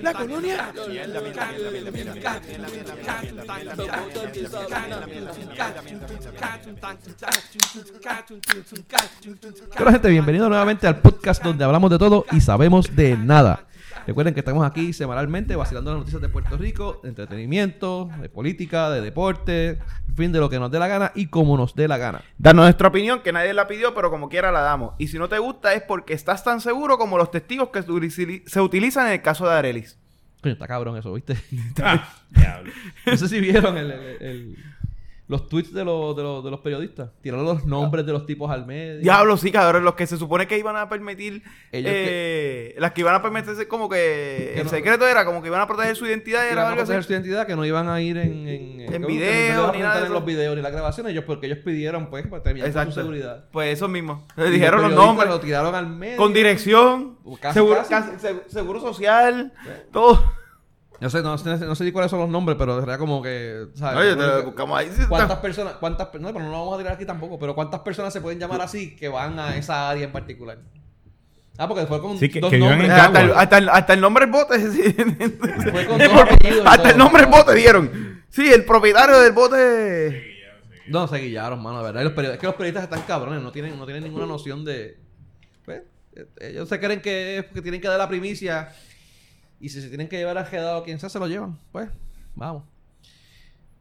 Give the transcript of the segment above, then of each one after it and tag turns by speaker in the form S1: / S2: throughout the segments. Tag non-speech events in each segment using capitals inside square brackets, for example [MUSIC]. S1: La colonia.
S2: Hola gente, bienvenidos nuevamente al podcast donde hablamos de todo y sabemos de nada. Recuerden que estamos aquí semanalmente vacilando las noticias de Puerto Rico, de entretenimiento, de política, de deporte, en fin, de lo que nos dé la gana y como nos dé la gana.
S3: Danos nuestra opinión, que nadie la pidió, pero como quiera la damos. Y si no te gusta es porque estás tan seguro como los testigos que se utili- se utilizan en el caso de Arelis.
S2: Coño, está cabrón eso, ¿viste?
S4: Diablo.
S2: [LAUGHS] No sé si vieron el- el- el- los tweets de, los- de los- de los periodistas. Tiraron los nombres de los tipos al medio.
S3: Diablo, sí, cabrón, los que se supone que iban a permitir...
S2: Ellos
S3: eh, Las que iban a permitirse como que...
S2: Que
S3: el
S2: no-
S3: secreto era como que iban a proteger su identidad.
S2: Que van
S3: Era
S2: a
S3: algo
S2: proteger
S3: así.
S2: su identidad, que no iban a ir en, en,
S3: En
S2: que
S3: video,
S2: no se iban a
S3: ni
S2: presentar
S3: nada de
S2: en
S3: eso.
S2: los videos ni las grabaciones, ellos, porque ellos pidieron, pues, para terminar con su
S3: Exacto.
S2: seguridad.
S3: Pues eso mismo.
S2: Y
S3: Le dijeron los
S2: periodistas
S3: nombres.
S2: Lo tiraron al medio.
S3: Con dirección.
S2: Casi,
S3: seguro,
S2: casi.
S3: casi- seg- seguro social. Todo.
S2: No sé, no, sé- no sé cuáles son los nombres, pero era como que. ¿sabes?
S3: Oye, te
S2: Como
S3: lo
S2: que-
S3: buscamos ahí.
S2: ¿Cuántas personas, cuántas, per- no, pero no lo vamos a tirar aquí tampoco, pero cuántas personas se pueden llamar así que van a esa área en particular? Ah, porque fue con
S4: Sí, que-
S2: dos
S4: que vivan en
S2: nombres.
S4: Cagua.
S3: Hasta el, hasta el- hasta el nombre del bote. [LAUGHS] sí.
S2: Fue con dos apellidos y
S3: hasta el
S2: todo.
S3: nombre del bote dieron. Sí, el propietario del bote.
S2: No, se guillaron, mano, de verdad. Y los periodistas, es que los periodistas están cabrones, no tienen, no tienen ninguna noción de. Pues, eh, ellos se creen que, es que tienen que dar la primicia. Y si se tienen que llevar a Gedado quien sea, se lo llevan. Pues, vamos.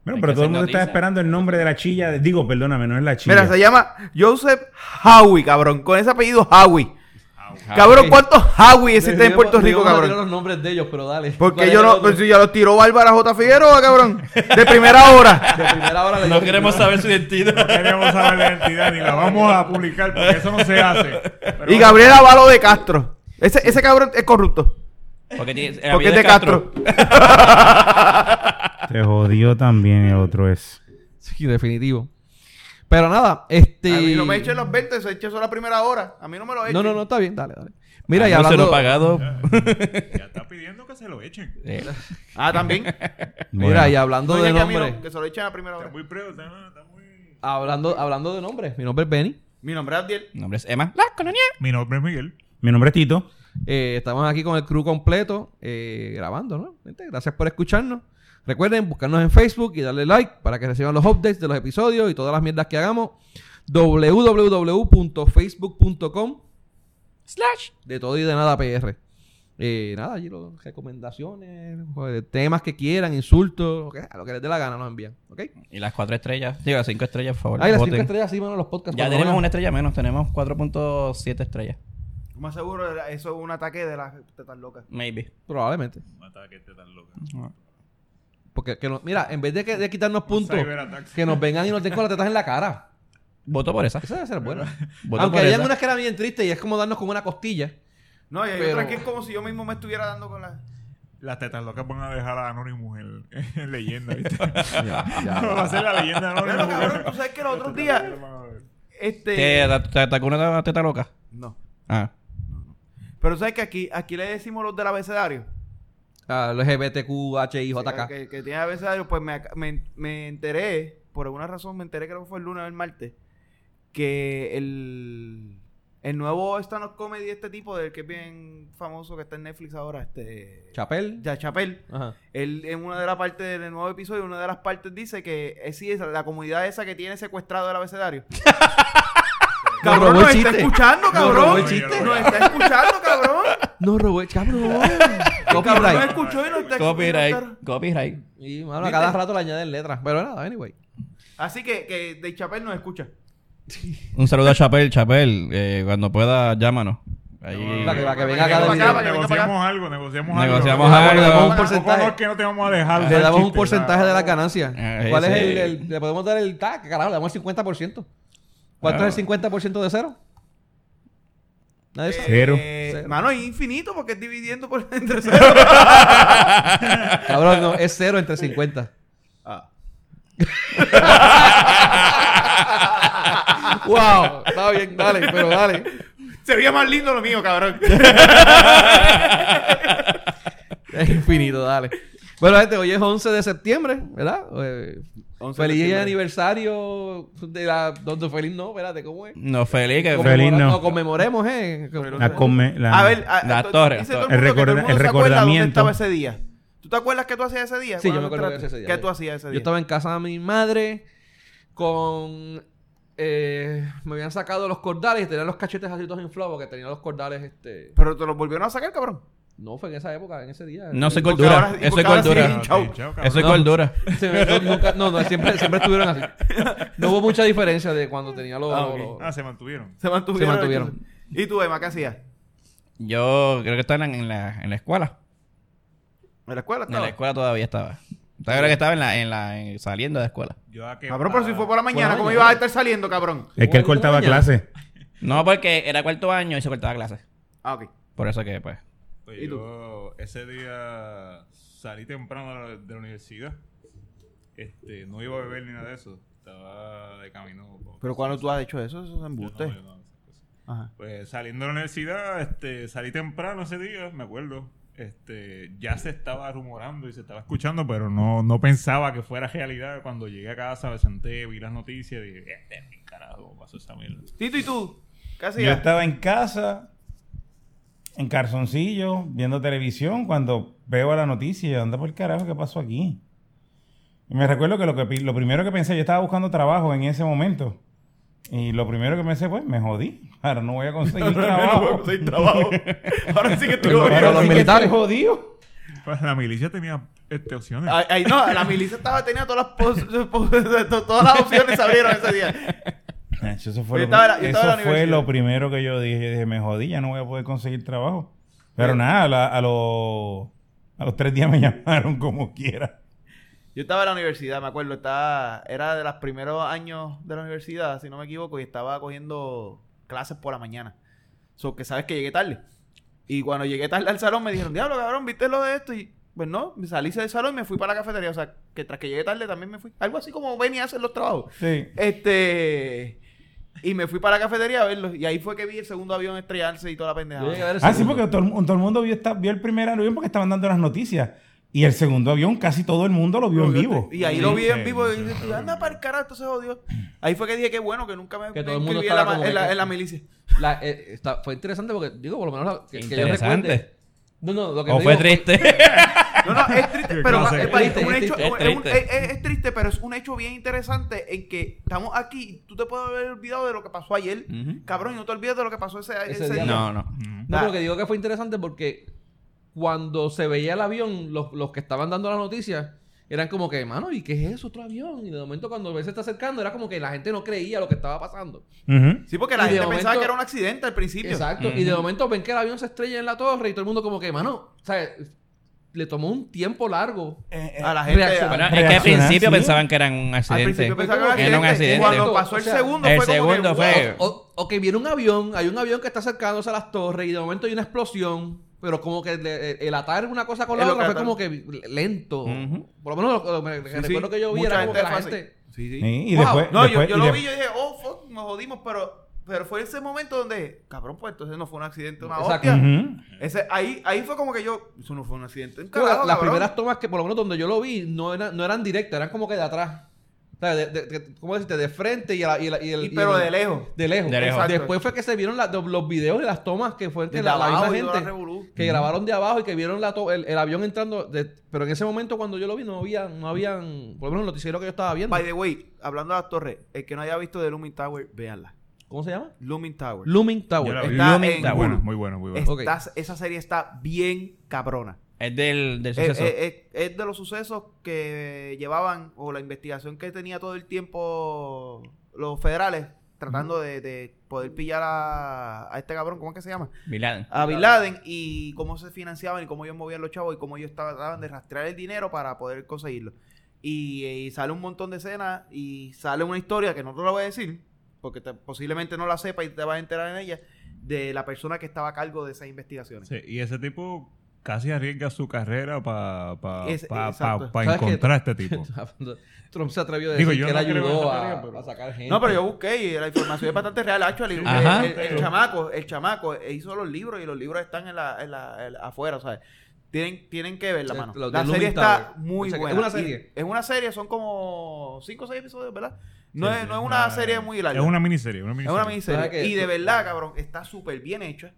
S4: Bueno,
S5: Hay
S4: pero
S5: que
S4: todo
S5: hacer
S4: el mundo está
S5: noticia.
S4: esperando el nombre de la chilla. de- digo, perdóname, no es la chilla.
S3: Mira, se llama Joseph Howie, cabrón. Con ese apellido Howie. Cabrón,
S2: Howie.
S3: ¿cuántos Howie existen en
S2: Debemos-
S3: Puerto Rico,
S2: debemos tirar
S3: cabrón?
S2: los nombres de ellos, pero dale. ¿Cuál
S3: Porque
S2: era
S3: yo
S2: el
S3: no.
S2: otro?
S3: Pues si ya los tiró Bárbara J. Figueroa, cabrón. De primera hora.
S2: De primera [LAUGHS] hora le
S5: No
S2: dieron-
S5: queremos saber su identidad.
S4: queremos saber la identidad ni la vamos a publicar porque eso no se hace. Pero
S3: Y Gabriela Valo de Castro. Ese, ese cabrón es corrupto.
S5: Porque, tiene, la
S3: Porque
S5: vida
S3: es de Castro.
S4: Se jodió también el otro es.
S2: Sí, definitivo. Pero nada, este.
S3: A mí no me echen los 20, se echen solo la primera hora. A mí no me lo echen.
S2: No, no, no, está bien, dale, dale. Mira,
S5: Ah,
S2: y
S5: no se
S2: hablando.
S5: lo he
S2: [LAUGHS]
S5: pagado.
S4: Ya está pidiendo que se lo echen.
S5: Eh,
S3: Ah, también.
S2: Mira, y hablando
S3: No
S2: de
S3: digan que a mí
S2: nombres.
S3: no, que se lo echen a la primera hora.
S4: preo, está, muy...
S2: Hablando, hablando de nombres. Mi nombre es Benny.
S3: Mi nombre es Abdiel.
S5: mi nombre es Emma.
S4: Mi nombre es Miguel. Mi nombre es Tito.
S2: Eh, estamos aquí con el crew completo eh, grabando, ¿no? Gente, gracias por escucharnos. Recuerden buscarnos en Facebook y darle like para que reciban los updates de los episodios y todas las mierdas que hagamos. www.facebook.com slash de todo y de nada PR. Eh, nada, allí los- recomendaciones, joder, temas que quieran, insultos, lo que, a lo que les dé la gana nos envían. ¿Ok?
S5: Y las cuatro estrellas. Digo, las cinco estrellas, por favor.
S2: Ahí las
S5: voten.
S2: cinco estrellas, sí, mano, los podcasts.
S5: Ya
S2: cuando
S5: tenemos
S2: vayan.
S5: una estrella menos. Tenemos 4.7 estrellas.
S3: Más seguro, era- eso es un ataque de las tetas locas.
S5: Maybe.
S2: Probablemente. Porque, que no- mira, en vez de, que, de quitarnos puntos,
S4: cyberataque.
S2: que nos vengan y nos den con las tetas en la cara.
S5: Voto por esa.
S2: Eso debe ser bueno.
S5: Voto
S2: Aunque
S5: por
S2: hay
S5: esa.
S2: algunas que eran bien tristes y es como darnos con una costilla.
S3: No, y hay
S2: Pero-
S3: otra que es como si yo mismo me estuviera dando con la.
S6: Las tetas locas van a dejar a Anonymous en,
S4: [LAUGHS]
S6: en leyenda, ¿viste? [LAUGHS] Va a ser la leyenda de
S3: Claro,
S6: Anonymous.
S3: cabrón, tú sabes que los otros días. Este.
S5: ¿Te te- te atacó una teta loca?
S3: No.
S5: Ah.
S3: Pero sabes que aquí, aquí le decimos los del abecedario.
S2: Ah, LGBTQ, HI, JK.
S3: Que, que tiene abecedario, pues me, ac- me, me enteré, por alguna razón me enteré, creo que fue el lunes o el martes, que el, el nuevo stand-up comedy de este tipo, del que es bien famoso, que está en Netflix ahora, este.
S2: Chapel.
S3: Ya Chapel.
S2: Ajá.
S3: Él en una de las partes del nuevo episodio, una de las partes dice que es sí, esa- la comunidad esa que tiene secuestrado el
S2: [LAUGHS]
S3: abecedario.
S2: Nos
S3: cabrón,
S2: robó
S3: nos
S2: el
S3: está
S2: chiste.
S3: escuchando,
S2: Nos robó
S3: cabrón.
S2: el chiste.
S3: Nos está escuchando, cabrón.
S2: No robé, cabrón.
S3: Cabrón, nos
S2: Copyright.
S3: escuchó y nos está escuchando.
S5: Copyright. Copyright.
S2: Y mano, a
S3: ¿Viste?
S2: cada rato le añaden letras. Pero nada, anyway.
S3: Así que, que de Chapel nos escucha.
S5: Un saludo a Chapel. Chapel, eh, cuando pueda, llámanos. Ahí. [LAUGHS]
S2: La que, la que venga
S3: Venga
S2: acá.
S3: para
S2: de-
S3: acá, para
S6: Negociamos algo, negociamos algo.
S5: Negociamos
S2: algo. Le damos un
S6: Tampoco
S2: porcentaje.
S6: no es que no te vamos a dejar.
S2: Le
S6: hacer
S2: damos un
S6: chistes,
S2: porcentaje
S6: ¿sabes?
S2: de la ganancia.
S5: Ah,
S2: ¿Cuál es
S5: ese-
S2: el, el- Le podemos dar el tac, carajo, le damos el 50%. ¿Cuánto
S5: Ah.
S2: es el 50% de cero? Nadie sabe.
S4: Cero.
S3: Eh,
S2: Cero.
S3: Mano, es infinito porque es dividiendo por [LAUGHS]
S2: [LAUGHS]
S3: entre cero.
S2: Cabrón, no, es cero entre 50.
S5: [LAUGHS]
S2: wow, está bien, dale, pero dale.
S3: Sería más lindo lo mío,
S2: [LAUGHS]
S3: cabrón.
S2: Es infinito, dale. Bueno, gente, hoy es 11 de septiembre, ¿verdad? Eh,
S3: 11 de
S2: Feliz día de
S3: septiembre.
S2: aniversario de la... Donde feliz no, espérate, ¿cómo es?
S5: No, feliz que...
S2: Conmemora-
S1: Feliz no.
S2: conmemoremos, ¿eh?
S1: La come- la-
S3: A ver, a-
S5: Las
S3: entonces,
S5: torres,
S3: dice todo
S5: las
S1: torres.
S3: mundo que todo
S1: El recorda-
S3: mundo
S1: el
S3: se acuerda dónde
S1: recordamiento.
S3: estaba ese día. ¿Tú te acuerdas qué tú hacías ese día?
S2: Sí, yo
S3: ¿Cuándo
S2: me acuerdo
S3: entraste?
S2: que hacía ese día.
S3: ¿Qué tú hacías ese día?
S2: Yo estaba en casa de mi madre con... eh, me habían sacado los cordales y tenía los cachetes así todos inflados porque tenía los cordales este...
S3: Pero te los volvieron a sacar, cabrón.
S2: No fue en esa época, en ese día. Eh,
S5: No
S2: sé
S5: sé
S3: Porque
S5: Gordura,
S3: ahora- y
S5: eso es
S3: porque ahora sí
S5: gordura.
S3: es hinchado.
S5: Eso es
S2: No.
S5: gordura.
S2: [LAUGHS] Se me- no, nunca- no, no, siempre, siempre estuvieron así. No hubo mucha diferencia de cuando tenía los...
S3: Ah, ok.
S2: los-
S6: Ah, se mantuvieron.
S3: Se mantuvieron.
S2: Se mantuvieron.
S3: ¿Y tú, Emma, qué hacías?
S5: Yo creo que estaba en la, en la escuela.
S3: ¿En la escuela
S5: En
S3: estaba?
S5: la escuela todavía estaba. Yo creo que estaba en la, en la, en- saliendo de la escuela.
S6: Yo a que-
S3: Cabrón, pero si fue por la mañana,
S2: Por la
S3: ¿cómo
S2: mañana.
S3: ibas a estar saliendo, cabrón?
S1: Es que él cortaba
S2: Mañana.
S1: clases.
S5: No, porque era cuarto año y se cortaba clases.
S3: Ah, ok.
S5: Por eso que, pues...
S6: Pues
S3: ¿Y tú?
S6: yo ese día salí temprano de la, de la universidad. Este, no iba a beber ni nada de eso. Estaba de camino. pa-
S3: Pero cuando tú has hecho eso, eso es
S6: Yo no,
S3: embuste.
S6: yo no, esas cosas.
S3: Ajá.
S6: Pues saliendo de la universidad, este, salí temprano ese día, me acuerdo. Este, ya se estaba rumorando y se estaba escuchando, pero no, no pensaba que fuera realidad. Cuando llegué a casa, me senté, vi las noticias y dije, este, mi carajo, pasó esa mierda.
S3: Tito, ¿y tú? ¿Qué
S1: Yo
S3: hacías?
S1: estaba en casa, en calzoncillo, viendo televisión, cuando veo la noticia, y yo, anda por el carajo, ¿qué pasó aquí? Y me recuerdo que lo, que pi- lo primero que pensé, yo estaba buscando trabajo en ese momento. Y lo primero que pensé, pues, me jodí. Ahora no voy
S3: [LAUGHS]
S1: a conseguir trabajo.
S3: Sin trabajo. Ahora sí que estoy
S1: Ahora
S3: jodido.
S1: sí
S2: los
S1: que
S2: militares.
S1: estoy jodido.
S6: Pues la milicia tenía este, opciones.
S3: Ay, ay, no, la milicia estaba, tenía todas las, pos- [LAUGHS] pos- todas las opciones se abrieron ese día.
S1: Nacho, Ah, Eso fue,
S3: Yo
S1: lo,
S3: estaba en la- yo
S1: eso
S3: estaba en la
S1: fue
S3: universidad.
S1: lo primero que yo dije. Yo dije, me jodí, ya no voy a poder conseguir trabajo. Pero nada, a, la- a los- a los tres días me [LAUGHS] llamaron como quiera.
S3: Yo estaba en la universidad, me acuerdo, estaba, era de los primeros años de la universidad, si no me equivoco, y estaba cogiendo clases por la mañana. So que sabes que llegué tarde. Y cuando llegué tarde al salón me dijeron, diablo, cabrón, ¿viste lo de esto? Y pues no, me salí del salón y me fui para la cafetería. O sea, que tras que llegué tarde también me fui. Algo así como ven y hacen los trabajos.
S1: Sí.
S3: Este. Y me fui para la cafetería a verlo. Y ahí fue que vi el segundo avión estrellarse y toda la
S2: Yo llegué a
S3: pendejada.
S2: ver el
S1: Ah, sí,
S2: segundo.
S1: porque todo el, mu- todo el mundo vio, esta- vio el primer avión porque estaban dando las noticias. Y el segundo avión, casi todo el mundo lo vio en vivo.
S3: Y ahí lo vi en
S4: Sí,
S3: vivo y
S4: sí,
S3: dije,
S4: sí.
S3: anda para el carajo, esto se jodió. Ahí fue que dije que bueno, que nunca me,
S2: Que
S3: me
S2: todo el mundo
S3: inscribí en
S2: estaba
S3: la, ma-
S2: como
S3: en la-
S2: que- [LAUGHS]
S3: en la milicia.
S2: La- eh, está- fue interesante porque, digo, por lo menos la- que, que yo
S5: Interesante.
S2: recuerde. No, no, lo que
S5: O
S2: te
S5: fue
S2: digo-
S5: [LAUGHS] triste.
S3: No, no, es triste, pero es,
S6: clase.
S3: es-
S2: Es
S3: un
S2: triste,
S3: hecho-
S5: es
S3: un- es un-
S5: triste.
S3: es- es- es triste, pero es un hecho bien interesante en que estamos aquí y tú te puedes haber olvidado de lo que pasó ayer,
S5: Ujú.
S3: cabrón, y no te olvides de lo que pasó ese,
S2: Ese
S3: ese
S2: día.
S3: día.
S5: No, no.
S2: No,
S3: Ah.
S2: pero que digo que fue interesante porque cuando se veía el avión, los, los que estaban dando las noticias eran como que, mano, ¿y qué es eso otro avión? Y de momento cuando él se está acercando era como que la gente no creía lo que estaba pasando.
S1: Ujú.
S3: Sí, porque la
S2: Y de
S3: gente
S2: momento-
S3: pensaba que era un accidente al principio.
S2: Exacto. Y de momento ven que el avión se estrella en la torre y todo el mundo como que, mano, o sea, le tomó un tiempo largo.
S3: A la gente.
S2: Reaccionar.
S5: Bueno, es que al
S1: Reaccionar,
S5: principio
S1: sí.
S5: pensaban que eran un
S3: Al
S5: accidente.
S3: principio pensaba que
S2: Que
S3: era un accidente. y Cuando
S5: Exacto.
S3: pasó el
S2: O sea,
S3: segundo
S5: el
S3: fue como
S5: segundo
S3: que,
S5: fue-
S3: wow.
S2: O, o que viene un avión, hay un avión que está acercándose a las torres y de momento hay una explosión, pero como que le- el, atar una cosa con la
S3: Es lo
S2: otra
S3: que
S2: fue
S3: atar-
S2: como que lento.
S5: Ujú.
S2: Por lo menos lo, lo- me-
S3: Sí, sí.
S2: recuerdo que yo vi
S3: Mucha
S2: era como
S3: gente
S2: que la
S3: fue así.
S2: gente...
S3: Sí, sí.
S1: Sí, y
S3: Wow.
S1: después-
S3: no,
S1: y después-
S3: yo, yo
S1: y
S3: lo vi
S1: de-
S3: y yo dije, oh, fuck, nos jodimos, pero, pero fue ese momento donde, cabrón, pues entonces no fue un accidente, una
S2: Exacto.
S3: hostia.
S1: Ujú.
S3: Ese, ahí, ahí fue como que yo, eso no fue un accidente. Un
S2: Digo, la-
S3: carajo,
S2: las
S3: cabrón.
S2: primeras tomas que por lo menos donde yo lo vi no, era- no eran directas, eran como que de atrás. O sea, de, de- de- ¿cómo decirte? De frente y, a la- y, la- y el...
S3: Y
S2: y
S3: pero
S2: el-
S3: de lejos.
S2: de lejos.
S5: De lejos.
S2: Exacto. Después fue que se vieron la- los videos de las tomas que fue que
S3: Desde
S2: la, la
S3: abajo
S2: misma
S3: y toda la
S2: gente
S3: revolú.
S2: que grabaron de abajo y que vieron la to- el, el avión entrando. de- pero en ese momento cuando yo lo vi no habían, no habían, por lo menos el noticiero que yo estaba viendo.
S3: By the way, hablando de las torres, el que no haya visto de Looming Tower, véanla.
S2: ¿Cómo se llama?
S3: Looming Tower.
S2: Looming
S6: Yo la
S2: Tower.
S6: vi.
S3: Está
S5: Looming
S3: en
S5: Tower.
S3: Hulu.
S6: Bueno, muy bueno, muy bueno.
S2: Ok.
S3: Está- Esa serie está bien cabrona.
S5: Es del, del
S3: Es,
S5: suceso.
S3: es- Eh, es- es de los sucesos que llevaban o la investigación que tenía todo el tiempo los federales tratando de, de poder pillar a, a este cabrón, ¿cómo es que se llama?
S5: Bin Laden.
S3: A Bin Laden y cómo se financiaban y cómo ellos movían los chavos y cómo ellos estaban- trataban de rastrear el dinero para poder conseguirlo. Y, eh, y sale un montón de escenas y sale una historia que no te la voy a decir porque te- posiblemente no la sepa y te vas a enterar en ella de la persona que estaba a cargo de esas investigaciones.
S6: Sí, y ese tipo casi arriesga su carrera para pa,
S3: Es-
S6: pa-
S3: exacto.
S6: pa- pa
S2: ¿Sabes qué?
S6: encontrar a
S2: [LAUGHS]
S6: este tipo.
S2: Trump se atrevió a decir
S6: Digo, yo
S2: que él
S6: no creo en
S2: ayudó
S6: esa teoría,
S2: a,
S6: pero-
S2: a sacar gente.
S3: No, pero yo busqué y la información es bastante real. Actually, el,
S5: Ajá.
S3: el- el chamaco, el chamaco hizo los libros y los libros están en la, en la- en la- afuera, ¿sabes? Tienen, tienen que verla,
S2: Eh,
S3: mano.
S2: los de
S3: la
S2: Looming
S3: serie está
S2: Tower.
S3: muy
S2: O sea, que
S3: buena.
S2: es una
S3: Y
S2: serie.
S3: Es una serie, son como 5 o 6 episodios, ¿verdad? No,
S6: Sí,
S3: es,
S6: sí,
S3: no es una serie muy larga.
S6: Es una miniserie, una
S3: Es
S6: miniserie.
S3: una miniserie.
S2: O sea que-
S3: y de verdad, cabrón, está súper bien hecha.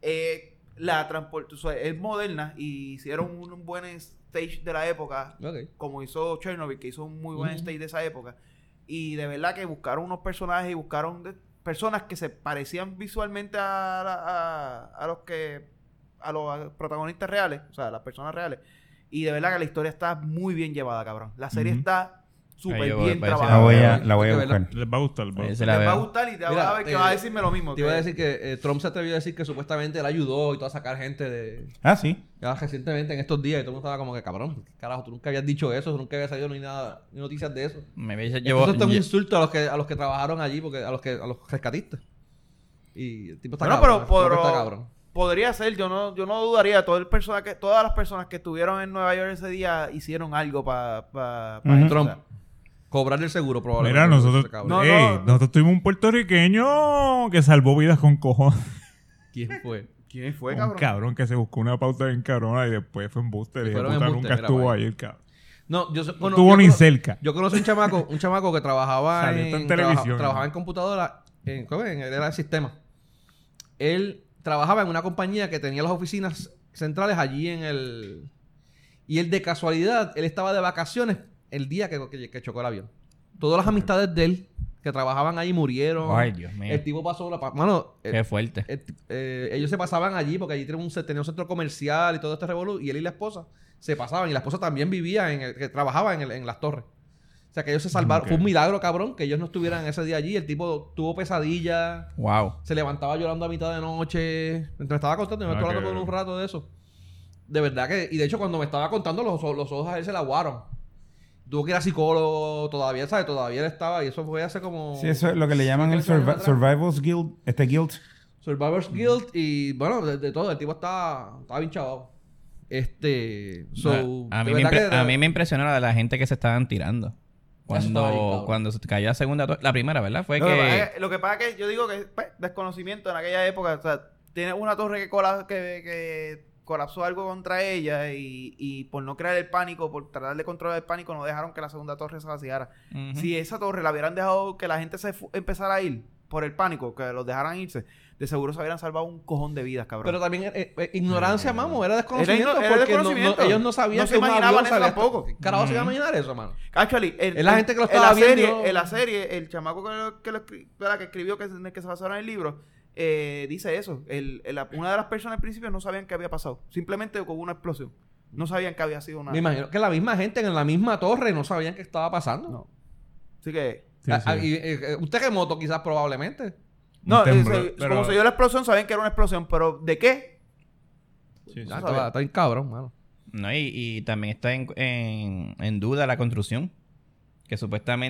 S3: Eh, la transport- o sea, es moderna y hicieron un, un buen stage de la época,
S2: Ok.
S3: como hizo Chernobyl, que hizo un muy buen
S2: Ujú.
S3: stage de esa época. Y de verdad que buscaron unos personajes y buscaron de- personas que se parecían visualmente a, la- a- a los que a los protagonistas reales, o sea, a las personas reales. Y de verdad que la historia está muy bien llevada, cabrón. La serie
S6: Ujú.
S3: está
S5: Ahí
S3: súper
S5: yo voy,
S3: bien
S2: pues,
S5: parece que
S1: La
S3: trabajada.
S1: voy
S3: Te
S1: a, la voy a
S2: Hay que verla.
S1: buscar.
S6: Les va a gustar, les va a
S5: Ahí
S6: gustar.
S5: se la
S3: va a
S5: veo.
S3: gustar y te
S2: Mira,
S3: vas a ver que
S2: te-
S3: vas a decirme lo mismo.
S2: Te iba a
S3: que-
S2: decir que eh, Trump se atrevió a decir que supuestamente él ayudó y toda a sacar gente de.
S1: Ah, sí.
S2: Ya recientemente en estos días y todo el mundo estaba como que cabrón, ¿qué carajo, tú nunca habías dicho eso, tú nunca habías salido ni nada, ni noticias de eso.
S5: Me
S2: Eso
S5: dice, llevó.
S2: esto es un
S5: lle-
S2: insulto a los que a los que trabajaron allí, porque a los que a los rescatistas. Y el tipo está
S3: Bueno,
S2: cabrón.
S3: pero,
S2: el tipo
S3: pero
S2: está cabrón.
S3: podría ser, yo no, yo no dudaría, todo el persona que, todas las personas que estuvieron en Nueva York ese día hicieron algo para pa, pa
S1: Ujú.
S3: eso,
S2: Trump.
S3: o sea.
S2: Cobrarle el seguro probablemente.
S6: Mira,
S2: por ese
S6: nosotros,
S2: cabrón.
S3: No,
S6: Ey,
S3: no.
S6: nosotros tuvimos un puertorriqueño que salvó vidas con cojones.
S2: ¿Quién fue?
S3: ¿Quién fue,
S6: un
S3: cabrón?
S6: cabrón que se buscó una pauta bien cabrona y después fue embuste.
S2: Y
S6: Le dije,
S2: fueron
S6: puta,
S2: embuste,
S6: nunca
S2: mira,
S6: estuvo
S2: vaya.
S6: ahí el cabrón.
S2: No, yo so-
S6: No
S2: cono-
S6: estuvo
S2: yo
S6: ni
S2: cono-
S6: cerca.
S2: Yo conocí un chamaco, un chamaco que trabajaba
S6: Salió
S2: en,
S6: esto en
S2: trabaja-
S6: televisión,
S2: trabajaba
S6: ¿no?
S2: en computadora, en, ¿cómo es? En- era el sistema. Él trabajaba en una compañía que tenía las oficinas centrales allí en el y él de casualidad, él estaba de vacaciones el día que, que- que chocó el avión. Todas las amistades de él que trabajaban ahí murieron.
S5: Ay, Dios mío.
S3: Este,
S2: el tipo pasó la pa- mano, el-
S5: Qué fuerte.
S2: el- eh, ellos se pasaban allí porque allí tenía un, ce- tenía un centro comercial y todo este revolú. Y él y la esposa se pasaban. Y la esposa también vivía, en el- que trabajaba en, el- en las torres. O sea que
S1: Mm,
S2: ellos se salvaron. Fue un milagro, cabrón, que ellos no estuvieran ese día allí. El tipo tuvo pesadillas.
S5: Wow.
S2: Se levantaba llorando a mitad de noche. Mientras me estaba contando, me
S6: Ah,
S2: estaba
S6: qué
S2: hablando por un
S6: bien.
S2: rato de eso. De verdad que... Y de hecho, cuando me estaba contando, los, o- los ojos a él se le aguaron. Tuvo que ir a psicólogo todavía, ¿sabes? Todavía él estaba. Y eso fue hace como...
S1: Sí, eso es lo que le llaman el
S2: cinco años
S1: survi-
S2: atrás.
S1: Survivors Guild, este guild.
S2: Survivor's Guild y bueno, de, de todo, el tipo está, está bien chavado. Este, so,
S5: Ah, a, a
S2: de
S5: mí me
S2: verdad
S5: impre-
S2: que-
S5: a mí me impresionó la, la gente que se estaban tirando.
S2: estaba bien,
S5: Cuando,
S2: cabrón.
S5: cuando se cayó la segunda, to- la primera, ¿verdad? Fue
S3: Lo que, pasa es
S5: que.
S3: que- lo que pasa es que yo digo que es pues, desconocimiento en aquella época. O sea, tienes una torre que, cola- que, que colapsó algo contra ella y, y por no crear el pánico, por tratar de controlar el pánico, no dejaron que la segunda torre se vaciara.
S5: Ujú.
S3: Si esa torre la hubieran dejado que la gente se fu- empezara a ir por el pánico, que los dejaran irse, de seguro se hubieran salvado un cojón de vidas, cabrón.
S2: Pero también eh, eh, ignorancia, mamo, era desconocimiento
S3: igno- era
S2: porque no- no-
S3: desconocimiento.
S2: ellos no sabían
S3: No se
S2: que un avión
S3: imaginaban eso
S2: salía-
S3: tampoco.
S2: Carajo, se iba a imaginar eso, mano.
S3: Actually, en,
S2: Es la gente que lo
S3: en
S2: estaba
S3: la
S2: viendo.
S3: Serie, en la serie, el chamaco que, lo- que, lo escri- ¿verdad? que escribió, que, se- que se basó en el libro, eh, dice eso. El, el- la- una de las personas al principio no sabían qué había pasado. Simplemente hubo una explosión. No sabían que había sido una...
S2: Me imagino que la misma gente en la misma torre no sabían qué estaba pasando.
S3: No. Así que...
S6: Sí,
S2: Ah,
S6: sí.
S2: ah, y, eh, eh, un terremoto quizás probablemente.
S6: Un
S3: No,
S6: temblor,
S3: eh, se-
S6: pero-
S3: como se dio la explosión, sabían que era una explosión, pero ¿de qué?
S6: Sí, sí.
S2: Ah,
S3: sabía.
S2: está, está bien cabrón, mano.
S5: No, y, y también está en, en- en duda la construcción. Que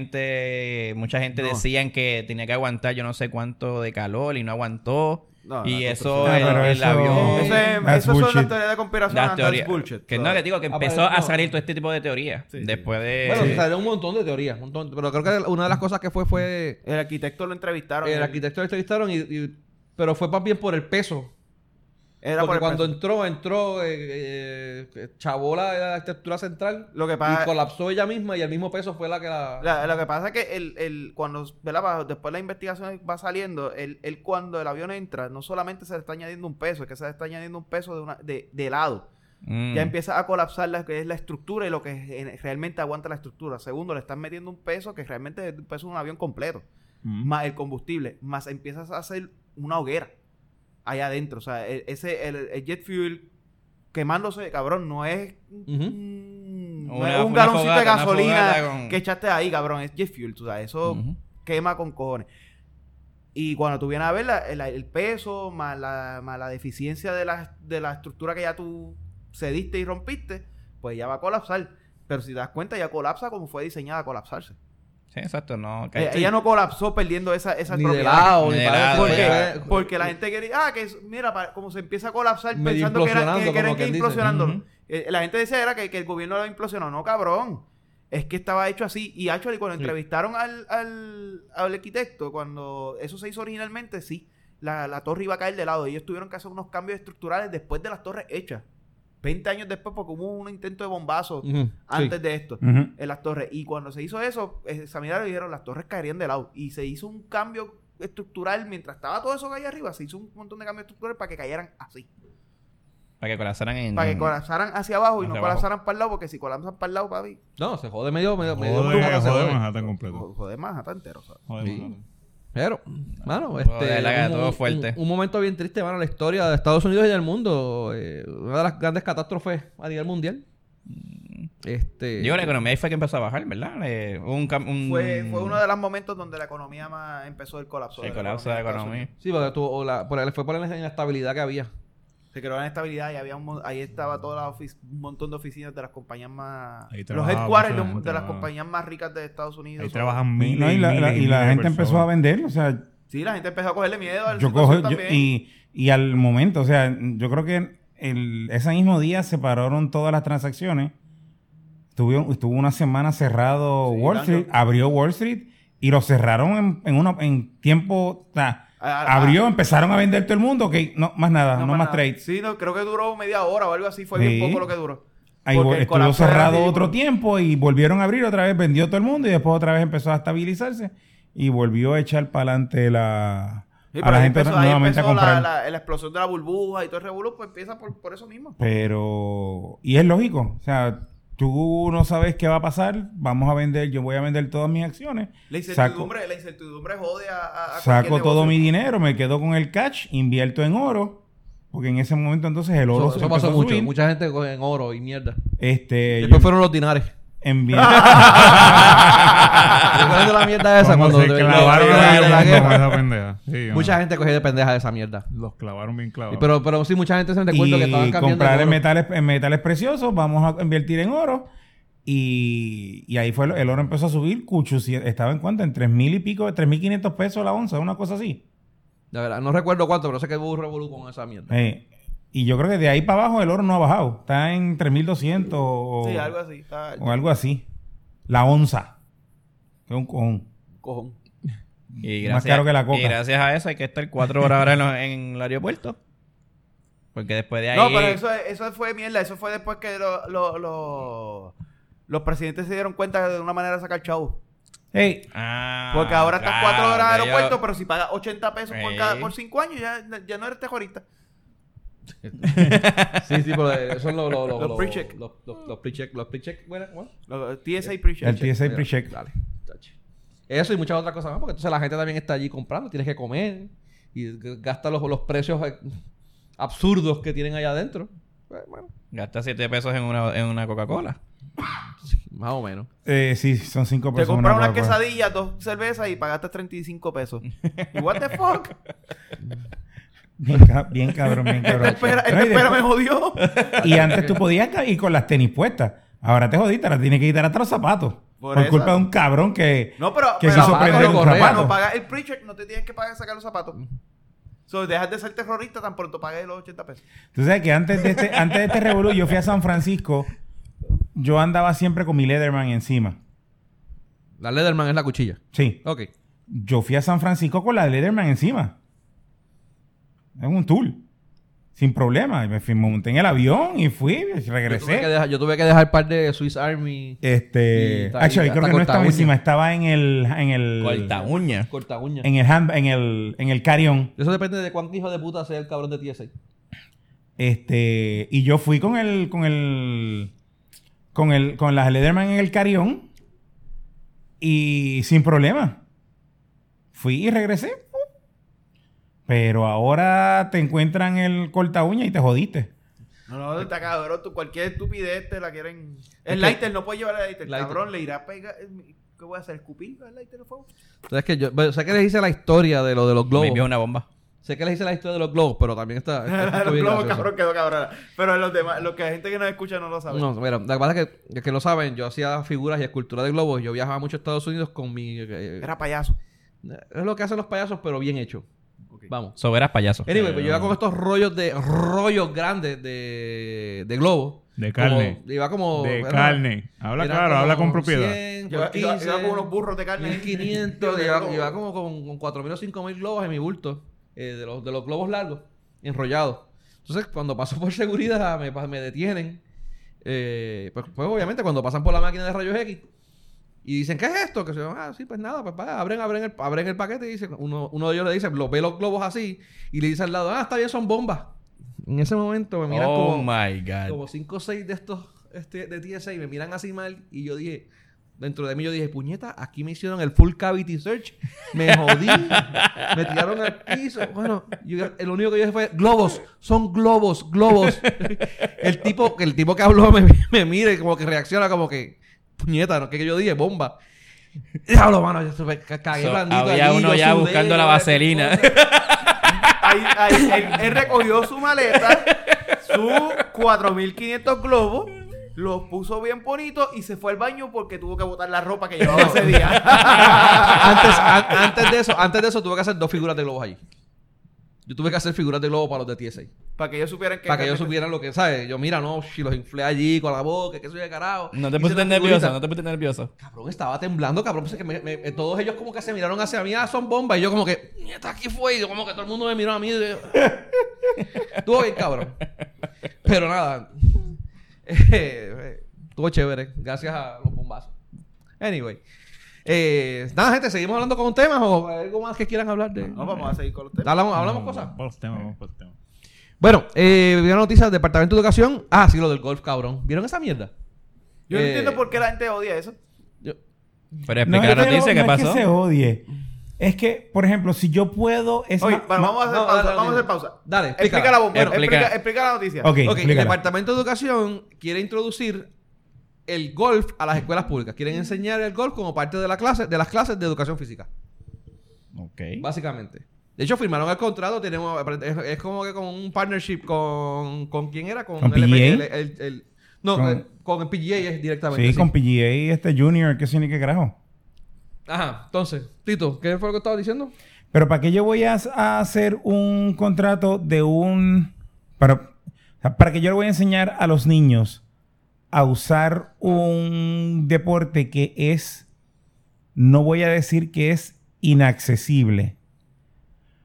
S5: supuestamente mucha gente
S3: No.
S5: decían que tenía que aguantar yo no sé cuánto de calor y no aguantó.
S3: No,
S5: y
S3: la
S5: eso,
S1: Ah,
S5: el,
S1: pero
S5: el
S1: eso-
S5: avión.
S3: Eso, es-
S1: That's
S3: eso son las
S1: bullshit.
S3: teorías de conspiración.
S5: las
S3: that's
S5: teorías.
S3: bullshit. Ah,
S5: que no, que digo, que empezó
S2: Apareció.
S5: a salir todo este tipo de teorías.
S3: Eh, Sí, sí.
S5: después de.
S2: Bueno,
S5: Sí.
S2: salieron un montón de teorías, un montón, pero creo que una de las cosas que fue fue
S3: El arquitecto lo entrevistaron.
S2: el
S3: él-
S2: arquitecto lo entrevistaron y, y- pero fue más bien por el peso
S3: Era por
S2: Porque
S3: el
S2: cuando
S3: peso.
S2: entró, entró, eh, eh, chavó la, la estructura central
S3: Lo que
S2: y
S3: pasa...
S2: colapsó ella misma y el mismo peso fue la que la...
S3: La- lo que pasa es que el, el, cuando ¿verdad? Va- después la investigación va saliendo, él, él cuando el avión entra, no solamente se le está añadiendo un peso, es que se le está añadiendo un peso de, una, de, de lado.
S5: Mm.
S3: Ya empieza a colapsar la, que es la estructura y lo que es- en- realmente aguanta la estructura. Segundo, le están metiendo un peso que realmente es el peso de un avión completo,
S6: Mm.
S3: más el combustible, más empiezas a hacer una hoguera allá adentro. O sea, e- ese, el, el jet fuel quemándose, cabrón, no es...
S2: Ujú.
S3: mm, no
S5: Una-
S3: es un
S5: una
S3: galoncito de
S5: fogata, una
S3: gasolina
S5: fogata con-
S3: que echaste ahí, cabrón. Es jet fuel, tú sabes. Eso
S5: Ujú.
S3: quema con cojones. Y cuando tú vienes a ver la- el, el peso, más la, más la deficiencia de la, de la estructura que ya tú cediste y rompiste, pues ya va a colapsar. Pero si te das cuenta, ya colapsa como fue diseñada a colapsarse.
S5: Sí, exacto, no.
S3: Eh, Ella no colapsó perdiendo esa, esa
S2: ni de
S3: propiedad.
S2: lado, ni
S5: Ni de
S2: para-
S5: lado,
S2: fue-
S5: ya.
S2: fue-
S3: Porque la gente quería, ah, que es- mira, para- como se empieza a colapsar
S2: Medio
S3: pensando que era que,
S2: implosionando,
S3: que era
S2: como
S3: que
S2: quien dice.
S3: implosionándolo.
S5: Ujú.
S3: Eh, la gente decía era que, que el gobierno lo implosionó. No, cabrón. Es que estaba hecho así. Y actually, cuando
S2: Sí.
S3: entrevistaron al, al, al arquitecto, cuando eso se hizo originalmente, sí. La, la torre iba a caer de lado. Ellos tuvieron que hacer unos cambios estructurales después de las torres hechas. 20 años después, porque hubo un intento de bombazo
S2: Ujú, sí.
S3: antes de esto
S1: Ujú.
S3: en las torres. Y cuando se hizo eso, examinaron y dijeron las torres caerían de lado. Y se hizo un cambio estructural mientras estaba todo eso que hay arriba. Se hizo un montón de cambios estructurales para que cayeran así.
S5: Para que colapsaran en...
S3: Para que colapsaran hacia abajo y
S5: Mm. Hacia
S3: no
S5: abajo.
S3: colapsaran para el lado, porque si colapsan para el lado, papi,
S2: No, se jode medio, medio, medio
S6: Joder,
S2: Manhattan, se
S6: joder,
S2: jode.
S6: Manhattan completo.
S3: jo- joder más hasta entero. ¿sabes?
S6: Joder,
S2: Sí.
S6: Manhattan.
S2: Pero, mano,
S5: puedo
S2: este,
S5: darle a
S2: un-
S5: todo
S2: un-
S5: fuerte.
S2: Un, un momento bien triste, mano, en la historia de Estados Unidos y del mundo. eh, una de las grandes catástrofes a nivel mundial. Este,
S5: Mm. Yo la economía ahí fue que empezó a bajar, ¿verdad? Eh, hubo un, cam- un-
S3: Fue, fue uno de los momentos donde la economía más empezó el colapso.
S5: el colapso de la economía.
S2: Sí, porque tú- o la- por, fue por la inestabilidad que había.
S3: Se creó la inestabilidad y había un, mon- ahí estaba toda la ofic- un montón de oficinas de las compañías más...
S6: Ahí
S3: Los
S6: trabajaba
S3: headquarters de,
S6: mucha
S3: un-
S6: gente,
S3: de las
S6: ¿no?
S3: compañías más ricas de Estados Unidos.
S6: Ahí
S3: son-
S6: trabajan
S1: Y,
S6: miles
S1: no, y la,
S6: miles
S1: la- y
S6: miles
S1: la
S6: de
S1: gente empezó
S6: personas.
S1: a vender, o sea,
S3: Sí, la gente empezó a cogerle miedo al
S1: yo cojo yo- y, y al momento, o sea, yo creo que el, ese mismo día se pararon todas las transacciones. Estuvo, estuvo una semana cerrado
S3: Sí,
S1: Wall
S3: banco.
S1: Street, abrió Wall Street y lo cerraron en, en, una- en tiempo, o sea,
S3: A- a-
S1: abrió, empezaron a vender todo el mundo, ok, no más nada, no, más
S3: nada.
S1: trades.
S3: Sí, no, creo que duró media hora o algo así. Fue
S1: Sí.
S3: bien poco lo que duró.
S1: Ahí
S3: Porque
S1: vol-
S3: el
S1: estuvo
S3: colapso era
S1: cerrado
S3: ridículo.
S1: otro tiempo y volvieron a abrir otra vez, vendió todo el mundo y después otra vez empezó a estabilizarse y volvió a echar para adelante la,
S3: Sí,
S1: a
S3: pero
S1: la
S3: ahí
S1: gente
S3: empezó- ahí
S1: nuevamente a
S3: empezó la-
S1: comprar.
S3: La, la explosión de la burbuja y todo el revuelo, pues empieza por, por eso mismo.
S1: Pero, y es lógico, o sea, tú no sabes qué va a pasar, vamos a vender, yo voy a vender todas mis acciones,
S3: La
S1: saco,
S3: incertidumbre, la incertidumbre jode a. a- a
S1: saco
S3: cualquier
S1: todo mi
S3: negocio.
S1: dinero, me quedo con el cash, invierto en oro, porque en ese momento entonces el oro
S2: Eso,
S1: se
S2: eso
S1: empezó
S2: pasó
S1: a
S2: mucho.
S1: subir.
S2: Mucha gente coge en oro y mierda.
S1: Este,
S2: Después
S1: yo
S2: fueron los [LAUGHS] dinares.
S1: envié- [LAUGHS]
S2: ¿Recuerdan de la mierda esa
S6: ¿Cómo
S2: cuando
S6: se
S2: de- de- de- de
S6: clavaron
S2: la- de la
S6: a ellos con
S2: guerra?
S6: esa pendeja? [LAUGHS] Sí,
S2: Mucha
S6: mano.
S2: gente cogió de pendeja de esa mierda.
S6: Los clavaron bien
S2: Y
S6: clavados.
S2: Pero, pero sí, mucha gente se me cuenta que estaban
S1: y
S2: cambiando.
S1: comprar
S2: de
S1: en
S2: oro.
S1: metales, en metales preciosos, vamos a invertir en oro. Y, y ahí fue, el- el oro empezó a subir, cucho, si- estaba en cuánto, en tres mil y pico, tres mil quinientos pesos la onza, una cosa así.
S2: De verdad, no recuerdo cuánto, pero sé que hubo un revolú con esa
S1: [LAUGHS]
S2: mierda.
S1: Eh, y yo creo que de ahí para abajo el oro no ha bajado. Está en 3200 o,
S3: Sí, algo así. está-
S1: o algo así. La onza. Que es un cojón.
S3: Cojón.
S5: Y
S1: Más caro que la coca.
S5: Y gracias a eso hay que estar cuatro horas ahora en, los- en el aeropuerto. Porque después de ahí...
S3: No, pero eso, eso fue mierda. Eso fue después que lo- lo- lo- los presidentes se dieron cuenta de una manera de sacar chavo.
S1: Ey,
S5: Ah,
S3: Porque ahora estás
S5: claro,
S3: cuatro horas de
S5: que yo-
S3: aeropuerto, pero si pagas 80 pesos por,
S5: Sí.
S3: cada, por cinco años, ya, ya no eres terrorista.
S2: Sí, sí, pero eh, son los... Los,
S3: Los pre-check.
S2: Los, los, los pre-check. Los pre-check, bueno, bueno.
S3: Lo- TSA pre-check.
S1: el TSA
S2: Mira,
S1: pre-check.
S2: Dale, chacho. Eso y muchas otras cosas más, porque entonces la gente también está allí comprando, tienes que comer y g- gasta los, los precios eh, absurdos que tienen allá adentro. Eh, Bueno,
S5: Gasta siete pesos en una, en una Coca-Cola.
S2: más o menos.
S1: Eh, sí, son cinco
S3: Te
S1: pesos.
S3: compraron
S1: una
S3: unas
S1: Coca-Cola.
S3: quesadillas, dos cervezas y pagaste 35 pesos. Y what the fuck?
S1: [LAUGHS] Bien, ca- bien
S3: [LAUGHS]
S1: cabrón, bien cabrón.
S3: Espera,
S1: Pero
S3: esta
S1: y,
S3: espera
S1: después-
S3: me jodió.
S1: y antes tú podías ca- ir con las tenis puestas. Ahora te jodiste, ahora tienes que quitar hasta los zapatos. Por,
S3: Por eso.
S1: culpa de un cabrón que...
S3: No, pero,
S1: [LAUGHS] Que
S3: pero
S1: se hizo
S3: pagas
S1: prender
S3: los-
S1: un
S3: cuando
S1: zapato.
S3: pagas el pre-check, no te tienes que pagar sacar los zapatos. So, dejas de ser terrorista tan pronto pagues los 80 pesos.
S1: Tú sabes que antes de este, antes de este revolú, yo fui a San Francisco. Yo andaba siempre con mi Leatherman encima.
S2: La Leatherman es la cuchilla.
S1: Sí.
S2: Ok.
S1: Yo fui a San Francisco con la Leatherman encima. Es un tour. Sin problema. Y Me fui, me monté en el avión y fui, y
S2: Yo tuve, que
S1: regresé.
S2: dejar, yo tuve que dejar un par de Swiss Army
S3: Eh,
S2: Y
S1: Este,
S2: está-
S1: actually,
S2: y
S1: creo
S2: hasta
S1: que no estaba
S2: corta
S1: encima,
S2: uña.
S1: estaba en el en el
S5: Corta uña.
S2: corta uñas.
S1: en el hand, en el en el carrión.
S2: Eso depende de cuánto hijo de puta sea el cabrón de TSA.
S1: Este, y yo fui con el con el con el con las Lederman en el carión y sin problema. Fui y regresé. Pero ahora te encuentran el corta uña y te jodiste.
S3: No, no, está cabrón. Tú, cualquier estupidez te la quieren. El lighter no puede llevar el lighter.
S2: Lighter.
S3: Cabrón, le irá a pegar. eh, ¿Qué voy a hacer? ¿Escupir el lighter de fuego?
S2: Entonces, que yo, bueno, sé que les hice la historia de lo de los globos.
S5: Me vio una bomba.
S2: Sé que les hice la historia de los globos, pero también
S3: [LAUGHS]
S2: está. está- está
S3: Los
S2: bien
S3: globos,
S2: gracioso.
S3: cabrón, quedó cabrón. Pero los demás, los que la gente que nos escucha no lo sabe.
S2: No, mira, la verdad es que, es que lo saben, yo hacía figuras y esculturas de globos. Yo viajaba mucho a Estados Unidos con mi. eh,
S3: Era payaso.
S2: es lo que hacen los payasos, pero bien hecho. Vamos.
S5: Soberas payaso.
S2: Anyway, pues yo iba con estos rollos de rollos grandes de, de globos.
S6: De carne.
S2: Como- iba como.
S6: de
S2: era-
S6: carne. Habla
S2: era
S6: claro, habla con
S2: como
S6: propiedad.
S2: 100,
S3: Yo
S2: por
S3: iba,
S2: 15,
S3: iba con unos burros de carne.
S2: 1500,
S3: De
S2: llevaba,
S3: globo.
S2: llevaba como con, con 4000 o 5000 globos en mi bulto, eh, de, los, de los globos largos, enrollados. Entonces, cuando paso por seguridad, me, pa- me detienen. Eh, pues, pues, obviamente, cuando pasan por la máquina de rayos X y dicen, ¿qué es esto? Que se ah, sí, pues nada, pues vaya, abren, abren, el, abren el paquete y dicen, uno, uno de ellos le dice, lo ve los globos así y le dice al lado, ah, está bien, son bombas. En ese momento me miran
S5: oh
S2: como,
S5: my God.
S2: como cinco o seis de estos este, de TSA y me miran así mal y yo dije, dentro de mí yo dije, puñeta, aquí me hicieron el full cavity search,
S5: [LAUGHS]
S2: me jodí, me tiraron al piso. Bueno, yo- lo único que yo dije fue, globos, son globos,
S5: [LAUGHS]
S2: globos. el, tipo, el tipo que habló me, me mira y como que reacciona como que, puñeta, ¿no? ¿Qué que yo dije? Bomba. Diablo, mano, yo supe- ca- cagué
S5: So,
S2: blandito
S5: había
S2: allí,
S5: uno
S2: yo
S5: ya
S2: sudé,
S5: buscando la
S2: yo-
S5: vaselina.
S3: Ahí- ahí- él, él recogió su maleta, sus 4.500 globos, los puso bien bonitos y se fue al baño porque tuvo que botar la ropa que llevaba ese día. [LAUGHS]
S2: antes, an- antes de eso, antes de eso tuve que hacer dos figuras de globos allí. Yo tuve que hacer figuras de globos para los de TSA.
S3: para que ellos supieran que...
S2: Para que ellos supieran lo que, ¿sabes? Yo, mira, no, si los inflé allí con la boca, que soy de carajo.
S5: [LAUGHS] No te
S2: Hice
S5: pusiste
S2: las
S5: nervioso,
S2: figuritas.
S5: no te pusiste nervioso.
S2: Cabrón, estaba temblando, cabrón. Pues es que me- me- me- todos ellos como que se miraron hacia mí, ah, son bombas. Y yo como que, nieta, aquí fue. Y yo como que todo el mundo me miró a mí. y yo- [LAUGHS] Estuvo bien, cabrón. Pero nada. [LAUGHS] Eh, eh, Estuvo chévere, gracias a los bombazos. Anyway. Eh, nada, gente, ¿seguimos hablando con temas o algo más que quieran hablar de...?
S3: No, vamos a seguir con los temas.
S2: ¿Hablamos, hablamos cosas?
S6: Por los temas, vamos por los temas.
S2: Bueno, eh, vi una noticia del Departamento de Educación. Ah, sí, lo del golf, cabrón. ¿Vieron esa mierda?
S3: Yo no
S2: Eh,
S3: entiendo por qué la gente odia eso.
S2: yo-
S5: Pero
S1: No,
S5: explica
S1: es
S5: la
S1: que
S5: noticia,
S1: no-
S5: ¿qué
S1: no es que se
S5: pasó?
S1: odie. Es que, por ejemplo, si yo puedo... Es
S3: Oye,
S1: ma-
S3: bueno,
S1: ma-
S3: vamos a hacer
S2: no,
S3: pausa,
S2: dale,
S3: vamos a
S2: dale.
S3: hacer pausa.
S2: Dale,
S3: explica la bomba,
S5: Explica.
S3: explica, explica la noticia.
S1: Ok,
S2: Ok, el
S1: explícala.
S2: Departamento de Educación quiere introducir el golf a las escuelas públicas. Quieren enseñar el golf como parte de, la clase, de las clases de educación física,
S5: Ok.
S2: básicamente. De hecho, firmaron el contrato. Tenemos, es, es como que con un partnership con... ¿Con quién era? Con,
S1: ¿Con
S2: el-
S1: PGA?
S2: el- el- el- no,
S1: Con-
S2: eh, con el PGA es directamente.
S1: Sí,
S2: sí.
S1: con PGA este Junior, que sí ni qué carajo.
S2: Ajá, entonces, Tito, ¿qué fue lo que estabas diciendo?
S1: Pero ¿para qué yo voy a, a hacer un contrato de un... Para, o sea, para que yo le voy a enseñar a los niños a usar un deporte que es... No voy a decir que es inaccesible,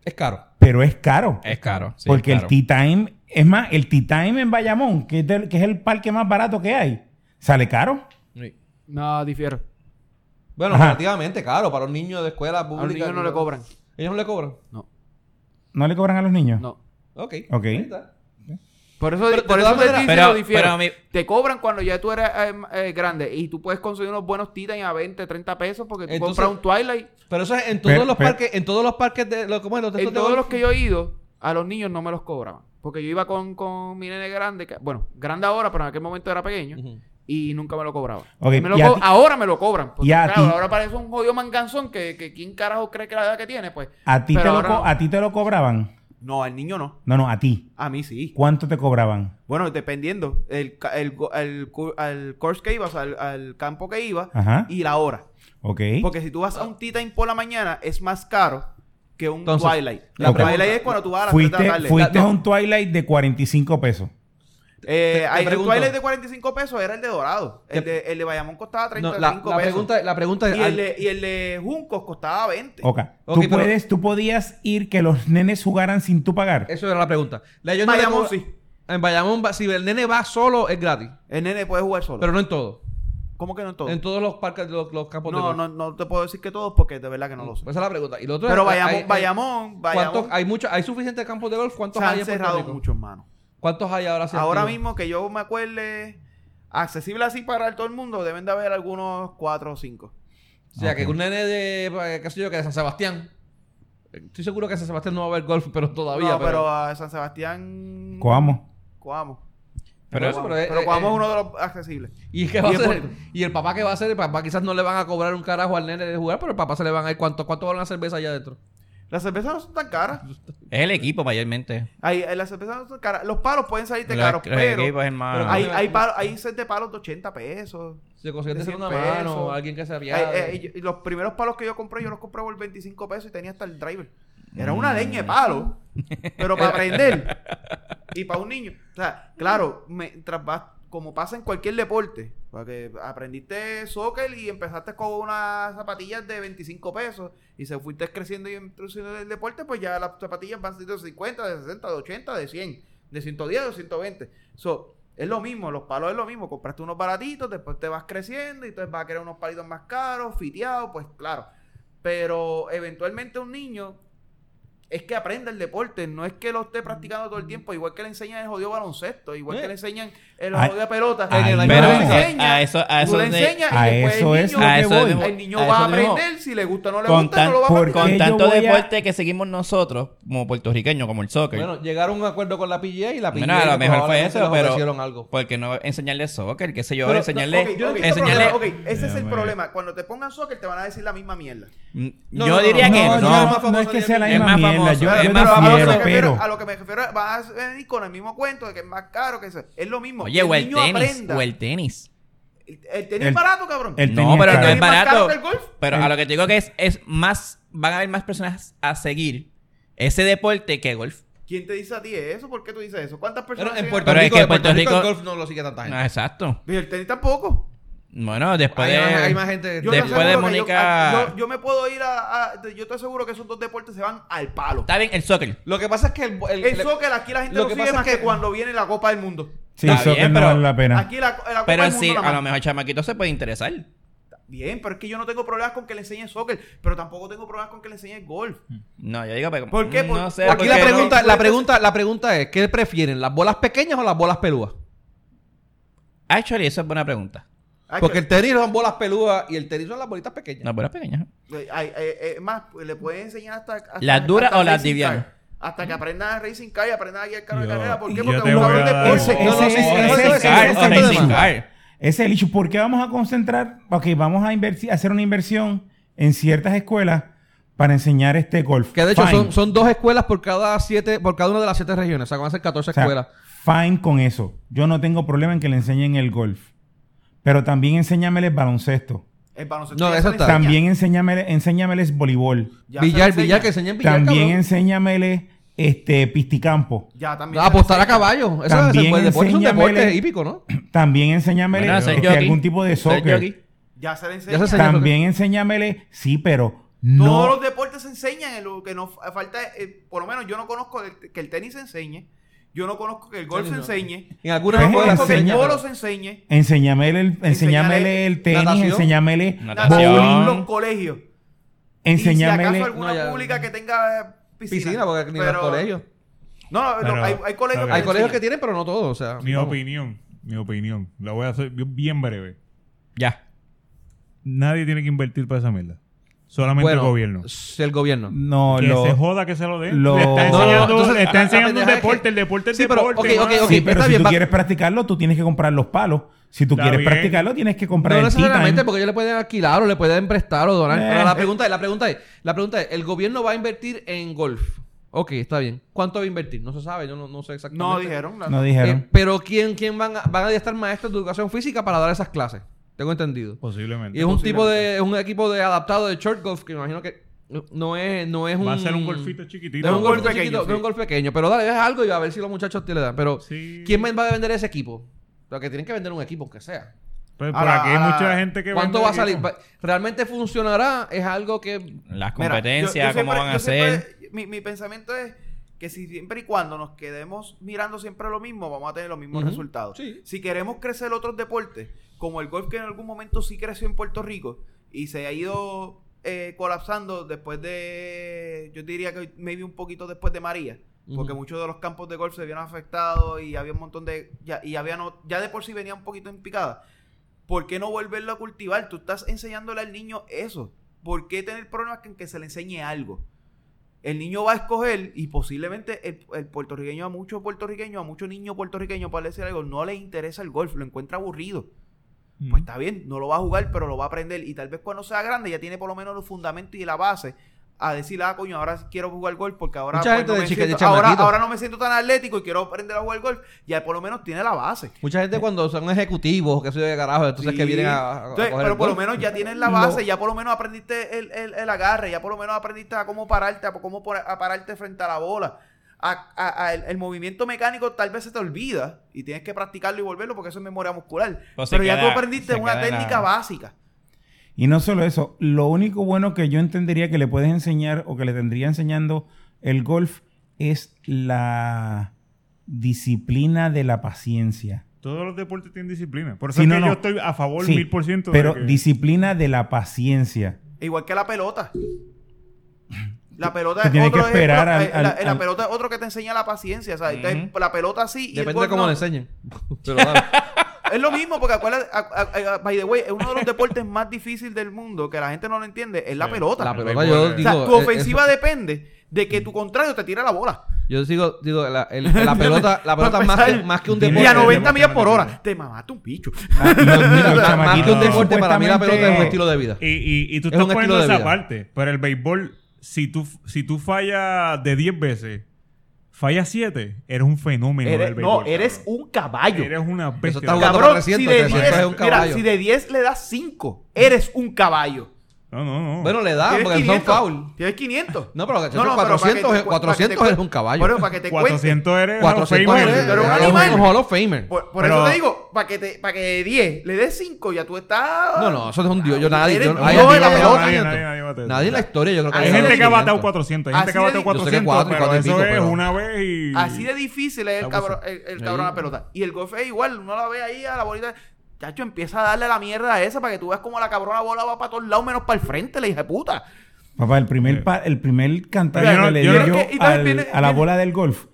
S2: Es caro.
S1: pero es caro.
S3: Eh,
S5: Es caro. sí,
S1: porque
S5: es caro.
S1: el Tea Time... Es más, el Tea Time en Bayamón, que es, del- que es el parque más barato que hay, sale caro.
S3: No, difiero.
S2: Bueno,
S1: Ajá.
S2: relativamente caro para un niño de escuela
S3: A
S2: pública.
S3: los niños no le cobran.
S2: Ellos no le cobran.
S1: ¿No le cobran a los niños?
S3: No.
S2: Ok.
S1: Ok.
S2: Ahí está.
S3: Por eso,
S2: Pero,
S3: por
S2: de
S3: eso
S2: todas
S3: te
S2: maneras-
S3: estoy
S5: Pero-
S3: diciendo difiero.
S5: pero a mí-
S3: Te cobran cuando ya tú eres eh, eh, grande y tú puedes conseguir unos buenos Titans a 20, 30 pesos porque tú
S2: Entonces-
S3: compras un Twilight.
S2: Pero eso es en todos
S1: Pero-
S2: los
S1: pero-
S2: parques, en todos los parques de lo- ¿cómo es? Los de
S3: En
S2: estos de
S3: todos
S2: golf.
S3: los que yo he ido, a los niños no me los cobraban. Porque yo iba con, con mi nene grande, que- bueno, grande ahora, pero en aquel momento era pequeño,
S2: Ujú.
S3: y nunca me lo cobraban.
S1: Ok,
S3: Y me lo
S1: y a
S3: co-
S1: ti-
S3: ahora me lo cobran. Porque,
S1: y a
S3: claro,
S1: ti-
S3: ahora parece un jodido manganzón que, que quién carajo cree que la edad que tiene, pues.
S1: ¿A ti,
S3: Pero
S1: te lo,
S3: ahora
S1: co-
S3: no.
S1: ¿A ti te lo cobraban?
S3: No, al niño no.
S1: No, no, a ti.
S3: A mí sí.
S1: ¿Cuánto te cobraban?
S3: Bueno, dependiendo. El, ca- el, go- el, cu- al course que ibas, al, al campo que ibas
S1: Ajá.
S3: y la hora.
S1: Ok.
S3: Porque si tú vas a un Tea Time por la mañana, es más caro que un
S2: Entonces,
S3: Twilight.
S2: la
S3: La
S2: pregunta-
S3: Twilight es cuando tú vas a las 3 de la
S1: Fuiste,
S3: tarde.
S1: fuiste
S2: No.
S1: a un Twilight de 45 pesos.
S3: Eh,
S2: te
S3: hay- el
S2: pregunto.
S3: Twilight de 45 pesos era el de Dorado. El
S2: Te-
S3: de, el de Bayamón costaba
S2: No,
S3: 35
S2: la, la
S3: pesos.
S2: pregunta, la pregunta es
S3: y, el de, y el de Juncos costaba 20.
S1: Ok.
S2: Ok,
S1: tú,
S2: pero-
S1: puedes, tú podías ir que los nenes jugaran sin tú pagar.
S2: eso era la pregunta. La- ellos no le
S3: Bayamón
S2: cobran-
S3: sí.
S2: En Bayamón va- si el nene va solo es gratis,
S3: El nene puede jugar solo.
S2: pero no en todo.
S3: ¿Cómo que no en todo?
S2: En todos los parques los, los campos de
S3: no,
S2: golf.
S3: no, no te puedo decir que todos porque de verdad que no lo sé.
S2: Esa es la pregunta. Y lo otro
S3: Pero
S2: es-
S3: Bayamón,
S2: pues, hay- hay-
S3: Bayamón, Bayamón.
S2: ¿cuántos, hay muchos hay suficientes campos de golf, ¿cuántos
S3: se
S2: hay
S3: han
S2: en Puerto
S3: cerrado
S2: Rico?
S3: muchos, mano.
S2: ¿Cuántos hay ahora sí
S3: Ahora
S2: activos?
S3: mismo que yo me acuerde, accesible así para todo el mundo, deben de haber algunos 4 o 5.
S2: O sea,
S1: Ok.
S2: que un nene de, eh, qué sé yo, que de San Sebastián. Estoy seguro que en San Sebastián no va a haber golf, pero todavía.
S3: no, pero,
S2: pero,
S3: a San Sebastián.
S1: Coamo.
S3: Coamo.
S2: Pero
S3: Pero,
S2: eso, pero, eh, eh,
S3: Coamo
S2: eh.
S3: es uno de los accesibles.
S2: ¿Y, qué va a
S3: y es
S2: hacer?
S3: bonito.
S2: y el papá que va a hacer, el papá quizás no le van a cobrar un carajo al nene de jugar, pero el papá se le van a ir. ¿Cuánto, cuánto vale una cerveza allá adentro?
S3: Las cervezas no son tan caras.
S5: Es el equipo mayormente.
S3: Ahí, eh, las cervezas no son caras. Los palos pueden salirte
S5: Los-
S3: caros,
S5: los
S3: pero
S5: equipos, hermano.
S2: pero
S3: hay,
S2: Ah.
S3: hay, palos- hay set de palos de 80 pesos.
S2: Si consigues
S3: De
S2: hacer
S3: 100
S2: una mano,
S3: pesos.
S2: alguien que se
S3: Ay,
S2: arriesgue.
S3: eh, y yo- y los primeros palos que yo compré, yo los compré por 25 pesos y tenía hasta el driver. Era
S2: Mm.
S3: una leña de palo, pero para
S2: [LAUGHS]
S3: aprender y para un niño. O sea, claro, mientras vas, como pasa en cualquier deporte, porque aprendiste soccer y empezaste con unas zapatillas de 25 pesos y se fuiste creciendo y introduciendo en el deporte, pues ya las zapatillas van siendo de 50, de 60, de 80, de 100. de 110 o 120. So, es lo mismo, los palos es lo mismo. Compraste unos baratitos, después te vas creciendo y entonces vas a querer unos palitos más caros, fiteados, pues claro. Pero eventualmente un niño es que aprenda el deporte, no es que lo esté practicando todo el tiempo, igual que le enseñan el jodido baloncesto, igual
S1: Eh.
S3: que le enseñan el
S1: Ay,
S3: jodido pelota.
S1: ay,
S3: En el
S1: pero
S3: año
S1: a-
S5: Ah, a eso- a
S3: tú le
S5: eso de-
S3: enseñas y
S1: a
S3: después
S1: eso
S3: el
S1: es
S3: niño,
S1: lo
S5: que
S3: el
S5: voy.
S3: niño-
S5: A
S3: el niño
S5: eso
S3: va a
S5: digo.
S3: aprender, si le gusta o no le
S5: Con,
S3: gusta, no
S5: tan-
S3: lo va a
S1: ¿por
S3: practicar.
S5: con
S1: qué
S5: tanto
S1: yo voy a-
S5: deporte que seguimos nosotros, como puertorriqueños, como el soccer.
S2: Bueno, llegaron a un acuerdo con la PGA y la PGA.
S5: Bueno, a lo mejor fue
S2: probablemente
S5: eso,
S2: les
S5: pero-
S2: ofrecieron algo.
S5: Porque no enseñarle soccer, qué sé yo,
S2: Pero,
S5: enseñarle.
S3: Ok, ok, ese,
S5: enseñarle
S3: problema, ok, ese es el
S1: Déjame.
S3: problema. Cuando te pongan soccer te van a decir la misma mierda.
S5: Mm,
S2: No,
S5: yo
S2: no, no,
S5: diría
S2: no,
S5: que
S1: no,
S5: no.
S1: yo no, no es que sea la
S5: Es
S1: misma
S5: más
S1: mierda.
S5: famoso,
S1: Yo,
S5: es
S1: yo
S5: más
S1: prefiero,
S3: a, lo que me
S5: famoso.
S1: pero,
S3: refiero, a lo que me refiero, vas a venir con el mismo cuento de que es más caro, que eso. Es lo mismo.
S5: Oye,
S3: el
S5: o el
S3: niño
S5: tenis,
S3: aprenda.
S5: o el tenis.
S3: El, el tenis
S1: El-
S3: barato, cabrón.
S1: el
S5: No,
S1: tenis
S5: pero no
S1: caro.
S5: es
S3: ¿Tenis más caro
S5: barato.
S3: que el golf?
S5: Pero a lo que te digo que es, es más, van a haber más personas a seguir ese deporte que golf.
S3: ¿Quién te dice a ti eso? ¿Por qué tú dices eso? ¿Cuántas personas?
S2: Pero en
S3: siguen
S2: Puerto
S5: Pero es
S2: Rico,
S5: que
S2: en Puerto
S5: Puerto
S2: Rico el
S5: Rico-
S2: golf no lo sigue tanta gente.
S5: Ah, exacto.
S3: a- Y el tenis tampoco.
S5: Bueno, después
S2: Hay,
S5: de...
S2: más- hay más gente.
S3: Yo
S5: Después
S3: te aseguro
S5: de
S3: que yo-
S5: Mónica-
S3: a- Yo, yo me puedo ir a, a- Yo te aseguro que esos dos deportes se van al palo.
S5: Está bien, el soccer.
S2: Lo que pasa es que el, el-
S3: El
S2: el-
S3: soccer aquí la gente
S2: Lo
S3: lo,
S2: que
S3: sigue
S2: pasa
S3: más
S2: es
S3: que...
S2: que-
S3: cuando viene la Copa del Mundo.
S1: sí,
S5: Está
S1: eso que
S5: bien,
S1: no
S5: pero-
S1: vale la pena.
S3: Aquí la, la Copa
S5: Pero
S3: del
S5: sí,
S3: Mundo. nada
S5: a
S3: más.
S5: lo mejor el chamaquito se puede interesar.
S3: Bien, pero es que yo no tengo problemas con que le enseñen soccer, pero tampoco tengo problemas con que le enseñen golf.
S5: No, yo digo... pero-
S3: ¿Por qué? Por-
S5: No sé.
S2: Aquí la
S5: porque no-
S2: pregunta,
S3: no-
S2: la pregunta, la pregunta es, ¿qué prefieren, las bolas pequeñas o las bolas pelúas?
S5: Actually, esa es buena pregunta.
S3: Ay,
S2: Porque
S3: que-
S2: el tenis son bolas pelúas y el tenis son las bolitas pequeñas.
S5: No, pero es pequeña.
S3: eh, ay, eh, eh, es más, le pueden enseñar hasta. hasta
S5: ¿Las duras
S3: hasta
S5: o las
S3: racing
S5: livianas?
S3: car. Hasta que aprendan a racing car y aprendan a guiar carro de
S6: Yo-
S3: carrera. ¿Por qué?
S6: yo
S3: Porque un
S6: te voy a
S3: cabrón de
S6: dar-
S3: deporte.
S1: Ese,
S2: no, no,
S1: ese,
S2: no,
S1: ese,
S2: no,
S1: ese,
S2: no,
S1: ese,
S2: no,
S1: ese
S2: no,
S1: es el
S2: no,
S1: issue.
S2: no.
S1: Ese es el issue. ¿Por qué vamos a concentrar? Ok, vamos a inversi- hacer una inversión en ciertas escuelas para enseñar este golf.
S2: Que de hecho
S1: Fine.
S2: son, son dos escuelas por cada siete, por cada una de las siete regiones. O sea, van a ser 14
S1: O sea,
S2: escuelas.
S1: Fine con eso. Yo no tengo problema en que le enseñen el golf. Pero también enséñamele el baloncesto.
S3: El baloncesto
S2: No,
S3: ya
S2: eso
S3: se le
S2: está.
S3: enseña.
S1: También enséñamele, enséñameles voleibol.
S3: Ya se le
S2: Villar,
S3: enseña.
S2: Villar, que enseñen Villar,
S1: También
S2: cabrón.
S1: enséñamele este pisticampo.
S3: Ya, también.
S2: Ah,
S3: se le
S2: apostar a
S3: enseña.
S2: caballo. Eso
S1: También
S2: es el deporte, es un
S1: enséñamele-
S2: deporte hípico, ¿no?
S1: También enséñamele
S5: Bueno, ser
S1: este,
S5: jockey.
S1: algún tipo de
S5: Ser jockey.
S1: soccer.
S3: Ya se le
S2: Ya
S3: enseña.
S2: se enseña.
S1: También enséñamele, sí, pero no.
S3: Todos los deportes se enseñan. en Lo que nos falta, eh, por lo menos yo no conozco el- que el tenis se enseñe. Yo no conozco que el golf se
S2: Tenis no.
S3: enseñe.
S2: En algunas
S3: Yo no
S1: Pero es
S2: escuelas
S3: conozco que el
S1: enseña,
S3: polo
S2: pero-
S3: se enseñe.
S1: Enséñamele el, enséñamele
S3: Enséñale
S1: el tenis,
S2: natación.
S1: enséñamele
S5: Natación.
S1: bowling,
S3: Natación, los colegios. Y si
S1: enséñamele.
S3: acaso alguna
S2: No, ya-
S3: pública que tenga eh, piscina.
S2: Piscina, porque ni
S3: Pero- pues
S2: los colegios.
S3: No, no, no,
S6: Pero-
S3: hay, hay colegios
S6: Ok.
S3: le
S2: Hay colegios que
S3: enseñan.
S2: tienen, pero no todos. O sea,
S6: Mi
S2: vamos.
S6: opinión, mi opinión, la voy a hacer bien breve.
S5: Ya.
S6: Nadie tiene que invertir para esa mierda. Solamente
S2: Bueno,
S6: el gobierno.
S2: si el gobierno.
S1: No,
S6: Que
S1: lo-
S6: se joda que se lo den.
S1: lo-
S6: Le está
S1: No, no, no,
S6: enseñando,
S2: entonces,
S6: le está
S2: la- la
S6: enseñando un
S2: pendeja es que-
S6: deporte. El deporte es
S2: Sí, pero,
S6: deporte.
S2: ok, ok,
S6: mano.
S2: ok.
S1: Sí, pero
S2: está
S1: si
S2: bien,
S1: tú
S2: va-
S1: quieres practicarlo, tú tienes que comprar los palos. Si tú
S6: Está
S1: quieres
S6: bien.
S1: practicarlo, tienes que comprar
S2: No
S1: el tee
S2: necesariamente,
S1: time.
S2: porque ellos le pueden alquilar o le pueden prestar o donar.
S1: Eh.
S2: Pero la pregunta es, la pregunta es, la pregunta es, el gobierno va a invertir en golf. Ok, está bien. ¿Cuánto va a invertir? No se sabe, yo no, no sé exactamente.
S3: No dijeron. la-
S1: No
S2: Eh,
S1: dijeron.
S2: pero ¿quién, quién van, a, van a estar maestros de educación física para dar esas clases? Tengo entendido.
S6: Posiblemente.
S2: Y es un tipo de, es un equipo de adaptado de short golf que me imagino que no- no es, no es un.
S6: Va a ser un golfito
S2: Es
S6: chiquitito.
S2: un golf
S3: golf pequeño,
S2: pequeño,
S3: sí.
S2: un golf pequeño. Pero dale, es algo y a ver si los muchachos te le dan. Pero,
S6: Sí.
S2: ¿quién más va a vender ese equipo? Pero que tienen que vender un equipo, aunque sea.
S6: Pero
S3: A
S6: Pues, por
S3: la-
S6: aquí
S3: a
S6: hay
S3: la-
S6: mucha gente que
S2: ¿Cuánto
S6: vende
S2: va a salir?
S6: equipo.
S2: Va- ¿Realmente funcionará? Es algo que.
S3: Mira,
S5: Las competencias,
S3: yo- yo
S5: cómo
S3: siempre-
S5: van a
S3: yo
S5: ser.
S3: siempre- mi, mi pensamiento es que si siempre y cuando nos quedemos mirando siempre lo mismo, vamos a tener los mismos
S2: Ujú.
S3: resultados.
S2: Sí.
S3: Si queremos crecer otros deportes, como el golf que en algún momento sí creció en Puerto Rico y se ha ido eh, colapsando después de, yo diría que maybe un poquito después de María. Porque
S2: Ujú.
S3: muchos de los campos de golf se vieron afectados y había un montón de. Ya, y había no, ya de por sí venía un poquito en picada. ¿Por qué no volverlo a cultivar? Tú estás enseñándole al niño eso. ¿Por qué tener problemas con que se le enseñe algo? El niño va a escoger y posiblemente el, el puertorriqueño, a muchos puertorriqueños, a muchos niños puertorriqueños, para decir algo, no le interesa el golf, lo encuentra aburrido. Pues está bien, no lo va a jugar, pero lo va a aprender. Y tal vez cuando sea grande ya tiene por lo menos los fundamentos y la base a decir, ah, coño, ahora quiero jugar golf porque ahora, pues,
S2: Mucha gente
S3: no
S2: de
S3: me
S2: chica- de
S3: siento, ahora,
S2: chamaquito.
S3: ahora no me siento tan atlético y quiero aprender a jugar golf. Ya por lo menos tiene la base.
S2: Mucha gente cuando son ejecutivos, que soy de carajo, entonces
S3: Sí.
S2: que vienen a- a. a
S3: Entonces,
S2: coger
S3: pero
S2: el
S3: por lo
S2: golf. [LAUGHS]
S3: menos ya tienes la base, ya por lo menos aprendiste el, el- el agarre, ya por lo menos aprendiste a cómo pararte, a cómo por- a pararte frente a la bola. A- a- a el, el movimiento mecánico tal vez se te olvida y tienes que practicarlo y volverlo porque eso es memoria muscular.
S5: Pues se
S3: pero ya tú
S5: queda-
S3: aprendiste
S5: se
S3: una
S5: queda en la-
S3: técnica básica.
S1: Y no solo eso, lo único bueno que yo entendería que le puedes enseñar o que le tendría enseñando el golf es la disciplina de la paciencia.
S6: Todos los deportes tienen disciplina. Por eso
S1: Sí,
S6: es
S1: no,
S6: que
S1: no.
S6: yo estoy a favor
S1: Sí,
S6: mil por ciento. de
S1: Pero
S6: que-
S1: disciplina de la paciencia.
S3: Igual que la pelota. La pelota
S1: Tú
S3: es
S1: tienes
S3: otro
S1: que esperar
S3: ejemplo,
S1: al-
S3: eh, la,
S1: al-
S3: eh, la
S1: al-
S3: pelota es otro que te enseña la paciencia, ¿sabes? Entonces, la pelota sí y el
S2: Depende
S3: gol
S2: de cómo
S3: no.
S2: le enseñen. [LAUGHS] Pero dale.
S3: Es lo mismo, porque acuérdate, a- a- a- by the way, es uno de los deportes más difíciles del mundo que la gente no lo entiende, es la
S6: Sí, Pues,
S3: pelota.
S2: La
S6: pe-
S2: pelota yo
S6: O
S3: o
S2: digo...
S3: sea, tu
S2: eh,
S3: ofensiva
S2: eso-
S3: depende de que tu contrario te tire la bola.
S2: Yo sigo, digo, la,
S3: [LAUGHS]
S2: el- la pelota, la pelota
S3: Para
S2: más, que,
S3: empezar,
S2: más que un
S6: dime
S2: deporte.
S3: Y a 90
S6: deporte
S3: millas por
S6: no
S3: hora.
S6: tiene.
S3: Te mamaste un picho.
S2: Mira,
S1: Ah,
S2: más-
S1: Los
S2: más que un
S1: chamaquitos
S2: deporte, para mí la pelota es un
S1: supuestamente-
S2: estilo de vida.
S6: Y, y, y tú
S2: Es
S6: estás
S2: un estilo
S6: poniendo
S2: de
S6: esa
S2: vida.
S6: parte. Pero el béisbol, si tú, si tú fallas de 10 veces, fallas 7, eres un fenómeno
S3: Eres-
S6: del béisbol.
S3: no, eres
S6: cabrón.
S3: un caballo.
S6: Eres una bestia.
S2: Eso está jugando
S3: Cabrón,
S2: para 300,
S3: si, de
S2: 300
S3: 10,
S2: es un
S3: mira,
S2: caballo.
S3: si de 10 le das 5, eres un caballo.
S6: No, no, no.
S2: Bueno, le da,
S3: Tienes
S2: Ah, porque son
S3: 500,
S2: foul.
S3: Tienes 500.
S2: No, pero que
S3: para que
S2: 400
S3: te-
S2: es-
S3: para que te
S2: 400
S3: cuen-
S2: es un caballo.
S3: Bueno, para que te cuente.
S6: 400 eres Hall of
S2: 400
S6: Famer.
S2: eres,
S3: pero un
S2: eres
S3: animal. Pues,
S2: un Hall of Famer.
S3: Por, por
S6: Pero-
S3: eso te digo, para que, te, para que de 10 le des 5, ya tú estás.
S2: No, no, eso es un dios. Yo nadie.
S3: Eres
S2: Yo,
S3: un
S2: hay
S3: dios
S2: nadie
S3: de la
S2: que
S3: pelota.
S2: bate
S6: Nadie,
S2: 500.
S6: nadie, nadie bate
S2: Nadie en la historia, yo creo que
S3: Hay
S6: Hay
S3: Así
S6: gente
S3: de
S6: que ha
S2: 400.
S6: batado 400, hay gente
S3: Así
S6: que ha batado
S3: de-
S2: Yo sé que
S6: 400,
S2: cuatro y
S6: pero
S2: cuatro y
S6: eso
S2: pico,
S6: es
S2: pero-
S6: una vez y...
S3: Así de difícil es el
S6: Abuso.
S3: cabrón, el, el
S2: Sí.
S3: cabrón a la pelota. Y el golf es igual, uno la ve ahí a la bolita. Chacho, empieza a darle a la mierda a esa para que tú veas como la cabrona bola va para todos lados menos para el frente, la hija de puta.
S1: Papá, el primer, pa- el primer cantazo
S6: Pero yo no-
S1: que le
S6: yo
S1: dio
S6: no-
S1: yo
S3: es que- y también
S1: al-
S3: viene-
S1: a la
S3: viene-
S1: bola del golf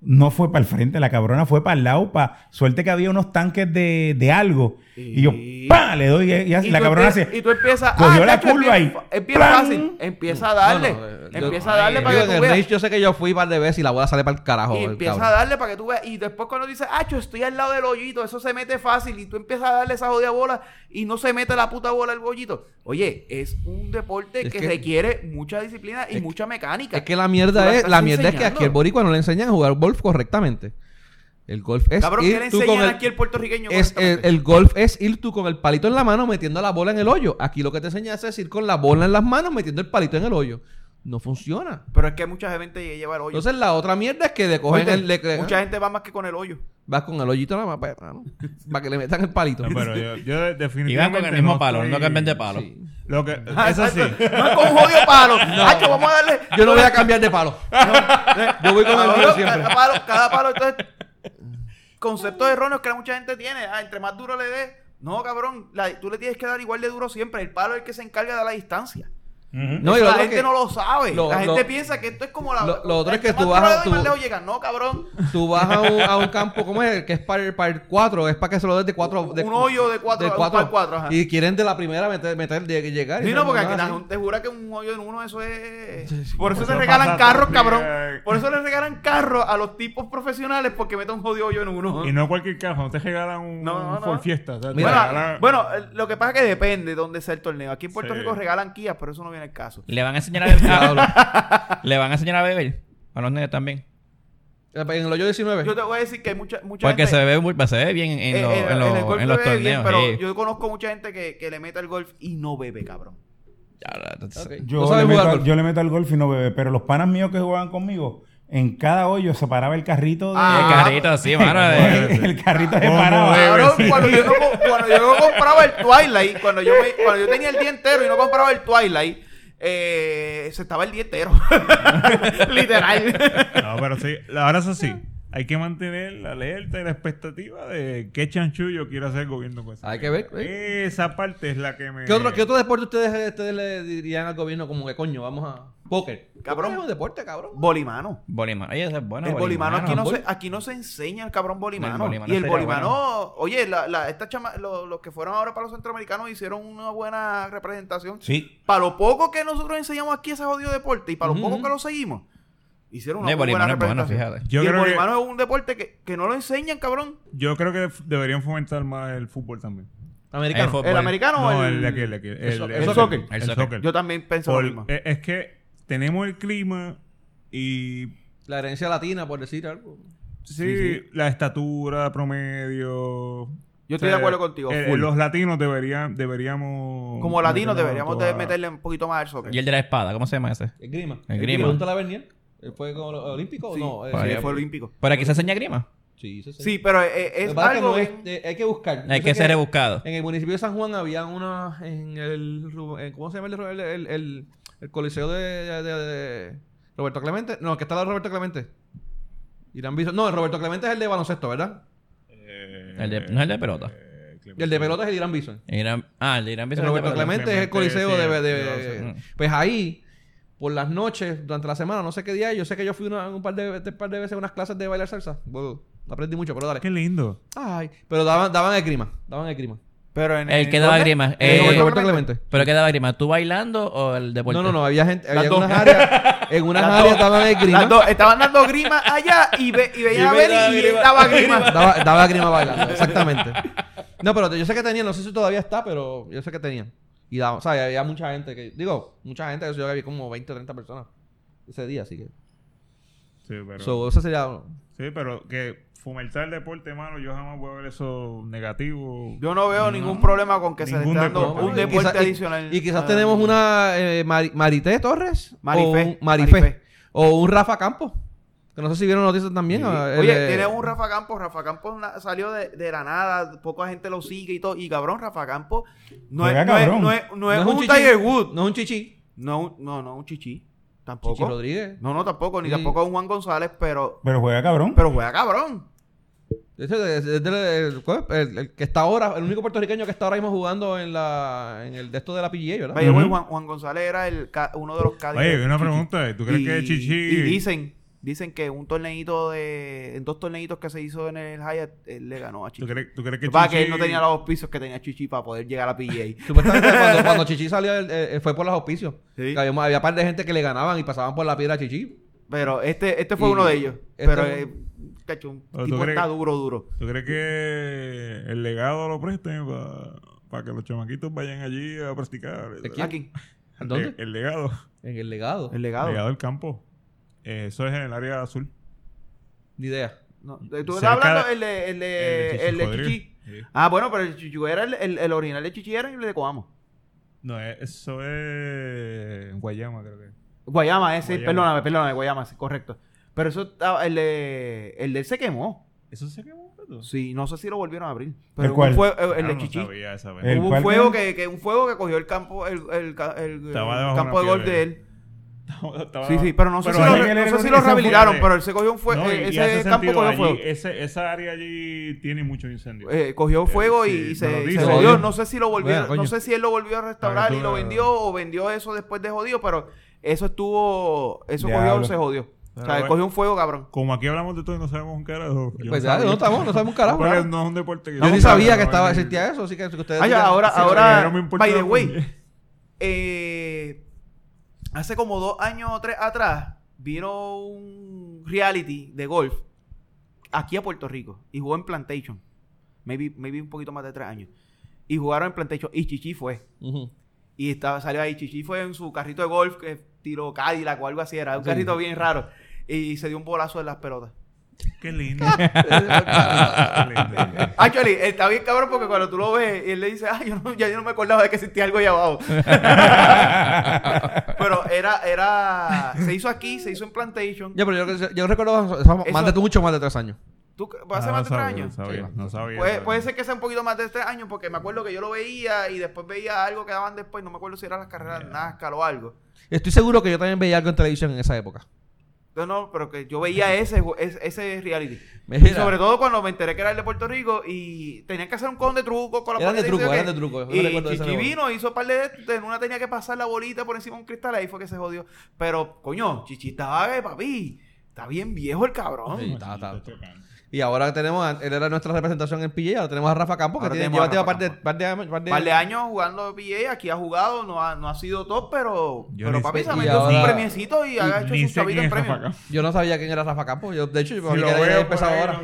S1: no fue para el frente, la cabrona fue para el lado. Pa, suerte que había unos tanques de, de algo. Y yo,
S3: Sí.
S1: ¡pa! Le doy y, y así-
S3: Y
S1: la
S3: tú
S1: cabrona
S3: empie-
S1: hace.
S3: Y tú empiezas. ah,
S1: cogió la
S3: chacho, es
S1: curva
S3: bien
S1: y
S3: fa- Es bien
S1: ¡plan!
S3: fácil. Empieza a darle.
S2: No, no, yo-
S3: empieza a darle
S5: ay,
S3: para
S2: Digo,
S3: que
S2: en
S3: tú
S2: el
S3: veas.
S2: race yo sé que yo fui un par de veces y la bola sale para el carajo.
S3: Y
S2: Oh, el
S3: empieza a
S2: cabrón.
S3: darle para que tú veas. Y después cuando dices, acho, estoy al lado del hoyito, eso se mete fácil. Y tú empiezas a darle esa jodida bola y no se mete la puta bola al hoyito. Oye, es un deporte
S2: Es
S3: que,
S2: que-
S3: requiere mucha disciplina y
S2: es-
S3: mucha mecánica.
S2: Es que la
S3: Tú
S2: mierda es,
S3: estás
S2: la mierda es que
S3: enseñando.
S2: aquí el boricua no le enseñan a jugar golf correctamente. El golf es
S3: Cabrón, ¿qué
S2: ir
S3: le
S2: tú
S3: enseñan
S2: con
S3: aquí el
S2: el,
S3: puertorriqueño?
S2: es el,
S3: correctamente?
S2: el golf es ir tú con el palito en la mano metiendo la bola en el hoyo. Aquí lo que te enseñan es ir con la bola en las manos metiendo el palito en el hoyo. No funciona.
S3: Pero es que mucha gente lleva el hoyo.
S2: Entonces la otra mierda es que de coger
S3: Oíste,
S2: el, le- le-
S3: mucha gente va más que con el hoyo.
S2: vas con el hoyito nada más para, para que le metan el palito.
S6: No, pero yo, yo de- definitivamente
S5: Iban con el mismo
S6: no
S5: palo,
S6: estoy-
S5: no cambian de
S2: [LAUGHS]
S5: palo.
S2: Sí.
S6: Lo que, eso sí.
S3: [LAUGHS] No es con un jodido
S2: [LAUGHS]
S3: palo. Acho, vamos a darle.
S2: Yo no voy a cambiar de palo. Yo voy con el
S3: Cabrón,
S2: mío siempre.
S3: Cada palo, cada palo, entonces. Conceptos erróneos que mucha gente tiene. Ah, entre más duro le des. No, cabrón. la- tú le tienes que dar igual de duro siempre. El palo es el que se encarga de la distancia.
S2: No, y lo
S3: la
S2: otro
S3: gente
S2: que-
S3: no lo sabe.
S2: lo-
S3: la gente
S2: lo-
S3: piensa que esto es como la.
S2: lo- lo otro es
S3: entre
S2: que tú
S3: más duro
S2: vas a
S3: le doy, más
S2: tu-
S3: lejos llegas. No, cabrón.
S2: Tú vas a un, a un campo, ¿cómo es? El Que es para el, para el 4, es para que se lo des de 4.
S3: Un hoyo de cuatro, un par cuatro, ajá.
S2: Y quieren de la primera meter, meter de- llegar. y
S3: Sí, no, porque
S2: nada,
S3: aquí la
S2: así.
S3: gente jura que un hoyo en uno eso es...
S2: sí.
S3: Por eso
S6: Por
S3: se
S6: eso
S3: regalan
S6: pasa
S3: carros,
S6: tanto
S3: cabrón.
S6: día.
S3: Por eso le regalan carros a los tipos profesionales porque meten un jodido hoyo en uno.
S6: Y no cualquier caso, no te regalan un,
S3: No, no, no.
S6: Ford Fiesta. o sea, te
S3: bueno,
S6: regalan-
S3: bueno, eh, lo que pasa es que depende de dónde sea el torneo. Aquí en Puerto
S6: Sí.
S3: Rico regalan Kia, pero eso no viene el caso.
S5: Le van a enseñar a beber. Ah, [LAUGHS] le van a enseñar a beber. A los nenes también.
S2: En el hoyo 19.
S3: Yo te voy a decir que hay mucha, mucha
S5: pues, Porque se
S3: gente...
S5: bebe, muy- se bebe bien en,
S3: eh,
S5: los-
S3: eh,
S5: en los-
S3: en el golf
S5: en los
S3: bebe
S5: torneos.
S3: bien, pero
S5: sí.
S3: yo conozco mucha gente que, que le mete al golf y no bebe, cabrón.
S5: Ya, la- la-
S2: Ok. No
S1: Yo,
S2: sabes
S1: le meto,
S2: jugar
S1: al-
S2: golf.
S1: yo le meto al golf y no bebé. Pero los panas míos que jugaban conmigo, en cada hoyo se paraba el carrito de.
S5: El
S3: Ah,
S5: carrito así, mano.
S3: eh,
S5: de-
S1: el, el carrito se
S2: Ah.
S6: ¿Cómo
S1: paraba.
S6: bebe?
S3: Cabrón,
S6: sí.
S3: cuando, yo no, co- cuando yo no compraba el Twilight, cuando yo, me- cuando yo tenía el día entero y no compraba el Twilight, eh, se estaba el día entero. [LAUGHS]
S6: [LAUGHS]
S3: Literal.
S6: No, pero sí. la- Ahora eso sí. Hay que mantener la alerta y la expectativa de qué chanchullo quiere hacer el gobierno con esa
S2: Hay que ver, ¿eh?
S6: mierda. Esa parte es la que me...
S2: ¿Qué, otro, ¿Qué otro deporte ustedes, eh, ustedes le dirían al gobierno como que coño, vamos a... Póker.
S3: Cabrón.
S2: Es un deporte, cabrón.
S3: Bolimano.
S5: Bolimano. Oye, ese es bueno.
S3: el bolimano, aquí, no
S5: bol-
S3: se, ah, aquí no se enseña el cabrón bolimano.
S5: El bolimano
S3: y el
S5: sería
S3: bolimano, oye, la, la- esta chama- lo- los que fueron ahora para los centroamericanos hicieron una buena representación.
S1: Sí.
S3: Para lo poco que nosotros enseñamos aquí ese jodido deporte y para lo
S2: Ujú.
S3: poco que lo seguimos, hicieron
S5: No,
S3: una
S5: el
S3: muy buena
S5: bolimano es bueno,
S3: representación.
S5: fíjate.
S6: Yo
S3: y el
S6: creo, que,
S3: bolimano es un deporte que, que no lo enseñan, cabrón.
S6: yo creo que f- deberían fomentar más el fútbol también.
S5: El
S2: Americano.
S5: fútbol.
S3: ¿El
S5: Bolim-
S3: americano o
S6: No,
S3: Ah, el,
S6: el de aquí, el de aquí. El,
S2: so- el
S6: el-
S3: soccer.
S6: El
S5: El
S6: soccer.
S3: Yo también pienso
S6: Por-
S3: lo mismo.
S6: eh, es que tenemos el clima y
S2: La herencia latina, por decir algo.
S6: sí, la estatura promedio.
S3: Yo estoy de acuerdo contigo,
S6: eh,
S3: full.
S6: los latinos deberían, deberíamos.
S3: Como latinos deberíamos de
S6: toda-
S3: meterle un poquito más al soccer.
S5: Y el de la espada, ¿cómo se llama ese?
S2: El grima.
S5: El grima.
S2: Pregunta la Bernier. ¿Fue como lo- olímpico o
S3: Sí,
S2: no? Eh,
S3: sí,
S5: Vaya.
S3: fue olímpico.
S5: Por aquí se enseña grima.
S2: Sí, sí, sí.
S3: Sí, pero eh,
S2: Lo
S3: es
S2: que pasa es que
S3: algo...
S2: no es- eh, hay que buscar.
S5: Hay
S2: Yo
S5: que
S2: sé
S5: ser rebuscado.
S2: En el municipio de San Juan había una en el Ru- en- ¿cómo se llama el, Ru- el, el- el- el coliseo de, de- de- de Roberto Clemente? No, que está la de Roberto Clemente. Irán Bison. No, el Roberto Clemente es el de baloncesto, ¿verdad?
S5: El
S6: Eh,
S5: de- no es el de pelota.
S2: Y el de pelota es el Irán Bison.
S5: Irán- ah, el de Irán
S2: El
S5: Bison es el de
S2: Roberto
S5: pelota.
S2: Clemente es el
S6: Clemente,
S2: coliseo
S6: sí,
S2: de, de-
S6: de-
S2: de- Pues ahí, por las noches, durante la semana, no sé qué día, yo sé que yo fui una- un par de, de- par de veces a unas clases de bailar salsa. Wow, aprendí mucho, pero dale.
S4: Qué lindo.
S2: Ay, pero daban, daban el clima, daban el clima.
S3: Pero en
S5: El que daba
S3: ¿dónde?
S5: grima.
S2: Eh,
S5: Eh,
S2: Roberto Clemente.
S5: Pero quedaba grima, ¿tú bailando o el deporte?
S2: No, no, no, había gente, había
S3: dos.
S2: unas áreas,
S3: [LAUGHS]
S2: en unas áreas daban el
S3: Las
S2: clima.
S3: dos- estaban dando grima allá y, ve, y veían
S5: Y
S3: a
S5: ve-
S3: ver
S5: daba
S3: y
S5: grima.
S3: daba grima.
S2: Daba, daba grima bailando, exactamente. No, pero yo sé que tenían, no sé si todavía está, pero yo sé que tenían. Y daba, o sea, había mucha gente que, digo, mucha gente, yo había como 20 o 30 personas ese día, así que.
S6: Sí, pero,
S2: So, eso sería.
S6: sí, pero que fomentar el deporte, mano, yo jamás voy a ver eso negativo.
S3: Yo no veo ningún problema con que se le
S6: Ningún
S3: esté dando
S6: deporte.
S3: un
S2: Y
S3: deporte
S2: quizá- y-
S3: adicional.
S2: Y, quizás
S3: Ah,
S2: tenemos una eh, Mari- Marité Torres.
S3: Marifé,
S2: o un, Marifé,
S3: Marifé.
S2: O un Rafa Campos. Que no sé si vieron noticias también. ah, el,
S3: Oye,
S2: eh,
S3: tiene un Rafa Campos. Rafa Campos na- salió de, de la nada. Poca gente lo sigue y todo. Y cabrón, Rafa Campos no, es,
S1: Juega
S3: no, es,
S1: cabrón.
S3: no, es, no es un
S2: chichi,
S3: Tiger Wood.
S2: No es un Chichi.
S3: No, un- no, no, un chichi. Tampoco.
S2: Chichi Rodríguez.
S3: No, no, tampoco. Ni
S2: Sí.
S3: tampoco un Juan González, pero,
S1: Pero juega cabrón.
S3: pero juega cabrón.
S2: Ese Es, es del- el, ¿cuál es? El- el que está ahora, el único puertorriqueño que está ahora mismo jugando en la en el de esto de la PGA, ¿verdad?
S3: Vaya,
S6: Ujú.
S3: güey, Juan, Juan González era el, ca- uno de los cádiz.
S6: Oye, una pregunta. ¿Tú crees que Chichi...
S3: Y dicen, dicen que un torneito de. En dos torneitos que se hizo en el Hyatt, él le ganó a Chichi.
S6: ¿Tú crees, tú crees que
S3: Lo que pasa es que él
S6: Chichi-
S3: no tenía los pisos que tenía Chichi para poder llegar a la
S6: [LAUGHS]
S3: PGA.
S2: Supuestamente cuando, cuando Chichi salió él, eh, fue por los auspicios.
S3: Sí.
S2: Que Había, había par de gente que le ganaban y pasaban por la piedra a Chichi.
S3: Pero este, este fue
S2: Y
S3: uno de ellos.
S2: este
S3: pero,
S2: fue-
S3: eh, cacho, un
S6: Pero tú
S3: tipo
S6: crees-
S3: está duro, duro.
S6: ¿Tú crees que el legado lo presten para que los chamaquitos vayan allí a practicar?
S2: ¿De quién?
S3: Aquí,
S6: El-
S2: ¿Dónde?
S6: El legado.
S2: En el legado.
S3: Eh, el
S6: El
S3: legado.
S6: legado del campo. Eh, eso es en el área azul.
S2: Ni idea.
S3: No, eh, tú estás
S6: Cerca
S3: hablando
S6: de-
S3: el de, el
S6: El
S3: de,
S6: de
S3: Eh, el de
S6: Rodríguez.
S3: Chichi.
S6: Sí.
S3: Ah, bueno, pero el Chichi era el, el, el original de Chichi era el de Coamo.
S6: No, eh, eso es en Guayama, creo que.
S3: Guayama, ese,
S6: Guayama.
S3: perdóname, perdóname, Guayama, sí, correcto. Pero eso estaba, el de, el de él se quemó.
S6: ¿Eso se quemó, Pedro?
S3: Sí, no sé si lo volvieron a abrir. Pero
S1: cuál?
S3: un fue- el,
S6: Ah,
S3: el de
S6: no
S3: Chichi.
S6: sabía esa vez.
S1: El-
S3: Hubo un
S1: cual
S3: fuego
S1: que-
S3: que, que un fuego que cogió el campo el, el, ca- el-
S6: Estaba
S3: el
S6: debajo de
S3: campo de
S6: una
S3: gol de
S6: piedra.
S3: él.
S6: [LAUGHS] Estaba-
S3: Sí, sí, pero no sé
S1: Pero
S3: si,
S1: ahí
S3: lo,
S1: él
S3: no
S1: era
S3: sé si
S1: el único
S3: lo
S1: que se
S3: rehabilitaron,
S6: fue.
S3: pero él se cogió un fuego.
S6: No, y- y
S3: eh, ese
S6: hace
S3: campo
S6: sentido
S3: cogió
S6: allí.
S3: fuego.
S6: Ese- esa área allí tiene muchos incendios.
S3: Eh, cogió fuego y, y
S6: sí, me lo
S3: se,
S6: dice.
S3: se
S2: Se
S3: jodió.
S2: jodió.
S3: No sé si lo volvió,
S2: Bueno, coño.
S3: no sé si él lo volvió a
S6: Para
S3: restaurar
S6: que
S3: y
S6: tú
S3: lo
S6: veas.
S3: vendió o vendió eso después de jodido, pero eso estuvo, eso cogió,
S1: Diablo.
S3: se jodió. O sea,
S6: Pero
S3: él cogió un fuego, cabrón.
S6: Como aquí hablamos de todo y no sabemos un carajo. yo
S2: Pues ya,
S6: sabía.
S2: no estamos, no sabemos un carajo.
S6: Porque
S2: claro.
S6: no es un deporte que
S2: Yo ni sabía que estaba, existía eso, así que que ustedes.
S3: Ah, ya,
S2: digan-
S3: ahora,
S6: sí,
S3: ahora,
S6: pero no me importa
S3: by the
S6: la
S3: way,
S6: puñe-
S3: eh, hace como dos años o tres atrás vino un reality de golf aquí a Puerto Rico y jugó en Plantation. Maybe, maybe un poquito más de tres años. Y jugaron en Plantation y Chichi fue.
S2: Ujú.
S3: Y estaba, salió ahí. Chichi fue en su carrito de golf que tiró Cadillac o algo así. Era un
S2: Sí.
S3: carrito bien raro. Y se dio un bolazo en las pelotas.
S6: Qué lindo. [LAUGHS] Qué lindo.
S3: Actually, Ah, está bien cabrón porque cuando tú lo ves y él le dice, ah, yo no, ya yo no me acordaba de que existía algo ahí
S6: [LAUGHS]
S3: abajo. Pero era, era, se hizo aquí, se hizo en Plantation.
S2: Ya, pero yo, yo recuerdo eso- eso más de
S3: Eso-
S2: mucho más de tres años.
S3: ¿Tú, ¿Hace
S6: Ah,
S3: más de
S6: no
S3: tres
S6: sabía,
S3: años?
S6: No sabía, no sabía.
S3: Puede,
S6: sabía.
S3: puede ser que sea un poquito más de tres años porque me acuerdo que yo lo veía y después veía algo que daban después. No me acuerdo si eran las carreras NASCAR o algo.
S2: Estoy seguro que yo también veía algo en televisión en esa época.
S3: No, no, pero que yo veía ese, ju- es- ese reality.
S2: Mira.
S3: Y sobre todo cuando me enteré que era el de Puerto Rico y tenían que hacer un con de truco con la
S2: Eran de
S3: bolita y
S2: truco,
S3: sé
S2: eran
S3: qué.
S2: de truco, yo me
S3: Y
S2: recuerdo de ese
S3: Chichi
S2: negocio.
S3: vino, hizo un par de estos, en una tenía que pasar la bolita por encima de un cristal, ahí fue que se jodió. Pero, coño, Chichi estaba, eh, papi, está bien viejo el cabrón.
S2: Ah, Sí, ta, ta. Y ahora tenemos, a- él era nuestra representación en PJ, ahora tenemos a Rafa Campos, que
S3: Ahora
S2: tiene,
S3: tenemos a
S2: lleva lleva
S3: Rafa
S2: par de, par de años. Par de,
S3: Un par de años jugando PA, aquí ha jugado, no ha, no ha sido top, pero,
S6: Yo
S3: pero
S6: ni
S3: papi
S2: sé-
S3: se ha
S2: y
S3: metido
S2: ahora-
S3: un premiecito y ha hecho
S6: Ni
S3: su
S6: sé
S3: chavito
S6: quién
S3: en
S6: es
S3: premio.
S6: Rafa Campos.
S2: Yo no sabía quién era Rafa Campos. Yo, de hecho, yo
S6: Si
S2: pensaba que
S6: por
S2: era
S6: ahí,
S2: empezado [LAUGHS]
S6: no-
S2: ahora.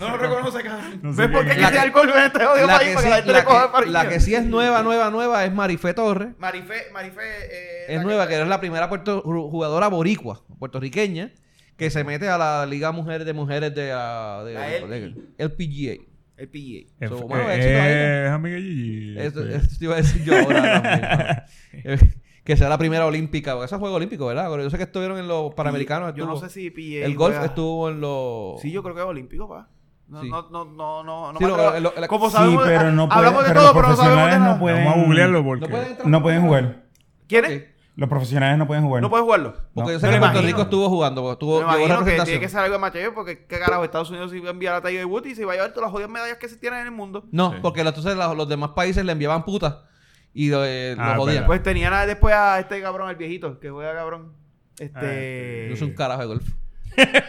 S3: No lo reconoce, cabrón.
S6: No sé
S3: ¿Ves por qué
S6: quién
S3: que
S6: es.
S3: sea alcohol en este odio
S2: La
S3: país?
S2: que,
S3: Para
S2: sí,
S3: que la gente
S2: la
S3: le coja
S2: que-
S3: cariño.
S2: la que sí es nueva, nueva, nueva es Marifé Torres.
S3: Marifé, Marifé... eh, la
S2: Es nueva, que es la primera puerto- jugadora boricua, puertorriqueña, que se mete a la Liga Mujeres de Mujeres de la, de,
S3: La
S2: LPGA.
S3: El PGA.
S6: Es,
S2: So, bueno,
S6: eh,
S2: éxito a ella.
S6: es amiga Gigi.
S2: Eso,
S6: este.
S2: eso te iba a decir yo ahora también. ¿no? Eh, que sea la primera olímpica, porque eso fue juego olímpico, ¿verdad? Pero yo sé que estuvieron en los Panamericanos.
S3: Yo no
S2: estuvo-
S3: sé si PGA...
S2: el golf
S3: juega-
S2: estuvo en los...
S3: Sí, yo creo que es olímpico, pa. No,
S2: Sí.
S3: no, no, no, no, no
S2: Sí,
S3: me
S2: lo-
S3: atrevo.
S2: lo- la-
S3: Como
S1: Sí,
S3: sabemos,
S1: pero no
S3: hablamos de
S1: pueden- pero
S3: todo,
S1: los
S3: pero no sabemos de
S1: profesionales
S3: nada.
S1: no pueden-
S6: Vamos a googlearlo porque.
S2: No pueden entrar.
S1: No pueden jugar.
S3: ¿Quién
S2: Ok.
S3: es?
S1: Los profesionales no pueden jugar.
S3: No puedes jugarlo.
S2: Porque
S1: No,
S2: yo sé
S1: me
S2: que Puerto
S3: imagino.
S2: Rico estuvo jugando, porque estuvo
S3: Me
S2: llevó
S3: imagino que
S2: representación.
S3: tiene que ser algo de Macheo porque qué carajo Estados Unidos iba a enviar a Tiger Woods y se va a llevar todas las jodidas medallas que se tienen en el mundo.
S2: No,
S6: Sí.
S2: porque los- entonces los, los demás países le enviaban putas y eh, lo
S6: Ah,
S2: jodían.
S6: verdad.
S3: Pues tenían a- después a este cabrón, al viejito, que juega cabrón. Este.
S2: Yo soy un carajo de golf.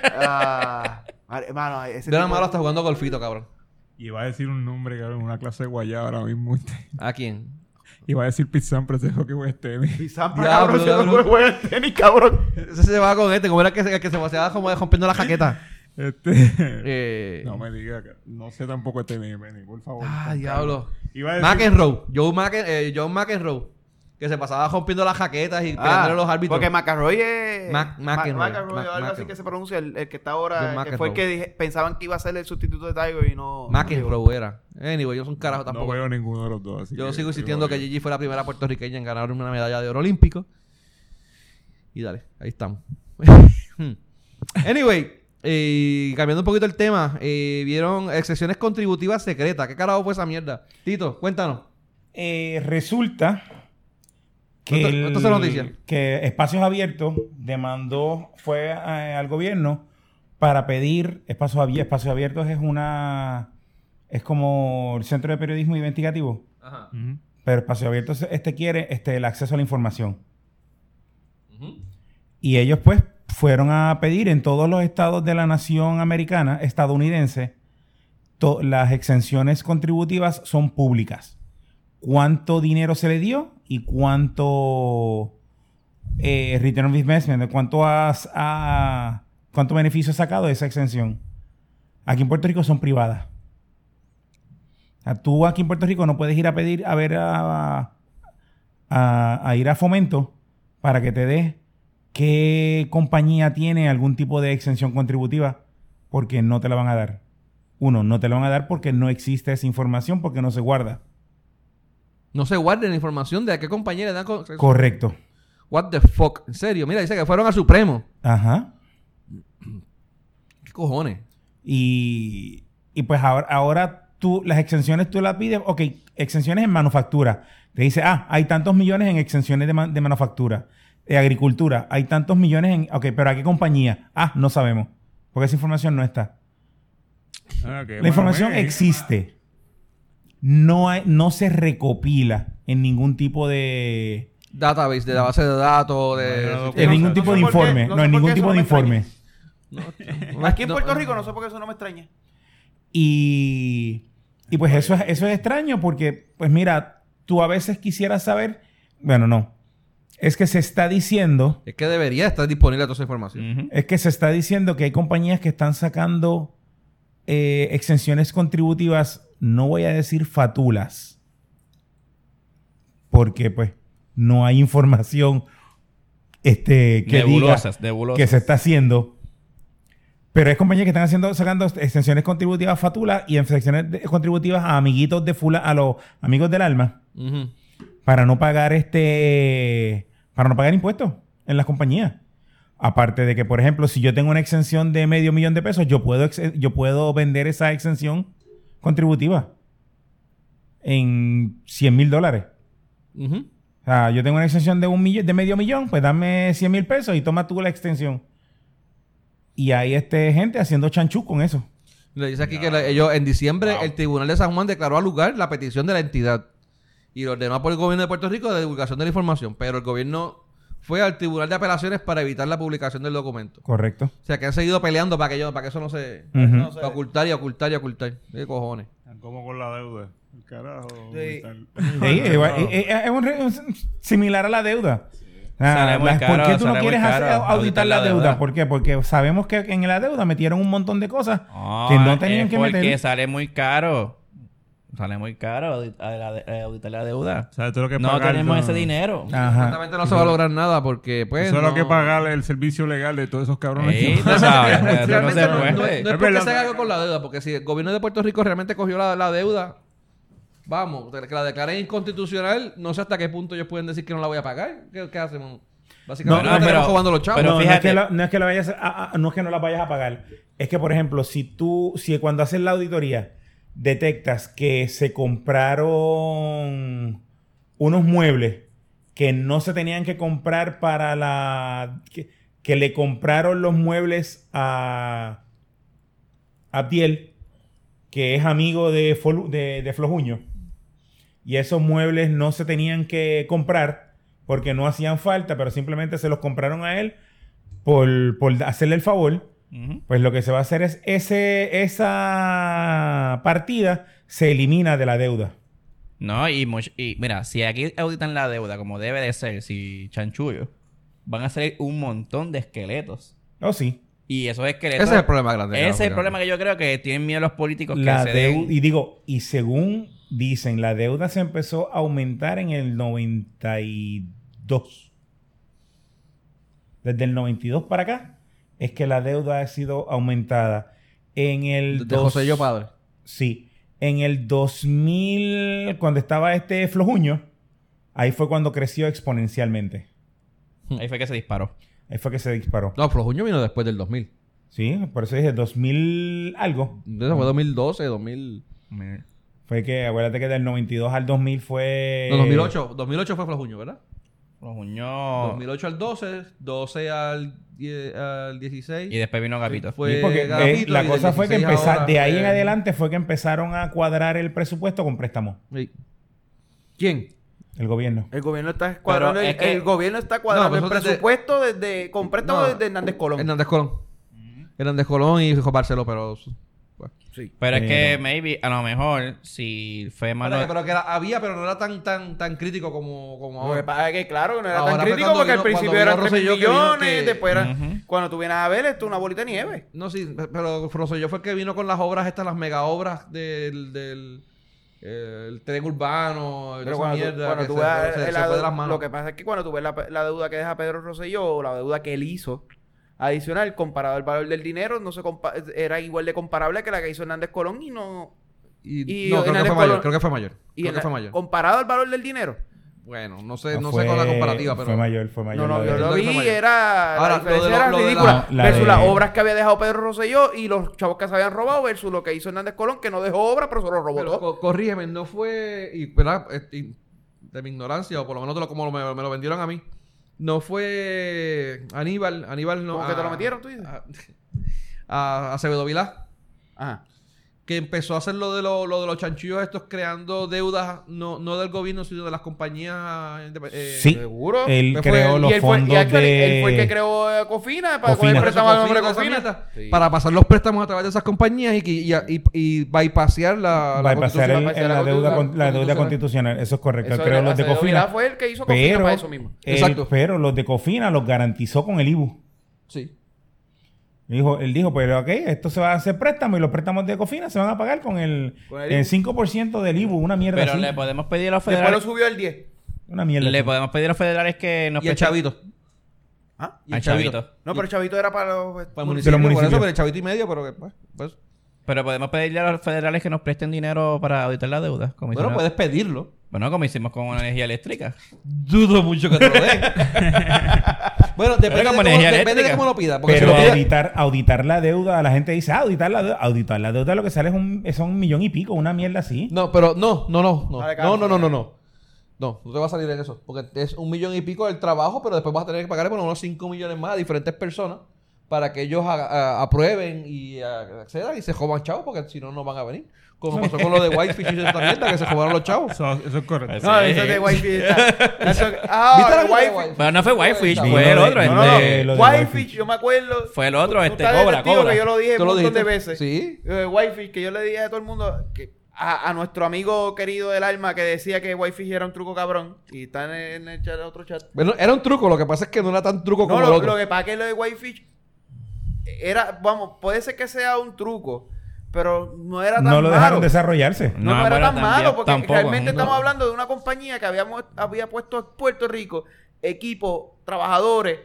S3: ah, madre- hermano, ese
S2: Yo era
S3: tipo-
S2: malo hasta jugando golfito, cabrón.
S6: Y iba a decir un nombre, cabrón, una clase de guayaba ahora mismo. [LAUGHS] este,
S2: ¿A quién?
S6: Iba a decir Pizzán, pero se dejó que este, juegue tenis.
S3: Y Zampa,
S2: Diablo,
S3: cabrón, se
S2: diablo.
S3: no juega el tenis, cabrón.
S2: Ese se va con este, como era que se, que se paseaba como rompiendo la
S6: [LAUGHS]
S2: jaqueta.
S6: Este.
S2: Eh,
S6: No me diga, que- no sé tampoco de tenis, Benny, por favor.
S2: ah,
S6: Con
S2: diablo.
S6: calma. Iba a decir.
S2: McEnroe, Joe McEn- eh, John McEnroe, que se pasaba rompiendo las jaquetas y
S3: Ah,
S2: pegándole a los árbitros.
S3: Porque McElroy es.
S2: Mac-
S3: Ma-
S2: McEnroy.
S3: McElroy,
S2: Mac-
S3: o algo así
S2: McEnroy.
S3: que se pronuncia, el, el que está
S2: John
S3: ahora. Que
S2: McEnroe.
S3: fue el que dije- pensaban que iba a ser el sustituto de Tiger y no.
S2: McEnroe era. Anyway, yo soy un carajo
S6: No
S2: tampoco.
S6: veo ninguno de los dos. así
S2: yo sigo
S6: que estoy
S2: insistiendo que
S6: jodido.
S2: Gigi fue la primera puertorriqueña en ganar una medalla de oro olímpico. Y dale, ahí estamos. [LAUGHS] anyway, eh, cambiando un poquito el tema, eh, vieron excepciones contributivas secretas. ¿Qué carajo fue esa mierda? Tito, cuéntanos.
S1: Eh, resulta que,
S2: Esto-
S1: el-
S2: esto es la noticia.
S1: que Espacios Abiertos demandó, fue eh, al gobierno para pedir Espacios Abiertos. Espacios Abiertos es una, es como el Centro de Periodismo Investigativo,
S6: Ujú.
S1: pero Espacios Abiertos este quiere este, el acceso a la información. Y ellos pues fueron a pedir en todos los estados de la nación americana, estadounidense, to- las exenciones contributivas son públicas. ¿Cuánto dinero se le dio y cuánto eh, return of investment, cuánto, has, ha- cuánto beneficio has sacado de esa exención? Aquí en Puerto Rico son privadas. O sea, tú aquí en Puerto Rico no puedes ir a pedir, a ver, a, a- a ir a fomento para que te dé qué compañía tiene algún tipo de exención contributiva, porque no te la van a dar. Uno, no te la van a dar porque no existe esa información, porque no se guarda.
S2: No se guarden la información de a qué compañía le dan. con-
S1: Correcto.
S2: What the fuck, en serio. Mira, dice que fueron al Supremo.
S1: Ajá.
S2: ¿Qué cojones?
S1: Y, y pues ahora, ahora tú, las exenciones tú las pides, ok, exenciones en manufactura. Te dice, ah, hay tantos millones en exenciones de, man- de manufactura. De agricultura, hay tantos millones en, ok, pero ¿a qué compañía? Ah, no sabemos, porque esa información no está.
S6: Ah, qué
S1: La información
S6: maravilla.
S1: existe. No, hay- no se recopila en ningún tipo de...
S2: Database de la base de datos, de.
S6: No,
S1: En
S3: no
S1: ningún
S3: sé- no
S1: tipo
S3: sé por
S1: de
S3: qué- no
S1: informe. No,
S3: sé por
S1: en
S3: qué
S1: ningún
S3: eso
S1: tipo
S3: no
S1: de
S3: me
S1: informe.
S3: Aquí en Puerto Rico no sé por qué eso no me extraña.
S1: Y, y pues eso es, eso es extraño porque, pues mira, tú a veces quisieras saber... Bueno, no. Es que se está diciendo...
S2: Es que debería estar disponible toda esa información.
S5: Ujú.
S1: Es que se está diciendo que hay compañías que están sacando eh, exenciones contributivas, no voy a decir fatulas, porque pues no hay información este, que diga
S5: nebulosas, nebulosas.
S1: que se está haciendo. Pero es compañías que están haciendo, sacando exenciones contributivas fatulas y exenciones de- contributivas a amiguitos de fula, a los amigos del alma,
S2: Ujú.
S1: para no pagar este, para no pagar impuestos en las compañías. Aparte de que, por ejemplo, si yo tengo una exención de medio millón de pesos, yo puedo, ex- yo puedo vender esa exención contributiva en 100 mil dólares.
S3: Mm.
S2: Ujú.
S1: O sea, yo tengo una extensión de un millón, de medio millón, pues dame 100 mil pesos y toma tú la extensión. Y hay este gente haciendo chanchú con eso.
S2: Le dice aquí que la- ellos, en diciembre, el Tribunal de San Juan declaró al lugar la petición de la entidad y los demás por el gobierno de Puerto Rico de divulgación de la información. Pero el gobierno fue al Tribunal de Apelaciones para evitar la publicación del documento.
S1: Correcto.
S2: O sea, que han seguido peleando para que, yo, para que eso no se...
S1: Ujú.
S2: para ocultar y ocultar y ocultar. ¿Qué cojones?
S6: Están como con la deuda. El carajo.
S3: Sí.
S6: tal.
S1: Sí, es, es- es- es un re- es similar a la deuda. Ah,
S5: Sale muy
S1: las-
S5: caro,
S1: ¿Por qué tú
S5: sale
S1: no
S5: muy
S1: quieres
S5: caro
S1: hacer- auditar, la, deuda? ¿Por qué? Porque sabemos que en la deuda metieron un montón de cosas
S5: Ah,
S1: que no tenían
S5: es
S1: que
S5: porque
S1: meter.
S5: sale muy caro. Sale muy caro audit- a la- a auditar la deuda.
S6: ¿Sabes todo lo que
S5: No
S6: pagar,
S5: tenemos
S6: no?
S5: ese dinero.
S1: Ajá.
S2: Exactamente no se va a lograr nada porque, pues...
S6: Eso es
S2: no-
S6: lo
S2: [LAUGHS]
S6: que pagar el servicio legal de todos esos cabrones. [LAUGHS]
S5: Ey,
S6: que-
S5: tú sabes, eso no
S2: Realmente
S5: se
S2: no, no- no
S5: puede.
S2: es
S6: Es
S2: porque
S6: verdad.
S2: se haga algo con la deuda, porque si el gobierno de Puerto Rico realmente cogió la, la deuda, vamos, que la declaren inconstitucional, no sé hasta qué punto ellos pueden decir que no la voy a pagar. ¿Qué, qué hacemos? Básicamente
S1: No,
S2: no,
S1: no,
S2: tenemos
S5: pero-
S2: jugando los chavos.
S5: pero
S1: no, no es
S5: fíjate.
S1: que la- no es que la vayas a- a- no es que no la vayas a pagar. Es que, por ejemplo, si tú, si cuando haces la auditoría detectas que se compraron unos muebles que no se tenían que comprar para la... que, que le compraron los muebles a Abdiel, que es amigo de, Folu- de, de Flojuño. Y esos muebles no se tenían que comprar porque no hacían falta, pero simplemente se los compraron a él por, por hacerle el favor.
S5: Ujú.
S1: Pues lo que se va a hacer es ese, esa partida se elimina de la deuda.
S5: No, y, much- y mira, si aquí auditan la deuda como debe de ser, si chanchullo, van a salir un montón de esqueletos.
S1: Oh, sí.
S5: Y esos esqueletos...
S2: Ese es el problema grande.
S5: Ese es el
S2: Mira,
S5: problema que yo creo que tienen miedo los políticos que
S1: La
S5: se
S1: deu-
S5: den-
S1: y digo, y según dicen, la deuda se empezó a aumentar en el 92. Desde el 92 para acá es que la deuda ha sido aumentada. En el
S2: De
S1: dos-
S2: José Yo Padre.
S1: Sí. En el 2000, cuando estaba este flojuño, ahí fue cuando creció exponencialmente.
S5: [LAUGHS] Ahí fue que se disparó.
S1: Ahí fue que se disparó.
S2: No, Flojuño vino después del 2000.
S1: Sí, por eso dije 2000 algo.
S2: Entonces
S5: Mm.
S2: fue 2012, 2000...
S1: Fue que, acuérdate que del 92 al 2000
S5: Eh,
S1: fue...
S2: No, 2008. 2008 fue Flojuño, ¿verdad?
S5: Los uñó.
S2: 2008 al 12, 12 al, die- al 16.
S5: Y después vino Gapito.
S2: Fue
S1: Sí, porque, eh,
S2: Gabito y
S1: la
S2: del
S1: cosa fue que
S2: 16
S1: empezar,
S2: ahora
S1: de ahí en
S2: fue-
S1: adelante fue que empezaron a cuadrar el presupuesto con préstamos,
S2: Sí. ¿Quién?
S1: el gobierno.
S3: El gobierno está cuadrando,
S5: Pero
S3: el,
S5: es que-
S3: el gobierno está cuadrando
S2: No,
S3: el
S2: pero eso te-
S3: presupuesto desde, con préstamo
S2: No.
S3: desde Hernández Colón.
S2: Hernández Colón.
S3: Mm.
S2: Hernández Colón y José Barceló, pero...
S5: Pero es que
S1: Pero-
S5: maybe, a lo mejor, si fue
S2: Bueno,
S5: Manuel...
S2: pero que era- había, pero no era tan tan tan crítico como, como
S3: eh. Lo que
S2: ahora.
S3: pasa es que, claro, que no era
S2: Ahora
S3: tan
S2: fue
S3: crítico
S2: cuando
S3: porque al
S2: vino-
S3: principio
S2: cuando
S3: eran
S2: vino
S3: 3
S2: Rosselló que vino
S3: millones,
S2: que-
S3: después era...
S5: Ujú.
S3: Cuando tú vienes a ver esto, una bolita de nieve.
S2: No, sí, pero Rosselló fue el que vino con las obras estas, las mega obras del, del eh, el tren urbano,
S3: Pero
S2: esa
S3: cuando tú,
S2: mierda
S3: cuando
S2: que
S3: tú
S2: se-
S3: ves
S2: se-
S3: el-
S2: se
S3: la-
S2: fue de las manos.
S3: lo que pasa es que cuando tú ves la, la deuda que deja Pedro Rosselló o la deuda que él hizo adicional comparado al valor del dinero no se compa- era igual de comparable que la que hizo Hernández Colón y no
S2: y,
S3: y
S2: no, creo que
S3: Hernández
S2: fue mayor,
S3: Colón-
S2: creo que fue mayor.
S3: y
S2: creo
S3: en
S2: que
S3: la-
S2: fue mayor.
S3: comparado al valor del dinero
S2: Bueno, no sé, no,
S1: fue-
S2: sé con la comparativa, pero
S1: Fue mayor, fue mayor.
S3: no
S1: la
S3: no yo
S1: deuda.
S2: Entiendo
S3: lo
S2: que fue
S3: vi
S2: mayor.
S3: era
S2: Ahora, lo
S3: la
S2: de
S3: diferencia
S2: lo-
S3: era
S2: lo de la-
S3: ridícula
S1: No, la
S3: versus
S1: de-
S3: las obras que había dejado Pedro Rosselló y los chavos que se habían robado versus lo que hizo Hernández Colón que no dejó obra pero solo robó
S2: Pero
S3: todo
S2: co- corrígeme, no fue. Y, ¿verdad? Este, y de mi ignorancia, o por lo menos de lo- como me, me lo vendieron a mí. No fue Aníbal. Aníbal no. ah,
S3: ¿Cómo que te lo metieron, tú dices?
S2: A, a Acevedo Vilá,
S3: Ajá.
S2: que empezó a hacer lo de, lo, lo de los chanchillos estos, creando deudas no, no del gobierno, sino de las compañías. independ- eh,
S1: Sí.
S2: Seguro.
S1: Él
S2: Que fue
S1: creó
S2: él.
S1: los
S3: y él fue, y
S1: fondos
S3: actually,
S1: de...
S3: él fue el que creó eh, Cofina para coger
S1: Cofina.
S3: préstamos al nombre de
S2: Cofina,
S3: Cofina.
S2: esa mierda, Para pasar los préstamos a través de esas compañías y, que- y, y, y bypassear la, la
S1: bypassar
S2: constitución.
S1: el-
S3: bypassar la
S1: la, deuda,
S3: constitución-
S1: con- la deuda
S2: constitucional.
S1: constitucional. Eso es correcto.
S3: Eso
S1: él creó
S3: era-
S1: los de
S3: Acevedo Vilá
S1: Cofina.
S3: fue el que hizo Cofina
S1: Pero,
S3: para eso mismo.
S1: él-
S2: Exacto.
S1: pero los de Cofina los garantizó con el IBU.
S2: Sí.
S1: Dijo, él dijo, pero ok, esto se va a hacer préstamo y los préstamos de Cofina se van a pagar con el,
S3: Con el
S1: el
S3: IBU.
S1: 5% del IBU. Una mierda
S5: Pero
S1: así.
S5: le podemos pedir a los
S3: Después lo
S5: federales...
S3: subió al 10.
S1: Una mierda
S5: Le
S1: así.
S5: podemos pedir a los federales que nos
S2: Y el
S5: presten-
S2: chavito.
S3: ¿Ah?
S5: Al chavito.
S3: No, pero el Chavito era para los...
S2: Para el
S1: De los
S2: municipio, por eso,
S1: municipios.
S2: pero el chavito y medio, pero que, pues, pues.
S5: Pero podemos pedirle a los federales que nos presten dinero para auditar la deuda. Como
S2: Bueno,
S5: hicieron-
S2: puedes pedirlo.
S5: Bueno, como hicimos con energía eléctrica.
S2: Dudo mucho que te lo
S3: [LAUGHS]
S2: den. bueno, depende, de
S5: como
S2: cómo,
S5: energía
S2: depende de
S5: eléctrica.
S2: cómo lo pidas. Porque
S1: Pero
S2: si lo pidas,
S1: auditar, auditar la deuda, la gente dice, ah, auditar la deuda. Auditar la deuda lo que sale es un, son un millón y pico, una mierda así.
S2: No, pero no, no, no, no.
S3: Dale,
S2: No,
S3: cálmate.
S2: no, no, no, no. No, no te va a salir en eso. Porque es un millón y pico del trabajo, pero después vas a tener que pagar por unos 5 millones más a diferentes personas para que ellos a- a- aprueben y a- accedan y se jodan chavos, porque si no, no van a venir. Como pasó con lo de Whitefish y esta mierda, que se jodaron los chavos.
S6: Eso, eso es correcto.
S3: No,
S5: Sí.
S3: eso es de Whitefish. está- eso- Ah,
S2: ¿Viste la
S3: de
S2: película de
S3: Whitefish.
S5: Pero no fue Whitefish,
S1: Sí,
S5: fue el
S1: lo de-
S5: otro.
S1: no,
S5: este-
S1: no,
S3: No,
S1: Lo
S3: no,
S1: de
S3: Whitefish,
S1: Whitefish.
S3: yo me acuerdo.
S5: Fue el otro,
S3: Tú
S5: este,
S3: estás de
S5: Cobra,
S3: testigo
S5: Cobra.
S3: que yo lo dije
S2: ¿Tú
S3: un
S2: lo
S3: montón de
S2: dijiste?
S3: veces.
S2: Sí.
S3: Eh, Whitefish, que yo le dije a todo el mundo... que- A, a nuestro amigo querido del alma que decía que Whitefish era un truco cabrón. Y está en el, en el chat, otro chat.
S2: Bueno, era un truco, lo que pasa es que no era tan truco
S3: No,
S2: como
S3: lo,
S2: el otro.
S3: lo que pasa es que lo de Whitefish era, vamos, puede ser que sea un truco, pero no era tan
S1: No lo dejaron
S3: malo.
S1: desarrollarse.
S3: No,
S5: No,
S3: no era
S5: bueno,
S3: tan malo,
S5: también-
S3: porque
S5: tampoco,
S3: realmente
S5: no.
S3: estamos hablando de una compañía que habíamos, había puesto en Puerto Rico equipo, trabajadores,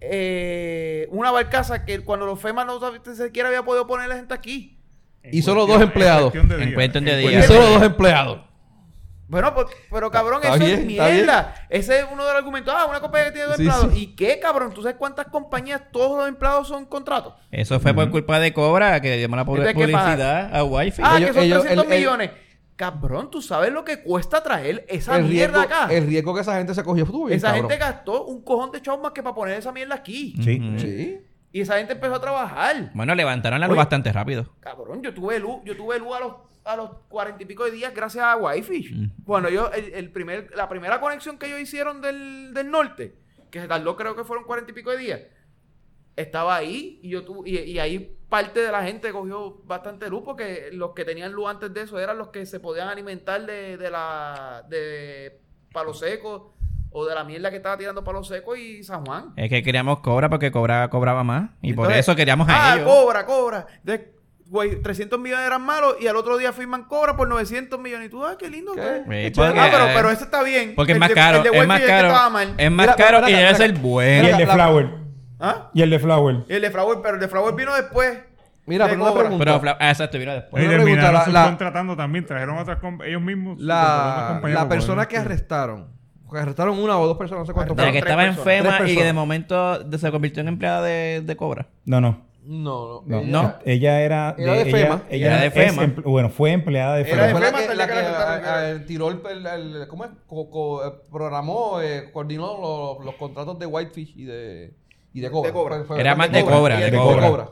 S3: eh, una barcaza que cuando los FEMA no sab- ni siquiera había podido ponerla gente aquí.
S6: En
S2: Y solo
S6: cuestión-
S2: dos empleados.
S6: cuestión de
S5: En
S6: días.
S5: cuestión de
S6: En
S5: días.
S2: Y
S6: cuestión-
S2: solo dos empleados.
S3: Bueno, pues, pero cabrón,
S2: Está
S3: eso es
S2: bien, está
S3: mierda. Ese es uno de los argumentos. Ah, una compañía que tiene dos
S2: Sí,
S3: empleados.
S2: sí.
S3: ¿Y qué, cabrón? ¿Tú sabes cuántas compañías todos los empleados son contratos?
S5: Eso fue por culpa de Cobra, que le dio mala
S3: Entonces, ¿qué
S5: publicidad a Whitefish.
S3: Ah,
S2: Ellos-
S3: que son
S2: ellos-
S3: 300
S2: el- el-
S3: millones. Cabrón, ¿tú sabes lo que cuesta traer esa
S2: El riesgo,
S3: mierda acá?
S2: el riesgo que esa gente se cogió estuvo bien,
S3: Esa
S2: cabrón.
S3: gente gastó un cojón de chavos más que para poner esa mierda aquí.
S1: Sí.
S5: Ujú.
S2: Sí.
S3: Y esa gente empezó a trabajar.
S5: Bueno, levantaron la luz
S3: Oye.
S5: bastante rápido.
S3: Cabrón, yo tuve luz, yo tuve luz a los a los cuarenta y pico de días gracias a Wi-Fi.
S5: Mm.
S3: Bueno, yo, el, el primer, la primera conexión que ellos hicieron del, del norte, que se tardó creo que fueron cuarenta y pico de días, estaba ahí y yo tu- y, y ahí parte de la gente cogió bastante luz porque los que tenían luz antes de eso eran los que se podían alimentar de, de la de palo seco o de la mierda que estaba tirando palo seco y San Juan.
S5: Es que queríamos cobra porque cobra cobraba más. Y por
S3: Entonces,
S5: eso queríamos a
S3: Ah,
S5: ellos.
S3: cobra, cobra. De, güey, 300 millones eran malos y al otro día firman cobra por 900 millones. Y tú, ah, qué lindo.
S2: ¿Qué?
S3: qué-
S5: Sí,
S3: qué
S5: porque-
S3: chévere. ah, pero, pero ese está bien.
S5: Porque es
S3: El
S5: más
S3: de-
S5: caro.
S3: el de
S5: Es
S3: Wi-Fi
S5: más
S3: el que estaba
S5: caro.
S3: mal.
S5: Es más
S2: Mira,
S5: caro
S2: espérate,
S5: y debe ser
S2: espérate.
S1: Y
S5: bueno.
S1: el de
S2: la-
S1: Flower.
S3: ¿Ah?
S1: Y el de Flower.
S3: El de Flower, pero el de Flower vino después.
S2: Mira,
S3: de
S2: pero una
S3: cobra.
S2: pregunta.
S5: Pero, Fla- ah, exacto, vino después.
S6: Y
S2: Una pregunta, la-
S6: terminaron
S2: la-
S6: subcontratando también. Trajeron otras com- ellos mismos. subcontrataron otras
S2: la,
S6: compañías
S2: la
S6: para poder-
S2: persona que arrestaron, que arrestaron una o dos personas, no sé cuánto
S5: De la que
S3: Tres
S5: estaba
S3: personas.
S5: enferma
S2: Tres
S5: y que de
S2: personas.
S5: momento de- se convirtió en empleada de, de cobra.
S1: No, no.
S2: No,
S1: No.
S5: No.
S1: Ella era.
S2: Era de
S1: ella-
S2: FEMA.
S1: Ella
S5: Era de
S1: es
S5: FEMA.
S1: emple- bueno, fue empleada de
S2: Era
S1: FEMA.
S2: fue
S3: FEMA
S2: la
S3: hasta
S2: que,
S3: el
S2: la
S3: día
S2: que
S3: que la
S2: a-
S3: arrestaron,
S2: a- el- tiró el, el- el- ¿cómo es? Co- co- eh, programó, eh, coordinó lo- los, contratos de Whitefish y de, y de Cobra.
S3: De Cobra.
S2: Fue- fue-
S5: Era
S2: fue
S5: más de Cobra,
S2: y
S1: de Cobra.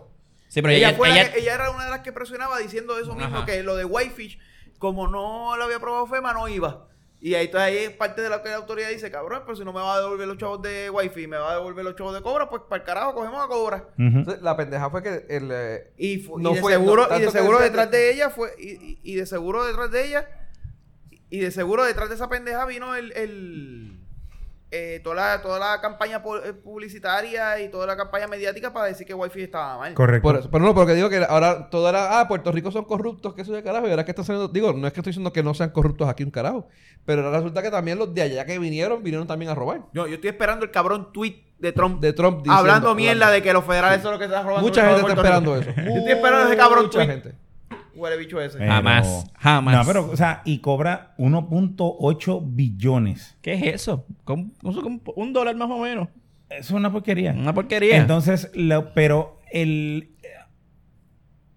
S5: Sí, pero
S3: Ella,
S5: ella,
S3: fue la
S5: ella,
S3: que- ella era una de las que presionaba diciendo eso mismo,
S5: Ajá.
S3: que lo de Whitefish, como no lo había probado FEMA, no iba. Y ahí, entonces, ahí es parte de lo que la autoridad dice, cabrón, pero si no me va a devolver los chavos de Wi-Fi, me va a devolver los chavos de cobra, pues para el carajo cogemos a cobra.
S1: Ujú.
S2: Entonces, la pendeja fue que el, eh,
S3: Y, fu- y
S2: No
S3: de
S2: fue- no,
S3: seguro, y de
S2: tanto que
S3: seguro
S2: se-
S3: detrás de ella fue, y, y- y de seguro detrás de ella, y de seguro detrás de esa pendeja vino el, el eh, toda, la, toda la campaña pu- eh, publicitaria y toda la campaña mediática para decir que Wi-Fi estaba mal.
S1: Correcto.
S2: Por eso- pero no, porque digo que ahora todo era, ah, Puerto Rico son corruptos, que eso de carajo, y ahora que están saliendo, digo, no es que estoy diciendo que no sean corruptos aquí un carajo, pero ahora resulta que también los de allá que vinieron, vinieron también a robar.
S3: Yo, yo estoy esperando el cabrón tweet de Trump,
S2: De Trump diciendo,
S3: hablando mierda de que los federales son los que están robando.
S2: Mucha
S3: el
S2: gente está
S3: Estado de
S2: esperando
S3: Puerto
S2: eso.
S3: Rico. [LAUGHS] Yo estoy esperando ese cabrón
S2: Mucha
S3: tweet.
S2: gente. Eh.
S3: Huele bicho ese.
S1: Pero-
S5: Jamás, jamás.
S1: No, pero, o sea, y cobra 1.8 billones.
S5: ¿Qué es eso? Con- con- con un dólar más o menos.
S1: Es una porquería.
S5: Una porquería.
S1: Entonces, lo- pero el.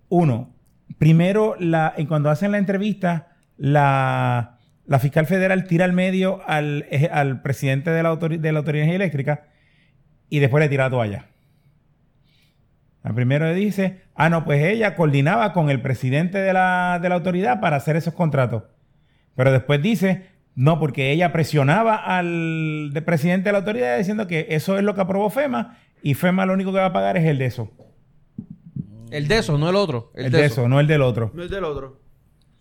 S1: Uno, primero, la, en cuando hacen la entrevista, la, la fiscal federal tira al medio al, eje- al presidente de la, autori- de la Autoridad de Energía Eléctrica y después le tira la toalla. La primero le dice, ah, no, pues ella coordinaba con el presidente de la, de la autoridad para hacer esos contratos. Pero después dice, no, porque ella presionaba al de- presidente de la autoridad diciendo que eso es lo que aprobó FEMA y FEMA lo único que va a pagar es el de eso.
S2: El de esos, no el otro.
S1: El, de eso, no el del otro.
S3: No es del otro.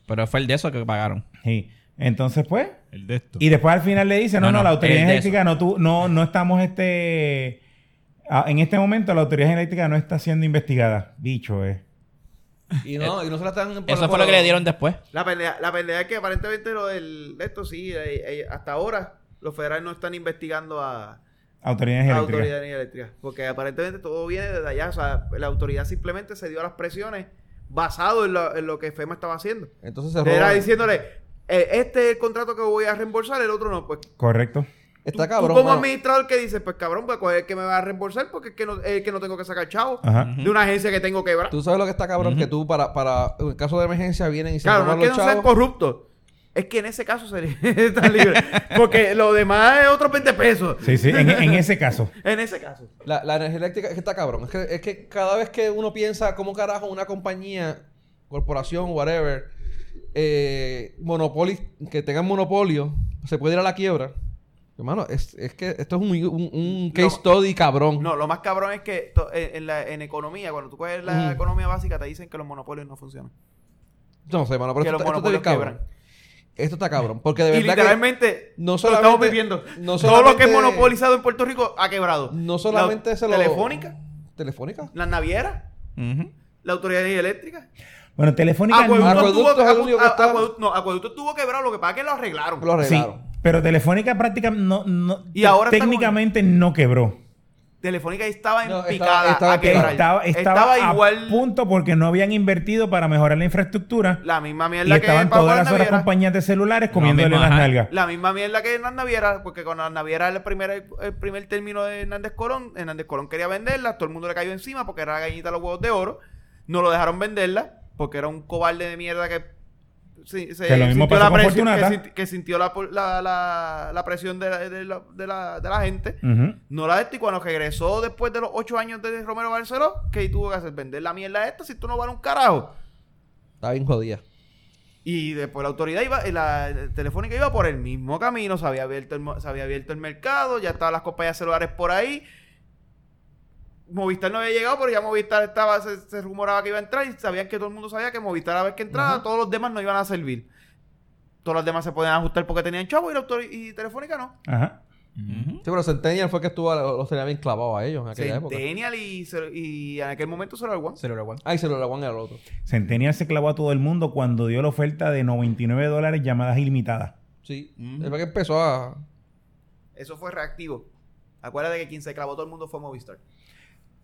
S5: Pero fue el de eso que pagaron.
S1: Sí. Entonces, pues.
S6: El de esto.
S1: Y después al final le dice, no,
S5: No,
S1: no,
S5: no,
S1: la autoridad
S5: el de
S1: energética no, tú, no, no estamos este. a- en este momento la autoridad energética no está siendo investigada. Bicho, eh.
S2: Y no, y no se la están...
S5: Eso fue lo que le dieron después.
S3: La pelea, la pelea es que aparentemente lo del, de esto sí, eh, eh, hasta ahora los federales no están investigando a,
S1: Autoridad
S3: a la
S1: energética.
S3: autoridad de energía eléctrica. Porque aparentemente todo viene desde allá. O sea, la autoridad simplemente se dio a las presiones basado en lo, en lo que FEMA estaba haciendo.
S2: Entonces se
S3: Era
S2: roban.
S3: diciéndole, eh, este es el contrato que voy a reembolsar, el otro no. Pues
S1: Correcto.
S2: Está
S3: tú
S2: cabrón.
S3: como
S2: mano.
S3: administrador que dices, pues cabrón, pues coger el que me va a reembolsar porque es que no, es el que no tengo que sacar chavo
S1: Ajá.
S3: de una agencia que tengo quebrar.
S2: Ah. Tú sabes lo que está cabrón, que tú para, para, en caso de emergencia vienen y se
S3: Claro, no
S2: roban
S3: es que
S2: los
S3: no sean
S2: chavos.
S3: corruptos. Es que en ese caso [LAUGHS] sería estar libre. Porque lo demás es otros 20 pesos.
S1: Sí, sí, en, en ese caso.
S3: En ese caso.
S2: La, la energía eléctrica es que está cabrón. Es que, es que cada vez que uno piensa cómo carajo una compañía, corporación, whatever, eh, monopoli- que tengan monopolio, se puede ir a la quiebra. Hermano, es, es que esto es un, un- un case
S3: No.
S2: study cabrón.
S3: No, lo más cabrón es que to- en, en la, en economía, cuando tú coges la
S2: Ujú.
S3: economía básica, te dicen que los monopolios no funcionan.
S2: No sé, hermano, pero
S3: que
S2: esto, está- esto está
S3: los
S2: bien
S3: monopolios
S2: cabrón.
S3: quebran.
S2: Esto está cabrón. Porque de
S3: Y
S2: verdad
S3: literalmente
S2: no
S3: lo
S2: solamente-
S3: estamos viviendo.
S2: no
S3: Todo lo que es
S2: solamente-
S3: monopolizado en Puerto Rico ha quebrado.
S2: que no solamente
S3: la,
S2: se lo...
S3: Telefónica,
S2: ¿Telefónica?
S3: las navieras,
S5: Ujú.
S3: la autoridad de energía eléctrica.
S1: Bueno, Telefónica no-
S3: Acueducto,
S2: Acueducto
S3: tuvo,
S2: es el único que
S3: acu-
S2: está-
S3: acueducto- no, Acueducto estuvo quebrado, lo que pasa es que lo arreglaron.
S2: Lo
S1: Sí,
S2: arreglaron.
S1: pero Telefónica prácticamente no, no-
S3: Y ahora está
S1: técnicamente no quebró.
S3: Telefónica estaba en
S2: No, estaba-
S3: picada.
S2: estaba
S3: a quebrar.
S1: Estaba, estaba,
S3: Estaba
S1: a
S3: igual
S1: punto porque no habían invertido para mejorar la infraestructura
S3: la misma
S1: y
S3: mierda que
S1: estaban
S3: pagó
S1: todas
S3: la
S1: las otras
S3: naviera.
S1: compañías de celulares comiéndole
S5: mismo,
S1: las
S5: ajá.
S1: nalgas.
S3: La misma mierda que Hernán Naviera, porque con Hernán Naviera era el primer, el primer término de Hernández Colón. Hernández Colón quería venderla, todo el mundo le cayó encima porque era la gallita de los huevos de oro. No lo dejaron venderla porque era un cobarde de mierda que sí, se-
S1: Que lo mismo
S3: sintió
S1: pasó
S3: la
S1: con
S3: presión-
S1: Fortunata.
S3: que, sinti- que sintió la, pu- la- la- la presión de la, de la- de la- de la gente.
S1: Ujú.
S3: No la de esto, y cuando regresó después de los ocho años de Romero Barceló, ¿qué tuvo que hacer? Vender la mierda esta si tú no vale un carajo.
S2: Está bien jodida.
S3: Y después la autoridad iba, eh, la telefónica iba por el mismo camino, se había abierto el, mo- se había abierto el mercado, ya estaban las compañías celulares por ahí. Movistar no había llegado, pero ya Movistar estaba, se, se rumoraba que iba a entrar y sabían que todo el mundo sabía que Movistar a la vez que entraba, todos los demás no iban a servir. Todos los demás se podían ajustar porque tenían chavo y, la autori- y Telefónica no.
S1: Ajá.
S2: Sí, pero Centennial fue que estuvo, los tenía bien clavados a ellos en aquella época.
S3: Centennial y, Cel- y en aquel momento solo el One.
S5: Celular One.
S2: Ay, se lo era el otro.
S1: Centennial se clavó a todo el mundo cuando dio la oferta de 99 dólares llamadas ilimitadas.
S2: Sí.
S5: Ujú.
S3: Mm.
S2: Es que empezó a.
S3: Eso fue reactivo. Acuérdate que quien se clavó todo el mundo fue Movistar.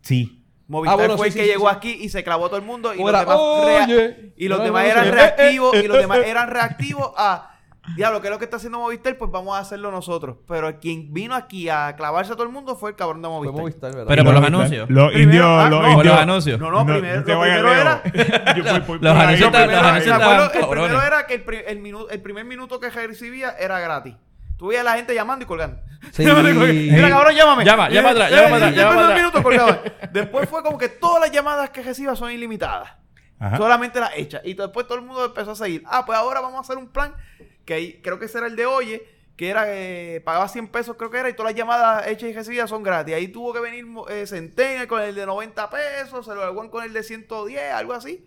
S1: Sí.
S3: Movistar
S2: Ah, bueno, sí,
S3: fue el
S2: sí,
S3: que
S2: sí,
S3: llegó
S2: sí.
S3: aquí y se clavó todo el mundo y
S2: O
S3: los
S2: era,
S3: demás, rea-
S2: "Oye". Ah,
S3: y los
S2: Era
S3: demás
S2: como
S3: eran
S2: que,
S3: reactivos y
S2: [LAUGHS]
S3: los demás eran reactivos a diablo, ¿qué es lo que está haciendo Movistar? Pues vamos a hacerlo nosotros. Pero quien vino aquí a clavarse a todo el mundo fue el cabrón de
S2: Fue
S3: Movistar.
S2: Movistar, ¿verdad?
S5: Pero por
S6: Lo-
S5: los anuncios.
S6: Los
S3: Primero-
S6: indios.
S3: ah,
S6: los
S3: no,
S5: Por
S6: indios-
S5: los anuncios.
S3: No, no, primero,
S6: te
S3: lo
S6: vayas
S3: primero era
S6: [LAUGHS] lejos. Yo fui- fui por
S5: Los
S6: ahí,
S5: anuncios
S6: yo fui por
S5: estaban-
S3: Primero,
S5: los
S6: ahí.
S5: anuncios
S3: me acuerdo,
S5: estaban
S3: el primero
S5: cabrones.
S3: era que el, pri- el, minu- el primer minuto que recibía era gratis. Tú veías a la gente llamando y colgando.
S5: [LAUGHS]
S2: Sí.
S3: [LAUGHS] Mira, cabrón, llámame. Eh,
S5: Llama, llama atrás, llama atrás,
S3: Después
S5: llama
S3: de un
S5: atrás.
S3: minuto colgaba. Después fue como que todas las llamadas que recibas son ilimitadas.
S1: Ajá.
S3: Solamente las hechas. Y después todo el mundo empezó a seguir. Ah, pues ahora vamos a hacer un plan que ahí, creo que ese era el de Oye, que era que pagaba 100 pesos, creo que era, y todas las llamadas hechas y recibidas son gratis. Ahí tuvo que venir eh, Centennial con el de 90 pesos, se lo alguan con el de 110, algo así.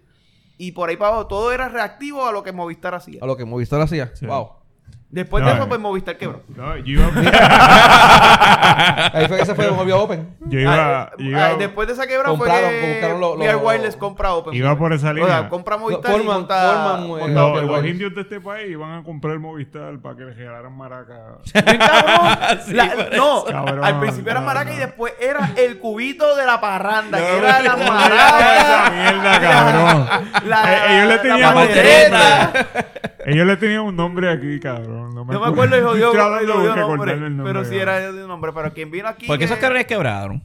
S3: Y por ahí para abajo, todo era reactivo a lo que Movistar hacía.
S2: A lo que Movistar hacía. Wow.
S3: Después de
S6: No,
S3: eso,
S6: eh.
S3: pues Movistar quebró.
S6: No, yo iba,
S2: Ahí fue que se fue de Movia Open.
S6: yo iba,
S3: Ah,
S6: yo
S3: eh,
S6: iba-
S3: ah, después de esa quebra
S2: Compraron,
S3: fue que
S2: buscaron lo- lo-
S3: VR Wireless compra Open.
S6: Iba por esa
S3: O sea,
S6: línea.
S3: compra Movistar y
S2: forman-
S3: monta-
S2: forman,
S3: monta-
S2: eh,
S6: No,
S2: Pero
S6: los
S2: bueno.
S6: indios de este país iban a comprar el Movistar para que le regalaran maraca.
S3: Cabrón, la- no,
S6: Cabrón,
S3: al principio era
S6: no,
S3: maraca
S6: no.
S3: y después era el cubito de la parranda, que
S5: No,
S3: era la
S5: no,
S3: maraca.
S6: esa mierda, cabrón.
S3: La-
S6: Eh, ellos le tenían
S3: la
S6: un-
S3: pandereta.
S6: Ellos Eh, le tenían un nombre aquí, cabrón. No me,
S3: No me acuerdo el jodido,
S6: Estoy
S3: el
S6: tratando de
S3: jodido
S6: recordarme
S3: nombre,
S6: el nombre,
S3: pero sí
S6: cabrón.
S3: era de un nombre. Pero quien vino aquí.
S5: Porque esos
S3: que-
S5: cabrones quebraron.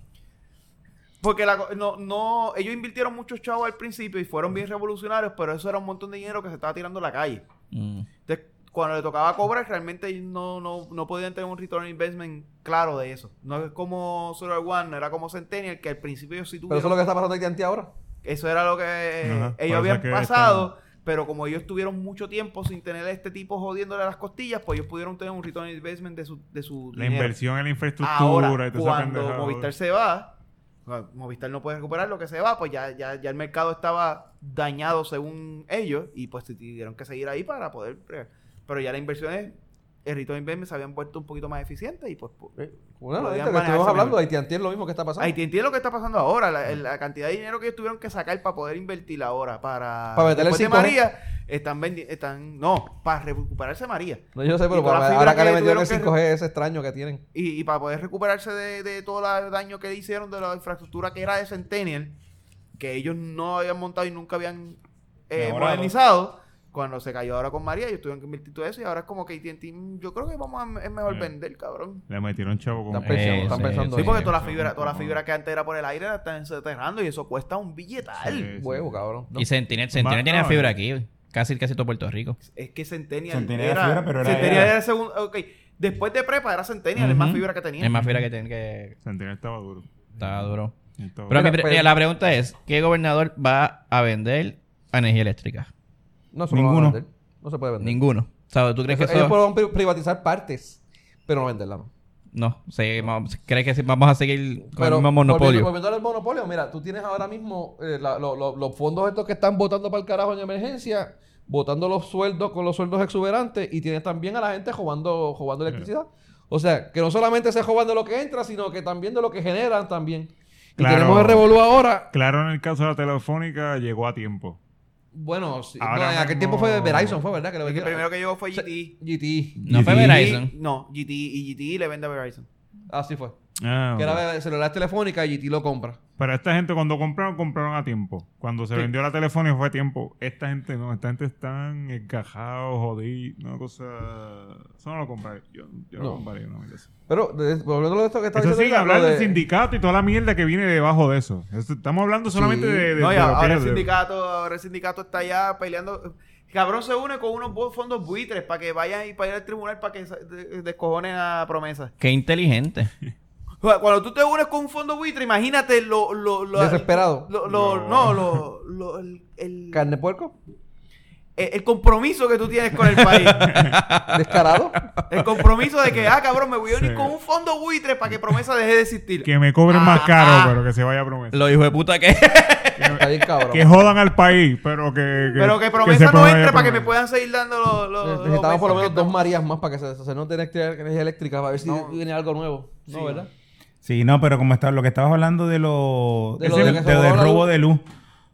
S3: Porque la co- no, no, ellos invirtieron muchos chavos al principio y fueron bien revolucionarios, pero eso era un montón de dinero que se estaba tirando a la calle.
S5: Mm.
S3: Entonces, cuando le tocaba cobrar, realmente no, no, no podían tener un return on investment claro de eso. No es como Solar One, no era como Centennial, que al principio ellos sí
S2: Pero
S3: tuvieron.
S2: eso es lo que está pasando aquí ante ahora.
S3: Eso era lo que eh,
S6: Ajá, parece
S3: ellos habían
S6: que
S3: pasado, pero como ellos tuvieron mucho tiempo sin tener a este tipo jodiéndole las costillas, pues ellos pudieron tener un return on investment de su, de su
S6: La
S3: dinero.
S6: inversión en la infraestructura
S3: Ahora,
S6: y toda esa
S3: cuando
S6: pendejada.
S3: Movistar se va, bueno, Movistar no puede recuperar lo que se va, pues ya, ya, ya el mercado estaba dañado según ellos y pues tuvieron que seguir ahí para poder... bregar. Pero ya las inversiones, el return investment se habían vuelto un poquito más eficientes y pues... pues
S2: Bueno,
S3: Podían
S2: ahorita que
S3: manejarse
S2: estuvimos hablando,
S3: mejor.
S2: Haití es lo mismo que está pasando.
S3: Ahí te entiendes lo que está pasando ahora, la, la cantidad de dinero que ellos tuvieron que sacar para poder invertir ahora, para...
S2: Para meterle
S3: después de
S2: 5G.
S3: María, están vendiendo... Están, no, para recuperarse María.
S2: No, yo no sé,
S3: Y
S2: pero pues,
S3: todas las
S2: ahora
S3: fibras
S2: que le
S3: que
S2: metieron el
S3: tuvieron que-
S2: 5G ese extraño que tienen.
S3: Y, y para poder recuperarse de, de todo el daño que le hicieron de la infraestructura que era de Centennial, que ellos no habían montado y nunca habían eh,
S1: Mejorado.
S3: modernizado, cuando se cayó ahora con María, ellos tuvieron que invertir todo eso y ahora es como que AT&T, mm, yo creo que vamos a, es mejor
S6: Sí.
S3: vender, cabrón.
S6: Le metieron chavo con
S2: Están pensando,
S5: Eh,
S2: están
S5: sí,
S2: pensando
S5: sí,
S3: Sí,
S2: en
S3: porque
S5: eso
S3: toda la
S6: es
S3: fibra,
S6: un
S3: toda la
S6: poco-
S3: fibra que antes era por el aire la están desenterrando y eso cuesta un billetal.
S6: Sí.
S2: huevo, cabrón. No.
S5: Y Sentinel, Sentinel
S6: Ma-
S5: tiene
S6: no,
S5: fibra
S6: eh.
S5: aquí. Casi, casi todo Puerto Rico.
S3: Es que Centennial,
S1: Centennial era fibra, pero era
S3: Centennial
S1: era.
S3: era segundo, ok. Después de prepa era Centennial, el más
S5: Ujú.
S3: fibra que tenía.
S5: Es más fibra que tiene que...
S6: Centennial estaba duro.
S5: Estaba duro.
S6: Estaba
S5: Pero,
S2: Mira,
S5: mi pre-
S2: pero-
S5: mira, pues- la pregunta es, ¿qué gobernador va a vender a energía eléctrica?
S2: No, eso no lo van a
S1: Ninguno.
S2: vender. No se puede vender.
S5: Ninguno. O sea, ¿tú crees
S2: Eso-
S5: que
S2: ellos
S5: eso...?
S2: pueden pri- privatizar partes, pero no venderla, ¿no?
S5: No, sí, vamos- ¿crees que sí vamos a seguir con
S2: Pero
S5: el mismo monopolio?
S2: Volviendo, volviendo al monopolio, mira, tú tienes ahora mismo eh, la- lo- lo- los fondos estos que están votando para el carajo en emergencia, votando los sueldos con los sueldos exuberantes y tienes también a la gente jugando, jugando electricidad. O sea, que no solamente se joban de lo que entra, sino que también de lo que generan también. Y
S6: Claro.
S2: tenemos el revolú ahora.
S6: Claro, en el caso de la telefónica llegó a tiempo.
S2: Bueno, sí,
S6: Ahora
S2: no, en aquel
S6: mismo-
S2: tiempo fue Verizon, fue verdad que lo
S3: El que
S2: vendieron.
S3: primero que llegó fue E.
S2: Se-
S3: GT.
S2: GT.
S5: No fue
S6: Y-
S5: E Verizon.
S3: No, GT y GT le vende a Verizon.
S2: Así fue.
S6: Ah,
S2: Que
S6: ok.
S2: era celular telefónica y GT lo compra.
S6: Pero esta gente cuando compraron, compraron a tiempo. Cuando se vendió la telefónica fue a tiempo. Esta gente no, esta gente están encajados, jodidos, una cosa... Eso no lo compraré. Yo, yo
S2: No.
S6: lo compraré una mierda así.
S2: Pero, de- volviendo a esto que está
S6: Eso
S2: diciendo ahorita,
S6: sin
S2: lo
S6: hablar del
S2: de-
S6: sindicato y toda la mierda que viene debajo de eso. Eso- Estamos hablando solamente
S2: Sí.
S6: de, de-
S3: No,
S6: de
S3: ya,
S6: lo que
S3: ahora el
S6: es de-
S3: sindicato, ahora el sindicato está ya peleando. Cabrón se une con unos bu- fondos buitres para que vayan y para ir al tribunal para que sa- de- descojonen a promesa. [LAUGHS]
S5: Qué inteligente.
S3: O sea, Cuando tú te unes con un fondo buitre, imagínate lo. lo, lo
S2: Desesperado.
S3: lo- lo- no, lo. lo- el, el-
S2: Carne de puerco. [LAUGHS]
S3: el- el compromiso que tú tienes con el país.
S1: [LAUGHS]
S2: Descarado.
S3: El compromiso de que, ah, cabrón, me voy a unir con un fondo buitre para que promesa deje de existir.
S6: Que me cobren más
S3: Ah, ah.
S6: caro, pero que se vaya a promesa.
S5: Lo hijo de puta que.
S2: Está bien cabrón.
S6: Que jodan al país, pero que.
S3: Pero que promesa no entre para que me puedan seguir dando los. los- los
S2: Necesitamos por lo menos
S3: mensajes.
S2: dos Marías más para que se, se note energía energía eléctrica, para ver si
S3: No.
S2: viene algo nuevo. No,
S3: Sí.
S2: ¿verdad?
S1: Sí, no, pero como está, lo que estabas hablando de lo,
S2: De lo
S1: ese-
S2: de que se
S1: de lo
S2: robó
S1: del
S2: la
S1: robo
S2: luz.
S1: de luz.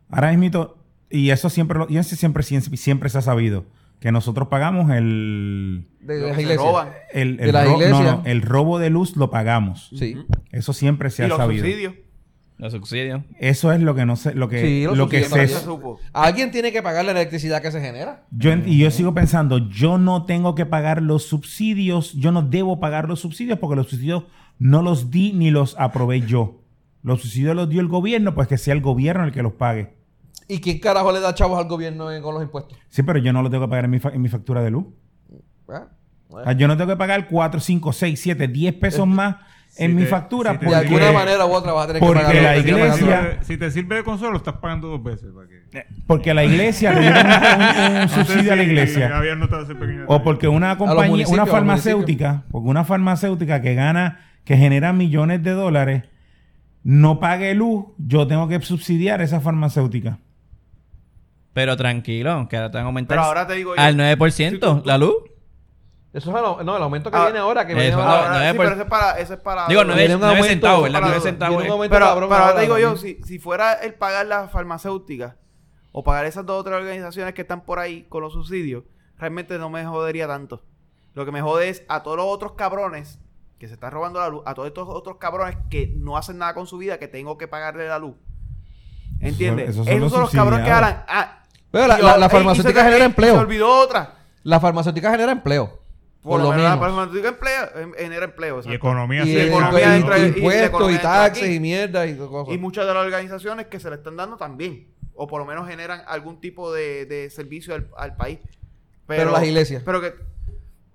S1: Ahora mismo, y eso siempre, lo, y eso siempre, siempre, siempre se ha sabido, que nosotros pagamos el...
S2: De,
S3: Lo
S2: de
S3: que
S2: las
S3: se
S2: iglesias.
S3: roban.
S1: El,
S2: De
S1: el
S2: la
S1: ro- no,
S2: iglesia.
S1: no, el robo de luz lo pagamos.
S2: Sí.
S1: Eso siempre se
S3: Y
S1: ha
S3: los
S1: sabido.
S3: subsidios.
S5: Los subsidios.
S1: Eso es lo que no sé, lo que,
S2: Sí, los
S1: lo que
S2: subsidios
S1: se,
S3: Eso se
S2: también.
S3: supo.
S2: Alguien tiene que pagar la electricidad que se genera.
S1: Yo ent- y yo sigo pensando, yo no tengo que pagar los subsidios, yo no debo pagar los subsidios porque los subsidios no los di ni los aprobé yo. Los subsidios los dio el gobierno, pues que sea el gobierno el que los pague.
S2: ¿Y quién carajo le da chavos al gobierno en- con los impuestos?
S1: Sí, pero yo no lo tengo que pagar en mi, fa- en mi factura de luz.
S2: ¿Ah?
S1: O sea, yo no tengo que pagar 4, 5, 6, 7, 10 pesos más en
S6: Si
S1: mi
S6: te-
S1: factura
S6: si te-
S2: De
S1: porque-
S2: alguna manera u otra vas a tener
S1: porque
S2: que pagar. lo
S1: la
S2: que sigue
S1: iglesia-
S2: pagando.
S1: puedan-
S6: Si te sirve de consuelo, estás pagando dos veces. Para que...
S1: porque la iglesia le dieron un- un- un
S6: [LAUGHS] No sé
S1: subsidio a la
S6: si
S1: iglesia.
S6: había notado ese pequeño
S1: O
S6: detalle.
S1: porque una compañía,
S2: municipios, a
S1: una
S2: los
S1: farmacéutica, porque una farmacéutica que gana, que genera millones de dólares, no pague luz, yo tengo que subsidiar esa farmacéutica.
S5: Pero tranquilo, que ahora te van a aumentar
S3: Pero ahora te digo yo.
S5: al 9% la luz.
S2: Eso es el, no, el aumento que
S3: Ah,
S2: viene ahora. Que viene
S5: eso,
S2: ahora.
S5: no,
S3: Ahora, sí,
S5: es por-
S3: pero eso es para. Eso es para
S5: Digo,
S2: no
S5: nueve
S2: viene un
S5: nueve
S2: aumento
S5: centavos, la
S3: para
S5: nueve
S3: los-
S5: centavos.
S2: viene un
S5: eh.
S2: aumento
S3: Pero,
S2: cabrón
S3: pero ahora
S2: ahora
S3: te digo yo,
S2: también.
S3: si, si fuera el pagar las farmacéuticas o pagar esas dos otras organizaciones que están por ahí con los subsidios, realmente no me jodería tanto. Lo que me jode es a todos los otros cabrones que se están robando la luz, a todos estos otros cabrones que no hacen nada con su vida, que tengo que pagarle la luz. ¿Entiendes? Esos
S1: Esos son-
S3: son,
S1: esos son los
S3: los cabrones que
S1: subsidiados.
S3: harán. Ah,
S2: Pero la-
S3: yo-
S2: la- la
S3: ey, y se
S2: farmacéutica
S3: te-
S2: genera
S3: ey,
S2: empleo.
S3: Se olvidó otra.
S2: La farmacéutica genera empleo.
S3: Por lo menos
S2: menos.
S3: la farmacéutica emplea- em- genera empleo.
S6: Y
S3: exacto.
S6: economía
S2: Y,
S6: se-
S2: el-
S3: economía
S2: y-
S3: entra- y- y la
S2: impuestos
S3: economía
S2: y
S3: entra
S2: taxes
S3: aquí.
S2: y mierda y cosas.
S3: Y muchas de las organizaciones que se le están dando también. O por lo menos generan algún tipo de, de servicio al, al país.
S2: Pero las iglesias.
S3: Pero que.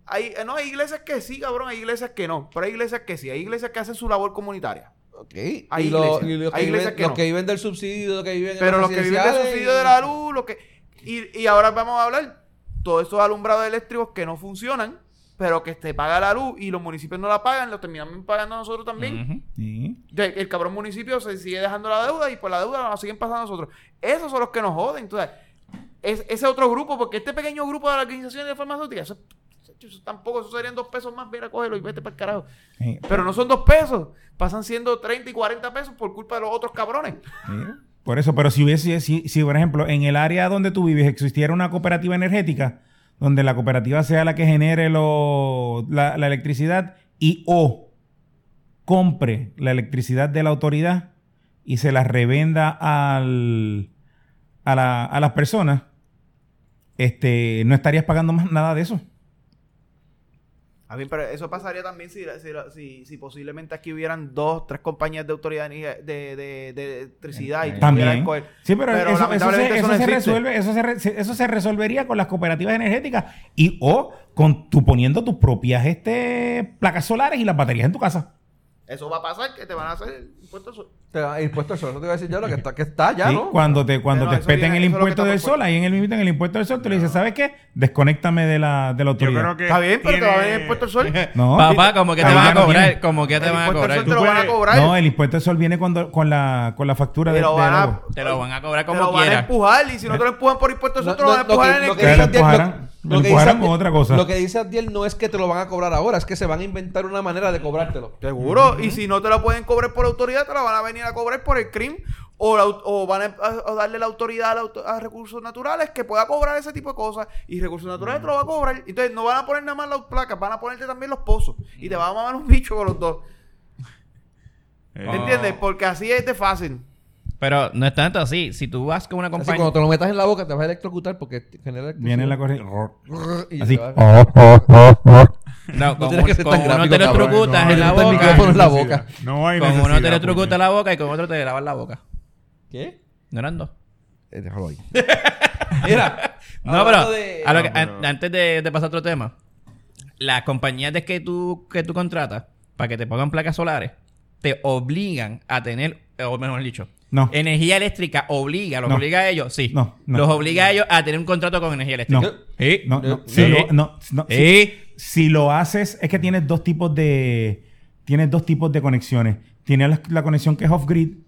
S3: Hay, eh, no, hay iglesias que sí, cabrón, hay iglesias que no. Pero hay iglesias que sí, hay iglesias que hacen su labor comunitaria.
S2: Ok.
S3: Hay
S2: y, los-
S3: iglesias-
S2: y los,
S3: hay
S2: que
S3: iglesias
S2: viven,
S3: que
S2: los
S3: no.
S2: que viven del subsidio, los que viven en
S3: Pero
S2: las
S3: los que viven del
S2: residenciales
S3: subsidio
S2: y-
S3: de la luz, lo que. Y, y ahora vamos a hablar. Todos esos alumbrados eléctricos que no funcionan, pero que se paga la luz y los municipios no la pagan, los terminamos pagando nosotros también.
S5: Ujú.
S1: Sí.
S3: De- El cabrón municipio se sigue dejando la deuda y pues la deuda nos la siguen pasando a nosotros. Esos son los que nos joden. Entonces, es, ese otro grupo, porque este pequeño grupo de las organizaciones de farmacéuticas, eso, eso tampoco, eso serían dos pesos más, mira, cógelo y vete para el carajo.
S1: Sí.
S3: Pero no son dos pesos, pasan siendo 30 y 40 pesos por culpa de los otros cabrones.
S1: Sí. Por eso, pero si hubiese, si, si, por ejemplo en el área donde tú vives existiera una cooperativa energética, donde la cooperativa sea la que genere lo- la, la electricidad y o compre la electricidad de la autoridad y se la revenda al, a, la- a las personas, este, no estarías pagando más nada de eso.
S3: A mí, pero eso pasaría también si, si, si, si posiblemente aquí hubieran dos, tres compañías de autoridad de, de, de- de electricidad y tú pudieras
S1: También.
S3: coger.
S1: Sí, pero, eso- eso,
S3: lamentablemente
S1: se, eso
S3: no
S1: se
S3: existe.
S1: resuelve, eso se, re- se- eso se resolvería con las cooperativas energéticas y o con tú poniendo tus propias este, placas solares y las baterías en tu casa.
S3: Eso va a pasar, que te van a hacer impuestos. so-
S2: Te da impuesto al sol, eso te iba a decir yo, lo que está, que está ya,
S1: Sí,
S2: ¿no?
S1: Cuando te cuando
S3: Pero
S1: te
S3: eso
S1: peten
S3: viene-
S1: el
S3: eso es lo que
S1: impuesto
S3: está
S1: del
S3: propuesto.
S1: sol, ahí en el mismo en el impuesto del sol, tú le dices, ¿sabes qué? Desconéctame de la, de la
S6: Yo
S1: autoridad.
S6: creo que.
S3: Está bien, pero te va a
S6: tiene-
S3: venir
S6: [LAUGHS]
S3: impuesto el
S5: [LAUGHS]
S3: sol.
S1: No,
S5: Papá, como que te
S1: Ahí
S5: van
S1: ya
S5: a
S1: no
S5: cobrar,
S1: tiene.
S5: como que te
S3: El
S5: van a
S3: impuesto al
S5: cobrar.
S3: sol te lo
S6: Tú
S3: van a
S6: puedes-
S3: cobrar.
S1: no, el impuesto del sol viene cuando, con, la, con la factura
S3: te
S1: del
S3: lo
S1: del
S3: van a,
S1: agua.
S5: Te lo van a cobrar
S3: te lo
S5: como
S3: van a
S5: quieras.
S3: empujar y si no te lo empujan por impuestos,
S2: No,
S3: eso te lo van a
S2: no, lo
S3: empujar
S2: que-
S3: en este
S2: lo
S3: el
S2: que
S1: Te
S2: dice
S1: lo
S2: Abdiel- lo-
S1: empujaran,
S2: lo
S1: lo
S2: que dice
S1: empujaran con
S2: Abdiel-
S1: otra cosa.
S2: Lo que dice Abdiel no es que te lo van a cobrar ahora, es que se van a inventar una manera de cobrártelo.
S3: Seguro. Y si no te lo pueden cobrar por autoridad, te lo van a venir a cobrar por el crimen. O, la au- o van a, em- a- a darle la autoridad a, la auto- a recursos naturales que pueda cobrar ese tipo de cosas. Y recursos naturales te lo va a cobrar. Entonces no van a poner nada más las placas, van a ponerte también los pozos. Y te van a mamar un bicho con los
S5: [LAUGHS]
S3: dos.
S6: Eh,
S3: ¿Entiendes?
S5: Oh.
S3: Porque así es de fácil.
S5: Pero no es tanto así. Si tú vas con una
S2: Así,
S5: compañía.
S2: cuando te lo metas en la boca te vas a electrocutar porque te genera electricidad.
S1: Viene la corriente.
S2: Y
S1: Así. Oh.
S2: te va a-
S5: [LAUGHS] No,
S2: No
S5: con,
S2: tienes que ser
S5: con
S2: tan
S5: uno
S2: gráfico,
S5: te lo
S2: cabrón.
S5: electrocutas
S6: No,
S5: en la
S2: no, no, no,
S5: boca.
S2: no, en la boca.
S6: No hay
S5: Con uno
S6: necesidad,
S5: te electrocuta
S6: puñe.
S5: la boca y con otro te lavas la boca.
S2: ¿Qué?
S5: ¿No eran dos?
S2: Eh, déjalo ahí.
S5: Mira, [LAUGHS] No, pero
S2: Hablando de-
S5: a lo que-
S4: Ah, pero-
S5: an- antes de, de pasar a otro tema, las compañías de que tú, que tú contratas para que te pongan placas solares te obligan a tener, o mejor dicho,
S1: No.
S5: energía eléctrica obliga, los
S1: No.
S5: obliga a ellos, sí.
S1: No, no.
S5: Los obliga a ellos a tener un contrato con energía eléctrica.
S1: No.
S5: Sí.
S1: No, no,
S5: Sí.
S1: si lo- no, no, si-
S5: Sí.
S1: Si lo haces, es que tienes dos tipos de. Tienes dos tipos de conexiones. Tienes la, la conexión que es off-grid,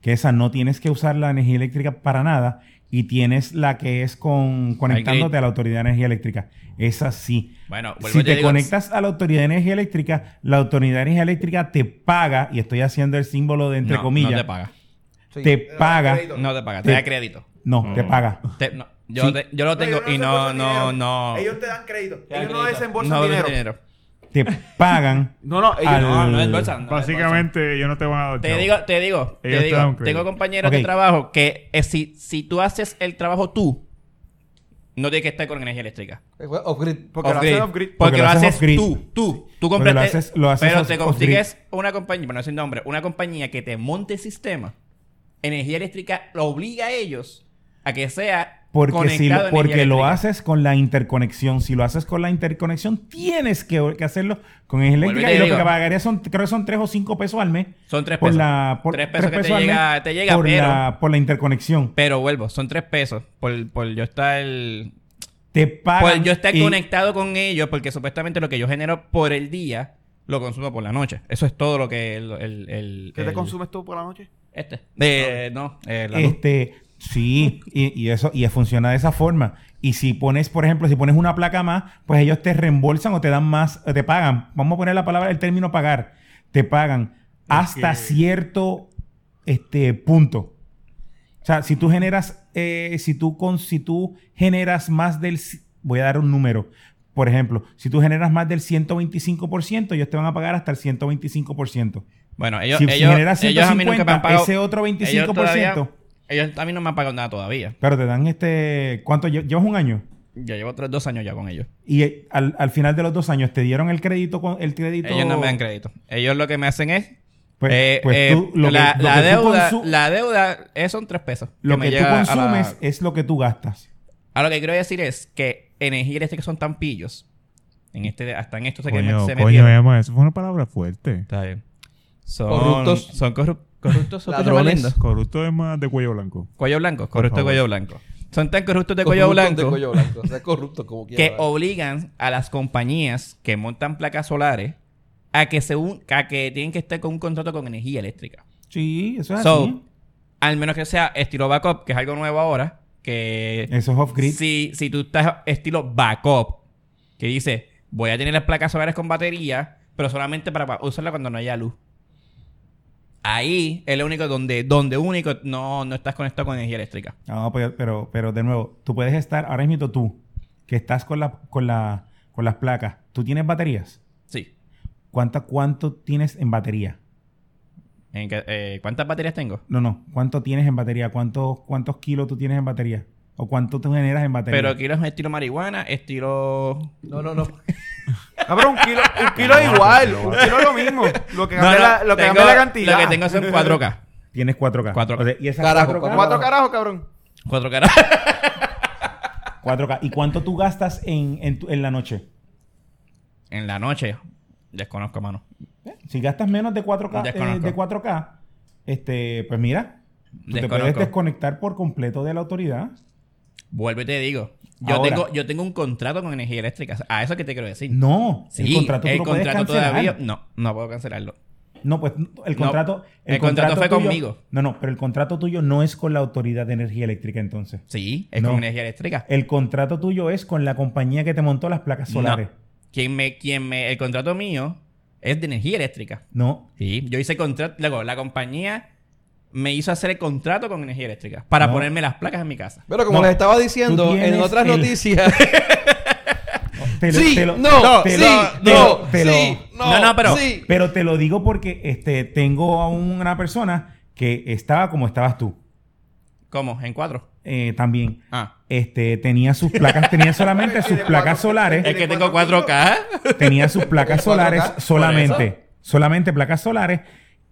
S1: que esa no tienes que usar la energía eléctrica para nada. Y tienes la que es con conectándote a la autoridad de energía eléctrica. Esa sí.
S5: Bueno, vuelvo
S1: Si
S5: y
S1: te
S5: digo,
S1: conectas a la autoridad de energía eléctrica, la autoridad de energía eléctrica te paga, y estoy haciendo el símbolo de entre
S5: no,
S1: comillas.
S5: No te paga.
S1: Te paga.
S5: No te paga, te
S1: Sí.
S5: da crédito.
S1: No, te paga.
S5: Te- no, yo, te- yo lo tengo y no, no, no.
S3: Ellos te dan crédito.
S5: Te da
S3: Ellos no
S5: crédito.
S3: desembolsan
S5: No, no
S3: dinero.
S5: dinero.
S1: Te pagan.
S3: No, no, ellos
S1: Al-
S3: no.
S5: No, no desembolsan, no desembolsan.
S4: Básicamente, ellos no te van a dar.
S5: Te
S4: chavo.
S5: digo, te digo,
S4: Ellos
S5: te
S4: te dan
S5: digo.
S4: crédito.
S5: Tengo compañeros de
S1: Ok.
S5: trabajo que eh, si, si tú haces el trabajo tú, no tienes que estar con energía eléctrica.
S3: Porque lo
S5: Off-grid.
S3: hacen off-grid.
S5: Porque lo haces
S1: off-grid.
S5: tú, tú. Tú
S1: Porque
S5: compraste,
S1: lo haces- lo haces
S5: pero
S1: off-
S5: te consigues una compañía, bueno, sin nombre, una compañía que te monte el sistema. Energía eléctrica lo obliga a ellos a que sea
S1: Porque, si
S5: conectado a energía
S1: lo, porque lo
S5: eléctrica.
S1: haces con la interconexión. Si lo haces con la interconexión, tienes que, que hacerlo con energía
S5: Vuelvo y
S1: eléctrica.
S5: te
S1: Y lo que
S5: digo.
S1: pagaría son, creo que son 3 o 5 pesos al mes.
S5: Son tres
S1: Por
S5: pesos.
S1: la, por,
S5: tres pesos
S1: tres
S5: que te
S1: al
S5: llega,
S1: mes
S5: te llega
S1: por,
S5: pero,
S1: la, por la interconexión.
S5: pero vuelvo, son tres pesos por, por yo estar...
S1: Te pagan.
S5: Pues yo estar
S1: y-
S5: conectado con ellos porque supuestamente lo que yo genero por el día lo consumo por la noche. Eso es todo lo que el... el, el-
S3: ¿Qué te
S5: el-
S3: consumes tú por la noche?
S5: Este. Eh, no, eh, la luz.
S1: Este, sí, y, y eso, y funciona de esa forma. Y si pones, por ejemplo, si pones una placa más, pues ellos te reembolsan o te dan más, o te pagan. Vamos a poner la palabra, el término pagar. Te pagan hasta cierto este, punto. O sea, si tú generas, eh, si tú con, si tú generas más del, ci- voy a dar un número. Por ejemplo, si tú generas más del 125%, ellos te van a pagar hasta el 125%.
S5: Bueno, ellos,
S1: si si
S5: ellos,
S1: generas
S5: ellos a mí nunca me han
S1: 150,
S5: pagado.
S1: ese otro 25%.
S5: ellos, todavía- ellos a mí no me han pagado nada todavía.
S1: Claro, te dan este. ¿Cuánto lle- llevas un año?
S5: Yo llevo tres, dos años ya con ellos.
S1: Y eh, al, al final de los dos años te dieron el crédito con el crédito.
S5: Ellos no me dan crédito. Ellos lo que me hacen es.
S1: Pues-
S5: eh,
S1: pues
S5: eh,
S1: tú, lo que-
S5: la,
S1: lo
S5: la
S1: que tú
S5: deuda,
S1: consu-
S5: la deuda eh, son tres pesos.
S1: Lo
S5: me
S1: que tú
S5: llega a la-
S1: consumes es lo que tú gastas.
S5: A lo que quiero decir es que energía eléctrica son tan pillos. En este, hasta en esto se, que
S4: Coño,
S5: se
S4: coño, eh.
S5: metieron.
S4: Emma, eso fue una palabra fuerte.
S5: Está bien. Son corruptos.
S2: Corruptos.
S5: Son corrup- corruptos. son
S2: Ladrones.
S5: corruptos.
S4: Corrupto es más de cuello blanco.
S5: Cuello blanco. Corruptos de
S4: favor.
S5: cuello blanco. Son tan corruptos de cuello blanco.
S2: De cuello blanco. O sea, corrupto
S3: [LAUGHS]
S2: como quiera.
S5: que obligan a las compañías que montan placas solares a que se un- a que tienen que estar con un contrato con energía eléctrica.
S1: Sí, eso es
S5: So,
S1: así.
S5: al menos que sea estilo backup, que es algo nuevo ahora, que
S1: Eso es off-grid.
S5: si, si tú estás estilo backup, que dice, voy a tener las placas solares con batería, pero solamente para pa- usarla cuando no haya luz. Ahí es lo único donde, donde único no, no estás conectado con energía eléctrica.
S1: No, pero, pero, pero de nuevo, tú puedes estar ahora mismo tú, que estás con, la, con, la, con las placas. ¿Tú tienes baterías?
S5: Sí.
S1: ¿Cuánta, ¿Cuánto tienes en batería?
S5: En que- eh, ¿Cuántas baterías tengo?
S1: No, no. ¿Cuánto tienes en batería? ¿Cuántos, ¿Cuántos kilos tú tienes en batería? ¿O cuánto tú generas en batería?
S5: Pero quiero es estilo marihuana, estilo
S2: No,
S5: [LAUGHS]
S2: no, no.
S3: Ah, pero un kilo, un kilo es igual. Un kilo es lo mismo. Lo que
S5: No,
S3: cambia,
S5: no,
S3: la, lo que
S5: tengo-
S3: cambia la cantidad.
S5: Lo que tengo son 4K.
S1: Tienes 4K.
S5: 4K.
S1: O sea, y esas
S2: Carajo,
S1: 4K,
S3: Cuatro carajos, cabrón.
S5: 4K. era-
S1: 4K. ¿Y cuánto tú gastas en, en, tu- en la noche?
S5: [LAUGHS] en la noche. Desconozco, mano.
S1: Si gastas menos de 4K, eh,
S5: Desconozco.
S1: de 4K este, pues mira, tú te
S5: Desconozco.
S1: puedes desconectar por completo de la autoridad.
S5: Vuelvo y te digo. Yo
S1: Ahora.
S5: tengo, yo tengo un contrato con energía eléctrica. A eso que te quiero decir.
S1: No,
S5: Sí,
S1: el contrato tú
S5: el
S1: lo puedes
S5: contrato
S1: cancelar.
S5: todavía. No, no puedo cancelarlo.
S1: No, pues el contrato.
S5: el contrato fue
S1: tuyo-
S5: conmigo.
S1: No, no, pero el contrato tuyo no es con la autoridad de energía eléctrica entonces.
S5: Sí, es
S1: No.
S5: con energía eléctrica.
S1: El contrato tuyo es con la compañía que te montó las placas solares.
S5: No. Quien me, quien me, el contrato mío es de energía eléctrica.
S1: No,
S5: Sí, yo hice contrato. Luego, la compañía me hizo hacer el contrato con energía eléctrica para
S1: No.
S5: ponerme las placas en mi casa.
S2: Pero como
S1: No.
S2: les estaba diciendo,
S1: Tú tienes
S2: en otras
S1: el-
S2: noticias.
S1: te lo-
S2: sí,
S1: te lo-
S2: no,
S1: te
S2: sí,
S1: lo- te
S2: no,
S1: lo- te lo-
S2: sí, no,
S5: No, no, pero-
S2: sí.
S1: Pero te lo digo porque este, tengo a una persona que estaba como estabas tú
S5: ¿Cómo? En cuatro.
S1: eh, también.
S5: Ah.
S1: Este, tenía sus placas,
S5: [LAUGHS]
S1: tenía solamente sus placas
S5: Es
S1: solares,
S5: que tengo 4K.
S2: [LAUGHS]
S1: tenía sus placas solares solamente, solamente placas solares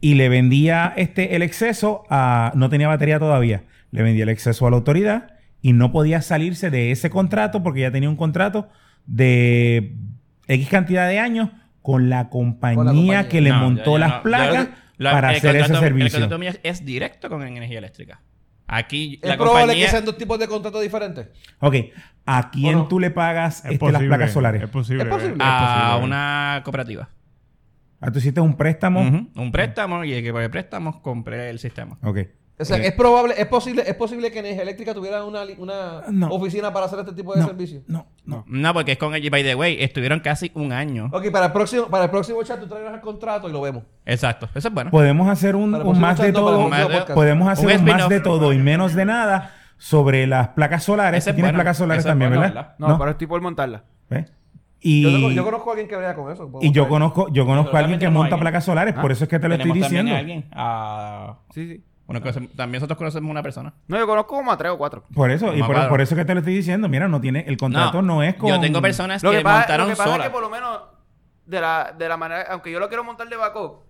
S1: y le vendía este el exceso a no tenía batería todavía, le vendía el exceso a la autoridad y no podía salirse de ese contrato porque ya tenía un contrato de X cantidad de años con la compañía,
S2: compañía.
S1: que le
S5: No,
S1: montó
S5: ya- ya
S1: las
S5: no.
S1: placas
S5: Ya- la-
S1: para
S5: el
S1: hacer
S5: contrato-
S1: ese
S5: El
S1: servicio.
S5: contrato mío es- es directo con energía eléctrica. Aquí
S2: ¿Es
S5: la
S2: probable
S5: compañía...
S2: que sean dos tipos de contratos diferentes?
S1: Ok, ¿a quién
S2: Bueno,
S1: tú le pagas
S6: Es
S1: este,
S6: posible,
S1: las placas solares?
S6: Es posible.
S2: Es posible. Ah,
S5: a
S6: es posible.
S5: una cooperativa.
S1: Ah, tú hiciste un préstamo.
S5: Ujú. Un préstamo y que por el préstamo compré el sistema.
S1: Ok.
S2: O sea,
S1: Ok.
S2: es probable, es posible, es posible que Energía Eléctrica tuviera una, li- una
S1: No.
S2: oficina para hacer este tipo de
S1: No,
S2: servicios.
S1: no, no.
S5: No, porque es con el by the way, estuvieron casi un año.
S2: Ok, para el próximo, para el próximo chat tú traerás el contrato y lo vemos.
S5: Exacto, eso es bueno.
S1: Podemos hacer un,
S2: Para el
S1: un
S2: próximo
S1: más
S2: chat
S1: de
S2: no, para el
S5: Más
S1: todo.
S2: próximo
S5: de-
S2: podcast.
S1: Podemos hacer
S5: Un
S1: un, más
S5: spin-off.
S1: de todo y menos de nada sobre las placas solares.
S5: Ese es
S1: Tienes
S5: bueno,
S1: placas solares
S5: ese es
S1: también,
S5: bueno,
S1: ¿verdad?
S5: ¿verdad?
S3: No, pero estoy por montarla.
S1: ¿Ves? Y
S2: Yo, tengo- yo conozco a alguien que vea con eso.
S1: Y yo conozco, yo conozco
S5: Pero
S1: a alguien
S5: realmente
S1: que
S5: no
S1: monta
S5: hay.
S1: placas solares,
S3: Ah,
S1: por eso es que te lo estoy
S5: Tenemos también
S1: diciendo.
S5: a alguien. a-
S3: Sí, sí.
S5: bueno, que también nosotros conocemos una persona.
S3: No, yo conozco como a tres o cuatro.
S1: Por eso, y
S5: Más
S1: por,
S5: claro.
S1: por eso es que te lo estoy diciendo, mira, no tiene, el contrato no, es con.
S5: Yo tengo personas
S3: Lo
S5: que,
S3: que, pasa, lo
S5: montaron
S3: que pasa es
S5: sola.
S3: que por lo menos de la, de la manera, aunque yo lo quiero montar de backup,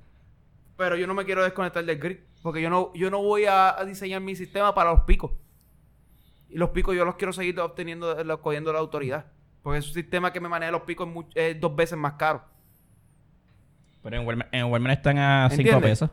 S3: pero yo no me quiero desconectar del grid, porque yo no, yo no voy a, a diseñar mi sistema para los picos. Y los picos yo los quiero seguir obteniendo, los- cogiendo la autoridad. Porque es un sistema que me maneja los picos es, much- es dos veces más caro.
S5: Pero en Walmart, en Walmart están a 5
S3: ¿Entiendes?
S5: pesos.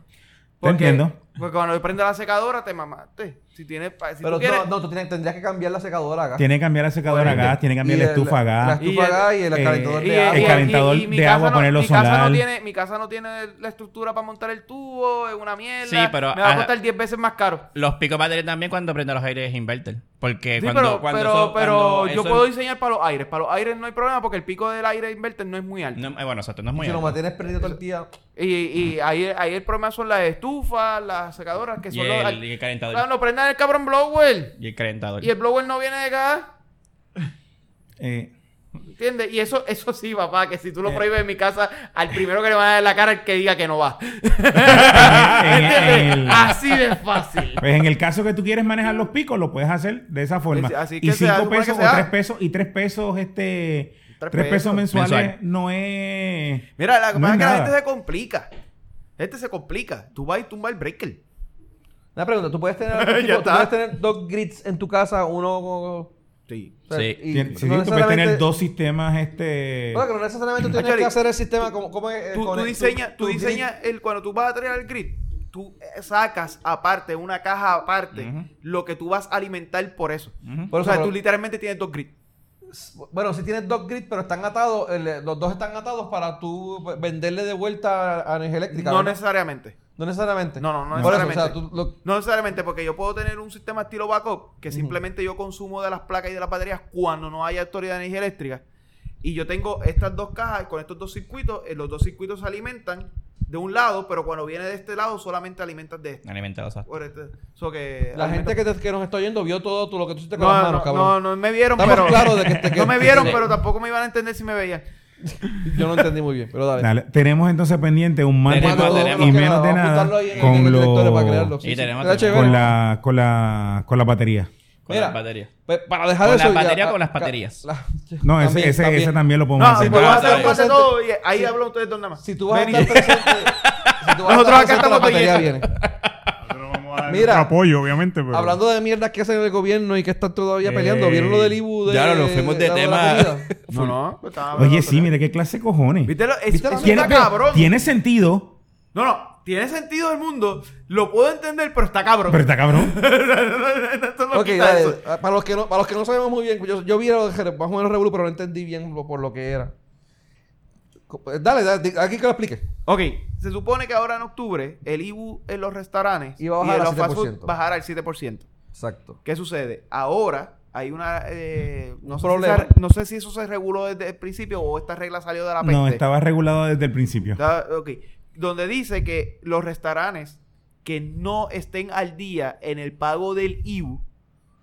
S3: Porque,
S1: entiendo.
S3: Porque cuando prende la secadora, te mamaste. Si tienes. pa- Si
S2: Pero
S3: tú quieres,
S2: no, no, tú tienes- tendrías que cambiar la secadora acá.
S1: Tiene que cambiar la secadora a
S2: Obviamente.
S1: gas, tiene que cambiar
S2: Y
S1: la
S2: el-
S1: estufa a
S2: La
S1: gas.
S3: Y
S2: estufa
S3: el-
S2: acá y el
S1: eh,
S2: calentador
S1: y
S2: de agua.
S1: el calentador
S3: mi
S1: de
S3: casa
S1: agua,
S3: no-
S1: ponerlo
S3: mi casa
S1: solar.
S3: No tiene, mi casa no tiene la estructura para montar el tubo, es una mierda.
S5: Sí, pero-
S3: me va a
S5: ah,
S3: costar 10 veces más caro.
S5: Los pico batería también cuando prendo los aires inverter. Porque
S3: Sí,
S5: cuando,
S3: pero,
S5: cuando
S3: pero,
S5: eso-
S3: pero
S5: cuando
S3: yo
S5: eso-
S3: puedo diseñar para los aires. Para los aires no hay problema porque el pico del aire inverter no es muy alto.
S5: No, eh, bueno, exacto, no es muy
S2: Si lo
S5: alto.
S2: mantienes perdido todo el día.
S3: Y, y ahí, ahí el problema son las estufas, las secadoras, que
S5: Y
S3: son los...
S5: el, y el calentador.
S3: Claro, no prendan el cabrón blower.
S5: Y el calentador.
S3: Y el blower no viene de gas.
S1: Eh,
S3: ¿Entiendes? Y eso, eso sí, papá, que si tú
S5: Eh.
S3: lo prohíbes en mi casa, al primero que le van a dar en la cara el que diga que no va.
S5: [LAUGHS]
S1: en- en el-
S3: [LAUGHS]
S5: Ah,
S3: Así de fácil.
S1: pues en el caso que tú quieres manejar los picos, lo puedes hacer de esa forma.
S3: Así- así
S1: y
S3: que se
S1: cinco
S3: supone que
S1: pesos
S3: se
S1: o
S3: da.
S1: tres pesos, y tres pesos, este.
S3: Tres
S1: Tres,
S3: pesos.
S1: pesos mensuales
S5: Mensual.
S1: no es.
S3: Mira, la,
S1: no
S3: cosa
S1: es
S3: es que la
S1: nada.
S3: gente se complica. La gente se complica. Tú vas y tumba el breaker.
S2: Una pregunta, ¿tú puedes tener, algún tipo-
S3: Ya
S2: tú
S3: está.
S2: puedes tener dos grids en tu casa? Uno... o
S3: Sí.
S2: sea,
S5: Sí.
S2: y
S1: Tien- sí,
S2: no
S1: tú puedes
S2: necesariamente-
S1: tener dos sistemas, este.
S2: O sea, que no necesariamente tienes
S3: Achari,
S2: que hacer el sistema como... como eh,
S3: Ah, Tú,
S2: con
S3: tú
S2: el-
S3: diseñas, tú
S2: tu grid.
S3: diseñas el, cuando tú vas a traer el grid, tú eh, sacas aparte, una caja aparte, lo que tú vas a alimentar por eso.
S2: Por
S3: o
S2: eso,
S3: sea,
S2: pero-
S3: tú literalmente tienes dos grids.
S2: Bueno, si tienes dos grids, pero están atados, el- los dos están atados para tú venderle de vuelta a- a energía eléctrica.
S3: No
S2: ¿verdad?
S3: necesariamente.
S2: No necesariamente.
S3: No, no, no
S2: Por eso, o
S3: necesariamente.
S2: sea, tú lo-
S3: No necesariamente, porque yo puedo tener un sistema estilo backup que simplemente yo consumo de las placas y de las baterías cuando no haya autoridad de energía eléctrica. Y yo tengo estas dos cajas con estos dos circuitos. eh, los dos circuitos se alimentan de un lado, pero cuando viene de este lado solamente alimentas de este.
S5: Alimentado, exacto.
S3: Por este. So que
S2: Ah. la gente que, te- que nos está oyendo vio todo tú, lo que tú hiciste con
S3: no,
S2: las manos,
S3: no,
S2: cabrón.
S3: no, no me vieron,
S2: Estamos
S3: pero.
S2: claros de que
S3: [LAUGHS]
S2: te- que-
S3: no me
S2: que-
S3: vieron,
S2: sí.
S3: pero tampoco me iban a entender si me veían.
S2: Yo no entendí muy bien, pero dale.
S1: Dale, Tenemos entonces pendiente un más de
S5: Tenemos,
S1: todo
S5: tenemos.
S1: y menos de nada con, lo-
S5: Sí, tenemos,
S1: con la, con, la, con la batería.
S5: Con
S2: Mira, pues,
S5: las baterías.
S3: pues,
S2: para dejar
S5: con
S2: eso
S5: la
S2: ya-
S5: batería o
S2: ah,
S5: con las
S2: ca-
S5: baterías.
S2: la-
S1: No, ese-
S2: [LAUGHS] también,
S1: ese,
S2: también.
S1: ese también lo podemos
S3: No, si
S1: hacer.
S3: tú vas a hacer
S5: Vale.
S3: un pase todo, y ahí hablan ustedes dos nada más.
S2: Si tú vas a
S3: Ven y-
S2: estar presente,
S3: [LAUGHS]
S2: si tú vas a
S3: Nosotros
S2: estar
S3: acá
S2: presente, la
S3: estamos
S2: batería
S3: todavía.
S2: viene.
S6: Nosotros vamos a dar
S2: Mira,
S6: nuestro apoyo, obviamente, pero...
S2: Hablando de mierdas que hacen el gobierno y que están todavía peleando,
S6: Ey.
S2: ¿vieron lo del IBU de
S5: Ya, no, nos fuimos de
S2: la-
S5: tema.
S2: la comida?
S3: No, no, pues estaba hablando
S1: Oye,
S3: de
S1: sí,
S3: otra
S1: mire qué clase de cojones.
S3: cosa. ¿Viste lo- es-
S2: ¿Viste la
S3: eso
S2: mierda?
S1: Tiene,
S3: está cabrón.
S1: tiene sentido,
S3: No, no, tiene sentido el mundo, lo puedo entender, pero está cabrón. [LAUGHS]
S1: pero está cabrón.
S3: Esto no
S2: Ok,
S3: quita
S2: dale.
S3: eso.
S2: Ah, Para los que no, para los que no sabemos muy bien, yo, yo vi lo de Jere- más o menos Revolu, pero no entendí bien lo- por lo que era. Co- eh, Dale, dale, di- aquí que lo explique.
S3: Ok, se supone que ahora en octubre el IBU en los restaurantes
S2: Iba a bajar
S3: y en
S2: al
S3: los fast food
S2: 7%.
S3: bajará al 7%.
S2: Exacto.
S3: ¿Qué sucede? Ahora hay una... eh, no, sé si
S2: Problema.
S3: se- no sé si eso se reguló desde el principio o esta regla salió de la peste.
S1: No, estaba regulado desde el principio.
S3: Da- ok. Donde dice que los restaurantes que no estén al día en el pago del IBU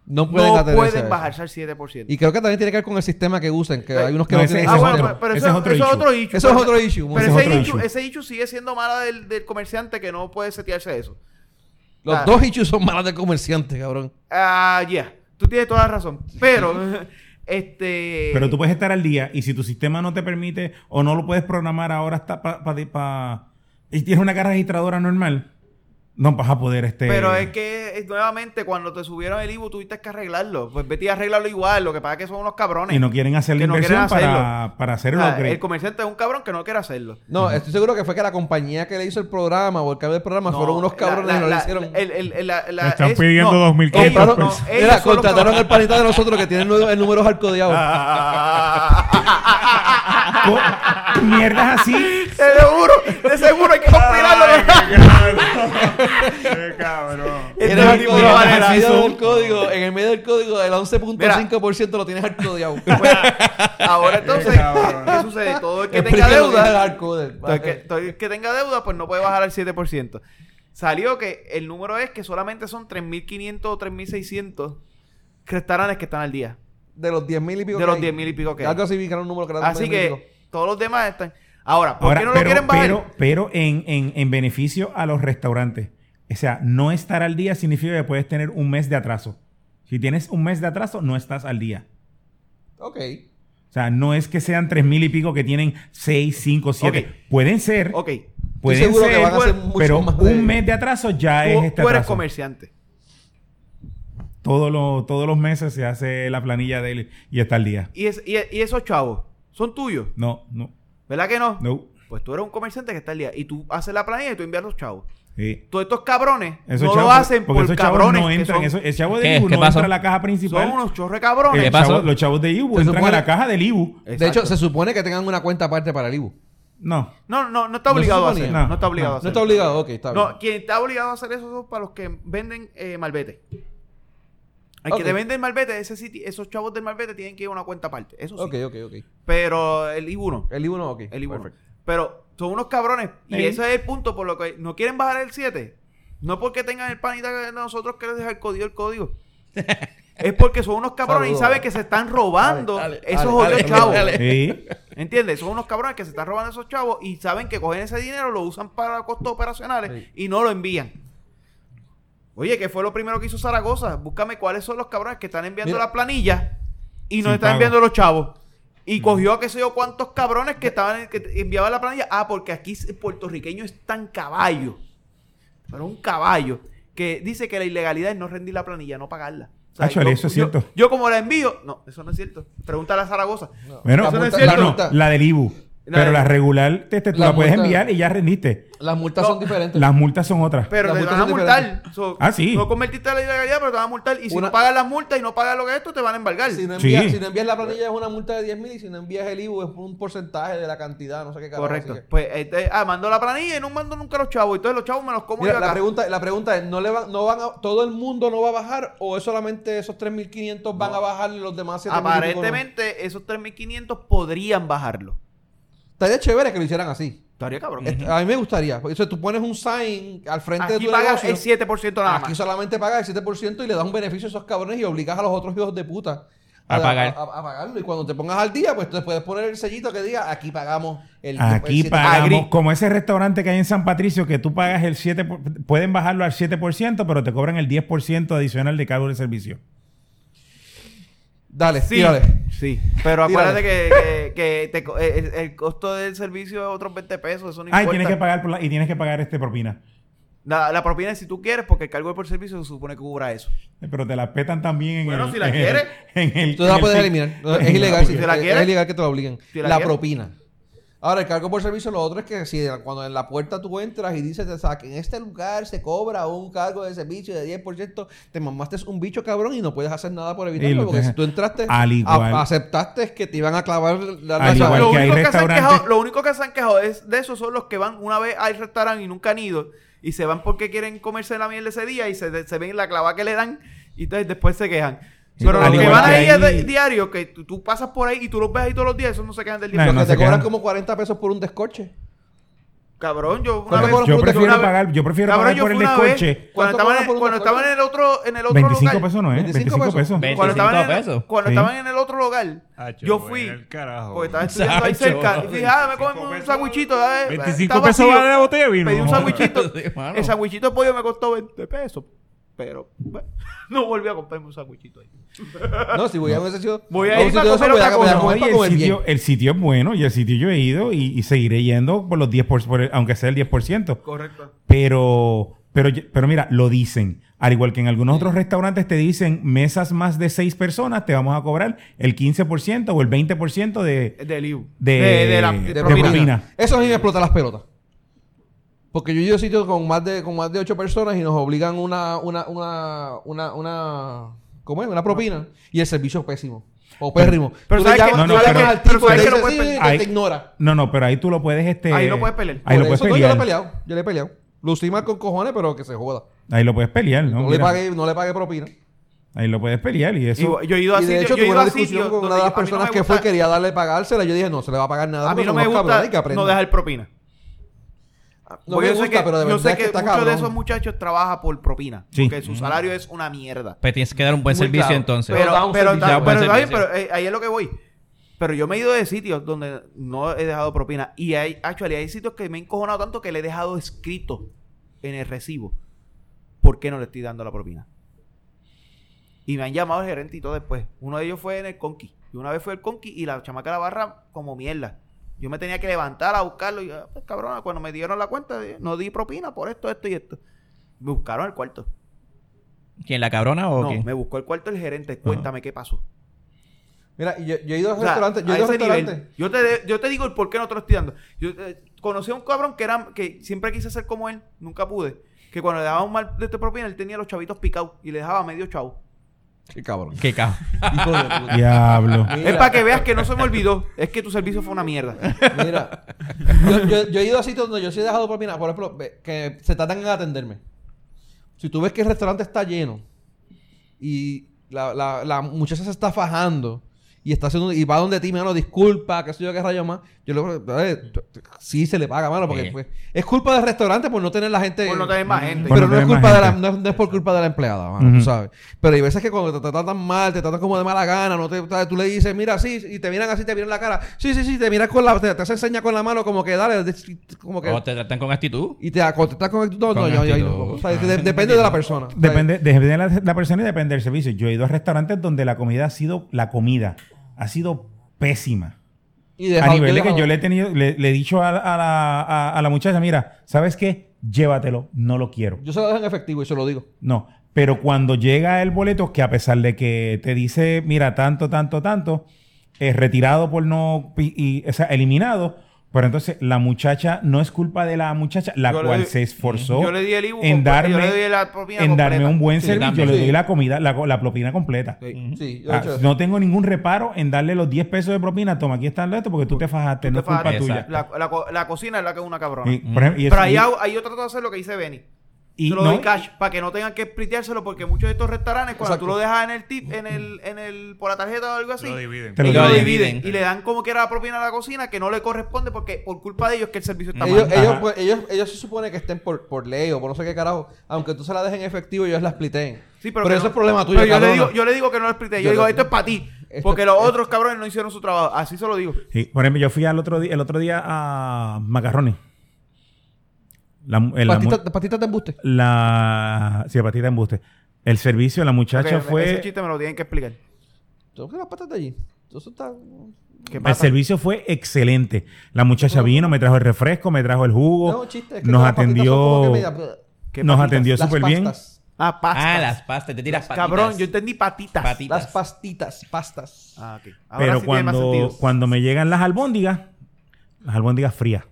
S2: No pueden,
S3: no
S2: atenerse a
S3: pueden
S2: eso.
S3: bajarse al 7%.
S2: Y creo que también tiene que ver con el sistema que usen, que
S3: Eh,
S2: hay unos que
S1: no,
S2: no
S1: ese-
S2: tienen
S1: ese
S3: ah,
S2: ese
S1: es
S3: bueno,
S1: otro-
S2: sistema.
S3: pero, pero
S1: ese
S3: eso,
S1: es otro
S3: eso es
S1: issue.
S3: otro issue.
S2: Eso es
S3: Pero-
S2: otro issue, muy
S3: Pero
S1: ese
S3: ese,
S1: es otro
S3: issue,
S1: issue.
S3: ese issue sigue siendo mala del, del comerciante que no puede setearse eso.
S2: Los
S3: ah.
S2: dos issues son malas del comerciante, cabrón.
S3: Ah, ya. Tú tienes toda la razón. Pero, [LAUGHS] este...
S1: Pero tú puedes estar al día y si tu sistema no te permite o no lo puedes programar ahora está pa- pa- de- pa- y tienes una caja registradora normal, No vas a poder este...
S3: Pero es que, es- nuevamente, cuando te subieron el IBU, tuviste que arreglarlo. Pues vete y arreglarlo igual. Lo que pasa es que son unos cabrones.
S1: Y no quieren hacer la
S3: que no
S1: inversión
S3: quieren
S1: para, para hacer
S3: O
S1: un
S3: sea,
S1: upgrade.
S3: Ah, el comerciante es un cabrón que no quiere hacerlo.
S2: No, estoy seguro que fue que la compañía que le hizo el programa o el cambio del programa
S3: No,
S2: Ah, fueron unos
S3: la-
S2: cabrones
S3: la-
S2: que lo
S3: la-
S2: hicieron.
S3: el- el- el- la- la-
S6: Me están
S3: es-
S6: pidiendo
S3: no,
S6: 2.500
S3: ellos
S2: Compraron-
S3: no,
S6: pesos.
S3: ellos
S2: Eh, Mira,
S3: son los Ah,
S2: contrataron
S3: cabrones.
S2: al panita de nosotros que tiene el, nu- el número arcodeado.
S1: Co- Mierdas así.
S3: De seguro, de seguro hay que compilarlo.
S6: [LAUGHS] Ay,
S3: ¿verdad?
S6: qué cabrón.
S1: [LAUGHS]
S6: Qué cabrón.
S3: Este
S2: Tienes el
S3: tipo
S2: código
S3: no vale
S2: en el
S3: nada.
S2: medio del código, en el medio del código, el 11.5% lo tienes
S3: [LAUGHS]
S2: arcodeado.
S3: Pues, Ahora entonces,
S6: Qué cabrón.
S3: ¿qué sucede? Todo el que tenga
S2: Explícalo qué es el Eh,
S3: deuda,
S2: arco del-
S3: todo el que, todo el que tenga deuda, pues no puede bajar al 7%. Salió que el número es que solamente son 3.500 o 3.600 restaurantes que están al día.
S2: de los 10.000 y pico.
S3: de
S2: que
S3: los
S2: hay.
S3: 10.000 y pico que hay.
S2: Algo así vi que era un número que era
S3: Así
S2: 10.000 y pico.
S3: que todos los demás están. Ahora, [LAUGHS] ¿por
S1: Ahora,
S3: qué no
S1: pero,
S3: lo quieren bajar?
S1: pero, pero en, en, en beneficio a los restaurantes. O sea, no estar al día significa que puedes tener un mes de atraso. Si tienes un mes de atraso, no estás al día.
S2: Ok.
S1: O sea, no es que sean tres mil y pico que tienen seis, cinco, siete. Pueden ser,
S3: ok,
S1: pueden
S2: seguro que
S1: ser,
S2: van a ser mucho
S1: pero
S2: más de-
S1: un mes de atraso ya es
S3: tú,
S1: este
S3: tú eres
S1: atraso.
S3: comerciante.
S1: Todos los, todos los meses se hace la planilla de él y está al día.
S3: Y, es, y, y esos chavos son tuyos,
S1: No, no,
S3: ¿verdad que no?
S1: no.
S3: Pues tú eres un comerciante que está al día. Y tú haces la planilla y tú envías los chavos.
S1: Sí.
S3: Todos estos cabrones
S1: Esos
S3: no lo
S1: chavos-
S3: hacen por
S1: chavos
S3: cabrones.
S1: no
S3: que
S1: entran.
S3: son,
S1: eso- el chavo
S5: ¿Qué?
S1: de Ibu
S5: ¿Qué
S1: no
S5: pasó?
S1: entra a la caja principal.
S3: son unos chorre
S1: El
S3: cabrones.
S2: Eh,
S5: ¿Qué pasó?
S1: chavo- los chavos de Ibu
S2: Se
S1: entran
S2: supone-
S1: a la caja del Ibu.
S2: De hecho,
S3: Exacto.
S2: se supone que tengan una cuenta aparte para el IBU.
S1: No.
S3: no, no, no está
S2: No se
S3: obligado a
S2: suponía.
S3: hacerlo.
S1: No,
S3: No, está obligado a
S2: No
S3: hacerlo.
S2: está obligado, ok, está bien.
S3: No, quien está obligado a hacer eso son para los que venden eh, malvete. Al
S2: Ok.
S3: que te vende el malvete, ese siti- esos chavos del malvete tienen que ir a una cuenta aparte. Eso sí.
S2: ok, ok, ok.
S3: Pero el IBU no.
S2: El IBU no, ok.
S3: El IBU no.
S2: Perfecto.
S3: Pero son unos cabrones. Y
S1: Sí.
S3: ese es el punto por lo que no quieren bajar el 7. No porque tengan el panita de nosotros que les deja el código
S2: [LAUGHS]
S3: el código. es porque son unos cabrones
S2: Saludos.
S3: y saben que se están robando
S5: Dale, dale,
S3: esos
S2: dale,
S3: otros
S2: dale,
S3: chavos.
S5: dale.
S1: Sí.
S3: ¿Entiendes? Son unos cabrones que se están robando esos chavos y saben que cogen ese dinero, lo usan para costos operacionales
S2: Sí.
S3: y no lo envían. Oye, ¿qué fue lo primero que hizo Zaragoza? Búscame cuáles son los cabrones que están enviando
S2: Mira.
S3: la planilla y no
S1: Sin
S3: están
S1: pago.
S3: enviando los chavos.
S1: Mm.
S3: Y cogió a qué sé yo cuántos cabrones que estaban que enviaban la planilla. Ah, porque aquí el puertorriqueño es tan caballo. Pero un caballo. Que dice que la ilegalidad es no rendir la planilla, no pagarla. O sea,
S1: Actually, eso es cierto.
S3: Yo, yo como la envío. No, eso no es cierto. Pregúntale a Zaragoza.
S1: Bueno,
S2: La
S1: eso no es
S2: multa- la
S1: cierto. No,
S2: multa-
S1: la del Ibu.
S3: La
S1: pero
S3: del-
S1: la regular, este, tú
S2: La
S1: la, puedes
S2: multa-
S1: enviar y ya rendiste.
S2: Las multas son diferentes.
S1: Las multas son otras.
S3: Pero
S2: Las
S3: te
S2: multas
S3: van a
S2: son
S3: multar. So,
S1: Ah, sí.
S3: No convertiste la ilegalidad, pero te van a multar. Y si
S2: Una-
S3: no pagas las multas y no pagas lo que es esto, te van a embargar.
S2: Si no,
S1: Sí.
S2: envías, si no envías la planilla es una multa de 10 mil y si no envías el IBU es un porcentaje de la cantidad, no sé qué carajo.
S3: Correcto.
S2: así que-
S3: Pues, este, ah, mando la planilla y no mando nunca los chavos. Entonces los chavos me los como
S2: Mira,
S3: yo
S2: la
S3: acá.
S2: pregunta, la pregunta es, ¿no, le van, no van a, ¿todo el mundo no va a bajar o es solamente esos 3.500 van a bajar y los demás 7.000 y pico no?
S3: Aparentemente, esos 3.500 podrían bajarlo.
S2: Estaría chévere que lo hicieran así.
S3: Estaría cabrón.
S2: Est- A mí me gustaría. porque, O sea, tú pones un sign al frente de
S3: Aquí
S2: tu
S3: pagas
S2: negocio.
S3: el 7% nada
S2: aquí
S3: más.
S2: solamente pagas el 7% y le das un beneficio a esos cabrones y obligas a los otros hijos de puta
S5: A pagar.
S2: A, a pagarlo. Y cuando te pongas al día, pues te puedes poner el sellito que diga, aquí pagamos el
S1: Aquí
S2: el
S1: pagamos,
S3: Agri-
S1: como ese restaurante que hay en San Patricio, que tú pagas el 7%, por- pueden bajarlo al 7%, pero te cobran el 10% adicional de cargo de servicio.
S2: Ah, Dale,
S3: Sí,
S2: tírale.
S3: sí. Pero
S2: Tírale.
S3: acuérdate que, que- que te co- el, el costo del servicio es otros 20 pesos. Eso no
S1: Ah, y
S3: importa.
S1: tienes que pagar, por la- y tienes que pagar este propina.
S3: La, la propina es si tú quieres, porque el cargo por servicio se supone que cubra eso.
S1: Eh, Pero te la petan también en
S3: Bueno,
S1: el...
S3: si la
S1: en el-
S3: quieres.
S1: [LAUGHS] en el-
S2: Tú la
S1: en el
S2: puedes
S1: pic.
S2: eliminar. No, Es ilegal.
S3: Si
S2: sí,
S3: te la
S2: es-
S3: quieres.
S2: es ilegal que te lo obliguen.
S3: Si
S2: la
S3: la quieres.
S2: propina. Ahora, el cargo por servicio, lo otro es que si cuando en la puerta tú entras y dices, o sea, que en este lugar se cobra un cargo de servicio de 10%, te mamaste un bicho cabrón y no puedes hacer nada por
S1: Y
S2: evitarlo.
S1: lo
S2: Porque
S1: tienes-
S2: si tú entraste,
S1: Al
S2: a-
S1: igual.
S2: aceptaste que te iban a clavar la
S1: Al
S2: la-
S1: igual
S3: lo,
S1: que hay
S3: único que se han
S1: restaurantes-
S3: quejado, lo único que se han quejado es de esos son los que van una vez al restaurante y nunca han ido y se van porque quieren comerse la miel ese día y se, se ven la clava que le dan y entonces después se quejan.
S1: Sí,
S3: Pero
S1: al
S3: los que
S1: igual
S3: van
S1: que
S3: ahí
S1: ahí-
S3: a di- diario, que tú, tú pasas por ahí y tú los ves ahí todos los días, esos no se quejan del día.
S1: No,
S2: Porque
S1: no
S2: te
S1: se
S2: cobran
S1: quedan.
S2: como 40 pesos por un descorche.
S3: Cabrón, yo una
S2: ¿Cuánto
S3: vez...
S2: cobran
S1: Yo
S2: por un
S1: prefiero
S2: descorche?
S3: una vez-
S1: pagar, yo prefiero
S3: Cabrón,
S1: pagar
S3: yo
S1: por
S3: fui
S1: el
S3: una vez,
S1: descorche.
S3: cuando
S2: ¿Cuánto cobran
S3: estaban,
S2: por un
S3: cuando estaban en
S2: descorche?
S3: el otro, en el otro
S1: 25
S3: local,
S1: pesos no, ¿eh?
S2: 25
S1: 25 pesos.
S5: pesos.
S3: Cuando estaban, en,
S5: 25 pesos.
S3: cuando
S1: Sí.
S3: estaban en el otro local,
S6: Hacho,
S3: yo
S6: voy
S3: fui,
S6: al carajo.
S3: porque estaba estudiando ahí
S5: Chacho.
S3: cerca, y dije, ah, me comen
S6: 25
S3: un
S6: pesos.
S3: sandwichito, ah, eh,
S6: 25
S3: está
S6: pesos
S3: vacío.
S6: vale la botella de vino.
S3: Pedí un
S6: No,
S2: [LAUGHS]
S3: sandwichito.
S5: Sí, mano.
S3: el sandwichito de pollo me costó 20 pesos. Pero, bueno, [LAUGHS] no volví a comprarme un sandwichito ahí.
S2: No, si voy a un sitio.
S3: Voy
S2: un
S3: a ir
S2: sitio
S3: para
S2: de esos,
S3: comer
S2: voy a-
S3: otra
S2: voy a
S3: cosa.
S1: No,
S2: comer
S1: y
S2: para
S1: el,
S2: comer bien.
S1: sitio, el sitio es bueno y el sitio yo he ido y, y seguiré yendo por los 10%, por, por el- aunque sea el 10%.
S3: Correcto.
S1: Pero Pero, ye- pero mira, lo dicen. Al igual que en algunos otros restaurantes te dicen mesas más de seis personas, te vamos a cobrar el 15% o el 20% de,
S3: De Liu.
S1: de,
S3: la
S1: de
S3: de
S1: propina.
S3: propina.
S2: Eso a mí me explota las pelotas. Porque yo he ido a sitios con más de con más de ocho personas y nos obligan una una una una una ¿cómo es? Una propina y el servicio es pésimo o pérrimo.
S3: pero
S2: tú le
S3: ¿sabes
S2: llamas, tú
S1: qué? No, no,
S2: le
S1: pero-
S2: llamas al
S3: pero
S2: tipo y
S3: ¿sabes
S2: le
S3: qué? No
S2: dices,
S3: puedes
S2: "Sí",
S3: pe-
S2: y
S1: Ahí-
S2: te ignora.
S1: No, no, pero ahí tú lo puedes... Este,
S3: Ahí lo puedes pelear.
S2: Por
S1: Ahí lo puedes
S2: eso, no, yo le he
S1: pelear.
S2: peleado, yo le he peleado. Lucí mal con cojones, pero que se joda.
S1: Ahí lo puedes pelear,
S2: No,
S1: ¿no?
S2: le
S1: Mira,
S2: pagué, no le pagué propina.
S1: ahí lo puedes pelear y eso...
S3: Y yo he ido a
S2: Y de
S3: sitios-
S2: hecho,
S3: yo
S2: tuve
S3: he ido
S2: una
S3: a
S2: discusión
S3: sitios
S2: con una
S3: donde
S2: de las
S3: a mí no
S2: personas
S3: me
S2: que fue,
S3: gusta-
S2: quería darle pagársela. Yo dije, no, se le va a pagar nada.
S3: A mí
S2: porque
S3: no
S2: son
S3: me
S2: unos cabrones que
S3: gusta no
S2: aprendan.
S3: dejar propina.
S2: No me
S3: Porque yo sé
S2: gusta,
S3: que-
S2: pero de
S3: yo
S2: verdad
S3: sé
S2: es
S3: que
S2: que está
S3: muchos de esos
S2: cabrón. Mm.
S3: muchachos trabajan por propina.
S1: Sí.
S3: Porque su salario es una mierda.
S5: [LAUGHS] Pero tienes que dar un buen
S2: Muy
S5: servicio
S2: claro.
S5: entonces.
S3: Pero,
S2: da un
S3: pero, pero,
S2: servicio,
S5: da un buen
S3: pero-
S5: servicio.
S3: pero, eh, ahí es lo que voy. Pero yo me he ido de sitios donde no he dejado propina. Y hay, actually, hay sitios que me he encojonado tanto que le he dejado escrito en el recibo. ¿Por qué no le estoy dando la propina? Y me han llamado el gerente y todo después. Uno de ellos fue en el Conqui. Y una vez fue el Conqui y la chamaca de la barra como mierda. Yo me tenía que levantar a buscarlo. Y yo, ah, pues, cabrona, cuando me dieron la cuenta, eh, no di propina por esto, esto y esto. Me buscaron el cuarto.
S5: ¿Quién, la cabrona o
S3: no,
S5: quién?
S3: me buscó el cuarto el gerente. Cuéntame qué pasó.
S2: Mira, yo, yo he ido a
S3: O sea,
S2: restaurantes. Yo
S3: a
S2: he ido a
S3: ese nivel.
S2: restaurantes.
S3: Yo te, de- yo te digo el por qué no te lo estoy dando. Yo eh, conocí a un cabrón que era que siempre quise ser como él, nunca pude. Que cuando le daba un mal de este propina, él tenía los chavitos picados y le dejaba medio chavo.
S2: Qué cabrón. [LAUGHS]
S5: Qué cabrón.
S2: Hijo de puta.
S1: Diablo.
S2: [LAUGHS] Mira,
S3: [LAUGHS] Es para que veas que no se me olvidó. Es que tu servicio fue una mierda.
S2: [LAUGHS] Mira, yo, yo- yo he ido a sitios donde yo sí he dejado propina. Por ejemplo, ve- que se tardan en atenderme. Si tú ves que el restaurante está lleno y la, la, la muchacha se está fajando y está haciendo y va donde ti, mano, disculpa, qué sé yo, qué rayo más. Yo le eh, t- t- sí se le paga, mano, porque
S5: Sí.
S2: pues, es culpa del restaurante por no tener la gente.
S3: Por no tener más gente.
S1: Por
S2: Pero
S1: no
S2: no es
S1: tener
S2: culpa
S1: más
S2: de la,
S1: gente.
S2: no, es- no es por culpa de la empleada, mano, tú
S1: Ujú.
S2: sabes. Pero hay veces que cuando te, te tratan mal, te tratan como de mala gana, no te, tú le dices, mira, sí, y te miran así, te miran la cara, sí, sí, sí, te miran con la, te, te hacen señas con la mano, como que dale, de- como que.
S5: O te tratan con actitud.
S2: Y te contestas con actitud. No,
S5: Con
S2: no, yo- yo-
S5: actitud.
S2: yo- o sea, de- depende de la persona. O sea,
S1: Ah, Depende, depende de la, la persona y depende del servicio. Yo he ido a restaurantes donde la comida ha sido, la comida ha sido pésima.
S2: y dejado-
S1: a nivel de que
S2: dejado-
S1: yo le he tenido, le, le he dicho a, la- a la, a- a la muchacha, mira, ¿sabes qué? Llévatelo, no lo quiero.
S2: Yo se lo dejo en efectivo y se lo digo.
S1: No. Pero cuando llega el boleto, que a pesar de que te dice, mira, tanto, tanto, tanto, es retirado por no, pi- y, o sea, eliminado, pero entonces la muchacha no es culpa de la muchacha, la
S3: Yo le
S1: cual
S3: di-
S1: se esforzó
S3: Yo le di el IBU.
S1: en
S3: completo, Yo
S1: darme,
S3: le di la propina
S1: en darme
S3: completa.
S1: un buen
S5: Sí,
S1: servicio. Yo
S5: también.
S1: le doy
S2: Sí.
S1: la comida, la, co- la propina completa.
S2: Sí, sí, yo he
S1: Ah,
S2: hecho eso.
S1: no tengo ningún reparo en darle los 10 pesos de propina. Toma, aquí está el resto porque tú te fajaste, no es culpa
S3: Exacto.
S1: tuya.
S3: La, la co- la cocina es la que es una cabrona.
S1: Y, por ejemplo, y es-
S3: Pero ahí,
S1: y-
S3: hago- ahí yo trato de hacer lo que dice Benny.
S1: y
S3: se lo
S1: no-
S3: doy cash para que no tengan que spliteárselo porque muchos de estos restaurantes cuando
S2: Exacto.
S3: tú lo dejas en el tip, en el, en el, por la tarjeta o algo así,
S6: Lo dividen.
S1: Te lo
S3: ellos lo
S5: dividen.
S3: dividen y le dan como que era la propina a la cocina que no le corresponde porque por culpa de ellos que el servicio está
S2: Ellos,
S3: mal.
S2: ellos,
S1: Ajá.
S2: pues, ellos, ellos se supone que estén por, por ley o por no sé qué carajo. Aunque tú se la dejes en efectivo, ellos la spliten.
S3: Sí,
S2: pero
S3: que
S2: eso
S3: no-
S2: es problema tuyo.
S3: Pero yo le,
S2: cabrona.
S3: digo, yo le digo que no lo spliteé. Yo,
S2: Yo
S3: digo,
S2: lo-
S3: esto es para ti.
S2: Esto-
S3: Porque los
S2: esto-
S3: otros cabrones no hicieron su trabajo. Así se lo digo.
S1: Sí, por ejemplo, yo fui al otro día, el otro día a Macarrones. La, mu- eh, la, mu-
S2: Patita- patitas de embuste.
S1: la- sí, la patita de embuste. El servicio, la muchacha
S3: Porque Ese
S1: fue.
S3: chiste me lo tienen que explicar.
S2: ¿Tú qué las patas de allí? Eso está...
S3: ¿Qué
S1: El
S3: pasa?
S1: servicio fue excelente. La muchacha vino, me trajo el refresco, me trajo el jugo.
S2: No, chiste. es que
S1: nos
S2: las patitas son como que
S1: atendió.
S2: media-
S3: ¿Qué
S1: Nos
S3: patitas?
S1: atendió
S2: Las
S1: súper bien.
S2: pastas.
S3: Ah, pastas.
S5: Ah, las pastas. Te tiras patitas.
S3: Cabrón, yo entendí patitas.
S5: Patitas.
S2: Las pastitas, pastas.
S3: Ah, ok. Ahora
S1: Pero
S3: sí tiene más
S1: cuando,
S3: sentido.
S1: cuando me llegan las albóndigas, las albóndigas frías.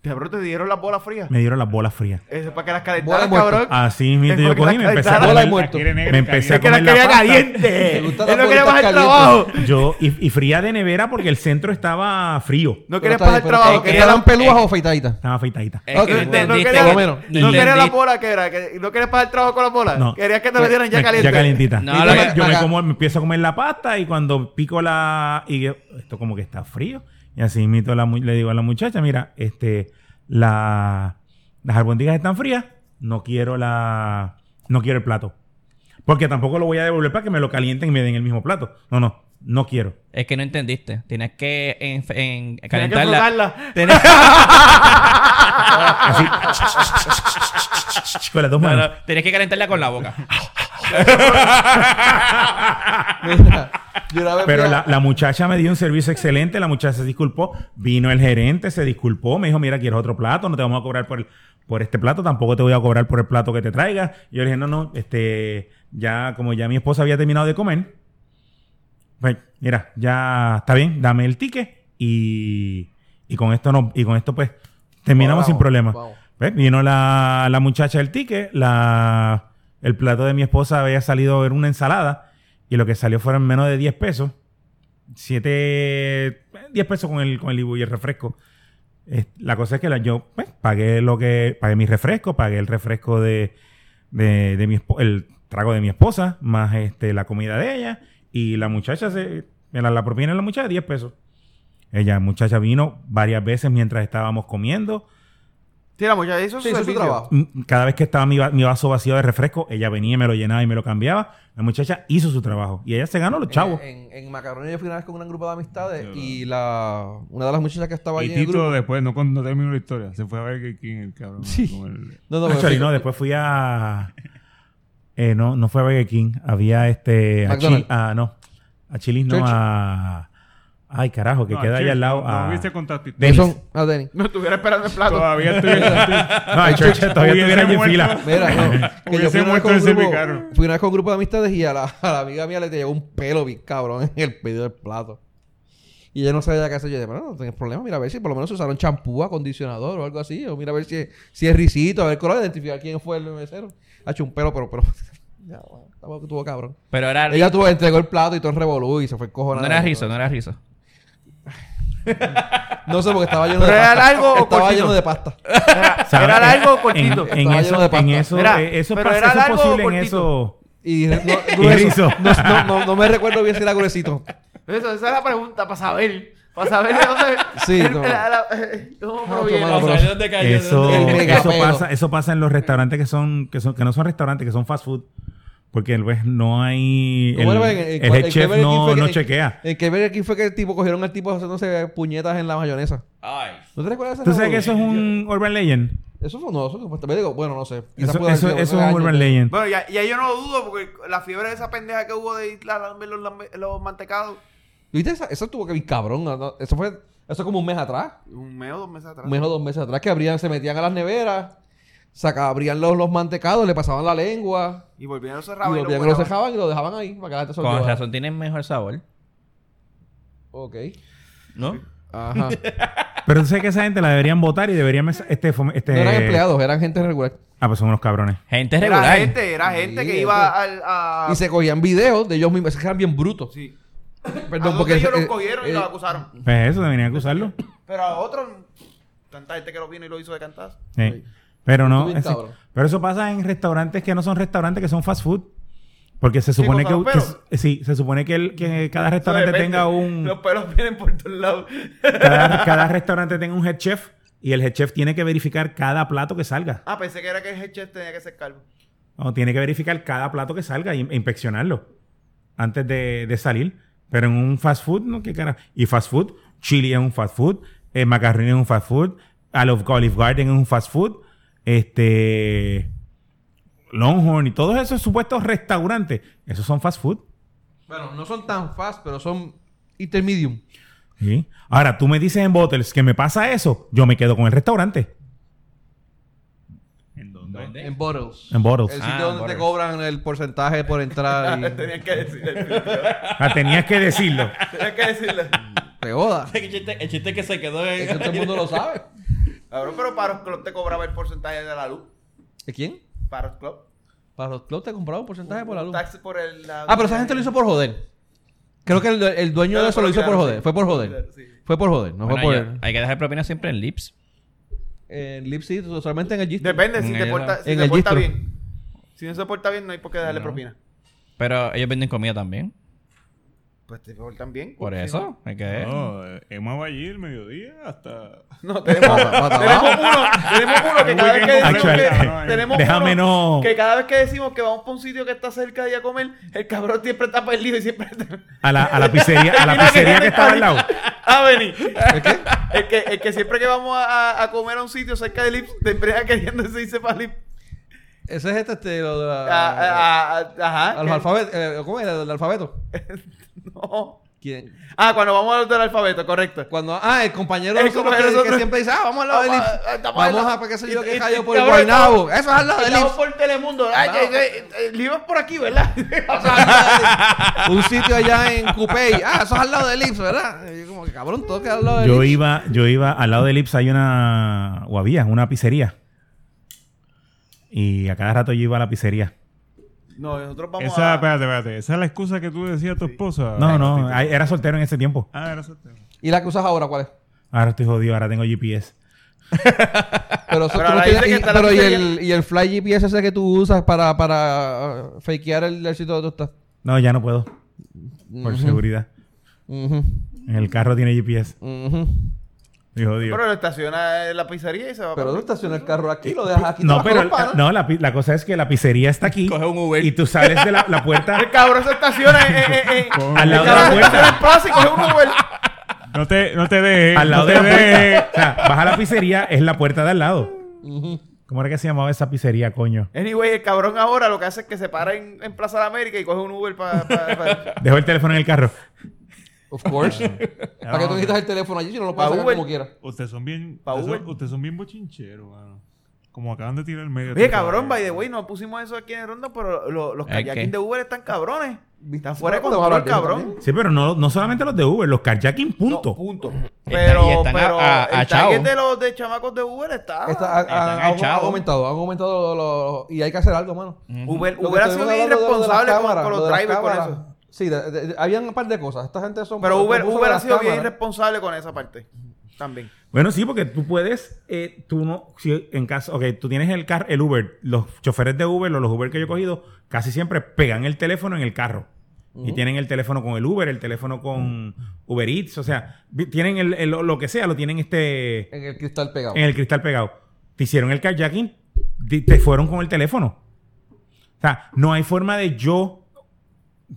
S3: Cabrón, te dieron las bolas frías.
S1: Me Ah. dieron las bolas frías.
S3: Eso es para que las
S2: Bola
S3: calentaras,
S2: de muerto.
S3: cabrón.
S1: Así mismo
S3: Es
S1: yo
S3: porque
S1: cogí
S3: la-
S1: y me empecé a
S3: la-
S2: Bola de
S1: comer-
S2: muerto.
S1: Me empecé a
S3: Es que la
S1: comer la
S3: quería
S1: pasta.
S3: caliente.
S2: Me gusta la
S3: Él no
S2: puerta
S3: quería bajar el
S2: caliente.
S3: trabajo.
S1: Yo, y, y fría de nevera porque el centro estaba frío.
S3: No
S2: Pero
S3: quería
S2: está
S3: bajar el
S2: bien, pero
S3: trabajo.
S2: ¿Que
S3: Quería
S2: eran
S3: la...
S2: pelúas o afeitaditas?
S1: Estaba afeitadita.
S5: Es
S2: Ok,
S5: que no
S2: no- no
S5: entendiste.
S3: quería-
S5: por lo menos.
S3: este No quería la
S5: entendiste.
S3: bola que era. que- No quería bajar el trabajo con la bola.
S1: No.
S3: Quería que te lo dieran ya
S1: Me-
S3: caliente.
S1: Ya calientita.
S5: No,
S1: Y
S5: la
S1: yo-
S5: verdad-
S1: yo me,
S2: acá-
S1: como, me empiezo a comer la pasta y cuando pico la... Y yo, esto como que está frío. Y así mito la, mu- le digo a la muchacha, mira, este, la, las albóndigas están frías, no quiero la... No quiero el plato. Porque tampoco lo voy a devolver para que me lo calienten y me den el mismo plato. No, no, no quiero.
S5: Es que no entendiste. Tienes que en, en-
S3: Tenía que
S5: calentarla.
S3: frotarla.
S5: Tienes- Ah,
S1: Así. con las dos
S5: No,
S1: manos.
S5: no, tienes que calentarla con la boca.
S1: [LAUGHS]
S2: Mira, yo una vez
S1: Pero
S2: fui a-
S1: la, la muchacha me dio un servicio excelente, la muchacha se disculpó, vino el gerente, se disculpó, me dijo, mira, quieres otro plato, no te vamos a cobrar por, el- por este plato, tampoco te voy a cobrar por el plato que te traigas. Y yo le dije, no, no, este, ya, como ya mi esposa había terminado de comer, pues, mira, ya está bien, dame el ticket y, y con esto no, y con esto pues terminamos
S2: Vamos,
S1: sin problema.
S2: vamos.
S1: Pues, vino la, la muchacha del ticket, la, el plato de mi esposa había salido en una ensalada y lo que salió fueron menos de 10 pesos. 7, eh, 10 pesos con el, con el ibu y el refresco. Eh, la cosa es que la- yo pues, pagué lo que, pagué mi refresco, pagué el refresco de, de, de mi espo- el trago de mi esposa, más este, la comida de ella, y la muchacha se, mira, la propina de la muchacha 10 pesos. Ella, muchacha, vino varias veces mientras estábamos comiendo.
S3: Sí, la muchacha hizo su
S2: Sí, hizo su
S3: servicio.
S2: trabajo.
S1: Mm, Cada vez que estaba mi, va- mi vaso vacío de refresco, ella venía, y me lo llenaba y me lo cambiaba. La muchacha hizo su trabajo y ella se ganó los chavos.
S2: En, en, en Macaroni yo fui una vez con un grupo de amistades y la, una de las muchachas que estaba allí
S6: Y
S2: en el grupo...
S6: Tito después, no, cuando terminó la historia, se fue a ver que- quién es el cabrón.
S2: Sí.
S6: con el-
S2: No, no,
S1: No,
S2: pero
S1: sorry,
S2: fui-
S1: no, después fui a. eh, no, no fue a Burger King. Había este. A,
S2: McDonald's.
S1: Chi- a- no. A Chili's, no,
S2: Church.
S1: a. Ay, carajo, que
S6: No,
S1: queda allá
S6: Church,
S1: al lado.
S6: No,
S1: a-
S6: no viste contacto.
S2: que
S1: Dennis.
S2: son- Ah, Denny.
S3: No estuviera esperando el plato.
S6: Todavía estoy. estoy-
S1: No, a Church todavía
S6: Hubiese
S1: estuviera allí en
S6: muerto.
S1: fila.
S2: Mira, no, que yo fui
S6: Hubiese
S2: una, vez
S6: muerto
S2: con un
S6: ese
S2: grupo,
S6: picaro.
S2: fui una vez con un grupo de amistades y a la, a la amiga mía le llegó un pelo bien cabrón en el pedido del plato. Y ella no sabía qué hacer. Yo dije, bueno, no tenés problema, mira a ver si por lo menos usaron champú, acondicionador o algo así. O mira a ver si, si es risito, a ver el color, identificar quién fue el mesero. Ha hecho un pelo, pero, [LAUGHS] pero. ya, bueno, tampoco tuvo cabrón.
S5: Pero era.
S2: Ella tuvo, entregó el plato y todo revolú y se fue
S5: no
S2: encojonada.
S5: era rizo, no era rizo.
S2: No sé, porque estaba lleno de
S3: ¿Pero era
S2: pasta.
S3: largo o
S2: estaba
S3: cortito?
S2: lleno de pasta.
S3: Era,
S1: ¿Sabes?
S3: era largo o
S1: eh, En,
S3: cortito.
S2: Estaba
S1: en
S2: lleno
S1: eso,
S2: de pasta.
S1: en eso,
S3: Mira,
S1: eh, eso,
S3: pero
S1: pasa-
S3: era
S1: eso es
S3: largo o
S1: posible en
S3: cortito.
S1: eso.
S2: Y, no,
S1: Y
S2: grueso.
S1: rizo.
S2: No, no, no, no me recuerdo bien si era gruesito.
S3: Eso, esa es la pregunta, para saber. Para saber de dónde... [LAUGHS]
S5: [LAUGHS]
S2: Sí,
S3: el-
S2: no.
S3: la- la- eh, ¿Cómo
S2: No,
S3: proviene?
S2: toma, bro.
S1: Eso,
S2: El
S1: eso
S2: megapelo.
S1: pasa, eso pasa en los restaurantes que son, que son, que no son restaurantes, que son fast food. Porque pues, no hay. El,
S2: ¿Cómo era? En- en-
S1: el head
S2: en
S1: chef
S2: Burger King
S1: no,
S2: fue que-
S1: no
S2: en-
S1: chequea.
S2: En que ver aquí fue que el tipo cogieron al tipo haciéndose puñetas en la mayonesa.
S5: Ay.
S2: ¿No te recuerdas de ese
S1: ¿Tú sabes que eso
S2: revolú?
S1: es un urban legend?
S2: Eso fue no, eso supuestamente digo, bueno, no sé. Quizás
S1: Eso,
S2: puede haber
S1: eso,
S2: sido,
S1: eso
S2: fue
S1: es un
S2: años
S1: urban
S2: de-
S1: legend.
S3: Bueno, ya, ya yo no lo dudo porque la fiebre de esa pendeja que hubo de Isla Lambert, los, lambe- los mantecados.
S2: ¿Viste? Esa- Eso tuvo que bien cabrón. ¿no? No, Eso fue eso como un mes atrás,
S3: Un mes o dos meses atrás.
S2: un mes o dos meses atrás que abrían, se metían a las neveras, saca, abrían los, los mantecados, le pasaban la lengua
S3: Y volvieron a cerrar.
S2: y volvían, los dejaban y lo dejaban ahí para que la gente se
S5: Con
S2: olvidara.
S5: razón tienen mejor sabor.
S2: Ok.
S5: ¿No?
S2: Ajá.
S1: Pero tú sabes que esa gente la deberían votar y deberían... mes- Este, fome- este,
S2: No eran empleados, eran gente regular.
S1: Ah, pues son unos cabrones.
S5: Gente
S3: Era
S5: regular.
S3: gente, era gente
S2: Sí,
S3: que
S2: gente.
S3: iba al, a...
S2: Y se cogían videos de ellos mismos. Es que eran bien brutos.
S3: Sí.
S2: Perdón,
S3: a
S2: porque...
S3: porque Ah, ellos
S2: eh,
S3: los cogieron y
S2: eh,
S3: los acusaron.
S1: Pues eso, deberían acusarlo.
S3: Pero a otros, tanta gente que lo vino y lo hizo de cantar.
S1: Sí.
S2: Sí.
S1: Pero no...
S2: Bien
S1: es-
S2: cabrón.
S1: pero eso pasa en restaurantes que no son restaurantes, que son fast food. Porque se
S3: Sí,
S1: supone
S3: con los
S1: que... que-
S3: pelos.
S1: eh, sí, se supone que, el- que cada restaurante
S3: Depende.
S1: tenga un...
S3: Los pelos vienen por todos lados.
S1: Cada, cada restaurante tenga un head chef y el head chef tiene que verificar cada plato que salga.
S3: ah, pensé que era que el head chef tenía que ser calvo. [LAUGHS]
S1: O tiene que verificar cada plato que salga y- e inspeccionarlo antes de, de salir. Pero en un fast food, ¿no? ¿Qué cara? Y fast food, chili es un fast food, eh, macarrón es un fast food, Olive, Olive Garden es un fast food, este... Longhorn y todos esos supuestos restaurantes, esos son fast food.
S2: Bueno, no son tan fast, pero son intermedium.
S1: ¿sí? Ahora, tú me dices en Bottles que me pasa eso, yo me quedo con el restaurante.
S6: ¿En dónde?
S2: En bottles.
S1: En Bottles.
S2: El
S5: Ah,
S2: sitio donde te
S5: bottles.
S2: cobran el porcentaje por entrar y
S3: [LAUGHS] Tenían que decirle.
S1: Ah, tenías que decirlo.
S3: Tenían que decirle.
S2: te joda.
S5: El chiste, el chiste que se quedó
S2: Eso todo el mundo lo sabe.
S3: Cabrón, pero Paros Club te cobraba el porcentaje de la luz.
S2: ¿De quién?
S3: Paros Club.
S2: Para los clubs te compraban un porcentaje por la luz.
S3: Taxi por el... la-
S2: Ah, pero esa gente lo hizo por joder. Creo que el, el dueño de eso lo hizo por joder. Fue por joder.
S3: Sí.
S2: Fue por joder, no fue
S5: Bueno,
S2: por...
S5: yo- hay que dejar propina siempre en lips.
S2: En Lipsy, solamente en el gistro.
S3: Depende, si
S5: En
S3: te
S5: el-
S3: porta, si
S2: en
S3: te
S2: el
S3: porta
S2: gistro.
S3: bien. Si no se porta bien, no hay por qué darle
S5: No.
S3: propina.
S5: Pero ellos venden comida también.
S3: Pues te portan bien.
S5: Por
S3: si
S5: eso. Hay que ver.
S6: No, eh, Emma va allí el mediodía hasta.
S3: No, No, tenemos,
S2: Mata- mata-
S3: tenemos uno, tenemos uno que cada vez que decimos
S1: Actually,
S3: que,
S6: eh,
S3: tenemos
S1: déjame
S3: uno
S1: no-
S3: que cada vez que decimos que vamos para un sitio que está cerca de ir a comer, el cabrón siempre está perdido y siempre está... [LAUGHS]
S1: A la, a la pizzería, [LAUGHS] a la pizzería que estaba al lado.
S3: Ah, vení. ¿El qué? El que, el que siempre que vamos a, a comer a un sitio cerca de Lips, te empresa queriendo irse para Lips.
S2: Ese es este, este, lo de la-
S3: Ah, ah, ah, ajá.
S2: a los
S3: ¿qué?
S2: alfabetos. eh, ¿Cómo era? ¿El alfabeto?
S3: [LAUGHS] No.
S2: ¿Quién?
S3: Ah, cuando vamos a los del alfabeto, correcto.
S2: Cuando, ah, el compañero de
S3: El
S2: nosotros
S3: compañero
S2: que,
S3: de
S2: que
S3: nosotros.
S2: siempre dice, ah, vamos al lado de
S3: Vamos
S2: Lips.
S3: a- eh, estamos al
S2: Vamos
S3: lado.
S2: a, para qué sé yo,
S3: Y-
S2: que
S3: y-
S2: callo por
S3: y
S2: el
S3: ahora
S2: Guaynabo.
S3: estamos-
S2: Eso es al lado de
S3: Estamos
S2: Lips.
S3: por Telemundo. Ay, ay, ay, el libro es por
S2: [LAUGHS]
S3: aquí, ¿verdad? O sea,
S2: Un sitio allá en Coupey. Ah, eso es al lado de Lips, ¿verdad? Y yo como que cabrón, todo queda al lado de
S1: Yo
S2: Lips.
S1: iba, yo iba, al lado de Lips hay una, o había, una pizzería. Y a cada rato yo iba a la pizzería.
S3: no, nosotros vamos
S6: Esa,
S3: a...
S6: espérate, espérate. Esa es la excusa que tú decías a tu esposa.
S1: No, no, ay, era soltero en ese tiempo.
S6: Ah, era soltero.
S2: ¿Y la que usas ahora cuál es?
S1: Ahora estoy jodido, ahora tengo GPS.
S2: Pero, eso,
S3: Pero
S2: tú no
S3: la
S2: tienes-
S3: dice
S2: y,
S3: que está la
S2: pero y,
S3: pizzería.
S2: el, y el Fly GPS ese que tú usas para, para ah, fakear el, el sitio donde tú estás.
S1: No, ya no puedo. Por seguridad.
S2: Ujú,
S1: En el carro tiene GPS.
S2: ujú.
S1: Estoy jodido.
S3: Pero lo estaciona en la pizzería y se va
S2: Pero tú
S3: para...
S2: estacionas el carro aquí, lo dejas aquí. te
S1: No,
S2: vas
S1: pero
S2: con los panas.
S1: no, la, pi- la cosa es que la pizzería está aquí.
S5: Coge un Uber.
S1: Y tú sales de la, la
S3: [LAUGHS]
S1: puerta.
S3: El cabrón se estaciona eh, eh, eh, eh.
S1: Al lado
S3: El
S1: de la
S3: cabrón se estaciona
S1: puerta.
S3: en plaza y coge un Uber.
S6: No te, no te dejes.
S1: Al lado
S6: no
S1: de
S6: te
S1: la
S6: dejes.
S1: puerta. O sea, vas a la pizzería, es la puerta de al lado. ¿Cómo era que se llamaba esa pizzería, coño?
S3: Anyway, el cabrón ahora lo que hace es que se para en, en Plaza de América y coge un Uber para...
S1: Dejó el teléfono en el carro.
S2: Of
S1: [LAUGHS]
S2: course. ¿Para qué tú necesitas el teléfono allí si no lo puedes
S3: Pa'
S2: sacar
S3: Uber.
S2: como quieras?
S6: Ustedes son bien.
S3: Pa'
S6: Ustedes son,
S3: Uber.
S6: ustedes son bien bochincheros, mano. Como acaban de tirar el medio.
S3: Oye, cabrón, by
S6: vaya
S3: the way, no pusimos eso aquí en el rondo, pero lo- los
S5: ¿El
S3: kayaking
S5: qué?
S3: de Uber están cabrones. Están fuera de
S2: Vamos a hablar ¿eh?
S3: control,
S2: de eso
S3: cabrón.
S2: también.
S1: Sí, pero no, no solamente los de Uber, los carjacking, punto.
S3: No, punto.
S5: y
S3: Pero,
S5: están a-
S3: pero
S5: a- a
S3: el target
S5: chavo.
S3: de los de chamacos de Uber está...
S2: Está- ha- ha-
S5: Están
S2: ha- ha
S5: echados.
S2: aumentado, han aumentado los- los- y hay que hacer algo, mano.
S3: Uber,
S2: Lo que
S3: Pues, Uber ha
S2: estuvimos
S3: sido bien
S2: hablando de lo de las
S3: irresponsable con,
S2: cámaras,
S3: con
S2: lo
S3: los
S2: de las
S3: drivers con
S2: cámaras.
S3: eso.
S2: Sí, de- de- habían un par de cosas. Esta gente son.
S3: Pero
S2: son
S3: Uber,
S2: cosas
S3: Uber
S2: de
S3: ha
S2: las
S3: sido bien
S2: cámaras.
S3: irresponsable con esa parte. También.
S1: Bueno, sí, porque tú puedes, eh, tú no, si en caso, ok, tú tienes el car, el Uber, los choferes de Uber o los Uber que yo he cogido, casi siempre pegan el teléfono en el carro. Y tienen el teléfono con el Uber, el teléfono con Uber Eats, o sea, vi- tienen el, el- lo que sea, lo tienen este,
S2: En el cristal pegado.
S1: en el cristal pegado. Te hicieron el carjacking, di- te fueron con el teléfono. O sea, no hay forma de yo,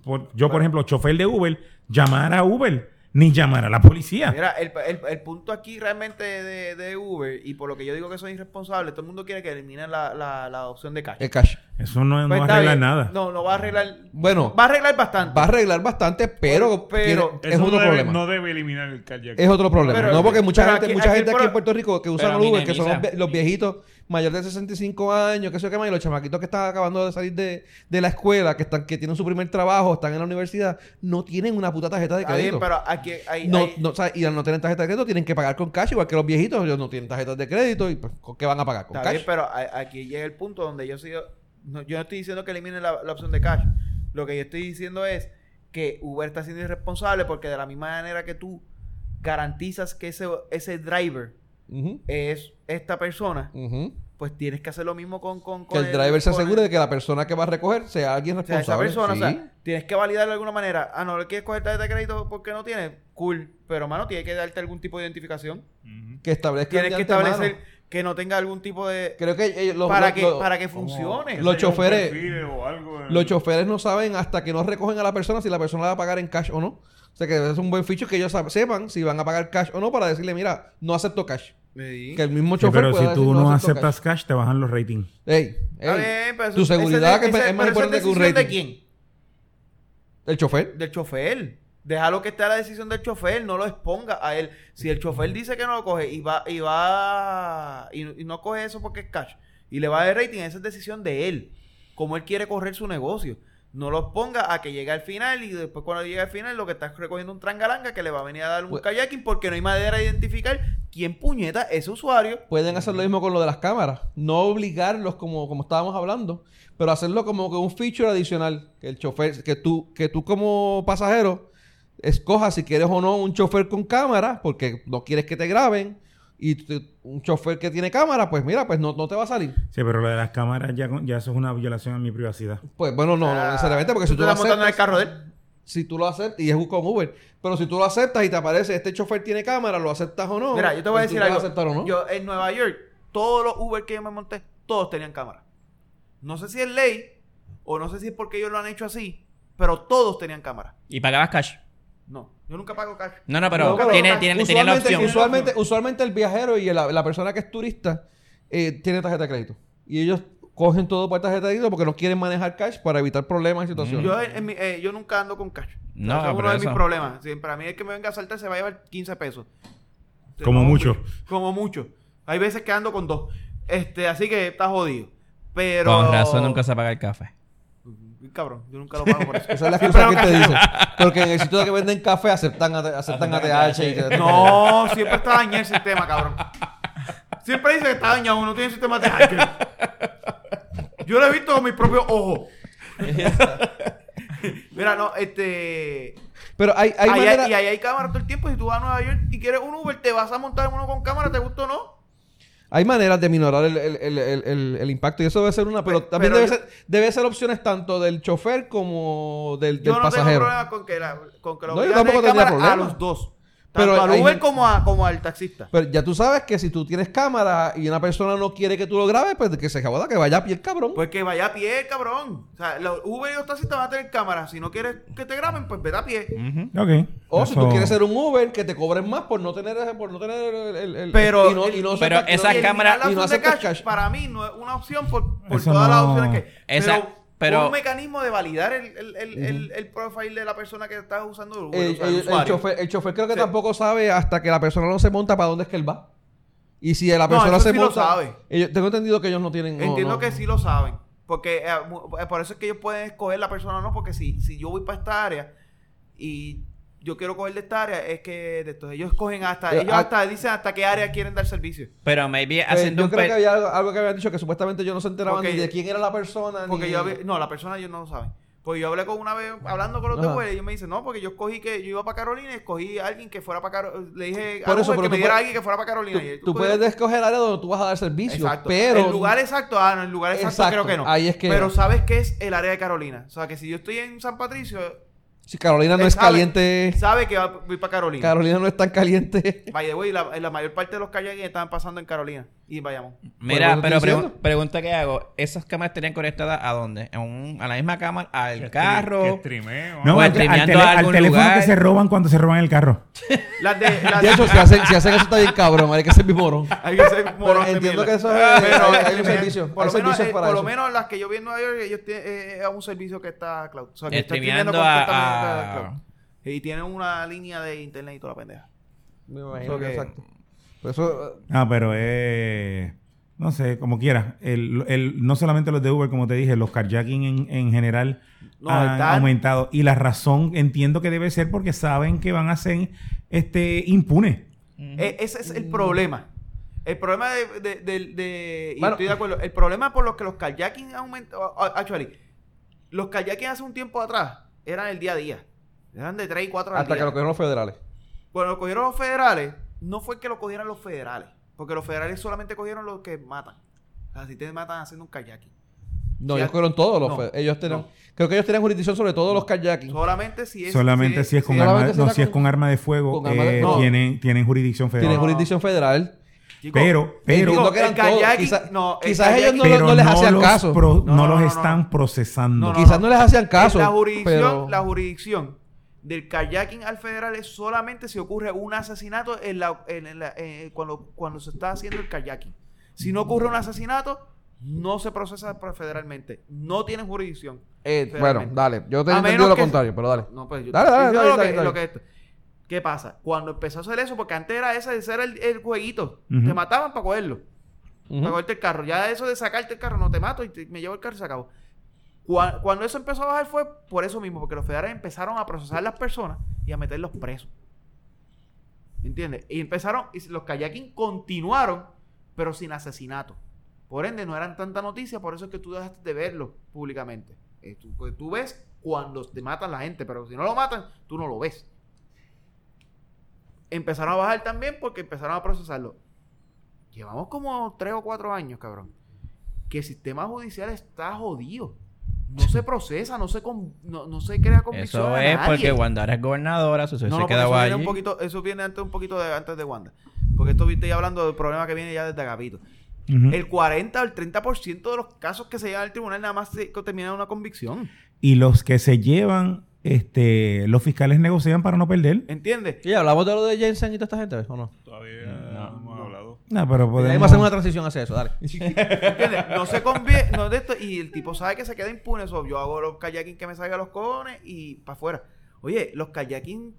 S1: por- yo por ejemplo, chofer de Uber, llamar a Uber, ni llamar a la policía.
S3: Mira, el, el- el punto aquí realmente de, de Uber, y por lo que yo digo que soy irresponsable, todo el mundo quiere que eliminen la, la, la opción de cash.
S2: El cash.
S1: Eso no, no
S3: Pues está
S1: arregla
S3: bien.
S1: nada.
S3: No, no va a arreglar.
S2: Bueno,
S3: Va a arreglar bastante.
S2: va a arreglar bastante, pero,
S3: Pero
S2: tiene- es otro
S6: debe,
S2: problema.
S6: No debe eliminar el carjacking.
S2: Es otro problema.
S3: Pero-
S2: no, porque mucha
S3: pero
S2: gente,
S3: aquí-
S2: mucha
S3: aquí el
S2: gente aquí en
S3: pro-
S2: Puerto Rico que usan
S5: pero
S2: el Uber, que son
S5: minimiza.
S2: los, vie- los viejitos mayores de 65 años, que se queman, y los chamaquitos que están acabando de salir de, de la escuela, que están que tienen su primer trabajo, están en la universidad, no tienen una puta tarjeta de
S3: Está
S2: crédito.
S3: bien, pero aquí hay.
S2: no,
S3: hay-
S2: no, o sea, y al no tener tarjeta de crédito tienen que pagar con cash, igual que los viejitos, ellos no tienen tarjetas de crédito y pues, ¿con qué van a pagar? Con
S3: está
S2: cash.
S3: bien, pero a- aquí llega el punto donde yo sigo. no, yo no estoy diciendo que eliminen la, la opción de cash. Lo que yo estoy diciendo es que Uber está siendo irresponsable porque de la misma manera que tú garantizas que ese, ese driver
S2: Ujú,
S3: es esta persona,
S2: ujú.
S3: pues tienes que hacer lo mismo con. con,
S2: Que
S3: con
S2: el driver se
S3: con
S2: asegure de que la persona que va a recoger sea alguien
S3: O sea, esa
S2: responsable.
S3: persona, o
S2: Sí.
S3: sea, tienes que validarlo de alguna manera. Ah, no le quieres coger tarjeta de crédito porque no tiene. Cool. Pero, mano, tiene que darte algún tipo de identificación.
S2: que establezca
S3: Tienes
S2: de
S3: que
S2: antemano.
S3: establecer que no tenga algún tipo de.
S2: Creo que ellos- los-
S3: para,
S2: los-
S3: que,
S2: los-
S3: para que funcione.
S2: Los
S6: Los
S2: choferes-
S6: choferes. O algo, eh. en-
S2: Los choferes no saben hasta que no recogen a la persona si la persona va a pagar en cash o no. O sea que es un buen feature que ellos sab- sepan si van a pagar cash o no para decirle, mira, no acepto cash.
S3: Sí.
S2: Que el mismo
S1: Sí,
S2: chofer
S1: pero
S2: pueda
S1: si tú
S2: decir,
S1: no
S2: acepto
S1: aceptas cash. te bajan los ratings.
S2: cash". Ey,
S3: Está
S2: ey,
S3: bien, pero eso-
S2: tu
S3: ese-
S2: seguridad que es-
S3: ese-
S2: es más
S3: pero eso
S2: importante que un
S3: decisión
S2: rating.
S3: de quién?
S2: El chofer.
S3: Del chofer. Déjalo que esté a la decisión del chofer, no lo exponga a él. Si el chofer dice que no lo coge y va y va y, y no coge eso porque es cash y le va a dar rating, esa es decisión de él. Como él quiere correr su negocio. No lo exponga a que llegue al final y después cuando llegue al final lo que está es recogiendo un trangalanga que le va a venir a dar un
S2: Pues-
S3: kayaking porque no hay manera de identificar quién puñeta es usuario.
S2: Pueden hacer lo mismo con lo de las cámaras. No obligarlos como, como estábamos hablando, pero hacerlo como que un feature adicional. Que el chofer, que tú, que tú como pasajero escojas si quieres o no un chofer con cámara, porque no quieres que te graben. Y tú- un chofer que tiene cámara, pues mira, pues no, no te va a salir.
S1: Sí, pero lo de las cámaras ya, con- ya eso es una violación a mi privacidad.
S2: Pues bueno, no, no necesariamente, porque si tú
S3: te
S2: lo
S3: Ah,
S2: pues,
S3: estás montando
S2: aceptas,
S3: en el carro de él.
S2: si tú lo aceptas, y es con Uber, pero si tú lo aceptas y te aparece, este chofer tiene cámara, ¿lo aceptas o no?
S3: Mira, yo te voy a
S2: Y tú
S3: decir
S2: lo vas
S3: algo.
S2: a aceptar o no?
S3: Yo en Nueva York, todos los Uber que yo me monté, todos tenían cámara. No sé si es ley o no sé si es porque ellos lo han hecho así, pero todos tenían cámara.
S5: Y pagabas cash.
S3: No, yo nunca pago cash.
S5: No, no, pero,
S2: No, pero-
S5: tiene, tiene, tenía la
S2: usualmente,
S5: opción.
S2: Usualmente, usualmente el viajero y la, la persona que es turista eh, tiene tarjeta de crédito. Y ellos cogen todo por tarjeta de crédito porque no quieren manejar cash para evitar problemas y situaciones.
S3: Yo, en mi- eh, yo nunca ando con cash.
S5: No,
S3: Ese es
S5: pero
S3: uno de
S5: eso-
S3: mis problemas. Si para mí es que me venga a saltar, se va a llevar 15 pesos. Entonces,
S1: Como
S3: no,
S1: mucho.
S3: Como mucho. Hay veces que ando con dos. Este, así que está jodido. Pero.
S5: Con razón nunca se paga el café.
S3: Cabrón, yo nunca lo pago
S5: [LAUGHS]
S3: por eso.
S2: Esa
S3: [LAUGHS]
S2: es la
S3: Siempre
S2: excusa que
S3: lo
S2: él te
S3: cancelo.
S2: dice. Porque en el sitio de que venden café aceptan, AT- aceptan ATH y que-
S3: No, siempre está dañado el sistema, cabrón. Siempre dice que está dañado, uno tiene el sistema de hacker. Yo lo he visto con mis propios ojos. Mira, no, este.
S2: Pero hay, hay
S3: ahí hay-
S2: manera-
S3: y ahí hay cámara todo el tiempo. Si tú vas a Nueva York y quieres un Uber, te vas a montar en uno con cámara, te gusta o no.
S2: Hay maneras de minorar el, el- el- el- el- el impacto y eso debe ser una, pero
S3: Pe-
S2: también
S3: Pues, pero
S2: debe,
S3: yo-
S2: ser, debe ser opciones tanto del chofer como del,
S3: Yo
S2: del
S3: no tengo
S2: pasajero.
S3: problema con que, la, con que lo
S2: No, yo
S3: obligan a
S2: tampoco
S3: tener
S2: tendría
S3: cámara a
S2: problema.
S3: los dos.
S2: Pero
S3: Pero al
S2: hay
S3: Uber
S2: gente-
S3: como, a, como al taxista.
S2: Pero ya tú sabes que si tú tienes cámara y una persona no quiere que tú lo grabes, pues que se joda, que vaya a pie el cabrón.
S3: Pues que vaya a pie, cabrón. O sea, los Uber y los taxistas van a tener cámara. Si no quieres que te graben, pues vete a pie.
S1: Ok.
S2: o si tú
S1: Eso-
S2: quieres ser un Uber, que te cobren más por no tener, ese- por no tener el, el- el-
S3: Pero-
S2: y no, y no
S5: pero
S2: aceptas-
S5: esa
S2: y no-
S5: cámara-
S2: y no
S3: de
S2: aceptas
S3: cash,
S2: cash.
S3: para mí no es una opción por, por
S1: Eso
S3: todas las
S1: no.
S3: opciones que
S5: Esa- pero-
S3: un mecanismo de validar el, el, el, el, el profile de la persona que está usando el Uber, o
S2: El,
S3: sea, el
S2: el- el
S3: usuario.
S2: chofer, el chofer creo que
S3: Sí.
S2: tampoco sabe hasta que la persona no se monta para dónde es que él va. Y si la
S3: No,
S2: persona
S3: eso
S2: se
S3: sí lo
S2: monta.
S3: sabe.
S2: ellos- tengo entendido que ellos no tienen. no,
S3: Entiendo
S2: no.
S3: que sí lo saben. Porque eh, mu- eh, por eso es que ellos pueden escoger la persona o no. Porque si, si yo voy para esta área y yo quiero coger de esta área, es que de estos, ellos escogen hasta,
S2: Eh,
S3: ellos
S2: ah-
S3: hasta dicen hasta qué área quieren dar servicio.
S5: Pero maybe
S2: Pues,
S5: haciendo
S2: yo
S5: un
S2: creo
S5: pe-
S2: que había algo, algo que habían dicho que supuestamente yo no se enteraba
S3: Porque-
S2: ni de quién era la persona.
S3: Porque
S2: ni...
S3: yo hablé- no, la persona ellos no lo saben. Porque yo hablé con una vez, hablando con los
S2: Ajá.
S3: de Uber, ellos me dicen, no, porque yo escogí que yo iba para Carolina y escogí a alguien que fuera para Carolina. Le dije a
S2: Por eso,
S3: Uber
S2: pero
S3: que
S2: tú
S3: me diera
S2: puedes-
S3: alguien que fuera para Carolina. Y él,
S2: Tú puedes escoger área donde tú vas a dar servicio,
S3: Exacto.
S2: pero
S3: El lugar exacto, ah, no, el lugar exacto,
S2: Exacto,
S3: creo que no.
S2: ahí es que-
S3: Pero sabes que es el área de Carolina. O sea, que si yo estoy en San Patricio,
S2: si Carolina no
S3: él
S2: es
S3: sabe-
S2: caliente,
S3: Sabe que va, voy para Carolina.
S2: Carolina no es tan
S3: [LAUGHS]
S2: caliente.
S3: By the way, la, la mayor parte de los kayaking estaban pasando en Carolina. Y vayamos.
S2: Pues,
S5: Mira, pero
S2: ¿lo estoy
S5: pregu-
S2: diciendo?
S5: pregunta que hago. ¿Esas cámaras tenían conectadas a dónde? ¿A, un- a la misma cámara? ¿Al
S6: Que
S5: carro?
S6: streameo.
S1: No,
S5: O
S1: al, te- al
S5: streameando
S1: tele-
S5: a
S1: al
S5: algún
S1: teléfono
S5: lugar.
S1: que se roban cuando se roban el carro.
S3: Las de. Las
S2: De hecho, si hacen, si hacen eso está bien cabrón, hay que ser mi morón.
S3: [LAUGHS] Hay que ser
S2: Pero
S3: morón de
S2: entiendo
S3: mierda.
S2: que eso es- hay- hay un
S3: este,
S2: servicio,
S3: Por,
S2: hay
S3: lo menos,
S2: servicios
S3: eh,
S2: para
S3: por lo
S2: eso.
S3: menos las que yo vi en Nueva York, ellos tienen eh, eh, un servicio que está cloud. O sea, que está
S5: Streameando
S3: streameando
S5: a-
S3: completamente
S5: a-
S3: a cloud. Y tienen una línea de internet y toda la pendeja.
S2: Me imagino que
S3: Ok.
S2: exacto. Por eso, eh,
S1: Ah, pero eh, no sé, como quiera. El, el- no solamente los de Uber, como te dije, los carjacking en, en general
S3: No,
S1: han
S3: están-
S1: aumentado. Y la razón entiendo que debe ser porque saben que van a ser este, impunes.
S3: E- ese es el problema. El problema de... de- de- de- y
S2: Bueno.
S3: estoy de acuerdo. El problema por los que los kayaking aumentó... Actually, los kayaking hace un tiempo atrás eran el día a día. Eran de 3 y 4 al
S2: hasta que
S3: día.
S2: lo cogieron los federales.
S3: Cuando lo cogieron los federales, no fue que lo cogieran los federales. Porque los federales solamente cogieron los que matan. O sea, si te matan haciendo un kayaking.
S2: No,
S3: Sí,
S2: ellos
S3: ha-
S2: cogieron todos los
S3: no,
S2: fe- ellos tenían,
S3: no.
S2: creo que ellos tenían jurisdicción sobre todos los kayaking.
S3: Solamente si es...
S1: solamente si es con
S2: sí,
S1: arma,
S2: solamente
S1: no,
S2: será
S1: si es
S2: con-
S1: con arma de fuego,
S2: con arma de-
S1: eh,
S2: no.
S1: tienen, tienen jurisdicción
S2: Tienen
S1: federal.
S2: jurisdicción federal.
S3: Chico,
S1: Pero, pero,
S2: Entiendo
S3: Digo,
S2: que eran
S3: el
S2: todos.
S3: kayaking-
S2: Quizá-
S3: no, el
S2: quizás ellos no,
S1: pero
S2: lo- no les hacían
S1: los
S2: caso.
S1: pro-
S3: No,
S1: no
S3: no,
S1: los
S3: no, no.
S1: están procesando.
S3: No, no,
S2: Quizás no les hacían caso.
S3: la, jurisdicción,
S2: pero-
S3: la jurisdicción del kayaking al federal es solamente si ocurre un asesinato en la, en- en la- eh, cuando, cuando se está haciendo el kayaking. Si no ocurre un asesinato, no se procesa federalmente. No tienen jurisdicción.
S2: Eh, bueno,
S3: federalmente.
S2: dale. Yo te he
S3: A
S2: entendido
S3: menos
S2: lo
S3: que-
S2: contrario, pero dale.
S3: No, pues yo
S2: Dale,
S3: estoy
S2: dale, dale,
S3: diciendo lo que-
S2: dale, dale.
S3: lo que esto. ¿Qué pasa? Cuando empezó a hacer eso, porque antes era ese, ese era el, el jueguito.
S1: Ujú.
S3: Te mataban para cogerlo.
S2: Ujú.
S3: Para cogerte el carro. Ya eso de sacarte el carro, no te mato y te- me llevo el carro y se acabó. Cua- Cuando, eso empezó a bajar fue por eso mismo, porque los federales empezaron a procesar las personas y a meterlos presos. ¿Entiendes? Y empezaron, y los kayaking continuaron, pero sin asesinato. Por ende, no eran tanta noticia, por eso es que tú dejaste de verlo públicamente. Eh, tú, pues, tú ves cuando te matan la gente, pero si no lo matan, tú no lo ves. Empezaron a bajar también porque empezaron a procesarlo. Llevamos como tres o cuatro años, cabrón. Que el sistema judicial está jodido. No se procesa, no se, con- no, no se crea convicción.
S5: Eso
S3: a
S5: es porque
S3: nadie.
S5: Wandara es gobernadora, su
S3: No,
S5: sucesor
S3: no,
S5: se
S3: porque eso
S5: quedaba
S3: viene,
S5: allí.
S3: un poquito, eso viene antes un poquito de, antes de Wanda. Porque esto estoy hablando del problema que viene ya desde Agapito.
S2: Eh,
S1: Ujú.
S3: El 40 o el 30% de los casos que se llevan al tribunal nada más se terminan en una convicción.
S1: Y los que se llevan, este, los fiscales negocian para no perder.
S3: ¿Entiendes?
S2: Y hablamos de lo de Jensen y toda esta gente, ¿o no?
S6: Todavía no, hemos hablado todo.
S1: No, Ah, pero
S2: Ahí
S1: podemos...
S2: vamos a hacer una transición hacia eso, dale.
S3: ¿Entiendes? No se conviene, no de esto, y el tipo sabe que se queda impune. so, yo hago los kayaking que me salga los cojones y para afuera. Oye, los kayaking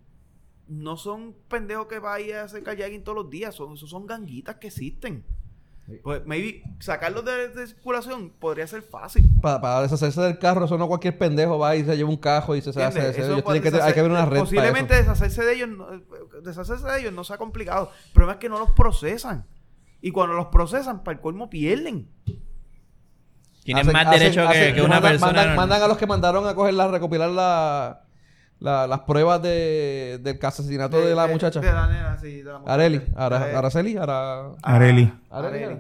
S3: no son pendejos que vayan a hacer kayaking todos los días, son, esos son ganguitas que existen. Pues, maybe sacarlos de, de circulación podría ser fácil.
S2: Para, para deshacerse del carro, eso no cualquier pendejo va y se lleva un cajo y se se hace.
S3: ¿Entiendes?
S2: se-
S3: Eso
S2: ellos
S3: puede
S2: tienen que- hay que ver una red. para
S3: eh, Posiblemente
S2: eso.
S3: deshacerse de ellos, no- eh, deshacerse de ellos no sea complicado. El problema es que no los procesan. Y cuando los procesan, para el colmo pierden.
S5: Tienen
S2: Hacen-
S5: más
S2: hacen-
S5: derecho que,
S2: hacen-
S5: que una
S2: mandan-
S5: persona.
S2: Mandan,
S5: normal.
S2: mandan a los que mandaron a coger la, recopilar la, la- las pruebas de, del asesinato de, la muchacha.
S3: Eh, De la nena, sí, de la muchacha. Eh,
S2: Areli. Ara-
S3: Areli.
S2: Araceli. Ara-
S1: Areli.
S2: Areli.
S3: Areli.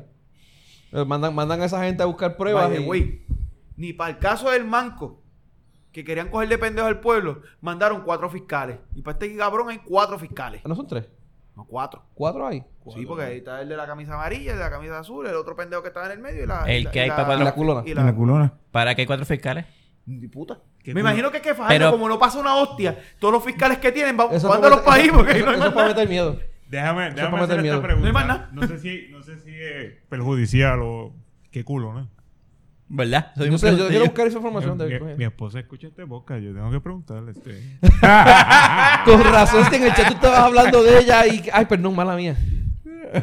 S2: Eh, Mandan, mandan a esa gente a buscar pruebas.
S3: By the
S2: y-
S3: way, Ni para el caso del manco, que querían coger de pendejos al pueblo, mandaron cuatro fiscales. Y para este cabrón hay cuatro fiscales.
S2: ¿No son tres?
S3: No, cuatro.
S2: ¿Cuatro hay?
S3: Sí, porque ahí está el de la camisa amarilla, el de la camisa azul, el otro pendejo que estaba en el medio y la.
S5: El
S3: y la-
S5: que
S3: y
S5: hay,
S3: la-
S5: papá,
S2: Y la culona.
S3: Y
S1: En la culona.
S5: ¿Para qué hay cuatro fiscales?
S3: Ni puta.
S6: Que
S3: Me
S6: tú-
S3: imagino que es que Fajardo,
S5: Pero-
S3: como no pasa una hostia, todos los fiscales que tienen van
S2: Eso
S3: van de
S2: es
S3: los
S2: para meter-
S3: países porque ahí
S2: eso-
S3: no hay
S2: eso es
S3: más
S2: para
S3: nada.
S2: meter miedo.
S6: Déjame, déjame
S2: para
S6: hacer
S2: meter
S6: esta
S2: miedo.
S6: pregunta.
S3: No hay más nada.
S6: No sé si, no sé si es perjudicial o qué culo, ¿no?
S5: ¿Verdad? Soy
S2: Yo,
S5: un
S2: sé, yo
S5: preguntillo.
S2: quiero buscar esa información.
S6: mi,
S2: de-
S6: mi- mi esposa escucha este boca, yo tengo que
S2: [LAUGHS]
S6: preguntarle. Este.
S2: Con razón, es que en el chat tú estabas hablando de ella y... Ay, perdón, mala mía.
S6: ¿En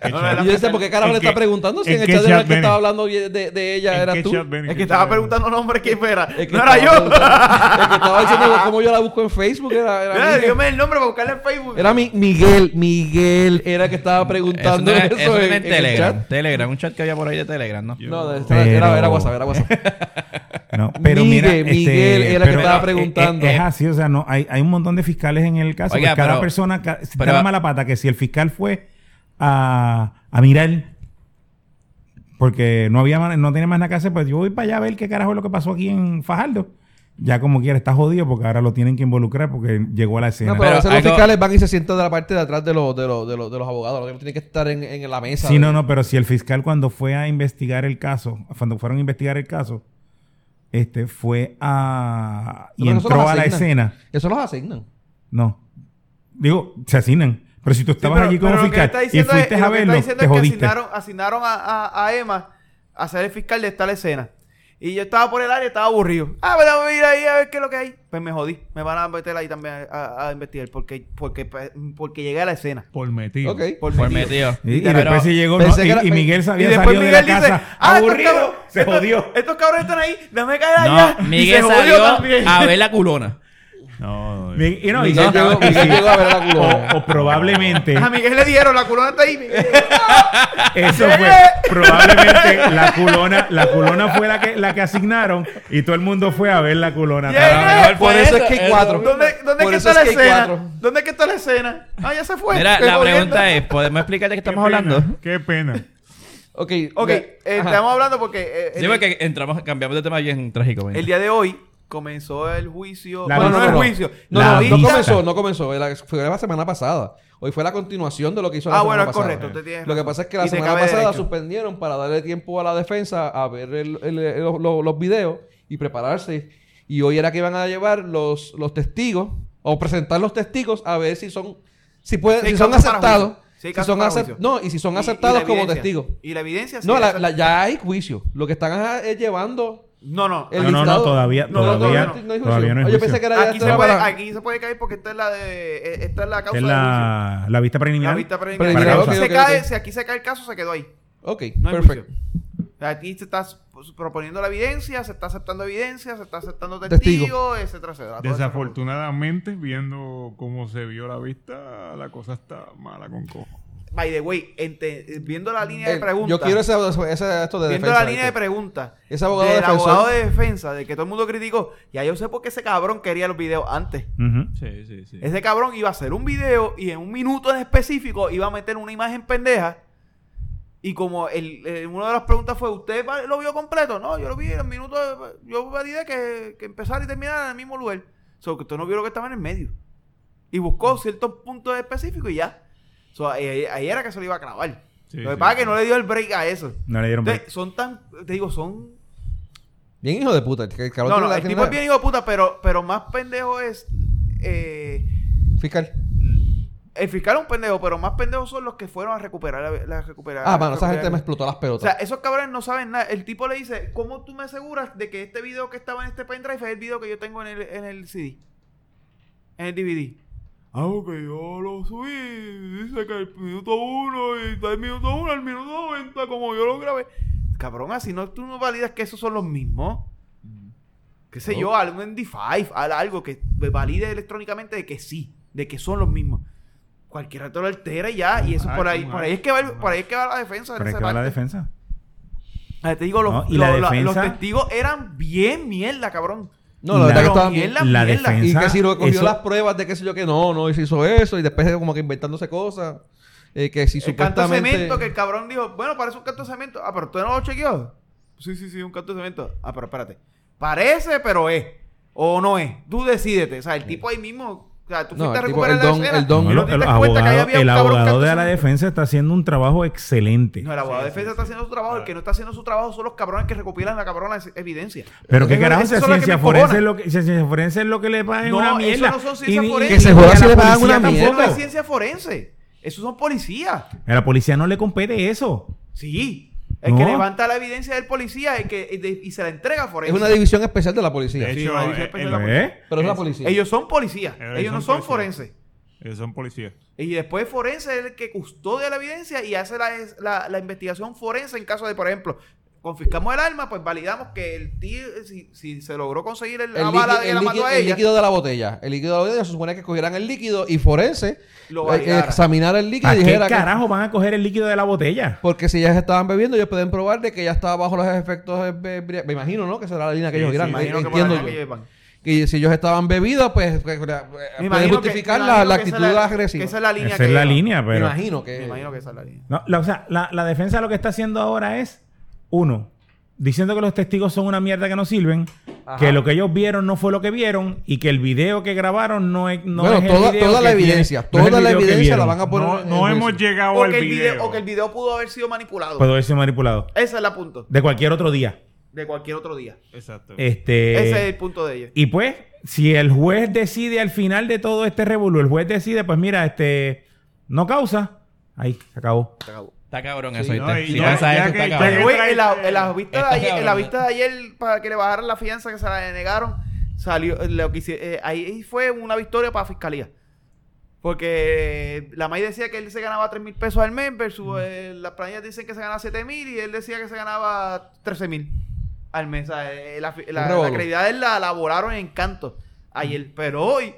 S6: qué
S3: No,
S6: chat-
S3: no,
S2: Y yo decía, ¿por qué carajo
S6: ¿En
S2: le está
S6: qué-
S2: preguntando si en
S6: en
S2: el
S6: qué
S2: chat era
S6: chat
S2: el que
S6: viene?
S2: estaba hablando de, de- de ella?
S6: en
S2: ¿Eras
S6: qué
S2: tú?
S6: chat viene?
S3: Es
S6: ¿En
S3: que
S6: qué
S3: estaba
S6: chat viene?
S3: preguntando nombre quién era.
S2: Es que
S3: No era
S2: estaba
S3: yo. [LAUGHS]
S2: preguntando- el que estaba diciendo cómo yo la busco en Facebook era, era
S3: Mira,
S2: Miguel.
S3: Dígame el nombre para buscarle en Facebook.
S2: Era mi- Miguel, Miguel era el que estaba
S5: Eso
S2: preguntando
S5: no era-
S2: eso,
S5: eso no
S2: en,
S5: era
S2: en
S5: en
S2: el
S5: Telegram.
S2: chat.
S5: Telegram, un chat que había por ahí de Telegram, ¿no?
S2: No, de-
S1: Pero-
S2: era, era WhatsApp, era WhatsApp. [LAUGHS]
S1: No, pero mira,
S2: Miguel,
S1: este,
S2: Miguel era el que
S1: pero
S2: estaba
S1: es-
S2: preguntando.
S1: Es, es así, o sea, no, hay, hay un montón de fiscales en el caso.
S5: Oiga,
S1: pues cada
S5: pero-
S1: persona ca- si
S5: pero-
S1: está la mala pata que si el fiscal fue a, a mirar porque no había man- no tenía más nada que hacer, pues yo voy para allá a ver qué carajo es lo que pasó aquí en Fajardo. Ya como quiera está jodido porque ahora lo tienen que involucrar porque llegó a la escena.
S2: No, pero, a
S5: Pero
S2: veces
S5: algo-
S2: los fiscales van y se sientan de la parte de atrás de los, de los, de los, de los abogados. No tienen que estar en, en la mesa.
S1: Sí, no, no, pero si el fiscal cuando fue a investigar el caso, cuando fueron a investigar el caso, este fue a y
S2: Pero eso
S1: entró
S2: los
S1: a la
S2: asignan.
S1: escena.
S2: Eso los asignan.
S1: No. Digo, se asignan. Pero si tú estabas allí como fiscal y fuiste a verlo, te jodiste.
S3: asignaron, asignaron a, a- a Emma a ser el fiscal de esta escena. Y yo estaba por el área y estaba aburrido. Ah, pues vamos a ir ahí a ver qué es lo que hay. Pues me jodí. Me van a meter ahí también a, a investigar porque, porque, pues, porque llegué a la escena.
S6: Por metido.
S2: Ok.
S3: Por
S5: Pues
S3: metido.
S5: metido.
S1: Y, y
S5: Pero-
S1: después sí llegó,
S2: pensé
S1: ¿no?
S2: que
S1: Y-
S2: era-
S1: y, Miguel se
S3: Y
S1: había
S3: después
S1: salido
S3: Miguel
S1: de la
S3: dice,
S1: casa
S3: ah,
S1: aburrido,
S3: estos, cabrones,
S1: se
S3: estos- [LAUGHS]
S1: jodió.
S3: Estos, cabrones están ahí, déjame caer allá.
S5: No, Miguel salió a ver la culona.
S6: No, no,
S1: Mi- y no, y
S2: Miguel,
S1: ya-
S2: llegó, Miguel llegó a ver la culona.
S1: o, o probablemente
S3: A Miguel le dieron, la culona está ahí. Miguel.
S1: eso fue probablemente la culona la culona fue la que la que asignaron y todo el mundo fue a ver la culona
S3: Yeah.
S5: A lo mejor
S2: Por
S5: fue
S2: eso eh, es que hay cuatro.
S3: ¿Dónde, dónde
S2: Por
S3: que
S2: eso
S3: está la
S2: es que hay
S3: escena?
S2: cuatro.
S3: ¿Dónde que está la escena? Ah, ya se fue.
S5: Mira,
S3: Estoy
S5: la
S3: jodiendo.
S5: pregunta es, ¿podemos explicar de qué estamos hablando?
S6: Qué pena.
S2: Ok,
S3: Ok, eh,
S2: ajá.
S3: estamos hablando porque eh,
S5: Sí,
S3: el,
S5: porque entramos, cambiamos de tema bien trágico. güey.
S3: el día de hoy comenzó el juicio.
S1: La
S3: bueno, no,
S1: vista.
S3: el juicio.
S2: No,
S3: la
S2: no, no
S3: vista-
S2: comenzó, no comenzó. Era- fue la semana pasada. Hoy fue la continuación de lo que hizo la
S3: Ah,
S2: semana
S3: bueno, es
S2: pasada.
S3: correcto. usted tiene
S2: Lo que
S3: razón.
S2: pasa es que
S3: Y
S2: la
S3: te
S2: semana
S3: cabe
S2: pasada
S3: derecho.
S2: suspendieron para darle tiempo a la defensa a ver el- el- el- los- los, los videos y prepararse. Y hoy era que iban a llevar los, los testigos o presentar los testigos a ver si son si pueden
S3: Sí,
S2: si
S3: hay
S2: son
S3: casos para
S2: aceptados.
S3: juicio. Sí, hay
S2: si
S3: casos
S2: son
S3: para
S2: acep-
S3: juicio.
S2: no, y si
S3: Y-
S2: son
S3: y la
S2: aceptados como
S3: evidencia.
S2: testigos.
S3: Y la evidencia sí,
S2: No, la-
S3: esa-
S2: la- ya hay juicio. Lo que están ah, es llevando
S3: no, no.
S2: el
S1: no no no
S2: listado-
S1: todavía
S3: No, no,
S1: todavía
S3: no, no,
S2: hay juicio.
S1: todavía no hay
S2: Oye,
S1: juicio.
S2: yo pensé que era ya
S3: Aquí se,
S2: esto
S3: puede,
S2: era para-
S3: aquí se puede caer porque esta es la de eh, esta es la causa
S1: es
S3: del
S1: la, la vista
S3: juicio.
S1: preliminar
S3: La vista preliminar.
S1: Preliminar,
S3: Si
S1: ok,
S3: se
S2: ok,
S3: cae,
S2: ok.
S3: si aquí se cae el caso, se quedó ahí.
S2: Ok,
S3: No hay
S2: perfecto.
S3: juicio. Aquí se está pues, proponiendo la evidencia, se está aceptando evidencia, se está aceptando
S2: Testigo.
S3: testigos, etcétera, etcétera. Todo eso.
S6: Desafortunadamente, viendo cómo se vio la vista, la cosa está mala con cojo.
S3: By the way, ente- viendo la línea
S2: Eh,
S3: de preguntas.
S2: Yo quiero ese, ese- esto de
S3: Viendo
S2: defensa.
S3: la línea de preguntas.
S2: Ese abogado
S3: del
S2: defensor.
S3: abogado de defensa, de que todo el mundo criticó. Ya yo sé por qué ese cabrón quería los videos antes.
S1: Ujú.
S6: Sí, sí, sí.
S3: Ese cabrón iba a hacer un video y en un minuto en específico iba a meter una imagen pendeja. Y como el, eh, una de las preguntas fue, ¿usted va- lo vio completo? No, yo lo vi en el minuto, de- yo validé que, que empezara y terminara en el mismo lugar. Solo que usted no vio lo que estaba en el medio. Y buscó ciertos puntos específicos y ya. So, ahí, ahí- ahí era que se lo iba a clavar.
S6: Sí,
S3: lo que
S6: sí,
S3: pasa es que
S6: sí.
S3: no le dio el break a eso.
S1: no le dieron break.
S3: Entonces, son tan, te digo, son
S2: Bien hijo de puta. el que- el cabrón
S3: no,
S2: tiene
S3: no,
S2: la-
S3: el
S2: tiene
S3: tipo es
S2: la-
S3: bien hijo de puta, pero, pero más pendejo es. eh,
S2: Fiscal.
S3: El fiscal es un pendejo, pero más pendejos son los que fueron a recuperar la, la- recuperar.
S2: Ah, mano, esa
S3: recuperar-
S2: gente me explotó las
S3: O sea,
S2: pelotas.
S3: esos cabrones no saben nada. El tipo le dice, ¿cómo tú me aseguras de que este video que estaba en este pendrive es el video que yo tengo en el, en el CD? En el DVD. Ah, porque yo lo subí. Dice que el minuto uno y está el minuto uno, el minuto 90, como yo lo grabé. Cabrón, así no, tú no validas que esos son los mismos.
S1: Mm.
S3: Qué sé yo, algo en D5, al- algo que valide electrónicamente de que sí, de que son los mismos. Cualquiera te lo altera y ya, y eso
S1: Ah,
S3: por ahí, por ahí es que va, el- por ahí es que va la defensa. en
S1: Pero es
S3: esa
S1: que va la
S3: parte.
S1: defensa.
S3: Ah, te digo, los,
S1: No, y
S3: lo-
S1: la
S3: la- los
S1: defensa-
S3: testigos eran bien mierda, cabrón.
S2: No, la verdad que
S3: Pero
S2: estaban bien.
S3: mierda,
S1: La
S3: mierda.
S1: defensa-
S2: Y que si cogió
S1: Eso-
S2: las pruebas de qué sé yo que no, no se hizo eso, y después como que inventándose cosas. eh, que si
S3: El canto de
S2: supuestamente.
S3: cemento que el cabrón dijo, bueno, parece un canto de cemento. Ah, pero tú no lo chequeó. Sí, sí, sí, un canto de cemento. Ah, pero espérate. Parece, pero es. O no es. Tú decídete. O sea, el tipo ahí mismo. O sea, tú
S2: No,
S3: fuiste a
S2: el tipo-
S3: recuperar
S2: el
S3: la
S2: don-
S3: escena.
S2: el don-
S3: y
S1: No,
S2: ¿no
S1: el,
S3: te
S1: el
S3: diste cuenta que ahí
S1: abogado,
S3: había un
S1: el
S3: cabrón
S1: abogado
S3: canto
S1: de la
S3: cemento.
S1: defensa está haciendo un trabajo excelente.
S3: No, el abogado de defensa está haciendo su trabajo. El que no está haciendo su trabajo son los cabrones que recopilan la cabrona es- evidencia.
S1: Pero qué
S3: Eso-
S1: carajo,
S3: eso
S1: si a
S3: son las que
S1: ciencia
S3: me
S1: forense es
S3: encojonan.
S1: lo que, si a ciencia forense es lo que le pagan
S3: No,
S1: una
S3: eso
S1: mierda.
S3: no son ciencias
S1: Y ni-
S3: forenses.
S2: Que se joda
S1: y a
S2: si
S1: la
S2: le pagan
S1: policía
S2: una
S3: Eso no
S1: tampoco.
S3: es ciencia forense. Esos son policías.
S1: A la policía no le compete eso.
S3: Sí. El que
S1: No.
S3: levanta la evidencia del policía el que, y de- y se la entrega a
S2: Es
S3: forense.
S2: una división especial de la policía.
S6: De
S3: Sí,
S6: hecho,
S3: la división
S6: eh,
S3: especial
S6: eh,
S3: de la
S1: ¿Eh?
S2: Pero es la policía.
S3: Ellos son policías.
S6: Ellos
S3: Ellos no
S6: son
S3: son
S6: policías.
S3: forenses.
S6: Eh, son policías.
S3: Y después forense es el que custodia la evidencia y hace la, es- la- la investigación forense en caso de, por ejemplo, confiscamos el arma, pues validamos que el tío, eh, si, si se logró conseguir el, la
S2: el,
S3: bala
S2: líqui-
S3: que
S2: el
S3: la
S2: líqui-
S3: mató a
S2: el
S3: ella,
S2: líquido de la botella. El líquido de la botella se supone que cogieran el líquido y forense
S3: Lo
S2: eh,
S3: validara.
S2: examinara el líquido
S1: ¿A
S2: y
S1: qué
S2: dijera que-
S1: carajo van a coger el líquido de la botella?
S2: porque si ellas estaban bebiendo, ellos pueden probar de que ya estaba bajo los efectos eh, bebri- me imagino, ¿no? Que será la línea que
S6: Sí,
S2: ellos
S6: sí,
S2: irán.
S6: me
S3: imagino que por la
S2: entiendo
S3: calle
S2: yo.
S3: llevan.
S2: Que si ellos estaban bebidos, pues eh, eh,
S3: Me
S2: pueden
S3: imagino que-
S2: justificar
S3: me
S2: la,
S3: imagino
S2: la
S3: que esa
S2: actitud
S3: es la-
S2: agresiva.
S3: que Esa es la línea.
S1: Esa
S3: que
S1: es la
S3: llevan.
S1: línea,
S2: Me
S1: pues. pero...
S2: imagino que
S3: Me imagino que esa es la línea.
S1: No, la- o sea, la, la defensa lo que está haciendo ahora es, uno, diciendo que los testigos son una mierda que no sirven, que lo que ellos vieron no fue lo que vieron y que el video que grabaron no es... No
S2: bueno,
S1: es el
S2: toda,
S1: video
S2: toda
S1: que
S2: la
S1: tiene-
S2: evidencia,
S1: no es el
S2: toda la
S1: video que
S2: evidencia la
S1: vieron.
S2: van a poner.
S6: No,
S2: en
S6: no
S2: juicio.
S6: hemos llegado
S3: O
S6: al
S3: que, el
S6: video.
S3: video, o que el video pudo haber sido manipulado.
S1: Puede haber sido manipulado.
S3: Ese es el punto.
S1: De cualquier otro día.
S3: De cualquier otro día.
S6: Exacto.
S3: Eh,
S1: Este...
S3: Ese es el punto de ellos.
S1: Y pues, si el juez decide al final de todo este revolú, el juez decide, pues mira, este, no causa, ahí se acabó.
S3: Se acabó.
S5: Está cabrón
S6: Sí,
S5: eso.
S6: no,
S5: ¿viste?
S6: y
S5: si
S6: ya-
S5: pasa
S6: ya
S5: eso,
S6: que-
S5: está
S6: ya
S5: cabrón.
S6: que-
S3: Güey, en, la, en
S2: eh,
S3: las vistas
S5: Está
S3: de ayer, en
S5: cabrón,
S3: la
S5: ¿no?
S3: vista de ayer para que le bajaran la fianza que se la denegaron, salió lo que hice- eh, ahí fue una victoria para fiscalía. Porque eh, la MAI decía que él se ganaba 3 mil pesos al mes versus eh, las planillas dicen que se ganaba 7 mil y él decía que se ganaba 13 mil al mes. O sea, eh, la, fi- la, la
S2: revolú.
S3: credibilidad de él la elaboraron en canto ayer. Pero hoy,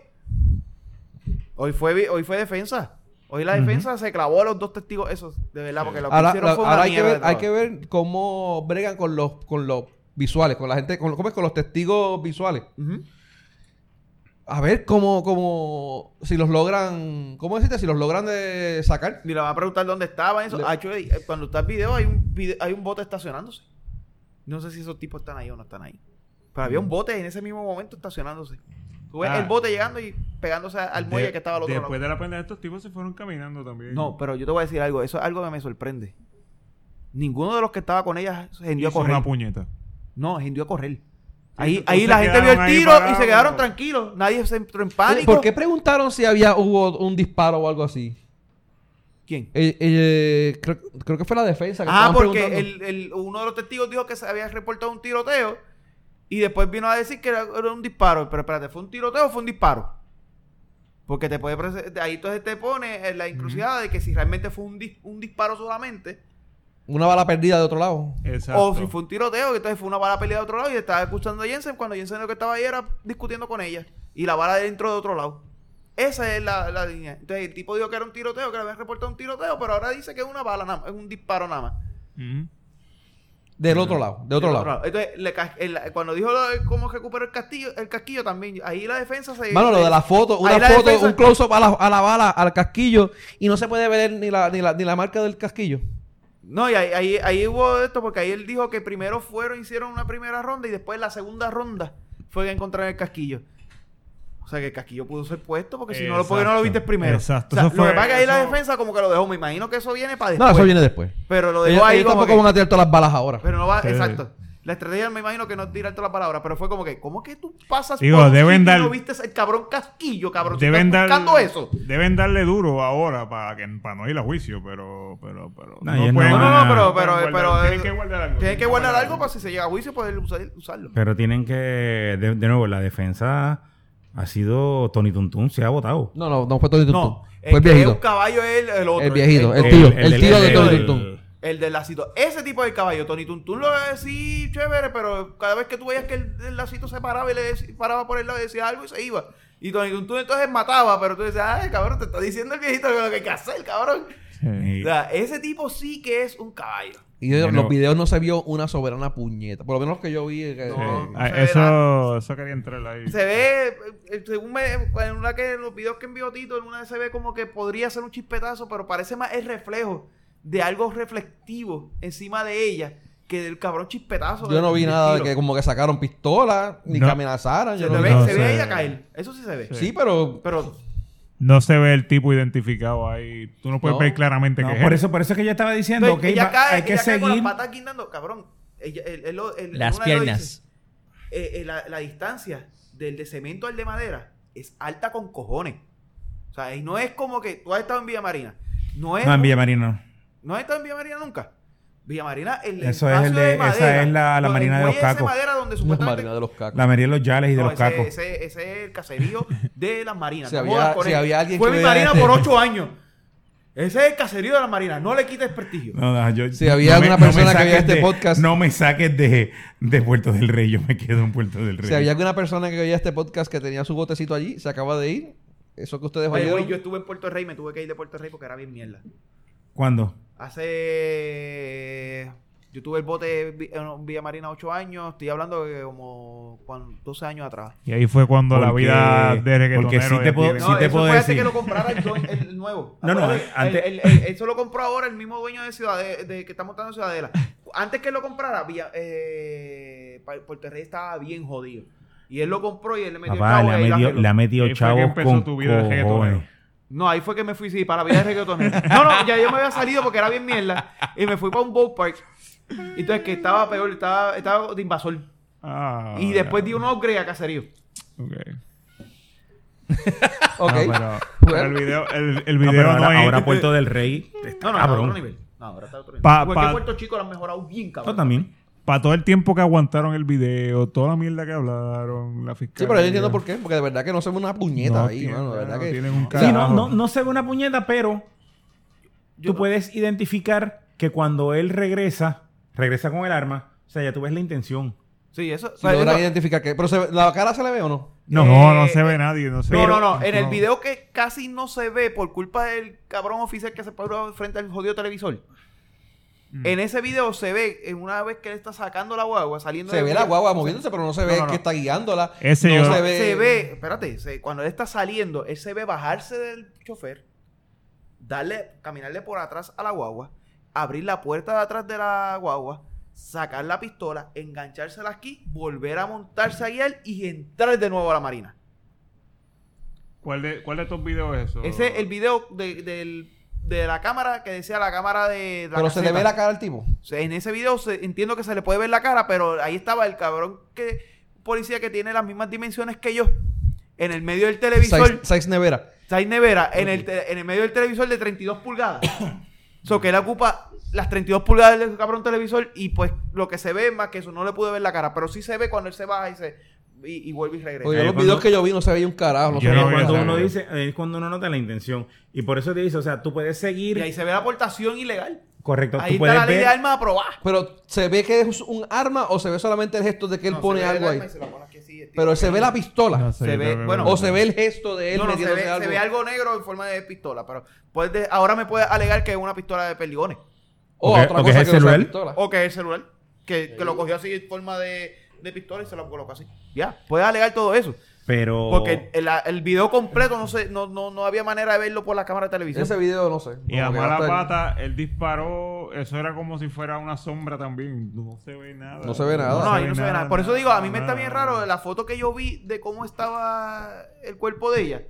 S3: hoy fue, vi- hoy fue defensa. Hoy la defensa se clavó a los dos testigos esos, de verdad, porque lo que
S2: Ahora,
S3: hicieron fue una
S2: ahora hay, que
S3: mierda de
S2: ver, hay
S3: trabajo.
S2: que ver cómo bregan con los, con los visuales, con la gente, con, ¿cómo es? Con los testigos visuales.
S3: Ujú.
S2: A ver cómo, cómo, si los logran, ¿cómo decirte? Si los logran de sacar.
S3: Ni le van a preguntar dónde estaban. Eso.
S2: Le-
S3: Ah, chue, eh, cuando está el video hay, un vide- hay un bote estacionándose. No sé si esos tipos están ahí o no están ahí. Pero había un bote en ese mismo momento estacionándose. Tú ves
S6: Mm. Ah.
S3: el bote llegando y pegándose al muelle
S6: De-
S3: que estaba al otro
S6: Después
S3: lado.
S6: de la pelea, estos tipos se fueron caminando también.
S3: No, pero yo te voy a decir algo. Eso es algo que me sorprende. Ninguno de los que estaba con ellas se hendió a
S6: Hizo
S3: correr.
S6: una puñeta.
S3: Oh, No, se hendió a correr. Ahí,
S6: entonces
S3: ahí la
S6: se
S3: gente vio el
S6: quedaron ahí
S3: tiro y
S6: parados.
S3: se quedaron tranquilos. Nadie se entró en pánico.
S2: ¿Por qué preguntaron si había hubo un disparo o algo así?
S3: ¿Quién?
S2: Eh, eh, creo, creo que fue la defensa. Que
S3: Ah,
S2: estaban
S3: porque
S2: preguntando.
S3: el, el- uno de los testigos dijo que se había reportado un tiroteo y después vino a decir que era, era un disparo. Pero espérate, ¿fue un tiroteo o fue un disparo? Porque te puede prese- ahí entonces te pone en la encrucijada de que si realmente fue un, dis- un disparo solamente
S2: una bala perdida de otro lado.
S6: Exacto.
S3: o si fue un tiroteo, que entonces fue una bala pelea de otro lado y estaba escuchando a Jensen cuando Jensen lo que estaba ahí era discutiendo con ella y la bala dentro de otro lado. Esa es la, la línea. Entonces el tipo dijo que era un tiroteo, que le habían reportado un tiroteo, pero ahora dice que es una bala, nada más, es un disparo nada más.
S6: Ujú.
S2: Del otro lado, de otro
S3: Del
S2: lado.
S3: Entonces, le ca- el- cuando dijo lo de cómo recuperó el castillo, el casquillo también, ahí la defensa se.
S2: Mano, lo de la foto, una
S3: Ahí la
S2: foto,
S3: defensa-
S2: un close-up a la, a la bala, al casquillo, y no se puede ver ni la, ni la, ni la marca del casquillo.
S3: No, y ahí, ahí, ahí hubo esto, porque ahí él dijo que primero fueron, hicieron una primera ronda y después la segunda ronda fue que encontraron el casquillo. O sea que el casquillo pudo ser puesto porque si no lo, porque no lo
S6: Exacto.
S3: viste primero.
S6: Exacto.
S3: O sea,
S6: Eso
S3: lo que
S6: fue-
S3: pasa es que ahí la
S6: eso-
S3: defensa como que lo dejó. Me imagino que eso viene para
S2: No,
S3: después.
S2: eso viene después.
S3: Pero lo dejó
S2: Ellos,
S3: ahí
S2: ellos
S3: como
S2: tampoco
S3: que-
S2: van a tirar todas las balas ahora.
S3: Pero no va,
S6: Sí.
S3: exacto. La estrategia me imagino que no es tirarte la palabra, pero fue como que, ¿cómo que tú pasas
S6: Digo,
S3: un
S6: deben
S3: sitio y
S6: dar-
S3: no viste el cabrón casquillo, cabrón? Si
S6: Deben,
S3: estás
S6: dar,
S3: buscando eso.
S6: deben darle duro ahora para que para no ir a juicio, pero. pero, pero
S1: No, ellos
S6: pueden-
S1: no. No, no, no,
S3: pero-
S6: pueden
S3: pero-
S6: guardar-
S3: pero-
S6: tienen que guardar algo.
S3: Tienes que guardar algo para si se llega a juicio poder usar- usarlo.
S1: Pero tienen que, de, de nuevo, la defensa ha sido Tony Tuntún, se ha votado.
S2: No, no, no fue Tony Tuntun.
S3: No, eh,
S2: fue el
S3: que es
S2: viejito.
S3: un caballo es el, el otro.
S2: El viejito,
S3: el,
S2: el tío,
S1: El- el-
S2: el,
S1: el-
S2: tío
S1: el-
S2: de Tony
S1: el-
S2: Tuntun.
S3: el de lacito. Ese tipo de caballo, Tony Tuntún lo decía chévere, pero cada vez que tú veías que el, el lacito se paraba y le dec- paraba por el lado y decía algo y se iba. Y Tony Tuntún entonces mataba, pero tú decías, ay, cabrón, te está diciendo el viejito que lo que hay que hacer, cabrón.
S1: Y-
S3: O sea, ese tipo sí que es un caballo.
S2: Y de
S6: De
S2: los
S6: nuevo.
S2: videos no se vio una soberana puñeta. Por lo menos que yo vi. eh, que-
S3: No.
S6: Sí.
S3: no
S6: Ah,
S3: se ve
S6: eso, eso quería entrar ahí.
S3: Se ve, eh, según me, en una que en los videos que envió Tito, en una se ve como que podría ser un chispetazo, pero parece más el reflejo de algo reflectivo encima de ella que del cabrón chispetazo.
S2: Yo no vi
S3: del
S2: nada de
S3: tiro.
S2: que como que sacaron pistola ni
S6: No.
S2: que amenazaran.
S3: Se,
S2: Yo
S3: te
S2: no vi
S3: ve,
S2: nada.
S6: No
S3: se ve
S6: sé.
S3: ella caer. Eso sí se ve.
S2: Sí, pero
S3: Pero
S6: No se ve el tipo identificado ahí. Tú no puedes
S2: No.
S6: ver claramente
S1: No,
S6: que es
S1: por
S6: él.
S1: eso, por eso es que ella estaba diciendo,
S3: pero
S1: ok,
S3: ella
S1: va-
S3: cae,
S1: hay que
S3: ella cae con
S1: seguir.
S3: las patas guindando, cabrón. Ella- él- él lo- él-
S5: Las
S3: una vez lo [LAUGHS]
S5: piernas.
S3: dice, eh, eh, la, la distancia del de cemento al de madera es alta con cojones. O sea, y no es como que tú has estado en Villa Marina. No es
S1: No, en Villa Marina
S3: ¿No has estado en Villa Marina nunca? Villa Marina, el
S1: Eso es el
S3: espacio
S1: de- esa es la- la
S3: donde el
S1: Marina de los
S3: muelle ese
S1: Cacos.
S3: madera donde
S2: la
S3: supuestamente...
S2: marina de los
S1: no.
S2: cacos.
S1: La mayoría de los yales y de
S3: No,
S1: los
S3: ese,
S1: cacos.
S3: Ese, ese es el caserío de las marinas.
S2: [LAUGHS] Si
S3: No
S2: había-
S3: jodas con
S2: si
S3: él.
S2: había alguien
S3: Fue
S2: que
S3: mi
S2: hubiera- [LAUGHS]
S3: marina por ocho años. Ese es el caserío de las marinas. No le quites prestigio.
S1: No, no, yo-
S2: Si había
S1: me-
S2: alguna
S1: me
S2: persona que
S1: saques
S2: viera este
S1: de-
S2: podcast-
S1: No me saques de, de Puerto del Rey, yo me quedo en Puerto del Rey.
S2: Si había alguna persona que veía este podcast que tenía su botecito allí, se acaba de ir. Eso que ustedes
S3: Oye, güey,
S2: oyeron.
S3: yo estuve en Puerto Rey, me tuve que ir de Puerto Rey porque era bien mierda.
S1: ¿Cuándo?
S3: Hace... Yo tuve el bote vi- en Villa Marina ocho años. Estoy hablando de como cuan- 12 años atrás.
S6: Y ahí fue cuando la
S1: Porque-
S6: vida de reggaetonero...
S1: porque sí te puedo-
S6: de-
S1: Pues sí. te
S3: eso
S1: puedo
S3: fue antes
S1: decir.
S3: que lo comprara el, dueño- el nuevo.
S1: [LAUGHS] No, no,
S3: Acuérdate,
S1: antes-
S3: el- el- el- eso lo compró ahora el mismo dueño de Ciudadela, de, que está montando Ciudadela. Antes que lo comprara, Villa- eh, Pa- Puerto Rey estaba bien jodido. Y él lo compró y él le metió el
S1: Papá,
S3: chavo
S1: le ha
S3: y ahí la
S1: metido,
S3: peló.
S1: le ha metido
S6: Ahí fue que
S1: chavos
S6: empezó
S1: con
S6: tu vida de eh.
S1: cojones.
S6: reggaetonero.
S3: No, ahí fue que me fui, sí, para la vida de reggaetonero. No, no, ya yo me había salido porque era bien mierda. Y me fui para un boat park. Entonces que estaba peor, estaba, estaba de invasor.
S6: Ah,
S3: y después
S6: ya.
S3: di un upgrade a caserío.
S6: Ok.
S2: Ok.
S6: No, pero,
S2: Bueno.
S6: pero el video, el, el
S1: No,
S6: video
S1: Ah, pero
S6: no,
S1: ahora,
S6: es...
S1: ahora Puerto del Rey está
S3: No, no, está a
S1: cabrón.
S3: otro nivel. No, ahora está a otro nivel.
S6: Pa-
S3: Porque
S6: pa-
S3: Puerto Chico lo han mejorado bien, cabrón.
S1: Esto también.
S6: [LAUGHS] Para todo el tiempo que aguantaron el video, toda la mierda que hablaron, la fiscalía...
S2: Sí, pero yo entiendo por qué. Porque de verdad que no se ve una puñeta
S6: No
S2: ahí,
S6: tienen,
S2: mano. De verdad
S6: no
S2: que.
S6: tienen un
S2: O sea,
S1: Sí,
S6: Carajo.
S1: no, no, no se ve una puñeta, pero
S3: Yo-
S1: tú puedes identificar que cuando él regresa, regresa con el arma, o sea, ya tú ves la intención.
S3: Sí, eso.
S2: Si
S3: pero
S2: logran
S3: eso-
S2: identificar que. Pero se ve- la cara se le ve o no.
S6: No,
S3: Eh,
S6: no se
S3: eh,
S6: ve nadie, no se
S3: no,
S6: ve...
S3: no, no. En el video que casi no se ve por culpa del cabrón oficial que se paró frente al jodido televisor. En ese video se ve, en una vez que él está sacando la guagua, saliendo
S2: Se
S3: del
S2: ve la
S3: video,
S2: guagua moviéndose, pero no se ve
S6: No, no, no.
S2: que está guiándola.
S6: Ese
S2: no
S6: yo-
S2: se ve.
S3: Se ve, espérate, se- cuando él está saliendo, él se ve bajarse del chofer, darle, caminarle por atrás a la guagua, abrir la puerta de atrás de la guagua, sacar la pistola, enganchársela aquí, volver a montarse a guiar y entrar de nuevo a la marina.
S6: ¿Cuál de, ¿Cuál de estos videos es eso?
S3: Ese es el video de, del- de la cámara que decía la cámara de. de la
S2: Pero se le
S3: caseta.
S2: ve la cara al tipo.
S3: O sea, en ese video se- entiendo que se le puede ver la cara, pero ahí estaba el cabrón que policía que tiene las mismas dimensiones que yo. En el medio del televisor,
S2: Seis, seis nevera.
S3: seis nevera, en el, te- en el medio del televisor de 32 pulgadas. [COUGHS] O sea, que él ocupa las 32 pulgadas del cabrón televisor y pues lo que se ve más que eso, no le pude ver la cara, pero sí se ve cuando él se baja y, se, y, y vuelve y regresa.
S2: Oye,
S1: Ahí
S2: los
S1: cuando-
S2: videos que yo vi no se veía un carajo. No se
S6: Yo
S2: veía
S6: no vi
S2: cuando-
S6: esa
S1: cuando uno
S6: video.
S1: dice, es cuando uno nota la intención. Y por eso te dice, o sea, tú puedes
S3: y
S1: seguir.
S3: ahí se ve la aportación ilegal.
S1: correcto,
S3: Ahí
S1: tú
S3: está
S1: puedes
S3: la ley de
S1: ver.
S3: armas aprobada.
S2: Pero se ve que es un arma o se ve solamente el gesto de que él
S3: No, se
S2: pone
S3: ve el
S2: algo ahí.
S3: arma y se la pone aquí así,
S2: Pero se ve la pistola.
S6: No sé,
S3: Se
S6: yo
S3: ve-
S6: creo que-
S3: bueno,
S2: O se ve el gesto de él
S3: No, no, se,
S2: metiéndose
S3: ve,
S2: algo.
S3: se ve algo negro en forma de pistola, pero puedes de- ahora me puedes alegar que es una pistola de perdigones.
S2: O
S1: O que-
S2: otra
S1: o que
S2: cosa que
S1: es
S2: no sea
S1: celular.
S2: pistola.
S3: O que es el celular, que, que lo cogió así en forma de, de pistola y se lo colocó así. Ya, puedes alegar todo eso.
S1: Pero.
S3: Porque el, el video completo no, se, no, no, no había manera de verlo por la cámara de televisión.
S2: Ese video no sé.
S6: Y
S2: Como
S6: a
S2: que
S6: mala
S2: hasta-
S6: pata, él disparó. Eso era como si fuera una sombra también. No se ve nada.
S2: No se ve nada.
S3: No, ahí no se ve nada. Por eso digo, a mí me está bien raro la foto que yo vi de cómo estaba el cuerpo de ella.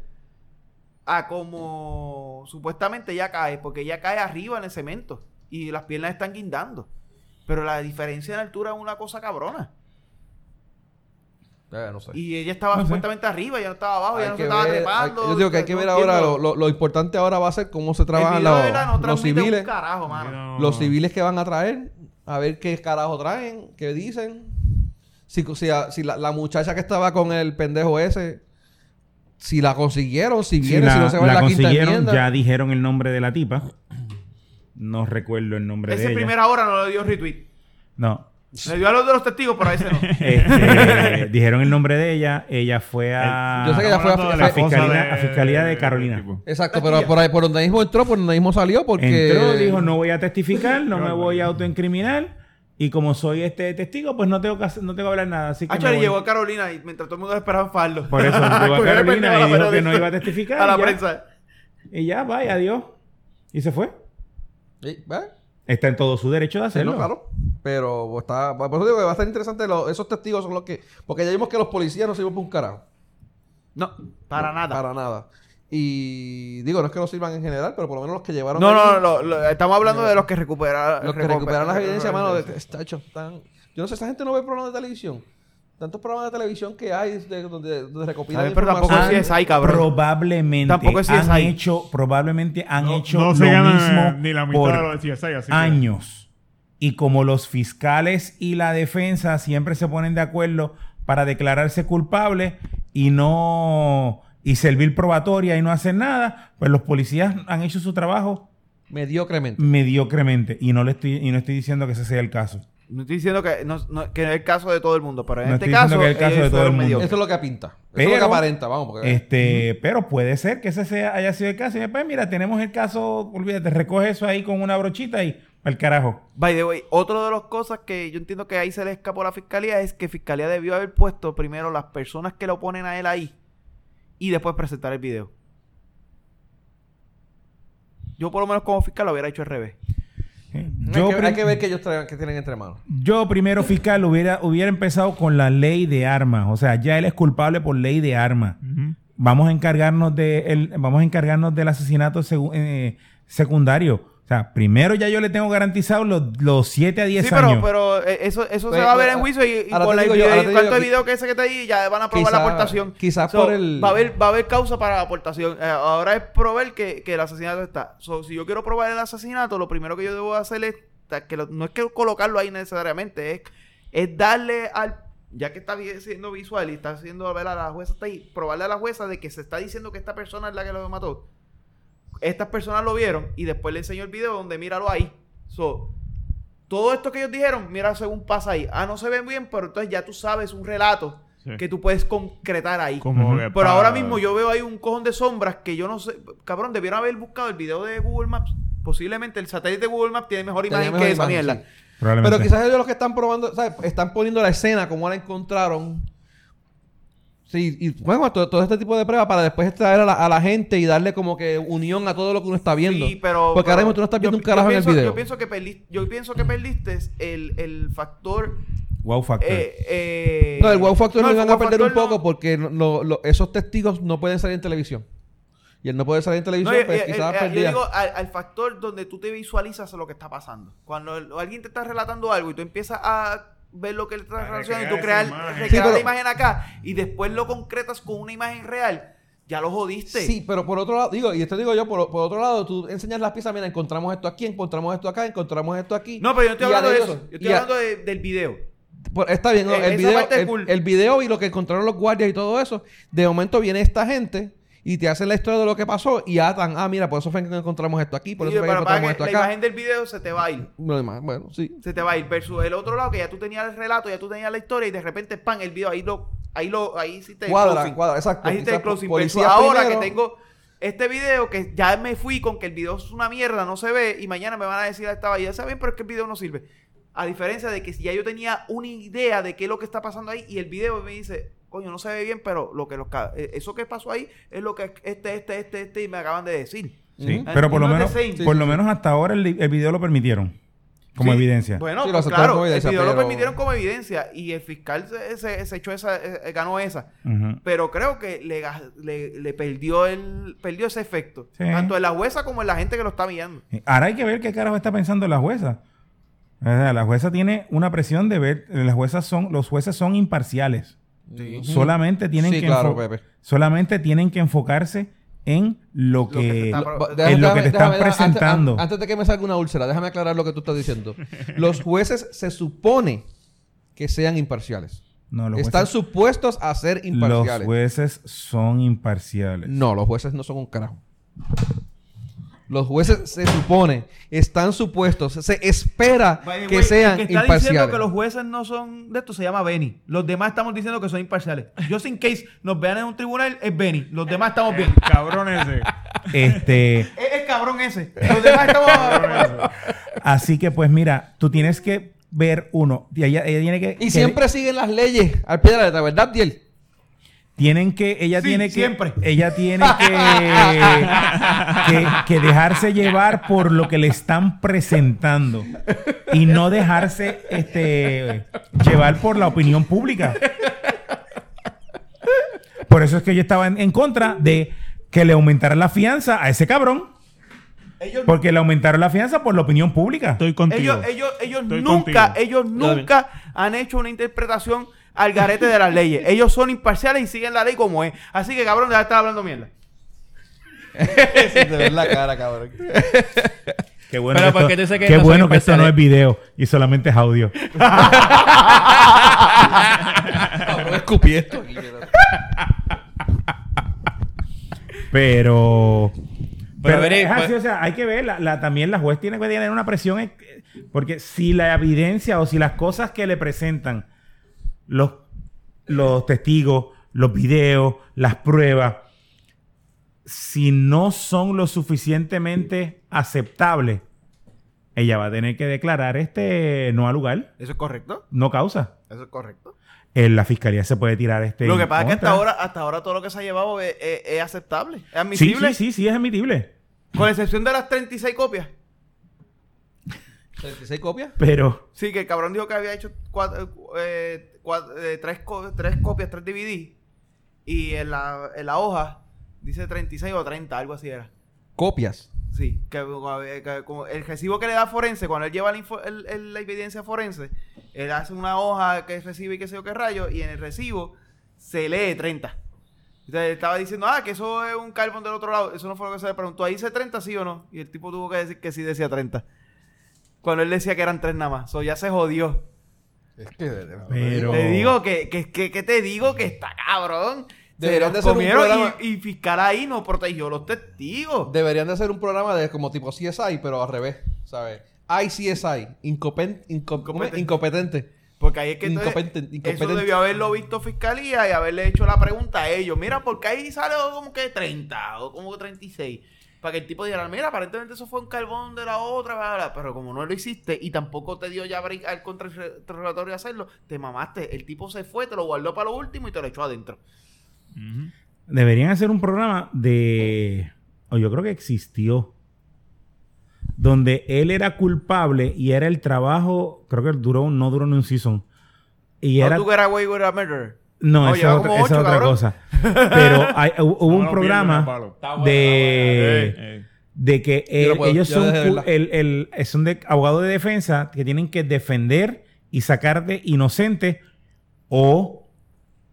S3: A como supuestamente ella cae, porque ella cae arriba en el cemento y las piernas están guindando. Pero la diferencia de altura es una cosa cabrona.
S2: Eh, no sé.
S3: Y ella estaba
S1: No sé.
S3: supuestamente arriba, ella no estaba abajo, ella
S2: Hay
S3: no
S2: que
S3: se estaba
S2: ver-
S3: trepando.
S2: hay- yo digo que hay que
S3: no
S2: ver ahora,
S3: entiendo.
S2: lo, lo- lo importante ahora va a ser cómo se
S3: El video
S2: trabajan
S3: de
S2: los,
S3: verdad no
S2: los
S3: transmite un
S2: civiles,
S3: carajo, mano.
S1: Ah.
S2: los civiles que van a traer, a ver qué carajo traen, qué dicen. Si, si, a- si la, la muchacha que estaba con el pendejo ese, si la consiguieron, si
S1: Si
S2: viene, si,
S1: la,
S2: no se va en
S1: la
S2: la, quinta
S1: consiguieron,
S2: enmienda.
S1: ya dijeron el nombre de la tipa. No recuerdo el nombre
S3: Ese
S1: de
S3: en
S1: ella.
S3: primera hora no le dio retweet.
S1: No.
S3: Le dio a los de los testigos, pero
S2: [LAUGHS]
S3: a ese no.
S1: Este, [LAUGHS] dijeron el nombre de ella. Ella fue a.
S2: Eh, Yo sé que ella fue a-
S6: Hablando de
S2: fue-
S6: la esposa
S1: fiscalía-
S6: de-
S1: a fiscalía de
S6: del
S1: Carolina.
S6: tipo.
S2: Exacto, pero por, ahí, por donde mismo entró, por donde mismo salió, porque...
S1: Entró, dijo, no voy a testificar, no me voy a autoincriminar. Y como soy este testigo, pues no tengo que, hacer- no tengo que hablar nada. Así que
S3: Ah,
S1: me
S3: chale,
S1: voy.
S3: llegó a Carolina y mientras todo el mundo lo esperaba en faldo.
S1: [LAUGHS]
S3: [LAUGHS]
S1: Por eso llegó a
S3: Cogió de pendejo a la
S1: Carolina y dijo que
S3: periodista.
S1: no iba a testificar.
S3: A la
S1: y ya.
S3: prensa.
S1: Y ya, vaya, adiós. Y se fue.
S2: Sí, ¿ves?
S1: Está en todo su derecho de
S2: Sí,
S1: hacerlo.
S2: no, claro. Pero está, por eso digo que va a estar interesante. lo- esos testigos son los que. Porque ya vimos que los policías no sirven para un carajo.
S3: No, para nada.
S2: Para nada. Y digo, no es que no sirvan en general, pero por lo menos los que llevaron.
S3: No,
S2: ahí,
S3: no, no, lo- lo- estamos hablando de los que recuperaron.
S2: Los que recuperaron las evidencias, mano. de- está hecho, están- yo no sé, esa gente no ve programas de televisión. Tantos programas de televisión que hay de- donde, donde recopilan.
S3: Está bien, pero tampoco
S1: Han-
S3: sí es ahí, cabrón.
S1: Probablemente
S3: Tampoco es
S1: han
S3: CSI.
S1: hecho, probablemente han
S6: No-
S1: hecho
S6: no
S1: lo
S6: se gana eh,
S1: mismo
S6: ni la mitad
S1: por
S6: de los CSI, así que-
S1: años. Y como los fiscales y la defensa siempre se ponen de acuerdo para declararse culpables y no y servir probatoria y no hacer nada, pues los policías han hecho su trabajo
S2: Mediocremente.
S1: mediocremente y no le estoy y no estoy diciendo que ese sea el caso.
S2: este-
S3: No estoy diciendo que no, no- que no es el caso de todo el mundo, pero en
S1: No
S3: este
S1: estoy diciendo
S3: caso.
S1: que es el caso
S3: ellos
S1: de todo
S3: fueron
S1: el mundo.
S2: Eso
S3: mediocres.
S2: es lo que pinta. Eso es
S1: Pero-
S2: lo que aparenta, vamos. Porque,
S1: Este, pero puede ser que ese sea, haya sido el caso. Y pues mira, tenemos el caso, olvídate, recoge eso ahí con una brochita y al carajo.
S3: By the way, otra de las cosas que yo entiendo que ahí se le escapó a la fiscalía es que fiscalía debió haber puesto primero las personas que lo ponen a él ahí y después presentar el video. Yo, por lo menos, como fiscal, lo hubiera hecho al revés.
S2: Hay
S1: Yo
S2: que- hay, que,
S1: pri-
S2: ver que ellos traen- que tienen entre manos.
S1: Yo, primero fiscal, hubiera, hubiera empezado con la ley de armas. O sea, ya él es culpable por ley de armas.
S6: Ujú.
S1: Vamos a encargarnos de el- vamos a encargarnos del asesinato segu- eh, secundario. O sea, primero ya yo le tengo garantizado los, los 7 a 10
S3: Sí, pero,
S1: años.
S3: pero eh, eso, eso
S2: Pues,
S3: se va a ver
S2: ahora-
S3: en juicio y, y
S2: ahora
S3: con
S2: te
S3: la
S2: digo yo,
S3: video-
S2: ahora te
S3: cuánto
S2: digo,
S3: de video que ese que está ahí ya van a probar
S2: quizá-
S3: la aportación.
S2: quizá por el-
S3: Va a haber, va a haber causa para la aportación. Eh, ahora es probar que, que el asesinato está. So, si yo quiero probar el asesinato, lo primero que yo debo hacer es ta- que lo- no es que colocarlo ahí necesariamente, es, es darle al ya que está vi- siendo visual y está haciendo ver a la jueza está ahí, probarle a la jueza de que se está diciendo que esta persona es la que lo mató estas personas lo vieron y después le enseñó el video donde míralo ahí. So, todo esto que ellos dijeron, mira según pasa ahí. Ah, no se ven bien, pero entonces ya tú sabes un relato
S6: Sí.
S3: que tú puedes concretar ahí.
S6: Como que
S3: Pero
S6: pa-
S3: ahora mismo yo veo ahí un cojón de sombras que yo no sé. Cabrón, debieron haber buscado el video de Google Maps. Posiblemente el satélite de Google Maps tiene mejor
S2: Tenía
S3: imagen
S2: mejor
S3: que esa
S2: imagen,
S3: mierda.
S2: sí.
S1: Probablemente.
S2: Pero quizás ellos los que están probando, ¿sabes? Están poniendo la escena como la encontraron. Sí, y bueno, todo, todo este tipo de pruebas para después traer a la, a la gente y darle como que unión a todo lo que uno está viendo.
S3: Sí, pero.
S2: Porque
S3: pero
S2: ahora mismo tú no estás
S3: yo-
S2: viendo un
S3: yo
S2: carajo
S3: pienso-
S2: en el video.
S3: Yo pienso que perdiste, yo pienso que perdiste el, el factor.
S1: Wow factor.
S3: eh, eh,
S2: no, el wow factor
S3: no,
S2: lo
S3: el
S2: iban a
S3: wow
S2: perder un
S3: factor no.
S2: poco porque no- lo- lo- esos testigos no pueden salir en televisión. Y él no puede salir en televisión,
S3: No, yo-
S2: pues
S3: yo-
S2: quizás
S3: yo- yo
S2: perdía.
S3: digo al, al factor donde tú te visualizas lo que está pasando. Cuando el- alguien te está relatando algo y tú empiezas a ver lo que él está
S6: A
S3: relacionando y tú
S6: recrear
S3: creas
S6: esa imagen.
S3: recrear
S2: Sí, pero-
S3: la imagen acá y después lo concretas con una imagen real, ya lo jodiste.
S2: Sí, pero por otro lado, digo, y esto digo yo, por, por otro lado, tú enseñas las piezas, mira, encontramos esto aquí, encontramos esto acá, encontramos esto aquí.
S3: No, pero yo no estoy
S2: Y a
S3: hablando de
S2: ellos-
S3: eso. Yo
S2: y
S3: estoy
S2: a-
S3: hablando de- del video.
S2: Por- Pues, está bien, ¿no?
S3: Eh,
S2: el,
S3: esa
S2: video,
S3: parte es
S2: el,
S3: cool.
S2: el video y lo que encontraron los guardias y todo eso. De momento viene esta gente y te hacen la historia de lo que pasó y atan. Ah, mira, por eso fue que encontramos esto aquí, por
S3: Y
S2: eso fue que
S3: para- para
S2: encontramos
S3: que
S2: esto
S3: la
S2: acá.
S3: imagen del video se te va a ir.
S2: Lo demás, bueno, sí.
S3: Se te va a ir. Versus el otro lado que ya tú tenías el relato, ya tú tenías la historia y de repente, pan, el video ahí lo... Ahí lo... Ahí sí te...
S2: Cuadra, cuadra, exacto.
S3: Ahí está el
S2: Quizás
S3: closing.
S2: policía
S3: versus ahora
S2: primero.
S3: que tengo este video que ya me fui con que el video es una mierda, no se ve, y mañana me van a decir, "Ah, estaba ahí, ya saben, pero es que el video no sirve. A diferencia de que si ya yo tenía una idea de qué es lo que está pasando ahí, y el video me dice, coño, no se ve bien, pero lo que los ca- eh, eso que pasó ahí es lo que este, este, este, este, y me acaban de decir.
S1: Sí,
S2: Ujú.
S1: pero por lo
S3: No es
S1: menos,
S3: the same.
S1: por lo menos hasta ahora el, el video lo permitieron como
S3: Sí.
S1: evidencia.
S3: Bueno,
S2: Sí, lo
S3: pues
S2: aceptaron
S3: claro,
S2: como
S3: el
S2: evidencia,
S3: video lo
S2: pero-
S3: permitieron como evidencia, y el fiscal se, se- se echó esa, eh, ganó esa.
S1: Ujú.
S3: pero creo que le, ga- le, le perdió el perdió ese efecto
S1: Sí.
S3: tanto en la jueza como en la gente que lo está mirando
S1: Ahora hay que ver qué carajo está pensando la jueza. O sea, la jueza tiene una presión de ver, las juezas son, los jueces son imparciales. Solamente tienen
S7: Sí,
S1: que
S7: claro,
S1: enfo-
S7: Pepe.
S1: solamente tienen que
S2: enfocarse en lo
S3: que se está-
S7: Va-
S3: en
S7: déjame-
S2: lo que
S7: déjame-
S2: te están
S7: déjame- antes-
S2: presentando.
S7: Antes, de que me salga una úlcera, déjame aclarar lo que tú estás
S1: [LAUGHS]
S7: diciendo. Los jueces se supone que sean imparciales.
S1: no, los
S7: Están
S1: jueces,
S7: supuestos a ser
S1: los
S7: imparciales.
S1: jueces son imparciales.
S7: No, los jueces no son un carajo. Los jueces se supone, están supuestos, se espera
S3: By the
S7: que
S3: way,
S7: sean
S3: el que está
S7: imparciales.
S3: diciendo que los jueces no son de esto se llama Benny. Los demás estamos diciendo que son imparciales. Yo, sin case nos vean en un tribunal, es Benny. Los demás estamos bien.
S6: Cabrón ese.
S3: [LAUGHS]
S1: Este,
S3: Es el cabrón ese. Los demás [LAUGHS] estamos.
S1: así que pues mira, tú tienes que ver uno, y ella, ella tiene que
S7: Y
S1: que-
S7: siempre siguen las leyes al pie de la letra, ¿verdad, Diel?
S1: tienen que ella
S3: Sí,
S1: tiene que
S3: siempre.
S1: ella tiene que, que que dejarse llevar por lo que le están presentando y no dejarse este llevar por la opinión pública. Por eso es que yo estaba en, en contra de que le aumentaran la fianza a ese cabrón.
S3: Ellos,
S1: Porque le aumentaron la fianza por la opinión pública.
S6: Estoy contigo.
S3: ellos, ellos, ellos
S6: Estoy
S3: nunca,
S6: contigo.
S3: ellos nunca han hecho una interpretación al garete de las leyes. Ellos son imparciales y siguen la ley como es. Así que cabrón, ya estás hablando mierda.
S7: Se te ve la cara, cabrón.
S1: Qué bueno,
S5: Pero
S1: que,
S5: ¿por
S1: esto,
S5: qué tú dices que
S1: qué
S5: no son
S1: bueno que esto no
S5: imparciales?
S1: es video y solamente es audio.
S7: Cabrón, escupí esto. aquí, mira.
S1: Pero. Pero,
S5: Pero, veré,
S1: es así,
S5: pues-
S1: o sea, hay que ver, la, la- también la juez tiene que tener una presión, eh, porque si la evidencia o si las cosas que le presentan los, los testigos, los videos, las pruebas, si no son lo suficientemente aceptables, ella va a tener que declarar este no al lugar,
S3: ¿Eso es correcto?
S1: no causa.
S3: Eso es correcto.
S1: Eh, la fiscalía se puede tirar este.
S3: Lo que
S1: en
S3: pasa es que hasta
S1: contra.
S3: ahora, hasta ahora todo lo que se ha llevado es, es- es aceptable, es
S1: Sí,
S3: admisible,
S1: sí, sí, sí, es admitible.
S3: con excepción de las 36 copias.
S7: 36 copias.
S1: Pero.
S3: Sí, que el cabrón dijo que había hecho cuatro, eh, cua- eh, tres, co- tres copias, tres DVD. Y en la, en la hoja dice 36 o 30, algo así era.
S7: Copias.
S3: Sí, que, eh, que como el recibo que le da forense, cuando él lleva la, info- el- el- la evidencia forense, él hace una hoja que recibe y qué sé yo qué rayo, y en el recibo se lee 30. Entonces él estaba diciendo, ah, que eso es un carbón del otro lado. Eso no fue lo que se le preguntó. ¿Ahí dice 30 sí o no? Y el tipo tuvo que decir que sí decía 30. Cuando él decía que eran tres nada más. So ya se jodió.
S7: Es que
S1: Pero.
S3: Te digo que, que, que, que te digo que está cabrón. Se
S7: Deberían
S3: los
S7: de hacer un
S3: comieron
S7: programa-
S3: y, y fiscal ahí no protegió los testigos.
S7: Deberían de hacer un programa de como tipo CSI, pero al revés, ¿sabes? ICSI, incopen- inco- ¿cómo es?
S3: Incompetente.
S7: incompetente.
S3: Porque ahí es que entonces-
S7: Incompetente,
S3: eso
S7: incompetente.
S3: debió haberlo visto fiscalía y haberle hecho la pregunta a ellos. Mira, porque ahí sale como que 30 o como que 36. Para que el tipo dijera, mira, aparentemente eso fue un carbón de la otra, bla, bla, bla". pero como no lo hiciste y tampoco te dio ya break al contrarrelatorio a hacerlo, te mamaste. El tipo se fue, te lo guardó para lo último y te lo echó adentro.
S6: Ujú.
S1: Deberían hacer un programa de. O yo creo que existió. Donde él era culpable y era el trabajo. Creo que duró, no duró ni un season. Y
S3: No
S1: era.
S3: tú que eras way with a murderer.
S1: No,
S3: No,
S1: esa,
S3: lleva
S1: es otra-
S3: como
S1: esa es
S3: ocho,
S1: otra
S3: cabrón.
S1: cosa. Pero hay- hu- hubo
S6: No
S1: un
S6: lo pierdas,
S1: programa
S6: palo.
S1: de.
S6: Eh,
S1: de que
S7: Yo no
S1: eh,
S7: puedo,
S1: ellos
S7: yo
S1: son,
S7: dejé de
S1: cu-
S7: verla.
S1: el, el- eh, son de abogados de defensa que tienen que defender y sacar de inocente o,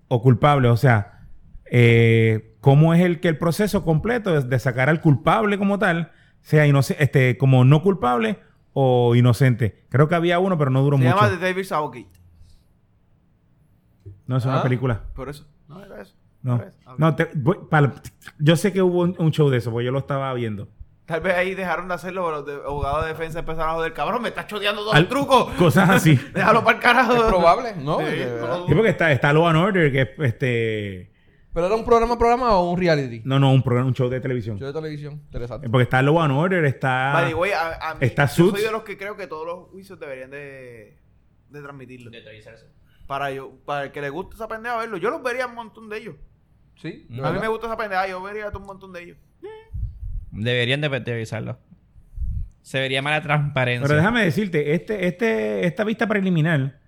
S1: o culpable. O sea, eh, ¿cómo es el que el proceso completo es de sacar al culpable como tal, sea inoce- este, como no culpable o inocente? Creo que había uno, pero no duró
S3: Se
S1: mucho.
S3: llama The David Southgate.
S1: No, es una
S7: Ah.
S1: película.
S3: Por eso. No era eso.
S1: No,
S3: Por eso. Ah,
S1: no te- voy- para- yo sé que hubo un, un show de eso, porque yo lo estaba viendo.
S3: Tal vez ahí dejaron de hacerlo, pero los de- abogados de defensa empezaron a joder. Cabrón, me estás choteando todo
S1: Al-
S3: el truco.
S1: Cosas
S7: [LAUGHS]
S1: así.
S3: Déjalo para el carajo.
S7: Es probable, ¿no?
S3: Sí,
S7: De verdad.
S1: Sí, porque está, está Law and Order, que es este.
S7: Pero era un programa, programa o un reality.
S1: No, no, un programa, un show de televisión.
S7: Yo de televisión, interesante.
S1: Eh, Porque está Law and Order, está.
S3: By the way, a- a mí-
S1: Ah, Está
S3: yo
S1: Suits.
S3: soy de los que creo que todos los juicios deberían de, de transmitirlo. Para yo, para el que le guste esa pendeja verlo. Yo los vería un montón de ellos.
S7: Sí,
S3: A mí me gusta esa pendeja, yo vería un montón de ellos.
S5: Deberían de revisarlo. Se vería mala transparencia.
S1: Pero déjame decirte, este, este, esta vista preliminar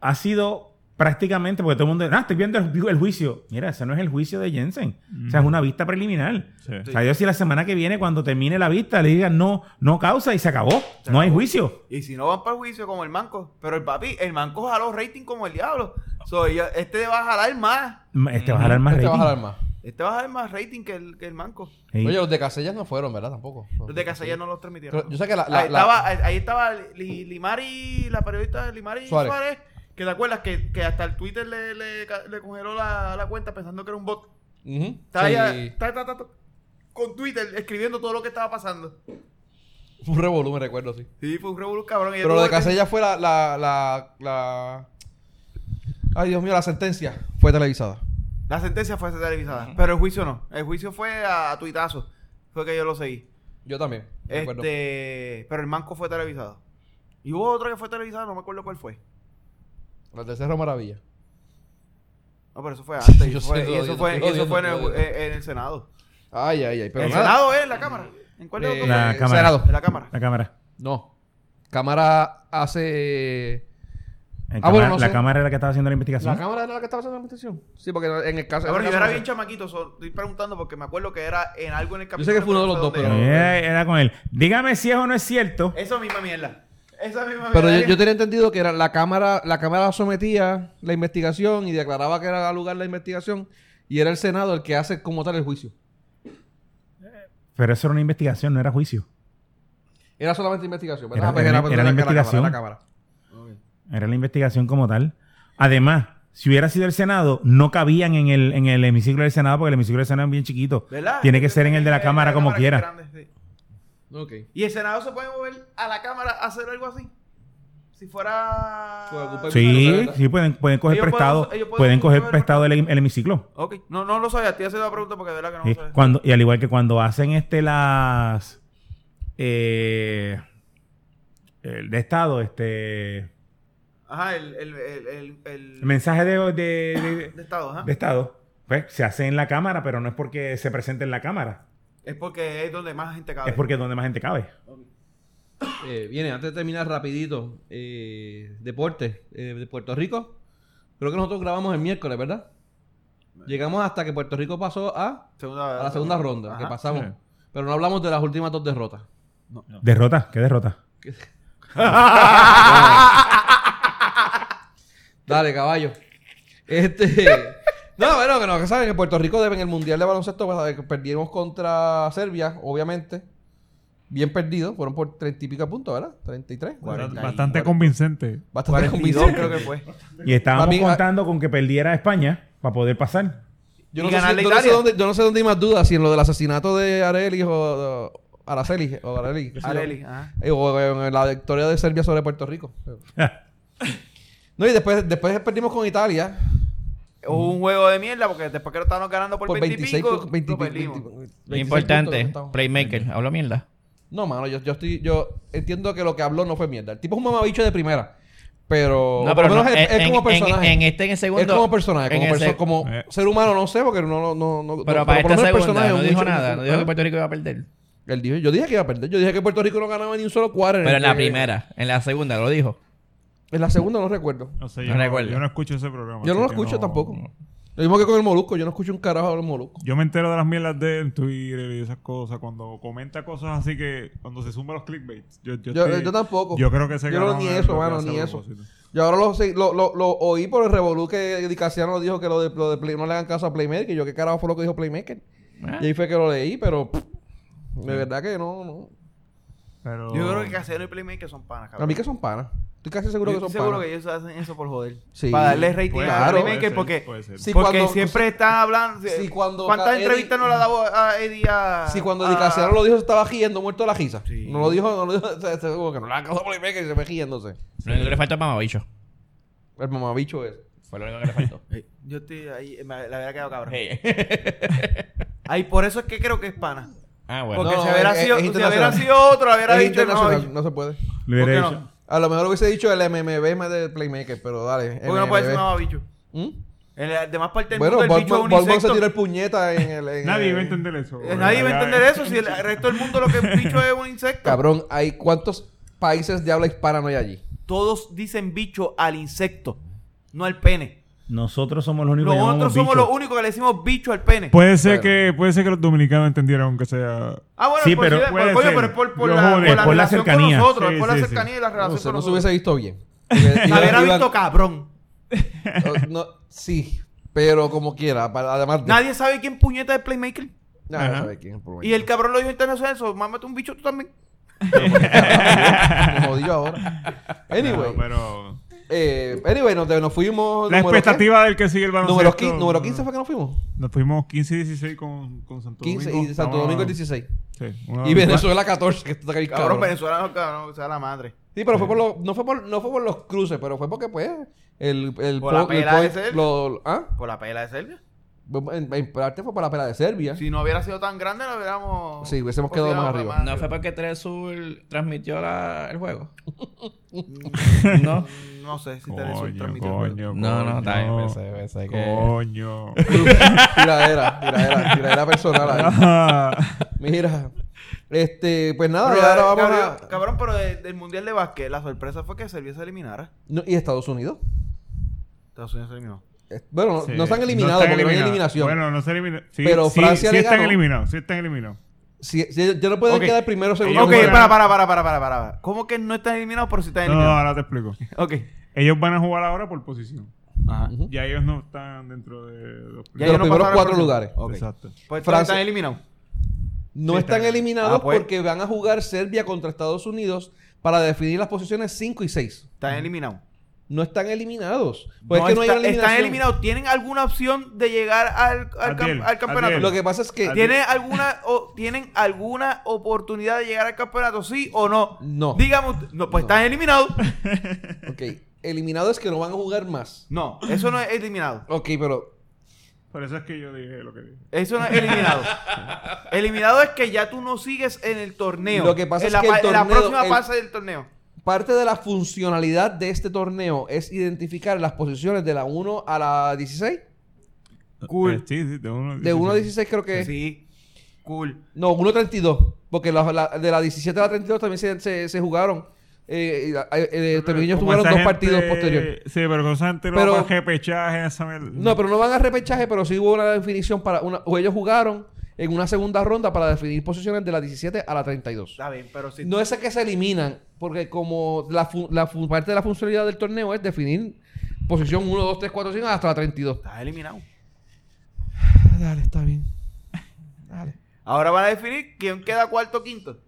S1: ha sido prácticamente, porque todo el mundo, ah, estoy viendo el, ju- el juicio. Mira, ese no es el juicio de Jensen. O sea, es una vista preliminar.
S6: Sí.
S1: O sea, yo si la semana que viene, cuando termine la vista, le digan no, no causa y se acabó. no hay juicio.
S3: Y si no van para el juicio como el manco. Pero el papi, el manco jaló rating como el diablo. So, ella- este va a jalar más.
S1: M- Este va a jalar más
S2: Te vas a
S1: rating.
S2: jalar más.
S3: Este va a jalar más rating que el, que el manco.
S1: Sí.
S2: Oye, los de Casellas no fueron, ¿verdad? Tampoco.
S3: Los de Casellas no los transmitieron.
S2: Pues, Yo sé que la- la-
S3: ahí,
S2: la-
S3: Estaba, ahí- ahí estaba Li- Limari, la periodista Limari
S2: Suárez.
S3: Suárez. que te acuerdas que, que hasta el Twitter le, le, ca- le congeló la, la cuenta pensando que era un bot.
S2: Ujú.
S3: Estaba
S2: Sí.
S3: ella- ta, ta, ta, ta, con Twitter escribiendo todo lo que estaba pasando.
S2: Fue un revolú, me recuerdo, sí.
S3: Sí, fue un revolú cabrón. Ella
S2: Pero lo
S3: tuvo
S2: de
S3: que-
S2: Casellas fue la, la, la, la- Ay, Dios mío, la sentencia fue televisada.
S3: La sentencia fue televisada, pero el juicio no. El juicio fue a, a tuitazo. Fue que yo lo seguí.
S2: Yo también. me acuerdo.
S3: Este, pero el manco fue televisado. Y hubo otro que fue televisado, no me acuerdo cuál fue.
S2: La del Cerro Maravilla.
S3: No, pero eso fue
S2: [LAUGHS]
S3: antes.
S2: Yo
S3: y
S2: sé,
S3: fue-
S2: lo
S3: y
S2: odio,
S3: eso fue,
S2: lo
S3: y
S2: odio,
S3: eso fue en
S2: lo
S3: el, eh,
S2: odio.
S3: en el Senado.
S2: Ay, ay, ay. Pero
S3: el
S2: nada.
S3: Senado es la Cámara. ¿En cuál
S2: Eh,
S3: es Ah,
S1: La
S2: eh,
S1: cámara.
S2: Senado.
S3: En la Cámara.
S1: La cámara.
S2: No. Cámara hace...
S1: El
S2: Ah,
S1: cámara-
S2: bueno, no
S1: la
S2: sé.
S1: cámara era la que estaba haciendo la
S2: ¿La
S1: investigación.
S2: cámara era la que estaba haciendo la investigación? Sí, porque en el caso...
S3: Ah, bueno,
S2: en el
S3: yo
S2: caso-
S3: era bien chamaquito, so- estoy preguntando porque me acuerdo que era en algo en el
S2: Yo
S3: capítulo.
S2: sé que fue uno de los dos,
S3: donde-
S2: pero-
S1: Era, Eh, era con él. Dígame si es o no es cierto.
S3: Esa misma mierda. Esa misma
S2: Pero
S3: mierda.
S2: yo, yo tenía entendido que era la cámara, la cámara sometía la investigación y declaraba que era lugar la investigación y era el Senado el que hace como tal el juicio.
S1: Pero eso era una investigación, no era juicio.
S2: Era solamente investigación,
S1: Era-
S2: ¿verdad? Ah, pues Era,
S1: era-
S2: pues
S1: era
S2: la-
S1: la
S2: la cámara,
S1: investigación.
S2: la cámara.
S1: Era la investigación como tal. Además, si hubiera sido el Senado, no cabían en el, en el hemiciclo del Senado porque el hemiciclo del Senado es bien chiquito.
S3: ¿Verdad?
S1: Tiene que ser en el de la
S3: Eh,
S1: cámara como
S3: que es
S1: quiera.
S3: grande, sí.
S2: Ok.
S3: Y el Senado se puede mover a la Cámara a hacer algo así. Si fuera.
S2: Pues ocupa el
S1: Sí,
S2: ¿verdad?
S1: sí, pueden, pueden coger
S3: Ellos pueden
S1: prestado,
S3: usar- ellos pueden
S1: pueden
S3: usar-
S1: coger
S3: pueden-
S1: prestado el, el hemiciclo.
S3: Ok, no, no lo sabía, estoy haciendo la pregunta porque de verdad que no
S1: Sí,
S3: lo sabía.
S1: Cuando, y al igual que cuando hacen este las eh, el de estado, este el
S3: Ajá, el, el, el, el, el-
S1: mensaje de, de-
S3: de Estado, ajá.
S1: de- de estado, pues se hace en la cámara, pero no es porque se presente en la cámara,
S3: Es porque es donde más gente cabe.
S1: es porque es donde más gente cabe.
S2: Eh, viene, antes de terminar rapidito, eh, deporte eh, de Puerto Rico. Creo que nosotros grabamos el miércoles, ¿verdad? Llegamos hasta que Puerto Rico pasó a,
S3: Segunda-
S2: a la segunda ronda,
S3: Ajá.
S2: que pasamos. Pero no hablamos de las últimas dos derrotas.
S1: Derrota, qué derrota.
S2: [LAUGHS] Dale, caballo. Este. No, bueno, que no, que saben, en Puerto Rico deben el Mundial de Baloncesto, pues, eh, perdimos contra Serbia, obviamente. Bien perdido, fueron por treinta y pico puntos, ¿verdad? 33.
S6: Bastante,
S3: 40 y-
S6: bastante convincente.
S2: Bastante
S3: 42
S2: convincente.
S3: creo que
S2: [LAUGHS]
S3: fue.
S1: Y estábamos
S2: Mami, ah-
S1: contando con que perdiera España para poder pasar.
S2: Yo
S3: Y
S2: no, sé,
S3: ganarle
S2: si- yo no sé
S3: Italia.
S2: dónde, yo no sé dónde hay más dudas, si en lo del asesinato de Arelis o o Araceli. O Areli.
S3: Areli, ajá.
S2: Eh, O en la victoria de Serbia sobre Puerto Rico. No, y después, después perdimos con Italia.
S3: Hubo un juego de mierda porque después que lo estábamos ganando por,
S2: Por
S3: 20 y
S2: 26
S3: pico,
S2: pu- 20
S3: lo perdimos.
S5: Lo
S2: 26
S5: importante,
S2: puntos que estamos.
S5: playmaker. Hablo mierda.
S2: No, mano, yo, yo estoy, yo entiendo que lo que habló no fue mierda. El tipo es un mamabicho de primera. Pero,
S5: No,
S2: por
S5: pero
S2: lo menos
S5: no,
S2: es,
S5: en-
S2: es como
S5: en-
S2: personaje.
S5: en- en este, en el segundo-
S2: Es como personaje, como,
S5: en el
S2: perso-
S5: sec-
S2: como
S6: Eh.
S2: ser humano, no sé, porque no, no, no, no
S5: Pero
S2: no,
S5: para
S2: por lo menos
S5: esta
S2: el
S5: segunda no
S2: es
S5: dijo
S2: mucho-
S5: nada. No dijo que
S2: ¿Ah?
S5: Puerto Rico iba a perder.
S2: Él dijo, yo dije que iba a perder. Yo dije que Puerto Rico no ganaba ni un solo cuadro.
S5: Pero en la
S2: el-
S5: primera. En la segunda lo dijo.
S2: En la segunda no recuerdo.
S6: O sea,
S5: No
S6: yo, no,
S5: recuerdo.
S6: yo no escucho ese programa.
S2: Yo no lo
S6: así que
S2: escucho tampoco. Lo mismo que con el Molusco. Yo no escucho un carajo del Molusco.
S6: Yo me entero de las mierdas de él en Twitter y esas cosas. Cuando comenta cosas así que. Cuando se zumba los clickbaits. Yo, yo,
S2: Yo,
S6: estoy-
S2: yo tampoco.
S6: Yo creo que se
S2: Yo no,
S6: ganó
S2: ni
S6: el-
S2: eso,
S6: lo que
S2: mano,
S6: hace
S2: ni
S6: a
S2: eso.
S6: propósito.
S2: Yo ahora lo, sé- lo, lo, lo oí por el revolú que Di Casiano dijo que lo de, lo de Play- no le hagan caso a Playmaker. Yo, ¿qué carajo fue lo que dijo Playmaker?
S5: Ah.
S2: Y ahí fue que lo leí, pero pff, de verdad que no, no.
S6: Pero.
S3: Yo creo que Casero y Playmaker son panas, cabrón.
S2: A mí que son panas. Estoy casi seguro
S3: Yo
S2: que son
S3: estoy seguro
S2: panas.
S3: que ellos hacen eso por joder.
S2: Sí.
S3: Para darle rating
S6: Puede
S3: a
S6: ser,
S2: Claro.
S6: puede
S3: Playmaker
S6: ser,
S3: porque,
S6: puede ser.
S2: Sí,
S3: porque
S2: cuando-
S3: siempre están hablando.
S2: Sí, cuando
S3: ¿Cuántas
S2: ca- Eddie-
S3: entrevistas no le ha dado a Eddie a.
S2: Si cuando
S3: a-
S2: Di Casiano lo dijo, estaba giendo, muerto de la risa.
S3: Sí.
S2: No lo dijo, no lo dijo. [LAUGHS] o sea, como que no le hagan caso a Playmaker y se fue giéndose.
S5: Lo único que le faltó es mamabicho.
S2: El mamabicho ese.
S5: Fue lo único que le [LAUGHS] faltó.
S3: Ey, Yo estoy ahí, me- la había quedado cabrón.
S5: Hey.
S3: Ahí por eso es que creo que es pana.
S5: ah, bueno.
S3: Porque
S2: No,
S3: si hubiera
S2: es-
S3: sido,
S2: es
S3: si
S2: internacional.
S3: hubiera sido otro, hubiera
S2: Es
S3: dicho no.
S2: internacional, no se puede.
S1: Lo hubiera
S3: ¿Por qué
S1: hecho.
S3: no?
S2: A lo mejor hubiese dicho el MMB más de Playmaker, pero dale.
S3: Porque no puede ser
S2: MMB.
S3: mamá bicho.
S2: ¿Mm?
S3: En la demás parte del
S2: Bueno,
S3: este mundo el bicho es
S2: Bolbon
S3: un
S2: Bolbon se
S3: insecto.
S2: tira el puñeta en el. en
S6: [LAUGHS] Nadie
S2: el-
S6: va a entender eso.
S3: Eh, Nadie va a entender eso. Si el resto del mundo lo que es un bicho es un insecto.
S2: Cabrón, hay cuántos países de habla hispana no hay allí.
S3: Todos dicen bicho al insecto. no al pene.
S1: Nosotros somos los únicos que llamamos
S3: Nosotros somos
S1: bichos.
S3: los únicos que le decimos bicho al pene.
S6: Puede ser, que, puede ser que los dominicanos entendieran aunque sea...
S3: ah, bueno,
S1: Sí,
S3: por
S1: pero
S3: si-
S6: puede
S3: coño,
S6: ser.
S3: pero es por, por
S6: Yo
S3: la,
S6: jode,
S3: por la
S1: por la
S3: relación
S1: cercanía.
S3: con nosotros, es
S6: Sí,
S3: por la
S6: sí, sí.
S3: cercanía y la relación
S2: No, se,
S3: con
S2: no se
S3: nosotros.
S2: hubiese visto
S3: [LAUGHS]
S2: bien. Porque
S3: Me
S2: iban-
S3: hubiera
S2: iban-
S3: visto cabrón.
S2: Oh, [LAUGHS] no, sí, pero como quiera. para- además de...
S3: Nadie sabe quién puñeta es Playmaker.
S2: Nah, no
S6: Ajá.
S2: sabe quién es por
S3: Y el cabrón lo dijo internacional, eso, mámate un bicho tú también.
S2: [LAUGHS] Me jodí yo ahora.
S6: [LAUGHS]
S2: Anyway,
S6: No, pero...
S2: eh, anyway nos, nos fuimos.
S6: La
S2: número
S6: expectativa del que sigue el
S2: qué?
S6: baloncesto...
S2: Número, 15, número 15 fue que nos fuimos.
S6: Nos fuimos 15 y 16 con, con Santo
S2: 15
S6: Domingo.
S2: y Santo
S6: Estamos-
S2: Domingo el 16.
S6: Sí, una-
S2: Y Venezuela 14, que esto está bien
S3: Cabrón,
S2: cabrón.
S3: venezolano, cabrón, o sea, la madre.
S2: Sí, pero fue por los, no, fue por, no fue por los cruces, pero fue porque pues el, el,
S3: Por la
S2: po- el
S3: pela de
S2: point-
S3: ser.
S2: lo- ¿ah?
S3: Por la pela de Serbia.
S2: En, en parte fue por la pela de Serbia.
S3: Si no hubiera sido tan grande, nos hubiéramos.
S2: Sí, hubiésemos quedado más arriba.
S5: No fue porque Tresur transmitió la- el juego. no.
S3: [LAUGHS] No sé si te
S6: Coño,
S3: transmitió.
S6: coño,
S5: No, no, está bien.
S6: coño.
S5: pensé- pensé que-
S6: Coño.
S2: [LAUGHS] Tiradera, tiradera, tiradera personal. ahí. Mira, este, pues nada,
S3: Pero,
S2: ya ahora vamos
S3: cabrón,
S2: a...
S3: cabrón, pero de- del Mundial de Básquet, la sorpresa fue que Serbia se eliminara.
S2: No, y Estados Unidos.
S3: Estados Unidos se eliminó.
S2: Eh, Bueno, no-
S6: Sí.
S2: no se han eliminado
S6: están
S2: porque no hay
S6: eliminados.
S2: eliminación.
S6: Bueno, no se eliminó. Sí,
S2: Pero
S6: sí,
S2: Francia
S6: sí
S2: le
S6: están
S2: ganó.
S6: eliminados. Sí están eliminados.
S2: Si, si- ya no pueden
S3: Ok.
S2: quedar primero, segundo.
S6: Ellos
S3: Ok,
S6: juegan-
S2: tercero.
S3: para, para, para, para, para, para. ¿Cómo que no están eliminados, pero sí están
S6: No, no,
S3: eliminados?
S6: ahora te explico.
S3: Ok.
S6: Ellos van a jugar ahora por posición.
S3: Ajá.
S2: Ujú.
S6: Ya ellos no están dentro de los
S3: Ya
S2: De
S3: ellos
S2: los
S3: no
S2: primeros
S3: pasaron
S2: cuatro
S3: al próximo.
S2: lugares.
S3: Ok.
S6: Exacto.
S3: Pues
S2: Francia-
S3: están eliminados.
S2: No
S6: Sí,
S2: están
S6: están-
S2: eliminados
S3: Ah, pues.
S2: porque van a jugar Serbia contra Estados Unidos para definir las posiciones 5 y 6.
S3: Están eliminados.
S2: No están eliminados. Pues
S3: No,
S2: es que no hay
S3: está-
S2: una eliminación.
S3: Están eliminados. ¿Tienen alguna opción de llegar al, al, cam-
S6: Adiel,
S3: al campeonato?
S6: Adiel.
S2: Lo que pasa es que
S6: Adiel.
S3: ¿Tienen alguna, o, ¿Tienen alguna oportunidad de llegar al campeonato? ¿Sí o no?
S2: No.
S3: Dígame usted- No, pues
S2: No.
S3: están eliminados.
S2: Ok, eliminado es que no van a jugar más.
S3: No, eso no es eliminado.
S2: Ok, pero
S6: Por eso es que yo dije lo que dije.
S3: Eso no es eliminado. eliminado es que ya tú no sigues en el torneo.
S2: Lo que pasa
S3: En
S2: es
S3: la
S2: que el
S3: pa- en
S2: torneo-
S3: la próxima
S2: el-
S3: fase del torneo.
S2: parte de la funcionalidad de este torneo es identificar las posiciones de la 1 a la 16.
S3: Cool.
S6: Eh, sí, sí, de 1
S2: De 1 a 16 creo que es.
S3: Sí. Cool.
S2: No, 1 a 32. Porque la- la- de la 17 a la 32 también se, se- se jugaron. Eh, y la- eh, eh, ellos jugaron dos partidos posteriores.
S6: Sí, pero con esa gente
S2: Pero-
S6: no va a repechaje esa mierda.
S2: No, pero no van a repechaje, pero sí hubo una definición para una. O ellos jugaron en una segunda ronda para definir posiciones de la 17 a la 32.
S3: Está bien, pero si...
S2: No es que se eliminan, porque como la, fu- la fu- parte de la funcionalidad del torneo es definir posición 1, 2, 3, 4, 5 hasta la 32.
S3: Estás eliminado.
S6: Ah,
S2: Dale, está bien. Dale.
S3: Ahora van a definir quién queda cuarto o quinto.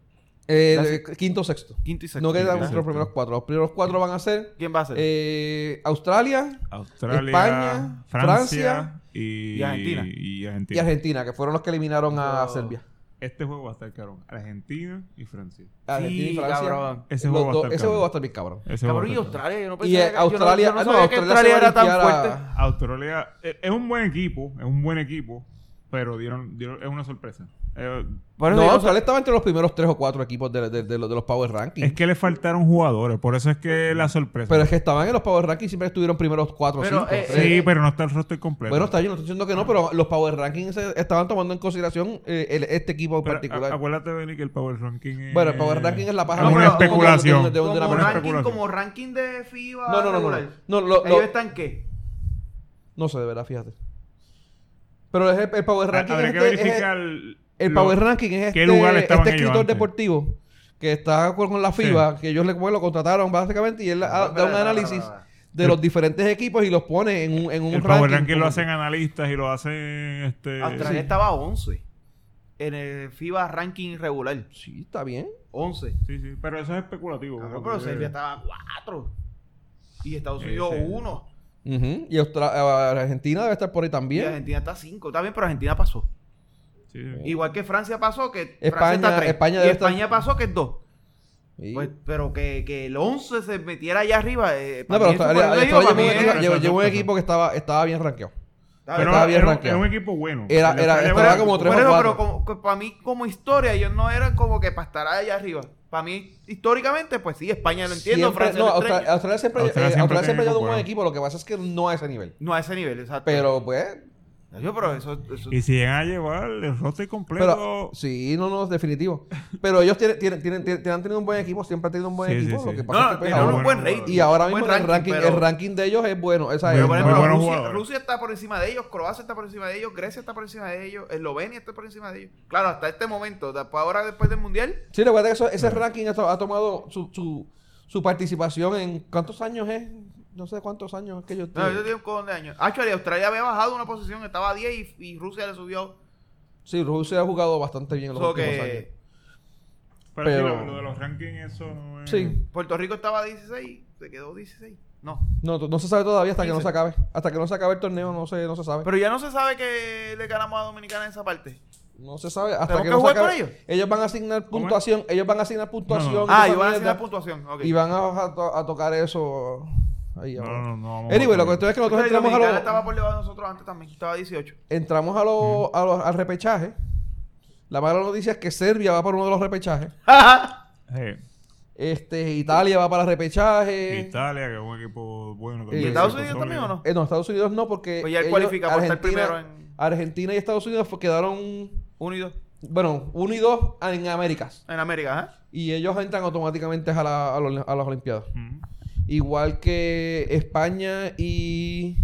S2: Eh,
S3: La-
S2: de- quinto, sexto.
S3: Quinto y sexto.
S2: No quedan
S3: ¿verdad?
S2: los primeros cuatro. Los primeros cuatro van a ser
S3: ¿Quién va a ser?
S2: eh, Australia
S6: Australia,
S2: España,
S6: Francia,
S2: Francia
S6: y,
S3: y Argentina.
S6: y
S2: y
S6: Argentina.
S2: Argentina, que fueron los que eliminaron a
S3: Pero-
S2: Serbia.
S6: Este juego va a estar caro. Argentina y Francia.
S2: Argentina y
S3: Sí,
S2: Francia.
S3: cabrón.
S6: Ese
S2: Los
S6: juego va a
S2: dos-
S6: estar
S2: ese
S6: cabrón.
S2: juego va a estar bien cabrón.
S6: Ese juego
S3: Cabrón, y
S6: va a estar
S3: Australia. Yo no
S2: Y eh,
S3: pensaba que- yo no-
S2: Australia,
S3: yo no
S2: ah, no,
S3: sabía que
S2: Australia,
S3: Australia
S2: se va
S3: era tan
S2: a limpiar a-
S3: fuerte.
S6: Australia eh, es un buen equipo, es un buen equipo, pero dieron, dieron es una sorpresa. Eh,
S3: Por eso
S2: no,
S3: digo,
S2: Australia estaba entre los primeros tres o cuatro equipos de, de- de los- de los Power Rankings.
S6: es que le faltaron jugadores, por eso es que la sorpresa.
S2: Pero es que estaban en los Power Rankings siempre estuvieron primeros cuatro o
S3: Pero,
S2: cinco.
S3: eh,
S2: tres.
S6: sí, pero no está el roster completo.
S2: Bueno, está, yo no estoy diciendo que no, pero los Power Rankings eh, estaban tomando en consideración eh, el- este equipo en
S6: Pero, ah,
S2: particular.
S6: a- acuérdate, Benny, que el Power Ranking es...
S2: Bueno, el Power Ranking es la paja
S6: Es
S3: más
S6: una
S3: grande como-
S6: especulación.
S2: de- de-
S3: como,
S2: de la
S3: ranking,
S2: primera
S6: especulación.
S3: como ranking de FIBA
S2: No, no, no, no, no.
S3: regular.
S2: No, lo-
S3: ¿Ellos
S2: lo-
S3: están qué?
S2: no sé, de verdad, fíjate. Pero es el, el Power Ranking
S6: Habría
S2: es
S6: que
S2: este- es
S6: verificar...
S2: el, el
S6: lo-
S2: Power Ranking es
S6: qué
S2: este,
S6: lugar
S2: este
S6: estaban ellos
S2: escritor
S6: antes.
S2: deportivo que está con con la FIBA, que ellos le, bueno, lo contrataron básicamente y él ha- Ah, da un
S3: Espera,
S2: análisis
S3: espera, espera,
S2: de los diferentes equipos y los pone en un, en un
S6: El Power Ranking lo hacen analistas y lo hacen... Este,
S3: Australia estaba 11 en el FIBA ranking regular.
S2: Sí, está bien.
S3: 11.
S6: Sí, sí, pero eso es especulativo.
S3: Cabrón,
S6: porque-
S3: pero Serbia estaba 4. Y Estados
S6: Sí,
S3: Unidos
S6: sí.
S3: 1.
S2: Ujú. Y Austra- eh, Argentina debe estar por ahí
S3: Y
S2: también.
S3: Argentina está 5. Está bien, pero Argentina pasó.
S6: Sí, sí.
S3: Igual que Francia pasó, que
S2: España-
S3: Francia está 3.
S2: España
S3: y
S2: debe estar-
S3: España pasó, que es 2.
S2: Sí.
S3: Pues, pero que, que el 11 se metiera allá arriba. eh,
S2: No,
S3: para
S2: pero
S3: mí es un
S2: Australia,
S3: buen
S2: Australia llevó un
S3: récord, para
S2: equipo-
S3: mí es-
S2: llevó-
S6: Exacto,
S2: llevó un
S6: exacto.
S2: equipo que estaba, estaba bien rankeado.
S6: Pero
S2: estaba bien
S6: era, un-
S2: rankeado.
S6: era un equipo bueno.
S2: Era-
S6: El
S2: era-
S6: Australia
S2: estaba
S6: era-
S2: como tres
S3: Por
S2: o
S3: eso,
S2: cuatro.
S3: pero como- que para mí, como historia, ellos no eran como que para estar allá arriba. Para mí, históricamente, pues sí, España lo entiendo,
S2: Siempre-
S3: Francia
S2: no, ah,
S3: lo
S2: Austra-
S3: extraña.
S2: Australia siempre,
S6: Australia
S2: eh,
S6: siempre
S2: Australia
S6: tiene
S2: siempre ha llevado un
S6: equipo
S2: buen equipo,
S6: bueno.
S2: lo que pasa es que no a ese nivel.
S3: No a ese nivel, exacto.
S2: Pero pues,
S3: Yo, pero eso, eso-
S6: Y si llegan a llevar el roster completo.
S2: Pero, sí, no, no, es definitivo. Pero ellos tienen, tienen, tienen, tienen- han tenido un buen equipo, siempre han tenido un buen
S6: Sí, sí,
S2: equipo.
S6: sí.
S2: Lo que pasa
S3: No,
S2: es que, pues,
S3: tiene
S6: ah,
S2: ahora-
S3: un buen
S6: bueno,
S3: rating.
S2: y ahora mismo
S3: buen
S2: el, ranking,
S3: pero-
S2: el ranking de ellos es bueno. Esa
S6: Muy
S2: es,
S3: Pero, por
S6: bueno.
S3: ejemplo,
S6: buenos
S3: Rusia,
S6: jugadores.
S3: Rusia está por encima de ellos, Croacia está por encima de ellos, Grecia está por encima de ellos, Eslovenia está por encima de ellos. Claro, hasta este momento, hasta ahora después del Mundial,
S2: Sí, lo que pasa es que eso- ese ranking ha, to- ha tomado su, su, su participación en cuántos años es. No sé cuántos años es que ellos
S3: no,
S2: tienen.
S3: yo tengo un cojón de años. Actually, Australia había bajado una posición, estaba a 10 y, y Rusia le subió.
S2: Sí, Rusia ha jugado bastante bien en los
S3: So
S2: últimos
S3: que
S2: años.
S6: Pero,
S2: pero-
S6: sí, lo, lo de los rankings, eso no es.
S2: Sí.
S3: Puerto Rico estaba a 16, se quedó 16. No.
S2: No, no se sabe todavía hasta que no se
S3: Quince.
S2: acabe. Hasta que no se acabe el torneo no se, no se sabe.
S3: Pero ya no se sabe que le ganamos a Dominicana en esa parte.
S2: no se sabe hasta
S3: ¿Tenemos
S2: que
S3: que
S2: no se
S3: jugar con
S2: acabe.
S3: ellos?
S2: van a asignar puntuación. Ellos van a asignar puntuación. y
S3: Ah,
S2: esa
S3: y van a hacer
S2: mierda,
S3: la puntuación. ok.
S2: Y van a, a to- a tocar eso. Ahí
S6: No,
S2: abajo.
S6: no, no. vamos
S2: Anyway,
S6: a-
S2: la cuestión es que nosotros
S3: Entonces,
S2: entramos a
S3: Dominicana
S2: los-
S3: estaba por debajo de nosotros antes también, estaba a
S2: [LAUGHS]
S3: 18.
S2: entramos a los, a los- al repechaje. La mala noticia es que Serbia va por uno de los repechajes. Eh,
S6: Sí.
S2: Este, Italia va para el repechaje.
S6: Italia, que es un equipo bueno.
S2: ¿Y
S6: también.
S2: Estados
S6: Sí,
S3: Unidos
S6: son
S3: también o no?
S2: Eh, no, Estados Unidos no, porque.
S3: Pues ya
S2: ellos-
S3: cualifica por estar
S2: Argentina,
S3: primero en-
S2: Argentina y Estados Unidos fue- quedaron.
S3: Uno y dos.
S2: Bueno, uno y dos en Américas.
S3: En América, ¿ah?
S2: Y ellos entran automáticamente a, la- a los- a las Olimpiadas.
S6: Ujú.
S2: Igual que España y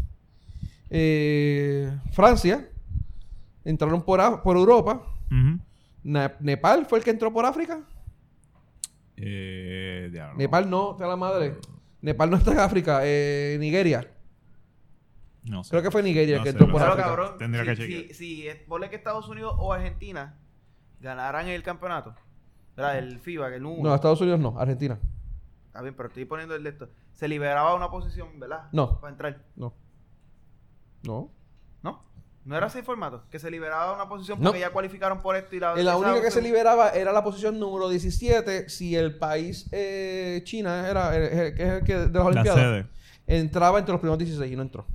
S2: eh, Francia entraron por, Af- por Europa.
S6: Ujú.
S2: Na- Nepal fue el que entró por África.
S6: Eh, ya, no.
S2: Nepal no, te la madre. Nepal no está en África, eh, Nigeria.
S6: No sé.
S2: Creo que fue Nigeria
S6: No
S2: que
S6: sé,
S2: entró
S6: no
S2: por
S6: sé.
S3: Claro,
S2: África.
S3: cabrón.
S6: Tendría
S3: si,
S6: que
S3: si-
S6: chequear.
S3: si es- ponle que Estados Unidos o Argentina ganaran el campeonato, ¿verdad? El FIBA, que el uno.
S2: No, Estados Unidos no, Argentina.
S3: Está bien, pero estoy poniendo el de esto. Se liberaba una posición, ¿verdad?
S2: No.
S3: Para entrar.
S2: No. No.
S3: ¿No? ¿No era así el formato? Que se liberaba una posición
S2: No.
S3: porque ya cualificaron por esto y la...
S2: Eh, La
S3: esa
S2: única que se
S3: opción-
S2: liberaba era la posición número 17 si el país eh, China era el- el- que es el que de las
S6: La
S2: Olimpiadas
S6: sede.
S2: entraba entre los primeros 16 y no entró.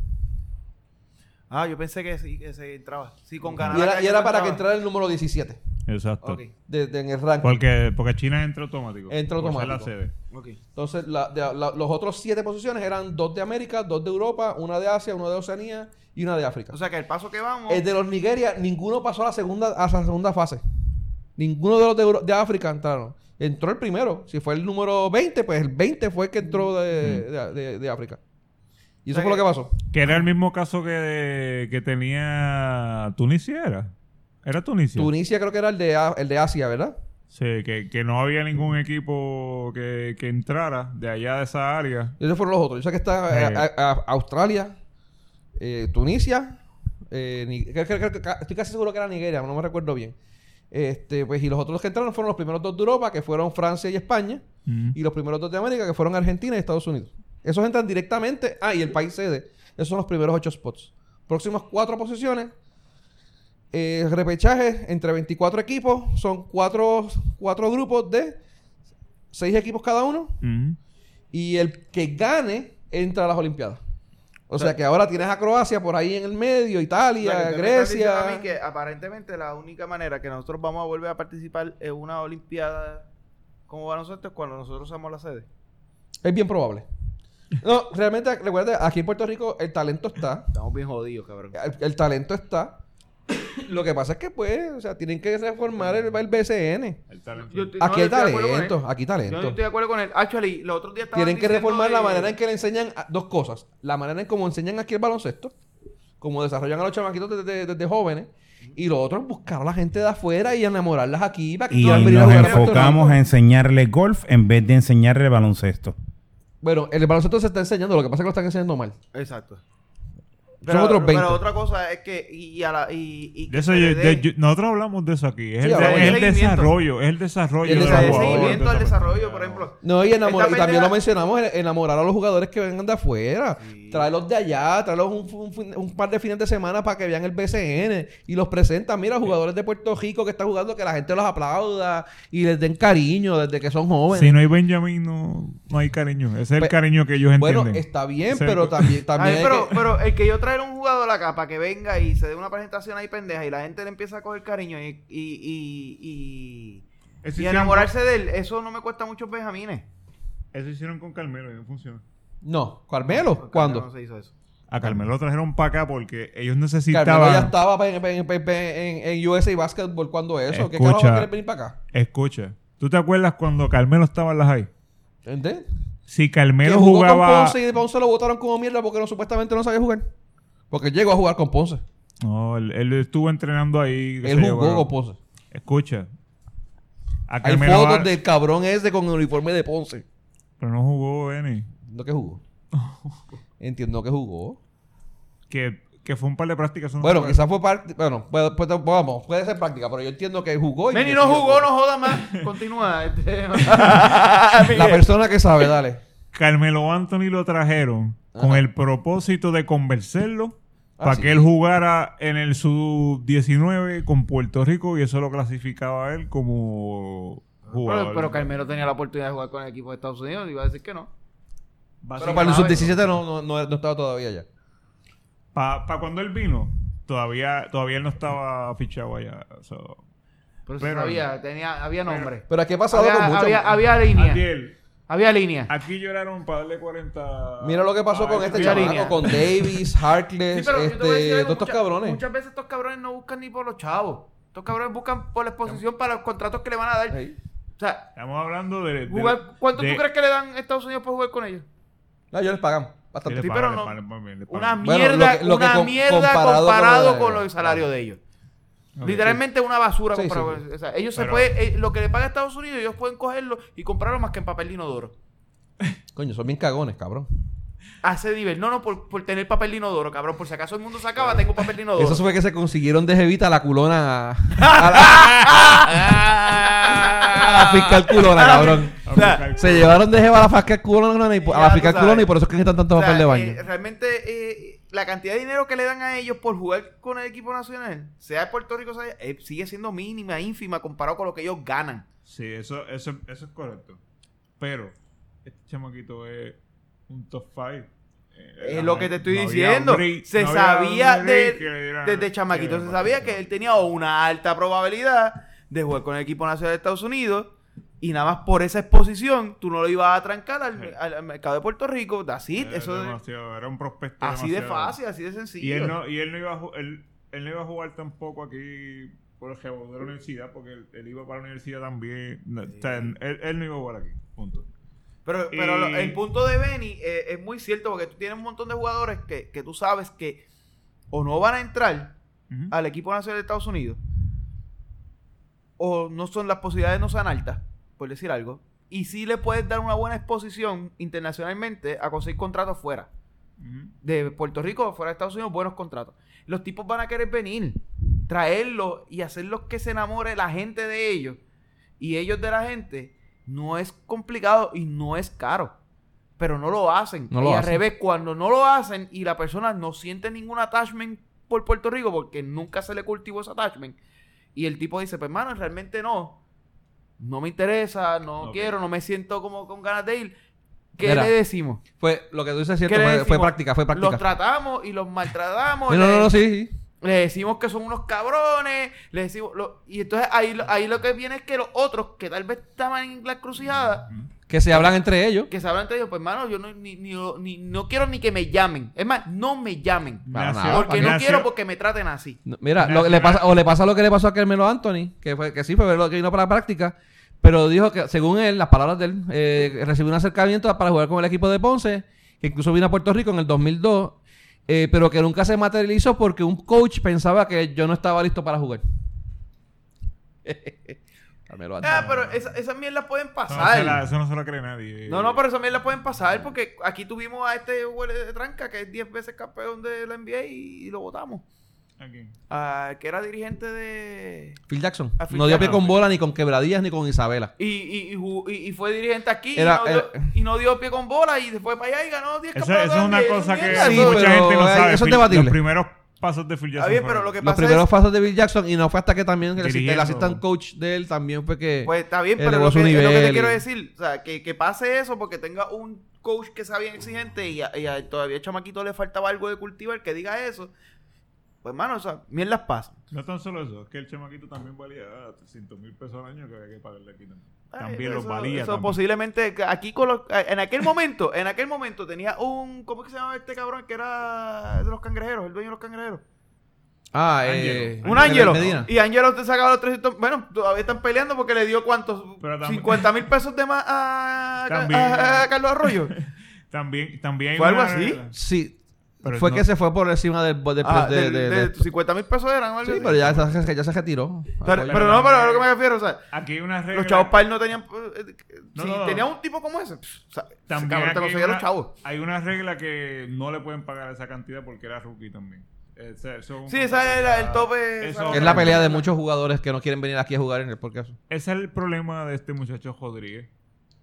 S3: Ah, yo pensé que sí, que se entraba. Sí, con ganar.
S2: Y era, y era para que entrara el número 17
S6: Exacto.
S3: Ok,
S2: de- de- en el ranking.
S6: Porque, porque China entra automático.
S2: Entra
S6: Por ser la
S2: automático.
S6: sede.
S3: ok.
S2: Entonces, la- de- la- los otros siete posiciones eran dos de América, dos de Europa, una de Asia, una de Oceanía y una de África.
S3: O sea que el paso que vamos...
S2: El Eh, de los Nigeria, ninguno pasó a la segunda, a la segunda fase. Ninguno de los de, Euro- de África entraron. Entró el primero. Si fue el número 20, pues el 20 fue el que entró de, de- de- de África. Y eso
S3: O sea
S2: fue lo
S3: que-
S2: que pasó.
S6: Que era el mismo caso que, que tenía Tunisia, ¿era? ¿Era Tunisia?
S2: Tunisia creo que era el de, A- el de Asia, ¿verdad?
S6: Sí, que, que no había ningún equipo que, que entrara de allá de esa área.
S2: Y esos fueron los otros. Yo sé que está eh,
S6: Eh.
S2: a- a- Australia, eh, Tunisia, eh, Ni- creo- creo- creo que ca- estoy casi seguro que era Nigeria, no me recuerdo bien. Este, pues, y los otros que entraron fueron los primeros dos de Europa, que fueron Francia y España. y los primeros dos de América que fueron Argentina y Estados Unidos. Esos entran directamente. Ah, y el país sede. Esos son los primeros ocho spots. Próximas cuatro posiciones. Eh, repechaje entre 24 equipos. Son cuatro, cuatro grupos de seis equipos cada uno.
S6: Ujú.
S2: Y el que gane entra a las Olimpiadas. O sea que ahora tienes a Croacia por ahí en el medio, Italia,
S3: Bueno, entonces me estás diciendo a
S2: Grecia.
S3: mí que aparentemente la única manera que nosotros vamos a volver a participar en una Olimpiada como va nosotros es cuando nosotros somos la sede.
S2: Es bien probable. No, realmente, recuerda, aquí en Puerto Rico el talento está.
S3: Estamos bien jodidos, cabrón.
S2: el, el talento está. Lo que pasa es que, pues, o sea, tienen que reformar el, el BCN.
S6: El talento.
S3: Yo estoy- no,
S2: Aquí hay
S3: yo estoy de acuerdo con
S2: talento,
S3: él.
S2: aquí hay
S3: Yo no
S2: talento.
S3: estoy de acuerdo con él. Actually, los otros días estaban
S2: Tienen que
S3: diciendo
S2: reformar la
S3: de-
S2: manera en que le enseñan a- dos cosas. La manera en cómo enseñan aquí el baloncesto, como desarrollan a los chamaquitos desde, desde- desde jóvenes. Y lo otro es buscar a la gente de afuera y enamorarlas aquí para que
S1: Y
S2: quieran venir a
S1: nos
S2: jugar a Puerto
S3: este
S1: enfocamos
S2: Rico.
S1: a enseñarle golf en vez de enseñarle baloncesto.
S2: Bueno, el baloncesto se está enseñando, lo que pasa es que lo están enseñando mal.
S3: Exacto.
S2: otros 20.
S3: Pero otra cosa es que... Y, y a la, y, y que
S6: De eso
S3: se
S6: yo-
S3: le
S6: de-
S3: dé-
S6: yo- nosotros hablamos de eso aquí. Es
S2: Sí,
S6: el,
S2: hablamos
S6: es
S2: de
S6: el
S3: seguimiento.
S6: desarrollo. Es el desarrollo.
S2: El
S6: del
S3: se le dé
S2: desarrollo.
S6: jugador,
S3: seguimiento al
S6: del
S3: desarrollo, por ejemplo.
S2: No, y, enamor-
S3: Esta
S2: y también
S3: pendeja-
S2: lo mencionamos, en- enamorar a los jugadores que vengan de afuera. Tráelos de allá, tráelos un, fin- un fin- un par de fines de semana para que vean el BCN y los presentan. Mira, jugadores de Puerto Rico que están jugando, que la gente los aplauda y les den cariño desde que son jóvenes.
S6: Si no hay Benjamín, no, no hay cariño. Ese es el
S2: Pe-
S6: cariño que ellos
S2: bueno,
S6: entienden.
S2: está bien,
S6: Ese-
S2: pero también... también
S3: Ay,
S2: hay
S3: pero,
S2: que-
S3: pero el que yo traer un jugador acá para que venga y se dé una presentación ahí pendeja y la gente le empieza a coger cariño y, y, y, y-
S6: Eso
S3: y
S6: hicieron
S3: enamorarse de él, eso no me cuesta muchos benjamines.
S6: con- Eso hicieron con Carmelo y no funcionó.
S2: No, Carmelo,
S3: Porque
S2: ¿cuándo?
S3: No se hizo eso.
S6: A Carmelo lo trajeron para acá porque ellos necesitaban.
S2: Carmelo ya estaba en, en, en- en- en USA Basketball cuando eso. ¿Qué carajo
S6: Escucha.
S2: quiere venir para acá?
S6: Escucha, ¿tú te acuerdas cuando Carmelo estaba en las high?
S2: ¿Entiendes?
S6: Si
S2: Que
S6: Carmelo
S2: jugó con
S6: jugaba.
S2: Ponce y de Ponce lo votaron como mierda porque no, supuestamente no sabía jugar. Porque llegó a jugar con Ponce.
S6: No, él, él estuvo entrenando ahí. qué
S2: Él
S6: sé yo,
S2: jugó con
S6: bueno.
S2: Ponce.
S6: Escucha. A
S2: Hay
S6: Carmelo
S2: fotos
S6: Val-
S2: del cabrón ese con el uniforme de Ponce.
S6: Pero no jugó Benny.
S2: Entiendo que
S6: [LAUGHS]
S2: jugó. Entiendo que jugó.
S6: Que, que fue un par de prácticas. eso no
S2: Bueno,
S6: fue-
S2: quizás fue parte. Bueno, puede- puede- vamos, puede ser práctica, pero yo entiendo que jugó. y
S3: Benny
S2: decidió
S3: no jugó,
S2: jugar.
S3: no joda [LAUGHS] más. Continúa. [LAUGHS] Este...
S2: La persona que sabe,
S3: [LAUGHS]
S2: dale.
S6: Carmelo Anthony lo trajeron con el propósito de convencerlo
S2: Ah,
S6: para
S2: sí.
S6: que él jugara en el sub-19 con Puerto Rico y eso lo clasificaba a él como jugador.
S3: pero, pero Carmelo tenía la oportunidad de jugar con el equipo de Estados Unidos y iba a decir que no.
S2: Pero para el sub-17 no, no, no, no estaba todavía ya.
S6: Para cuando él vino, todavía, todavía él no estaba fichado allá. so.
S3: Pero,
S6: Pero-
S3: sí había, tenía, había nombre.
S2: Pero aquí ha pasado
S3: había,
S2: con muchas.
S3: había, había línea.
S6: Adiel,
S3: Había línea.
S6: aquí lloraron para darle 40...
S2: Mira lo que pasó
S6: Ay,
S2: con este
S3: mucha
S2: chamaco,
S3: Ah, línea. [LAUGHS]
S2: con Davis, Harkless, este, todos estos cabrones.
S3: Muchas veces estos cabrones no buscan ni por los chavos. Estos cabrones buscan por la exposición para los contratos que le van a dar.
S2: Ahí.
S3: O sea,
S6: Estamos hablando de... de-
S3: jugar, ¿cuánto
S6: de-
S3: tú crees que le dan a Estados Unidos por jugar con ellos?
S2: No, ellos les pagan
S6: Sí,
S2: bastante.
S6: le
S3: Sí,
S6: pagan,
S3: pero
S6: le
S3: no.
S6: pagan, le pagan, le
S3: Una
S6: pagan.
S2: Bueno, lo
S3: mierda,
S2: que- lo que
S3: una
S2: con-
S3: mierda
S2: comparado
S3: comparado,
S2: con lo de-
S3: con los salarios de ellos.
S6: Ok,
S3: Literalmente una basura.
S2: Sí,
S3: comparado
S2: sí,
S3: con- o sea, ellos se
S6: Pero-
S3: pueden, eh, lo que le paga a Estados Unidos, ellos pueden cogerlo y comprarlo más que en papel de inodoro.
S2: Coño, son bien cagones, cabrón.
S3: Hace nivel. No, no, por, por tener papel de inodoro, cabrón. Por si acaso el mundo se acaba, tengo papel de inodoro.
S2: Eso fue que se consiguieron de Jevita la culona a,
S3: [LAUGHS]
S2: a la fiscal culona, cabrón.
S6: a buscar-
S2: Se llevaron de Jeva a la fiscal culona y, a la
S3: Ya,
S2: fiscal
S3: tú sabes.
S2: culona y por eso es que necesitan tanto
S3: O sea,
S2: papel de baño.
S3: eh, realmente, eh, la cantidad de dinero que le dan a ellos por jugar con el equipo nacional, sea de Puerto Rico, sea, eh, sigue siendo mínima, ínfima, comparado con lo que ellos ganan.
S6: Sí, eso, eso, eso es correcto. Pero este chamaquito es un top Eh, 5.
S3: Es lo que te estoy diciendo. se sabía de- desde chamaquito, se sabía que él tenía una alta probabilidad de jugar con el equipo nacional de Estados Unidos. Y nada más por esa exposición, tú no lo ibas a trancar al,
S6: Sí.
S3: al- al mercado de Puerto Rico. That's it.
S6: Era,
S3: eso es-
S6: demasiado, era un prospecto.
S3: así de
S6: demasiado.
S3: fácil, así de
S6: Y
S3: sencillo.
S6: él no, y él no, iba, a, ju- él, él no iba a jugar tampoco aquí por el jebo de la universidad, porque él, él iba para la universidad también. No, o sea, él, él no iba a jugar aquí. Punto.
S3: Pero, pero lo-
S6: Y-
S3: el punto de Benny eh, es muy cierto porque tú tienes un montón de jugadores que, que tú sabes que o no van a entrar
S6: Ujú.
S3: al equipo nacional de Estados Unidos o no son las posibilidades no son altas, por decir algo. Y sí le puedes dar una buena exposición internacionalmente a conseguir contratos fuera
S6: Ujú.
S3: de Puerto Rico o fuera de Estados Unidos, buenos contratos. Los tipos van a querer venir, traerlos y hacerlos que se enamore la gente de ellos y ellos de la gente. No es complicado y no es caro, pero no lo hacen.
S2: No lo
S3: y al
S2: hacen.
S3: revés, cuando no lo hacen y la persona no siente ningún attachment por Puerto Rico porque nunca se le cultivó ese attachment y el tipo dice, pues mano, realmente no. No me interesa, no
S6: Ok.
S3: quiero, no me siento como con ganas de ir. ¿Qué
S2: Mira,
S3: le decimos?
S2: Fue lo que tú dices es cierto,
S3: ¿Qué le
S2: fue, fue
S3: decimos?
S2: práctica, fue
S3: Los
S2: práctica.
S3: tratamos y los maltratamos.
S2: No,
S3: le,
S2: no, no, sí, sí.
S3: le decimos que son unos cabrones. Le decimos. lo- y entonces ahí, lo- ahí lo que viene es que los otros que tal vez estaban en la cruzada,
S2: Que se hablan entre ellos.
S3: que se hablan entre ellos, pues hermano, yo no, ni, ni- ni- no quiero ni que me llamen. Es más, no me llamen.
S2: Para
S6: Nació-
S2: nada.
S3: Porque no
S6: nació-
S3: quiero porque me traten así.
S2: No, Mira, lo que le pasa, o le pasa lo que le pasó a Carmelo Anthony, que, fue, que sí fue lo que vino para la práctica, pero dijo que, según él, las palabras de él, eh, recibió un acercamiento para jugar con el equipo de Ponce, que incluso vino a Puerto Rico en el 2002, eh, pero que nunca se materializó porque un coach pensaba que yo no estaba listo para jugar. [LAUGHS] Carmelo Anthony.
S3: Ah, pero esa- esas mierdas pueden
S6: Eso no, se
S3: pasar.
S6: la, eso no se lo cree nadie.
S3: No, no, pero esas mierdas pueden pasar porque aquí tuvimos a este huele de tranca que es 10 veces campeón de la NBA y, y lo votamos.
S6: Aquí.
S3: Ah, que era dirigente de.
S2: Phil Jackson.
S3: Ah, Phil
S2: no dio pie
S3: Jackson.
S2: con bola, ni con quebradillas, ni con Isabela.
S3: Y, y, y ju- y- y fue dirigente aquí y,
S2: Era-
S3: no dio,
S2: era-
S3: y no dio pie con bola y se fue para allá y ganó 10
S6: Eso,
S3: campeonatos.
S6: eso es una
S3: de la NBA,
S6: cosa que
S3: mierda,
S2: Sí,
S3: eso-
S6: mucha
S2: pero
S6: gente no
S2: hay-
S6: sabe.
S2: eso es
S6: Phil-
S2: debatible.
S6: Los primeros pasos de Phil
S3: Está
S6: Jackson
S3: bien,
S6: fueron-
S3: pero lo que
S2: Los
S3: pasa
S2: primeros
S3: es...
S2: pasos de Phil Jackson y no fue hasta que también el, asist- el
S6: Dirigiendo.
S2: assistant coach de él también fue que...
S3: Pues está bien, pero
S2: elevó
S3: lo
S2: su
S3: que, es lo que
S2: nivel
S3: te
S2: y-
S3: quiero decir, o sea, que, que pase eso porque tenga un coach que sea bien exigente y, a- y a- todavía el chamaquito le faltaba algo de cultivar que diga eso. Pues, mano, o sea, mierdas pasan.
S6: No tan solo eso, es que el chamaquito también valía ah, 300 mil pesos al año que había que pagarle aquí también.
S3: Ay,
S6: También los
S3: eso-
S6: valía.
S3: Eso
S6: también.
S3: posiblemente ca- aquí con los- en aquel momento, en aquel momento tenía un ¿cómo es que se llamaba este cabrón que era de los cangrejeros, el dueño de los cangrejeros?
S2: Ah, eh.
S6: Ángelo.
S3: Un
S2: Ángelo
S3: Ángelo.
S2: Medina.
S3: Y Ángelo te sacaba los 300, bueno, todavía están peleando porque le dio cuántos
S6: Pero también-
S3: 50 mil pesos de más a,
S6: También.
S3: a- a Carlos Arroyo.
S2: [LAUGHS]
S6: También, también hay
S3: ¿Fue algo
S6: una-
S3: así?
S2: Sí.
S6: Pero
S2: fue
S6: no-
S2: que se fue por encima del. del-
S3: Ah,
S2: de-
S3: del-
S2: de-
S3: de
S2: de-
S3: 50 mil pesos eran algo
S2: Sí,
S3: así.
S2: pero ya, se- ya se retiró.
S3: Pero,
S2: Apoyo.
S3: pero no, pero a lo que me refiero, o sea,
S6: Aquí hay una regla.
S3: los chavos para él no tenían eh, eh,
S6: No,
S3: si
S6: no, no.
S3: tenía un tipo como ese, pff, o sea, ese cabrón
S6: También
S3: te
S6: aquí hay
S3: conseguía
S6: una-
S3: los chavos.
S6: Hay una regla que no le pueden pagar esa cantidad porque era rookie también. Ese- eso un
S3: Sí, esa es la- el tope.
S6: Eso-
S3: salarial.
S2: Que es la pelea de muchos jugadores que no quieren venir aquí a jugar en el podcast.
S6: Ese es el problema de este muchacho Rodríguez.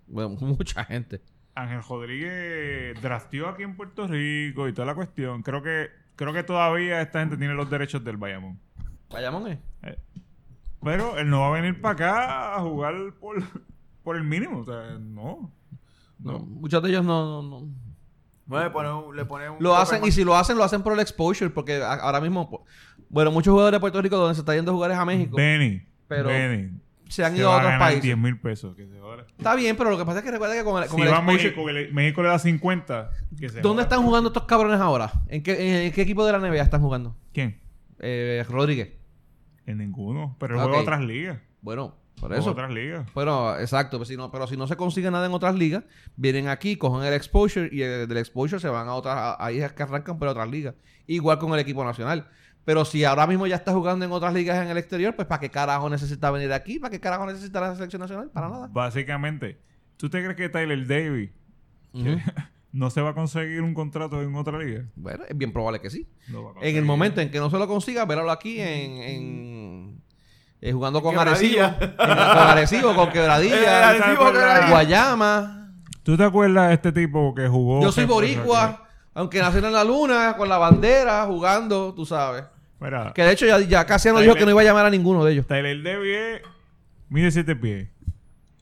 S2: Bueno, [LAUGHS] mucha gente.
S6: Ángel Rodríguez drafteó aquí en Puerto Rico y toda la cuestión. Creo que, creo que todavía esta gente tiene los derechos del Bayamón.
S2: Vayamos, eh.
S6: Pero él no va a venir para acá a jugar por, por el mínimo. O sea, no.
S2: No, muchos de ellos no- no- no,
S3: Bueno, le pone un- le pone un
S2: Lo
S3: tope
S2: hacen,
S3: más.
S2: y si lo hacen, lo hacen por el exposure, porque a- ahora mismo, po- bueno, muchos jugadores de Puerto Rico donde se está yendo a jugar es a México,
S6: Benny.
S2: Pero
S6: Benny.
S2: se han
S6: se
S2: ido
S6: va
S2: a
S6: a
S2: otros
S6: ganar
S2: países.
S6: 10 mil pesos. Que se joda.
S2: Está bien, pero lo que pasa es que recuerda que con el, con
S6: Si
S2: el
S6: va a
S2: exposure-
S6: México, que le- México le da 50. Que se
S2: ¿dónde
S6: joda.
S2: están jugando estos cabrones ahora? ¿En qué, en- en qué equipo de la NBA están jugando?
S6: ¿Quién?
S2: Eh, Rodríguez.
S6: En ninguno. Pero él
S2: Ah, Ok.
S6: juega otras ligas.
S2: Bueno, por
S6: Juega
S2: eso.
S6: otras ligas.
S2: Bueno, exacto, pero si, no, pero si no se consigue nada en otras ligas, vienen aquí, cogen el exposure y eh, del exposure se van a otras, a- ahí es que arrancan para otras ligas. Igual con el equipo nacional. Pero si ahora mismo ya está jugando en otras ligas en el exterior, pues ¿para qué carajo necesita venir aquí? ¿Para qué carajo necesita la selección nacional? Para nada.
S6: Básicamente, ¿tú te crees que Tyler Davis no se va a conseguir un contrato en otra liga?
S2: Bueno, es bien probable que sí.
S6: Lo va a conseguir.
S2: En el momento en que no se lo consiga, verlo aquí en... en- eh, jugando con Arecibo.
S3: Quebradilla.
S2: en- con Arecibo,
S3: [LAUGHS]
S2: con
S3: Era
S2: Quebradilla,
S3: Arecibo, Quebradilla.
S2: Guayama.
S6: ¿Tú te acuerdas de este tipo que jugó?
S2: Yo soy
S6: que-
S2: boricua, aunque nací en la luna, con la bandera, jugando, tú sabes.
S6: Mira,
S2: Que de hecho ya, ya Casiano dijo que no iba a llamar a ninguno de ellos.
S6: Tyler Davis es- mide 7 pies.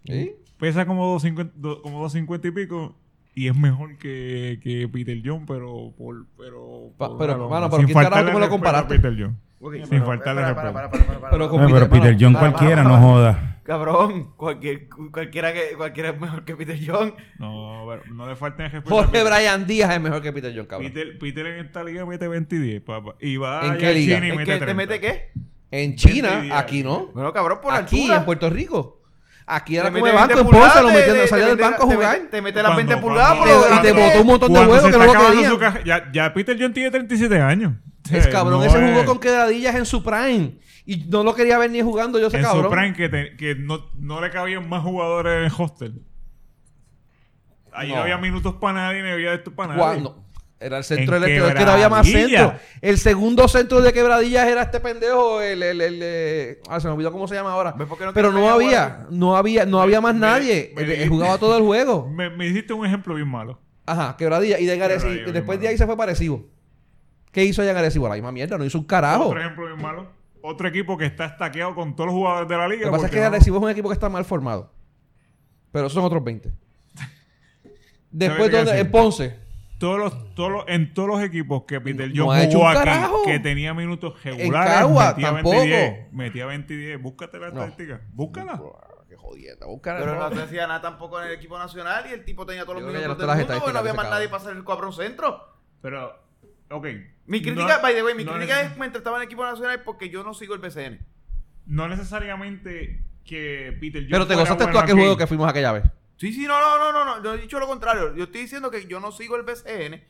S2: ¿Sí?
S6: Pesa como 250, do- como 250 y pico. Y es mejor que, que Peter John, pero por. Pero,
S2: Pa-
S6: por
S2: pero,
S6: una
S2: mano,
S6: loma.
S2: pero
S6: Sin
S2: ¿quién carajo
S6: faltarle
S2: tú me lo
S6: respeto a
S2: comparaste?
S6: Peter John.
S3: Ok,
S6: Sin
S3: pero-
S6: faltarle
S3: espera,
S6: respeto.
S3: para, para, para,
S2: Pero
S3: para, para.
S2: con
S1: No, pero Peter John
S3: para, para,
S1: cualquiera
S3: para,
S1: no
S3: para.
S1: joda.
S3: Cabrón, cualquier, cualquiera, que, cualquiera es mejor que Peter John.
S6: No, pero no le falten respeto.
S2: [LAUGHS]
S6: a
S2: Jorge
S6: Peter.
S2: Brian Díaz es mejor que Peter John, cabrón.
S6: Peter, Peter en esta liga mete 20 y 10, papá. Y va
S2: ¿En
S6: allá
S2: qué
S6: a
S2: liga?
S6: China y
S3: ¿Es que
S6: mete
S3: te
S6: 30.
S3: mete qué?
S2: En China,
S6: Díaz.
S2: aquí no.
S3: Bueno, cabrón, por
S2: Aquí,
S3: altura.
S2: en Puerto Rico. Aquí era
S3: Te
S2: como de
S3: mete
S2: banco,
S3: 20
S2: en Ponce lo
S3: pulgadas,
S2: metían,
S3: te-
S2: salía
S3: te
S2: del
S3: mete-
S2: banco a
S3: te
S2: jugar.
S3: mete- Te mete las 20
S6: Cuando-
S3: pulgadas
S6: cuando-
S3: por
S2: Y te botó un montón de
S6: Cuando
S2: huevos
S6: se
S2: que no
S6: está
S2: lo
S6: acabando su
S2: querían.
S6: caja- ya, ya Peter John tiene 37 años. O sea,
S2: Es cabrón,
S6: no
S2: ese
S6: es-
S2: jugó con quedadillas en su prime. Y no lo quería ver ni jugando yo ese
S6: En su
S2: cabrón.
S6: prime que, te- que no, no le cabían más jugadores en el hostel. Allí no,
S2: No.
S6: había minutos para nadie, ni había esto para nadie.
S2: Cuando era el centro
S6: En
S2: del es que no había más
S6: Quebradillas.
S2: centro. El segundo centro de quebradillas era este pendejo, el, el, el, eh, ah, se me olvidó cómo se llama ahora.
S3: ¿Ves por qué no
S2: Pero
S3: tiene
S2: no
S3: media
S2: había, no había, no había más
S6: me-
S2: nadie.
S6: me
S2: Él- él
S6: di-
S2: jugaba todo el juego.
S6: Me, me hiciste un ejemplo bien malo.
S2: Ajá, quebradilla. Y de Gare-
S6: Quebradilla,
S2: y
S6: bien
S2: después de
S6: malo.
S2: ahí se fue parecido. ¿Qué hizo allá en Arecibo? La misma mierda, no hizo un carajo.
S6: Otro ejemplo bien malo. Otro equipo que está estaqueado con todos los jugadores de la liga.
S2: Lo que pasa es
S6: porque
S2: que
S6: no-
S2: Arecibo es un equipo que está mal formado. Pero esos son otros
S6: [LAUGHS]
S2: 20. Después,
S6: ¿Sabes qué
S2: donde,
S6: decir?
S2: en Ponce.
S6: todos los, todos los- en todos los equipos que Peter
S2: No
S6: John
S2: ha hecho
S6: jugó
S2: un
S6: aquí,
S2: carajo.
S6: que tenía minutos regulares,
S2: Cagua,
S6: metía
S2: tampoco.
S6: 20 y 10, metía 20 y 10. Búscate la estadística, búscala.
S2: Qué jodienda, un carajo.
S3: Pero no te hacía nada tampoco en el equipo nacional y el tipo tenía todos los
S2: Yo creo que ya
S3: minutos
S2: no está
S3: del
S2: las
S3: mundo y no había
S2: estadísticas
S3: más
S2: de ese
S3: nadie
S2: cabrón.
S3: para hacer el cuadrón centro.
S6: Pero, ok.
S3: Mi crítica,
S6: no,
S3: by the way, mi
S6: no
S3: crítica
S6: neces-
S3: es mientras estaba en el equipo nacional porque yo no sigo el BCN.
S6: No necesariamente que Peter John.
S2: Pero te
S6: fuera
S2: gozaste tú
S6: bueno
S2: aquel
S6: aquí.
S2: juego que fuimos aquella vez.
S3: Sí, sí, no, no, no, no, no, yo he dicho lo contrario. Yo estoy diciendo que yo no sigo el BCN.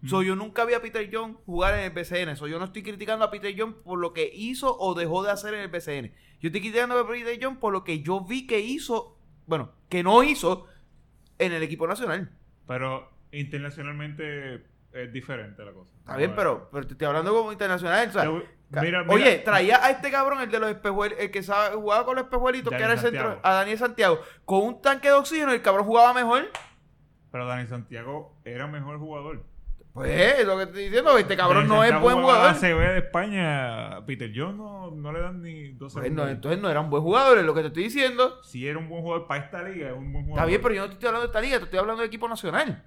S6: Mm.
S3: So, yo nunca vi a Peter John jugar en el BCN. So, yo no estoy criticando a Peter John por lo que hizo o dejó de hacer en el BCN. Yo estoy criticando a Peter John por lo que yo vi que hizo, bueno, que no hizo en el equipo nacional.
S6: Pero internacionalmente es diferente la cosa.
S3: Está bien, pero, pero te estoy hablando como internacional. o sea,
S6: Te voy- Ah, mira, mira.
S3: Oye, traía a este cabrón, el de los espejuelitos, el que sabe- jugaba con los espejuelitos, que
S6: Daniel
S3: era el centro,
S6: Santiago.
S3: a Daniel Santiago, con un tanque de oxígeno, el cabrón jugaba mejor.
S6: Pero Dani Santiago era mejor jugador.
S3: Pues es lo que te estoy diciendo, este cabrón
S6: Dani
S3: no es
S6: Santiago
S3: buen
S6: jugaba
S3: jugador.
S6: la CB de España. Peter John no, no le dan ni dos
S3: Pues no, entonces no eran buen jugador, es lo que te estoy diciendo.
S6: si era un buen jugador para esta liga, es un buen jugador.
S3: Está bien, pero yo no te estoy hablando de esta liga, te estoy hablando de equipo nacional.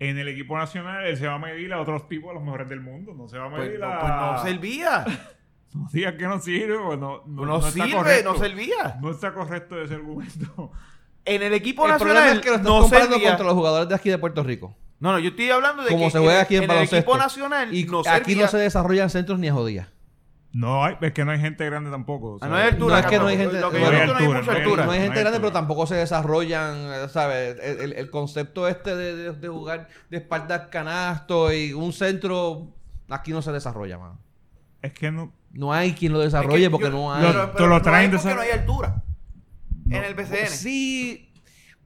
S6: En el equipo nacional, él se va a medir a otros tipos, a los mejores del mundo. No se va a
S3: Pues,
S6: medir
S3: no,
S6: a.
S3: pues no servía.
S6: No digas que no sirve, o no, no,
S3: Pues No,
S6: está
S3: sirve,
S6: correcto.
S3: no servía.
S6: No está correcto ese argumento. [LAUGHS]
S3: En el equipo
S2: El problema
S3: nacional
S2: es que lo estás
S3: no
S2: comparando
S3: servía.
S2: contra los jugadores de aquí de Puerto Rico.
S3: No, no, yo estoy hablando de
S2: Como
S3: que
S2: se juega aquí en
S3: el
S2: baloncesto.
S3: equipo nacional
S2: Y
S3: no
S2: aquí
S3: servía.
S2: no se desarrollan centros ni a jodía.
S6: No, hay, es que no hay gente grande tampoco. o
S3: Ah,
S6: sea,
S3: no hay altura.
S2: No, es que no hay
S3: cabrón.
S2: gente-
S3: Lo que
S2: no
S3: yo
S2: hay
S3: creo que no hay
S6: altura,
S3: mucha
S6: no hay
S3: altura.
S2: No hay
S6: no
S2: gente
S6: hay
S2: grande,
S6: altura.
S2: pero tampoco se desarrollan, eh, ¿sabes? El, el- el concepto este de, de- de jugar de espaldas canasto y un centro, aquí no se desarrolla, mano.
S6: Es que no.
S2: No hay quien lo desarrolle porque no hay.
S6: Lo- te lo
S3: no hay
S6: traen de
S3: porque
S6: esa-
S3: no hay altura. En el BCN.
S2: pues sí,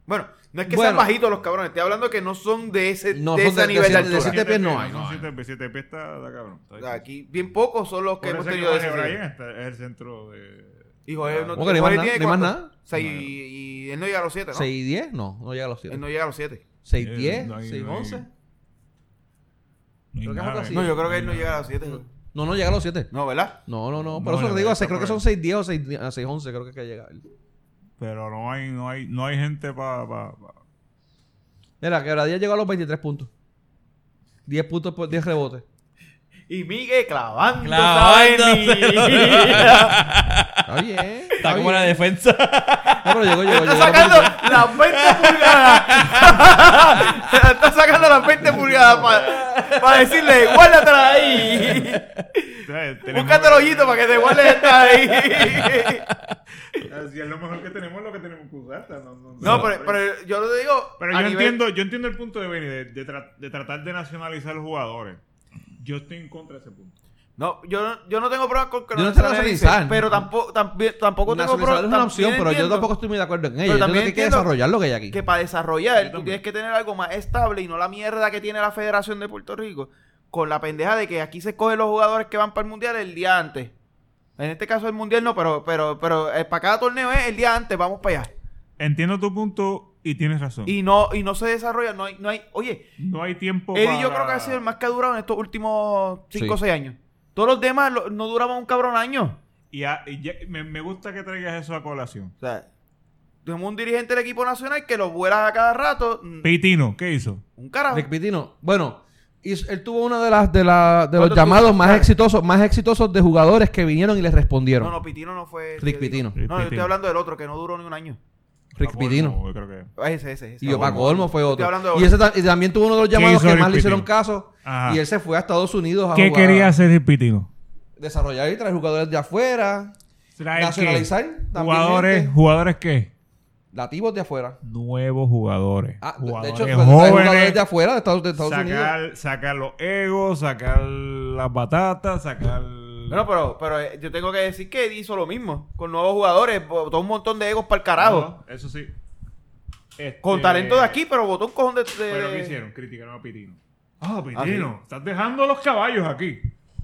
S3: Bueno, no es que sean
S2: Bueno.
S3: bajitos los cabrones. Estoy hablando que no son de ese,
S2: No
S3: de
S2: son
S3: ese
S2: de- de
S3: nivel de,
S2: siete- de
S3: altura.
S2: siete pies no hay, no
S6: Son
S2: hay.
S6: siete pies, siete pies está, está cabrón. Está difícil.
S3: Aquí bien pocos son los que
S6: pues. Por
S3: hemos
S6: eso es que
S3: tenido de
S6: Jorge
S3: ese nivel.
S6: Bryan está- es el centro de.
S3: Y Jorge no,
S2: Porque Ah, no hay más
S3: Jorge
S2: nada,
S3: tiene
S2: no hay más
S3: cuánto?
S2: nada.
S3: Seis- y, y él no llega a los 7, ¿no?
S2: 6 y 10, no, no llega a los
S3: Él
S2: 7.
S3: Eh, no llega a los 7.
S2: 6 y 10,
S6: eh, no hay-
S2: 6 y
S6: no hay-
S2: 11.
S6: No hay
S2: Creo que
S6: nada,
S2: algo así.
S6: ¿eh?
S3: No, yo creo que él no llega a los 7.
S2: No, no llega a los 7.
S3: No, ¿verdad?
S2: No, no, no.
S6: No,
S2: Por eso
S6: yo
S2: te digo,
S6: creo que está
S2: creo que
S6: por
S2: son
S6: ahí.
S2: 6 10 o 6 11, creo que es que llega.
S6: Pero no hay, no hay, no hay gente para.
S2: Mira, Quebradilla llegó a los 23 puntos. 10 puntos por 10 rebotes.
S3: Y Miguel clavando.
S2: [LAUGHS]
S5: Clavándoselo.
S2: Está
S6: [LAUGHS]
S2: bien.
S5: Está como la defensa. [LAUGHS]
S2: No, pero llegó, llegó, llegó.
S3: Está sacando las 20 pulgadas. [LAUGHS] Está sacando las 20 pulgadas para decirle, guárdatela ahí. Búscate el hoyito para que te guardes esta ahí.
S6: Si es lo mejor que tenemos, lo que tenemos que usar. No, no-
S3: No, pero, pero yo lo digo.
S6: Pero
S3: a
S6: yo,
S3: nivel-
S6: entiendo, yo entiendo el punto de Benny, de, de tra- de tratar de nacionalizar los jugadores. Yo estoy en contra de ese punto.
S3: No, yo no, yo no tengo pruebas con que
S2: Yo no
S3: se
S2: te nacionalizar.
S3: realice, Pero tampoco, también, tampoco tengo
S2: Nacionalizar
S3: pruebas.
S2: es una opción,
S3: también
S2: pero yo
S3: entiendo
S2: tampoco estoy muy de acuerdo en
S3: Pero
S2: ello. Yo creo
S3: también
S2: que hay que
S3: entiendo
S2: desarrollar lo que hay aquí.
S3: Que para desarrollar, tú
S6: también.
S3: tienes que tener algo más estable y no la mierda que tiene la Federación de Puerto Rico. Con la pendeja de que aquí se cogen los jugadores que van para el mundial el día antes. En este caso el mundial no, pero, pero, pero eh, para cada torneo es el día antes, vamos para allá.
S6: Entiendo tu punto y tienes razón.
S3: Y no, y no se desarrolla, no hay, no hay. Oye,
S6: no hay tiempo
S3: Eddie
S6: para...
S3: yo creo que ha sido el más que ha durado en estos últimos 5 o
S2: Sí.
S3: 6 años. Todos los demás lo- no duraban un cabrón año.
S6: Y, a- y ya- me, me gusta que traigas eso a colación.
S3: O sea, tenemos un dirigente del equipo nacional que lo vuela a cada rato. mm,
S6: Pitino, ¿qué hizo?
S3: Un carajo.
S2: Rick Pitino. Bueno, y s- él tuvo uno de las de, la, de los
S3: ¿Cuántos
S2: llamados
S3: tuvo?
S2: más
S3: Dale.
S2: exitosos, más exitosos de jugadores que vinieron y les respondieron.
S3: No, no, Pitino no fue.
S2: Rick
S3: yo digo.
S2: Pitino.
S6: Rick
S3: No, yo estoy
S6: Pitino.
S3: hablando del otro que no duró ni un año.
S2: Rick
S6: Paco
S2: Pitino.
S6: Olmo, yo creo que...
S3: Ah, Ese, ese, ese.
S2: Y Paco Olmo fue otro.
S3: hablando de
S2: Y, ese ta- y también tuvo uno de los llamados
S6: hizo
S2: que
S6: Rick
S2: más le hicieron
S6: Pitino?
S2: caso.
S6: Ajá.
S2: Y él se fue a Estados Unidos a
S6: ¿Qué
S2: jugar-
S6: quería hacer el Pitino?
S2: Desarrollar y traer jugadores de afuera.
S6: ¿Traer
S2: Nacionalizar
S6: qué?
S2: también
S6: Jugadores,
S2: gente.
S6: ¿Jugadores qué?
S2: Nativos de afuera.
S6: Nuevos jugadores.
S2: Ah, de- de
S6: jugadores
S2: hecho, pues, traer
S6: jóvenes.
S2: jugadores de afuera, de Estados, de Estados Unidos.
S6: sacar, sacar los egos, sacar las batatas, sacar...
S3: Bueno, pero, pero eh, yo tengo que decir que Eddie hizo lo mismo. Con nuevos jugadores, botó un montón de egos para el carajo.
S6: No, eso sí. Este,
S3: Con talento de aquí, eh, pero botó un cojón de. de-
S6: Pero ¿qué hicieron? Criticaron a Pitino. Ah, Pitino, estás dejando los caballos aquí.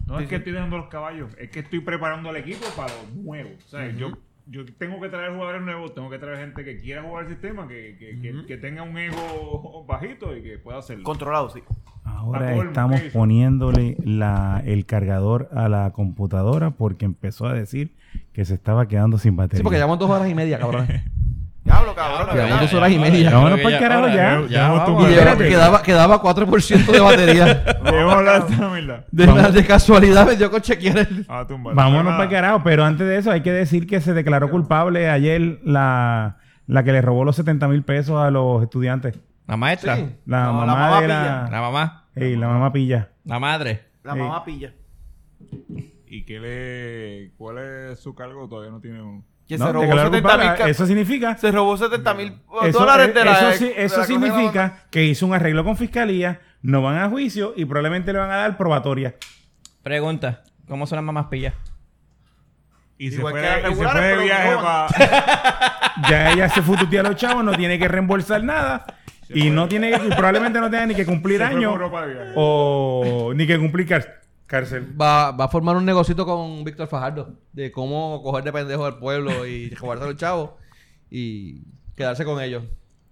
S6: No es que estoy dejando los caballos, es que estoy preparando al equipo para los nuevos. O sea, yo, yo tengo que traer jugadores nuevos, tengo que traer gente que quiera jugar el sistema, que, que, que- que tenga un ego [LAUGHS] bajito y que pueda hacerlo.
S3: Controlado, sí.
S1: Ahora
S6: Paco Olmo,
S1: estamos
S6: ¿qué hizo?
S1: poniéndole la, el cargador a la computadora porque empezó a decir que se estaba quedando sin batería.
S2: Sí, porque llevamos dos horas y media, cabrón.
S3: Diablo, cabrón.
S2: Ya,
S3: ¿verdad?
S2: dos horas y media.
S1: Vámonos pa'l carajo ya.
S5: Ya,
S6: Vamos,
S5: vamos.
S2: y
S6: Bueno,
S2: era-
S6: ok.
S2: quedaba, quedaba 4% de
S6: [LAUGHS]
S2: batería.
S6: Debemos hablar de esta mierda.
S2: De, de casualidad me dio con chequear el...
S6: Ah, tumba.
S1: Vámonos
S6: Ah,
S1: para carajo, pero antes de eso hay que decir que se declaró culpable ayer la, la que le robó los 70 mil pesos a los estudiantes.
S5: La maestra.
S1: La
S3: No, la
S1: mamá,
S3: mamá
S1: de
S5: La
S1: la...
S5: mamá.
S1: Ey, la mamá pilla.
S5: La madre.
S3: La mamá pilla.
S6: ¿Y qué le, cuál es su cargo? Todavía no tiene uno.
S3: Que
S1: No,
S3: se robó
S1: declaró
S3: 70 mil.
S1: culpable.
S3: ca-
S1: Eso significa
S3: Se robó 70 mil
S1: Eso,
S3: dólares de la.
S1: eso sí-
S3: de la
S1: eso
S3: cosa que la mamá-
S1: significa que hizo un arreglo con fiscalía, no van a juicio y probablemente le van a dar probatoria.
S5: Pregunta. ¿Cómo son las mamás pillas?
S6: Y se
S3: Igual
S6: fue,
S3: que las
S6: de- y se
S3: regulares,
S6: fue de
S3: pero
S6: viaje
S3: no [LAUGHS]
S6: [LAUGHS] para...
S1: Ya ella se fututea a los chavos, no tiene que reembolsar nada y no tiene que, y probablemente no tenga ni que cumplir
S6: Se fue
S1: años
S6: por Europa de viaje.
S1: o ni que cumplir car- cárcel.
S2: Va, va a formar un negocito con Víctor Fajardo de cómo coger de pendejo al pueblo y [LAUGHS] robarse a los chavos y quedarse con ellos.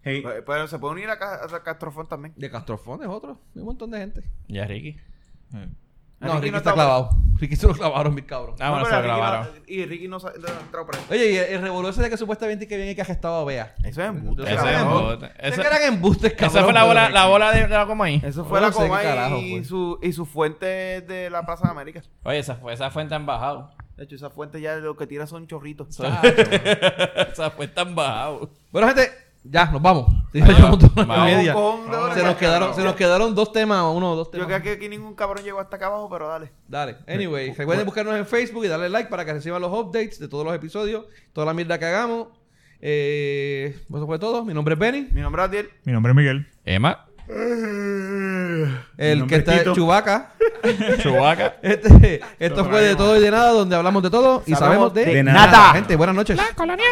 S1: Hey,
S3: Pero- Pero se puede unir a, Ca- a Castrofón también.
S2: De Castrofón es otro, hay un montón de gente.
S3: Eh.
S5: Ya, Ricky.
S3: Ricky
S2: No, Ricky
S3: no
S2: está
S3: está-
S2: clavado. Ricky se lo clavaron, mis cabrón.
S5: Ah, bueno,
S3: No,
S5: se
S3: pero
S5: lo
S3: Ricky no-
S5: grabaron.
S3: y Ricky no sa- no ha entrado preso.
S2: Oye, y el, el revolú ese de que supuestamente que viene que gestado Bea.
S3: Eso es embuste,
S2: Ese
S5: Ese
S3: cabrón.
S5: es
S2: cabrón.
S5: embuste.
S2: Ese
S5: Esa-
S2: que eran embustes, cabrón.
S5: Esa fue la bola, la bola de, de la Comay.
S3: Eso fue pues.
S2: No
S3: la
S2: sé qué
S3: coma y-
S2: carajo
S3: y,
S2: fue.
S3: su, y su fuente de la Plaza de América.
S5: Oye, esa, fue- esa fuente han bajado.
S3: De hecho, esa fuente ya lo que tira son chorritos.
S5: [LAUGHS] esa fuente han bajado.
S2: Bueno, gente, ya, nos vamos. Dijo yo un montón de [LAUGHS]
S5: Vamos,
S2: media.
S3: cojón de hora,
S2: Se nos
S3: cabrón.
S2: quedaron, se nos quedaron dos temas, uno o dos
S3: Yo
S2: temas.
S3: creo que aquí ningún cabrón llegó hasta acá abajo, pero dale.
S2: Dale. Anyway, recuerden buscarnos en Facebook y darle like para que reciban los updates de todos los episodios, toda la mierda que hagamos. Eh, eso fue todo. Mi nombre es Benny.
S3: Mi nombre es Adiel.
S1: Mi nombre es Miguel.
S5: Emma,
S2: El que está Chubaca.
S5: Chubaca.
S2: Este, esto fue de todo y de nada, donde hablamos de todo y sabemos de,
S8: de
S2: nada.
S8: nada.
S2: Gente, buenas noches.
S9: Colonia.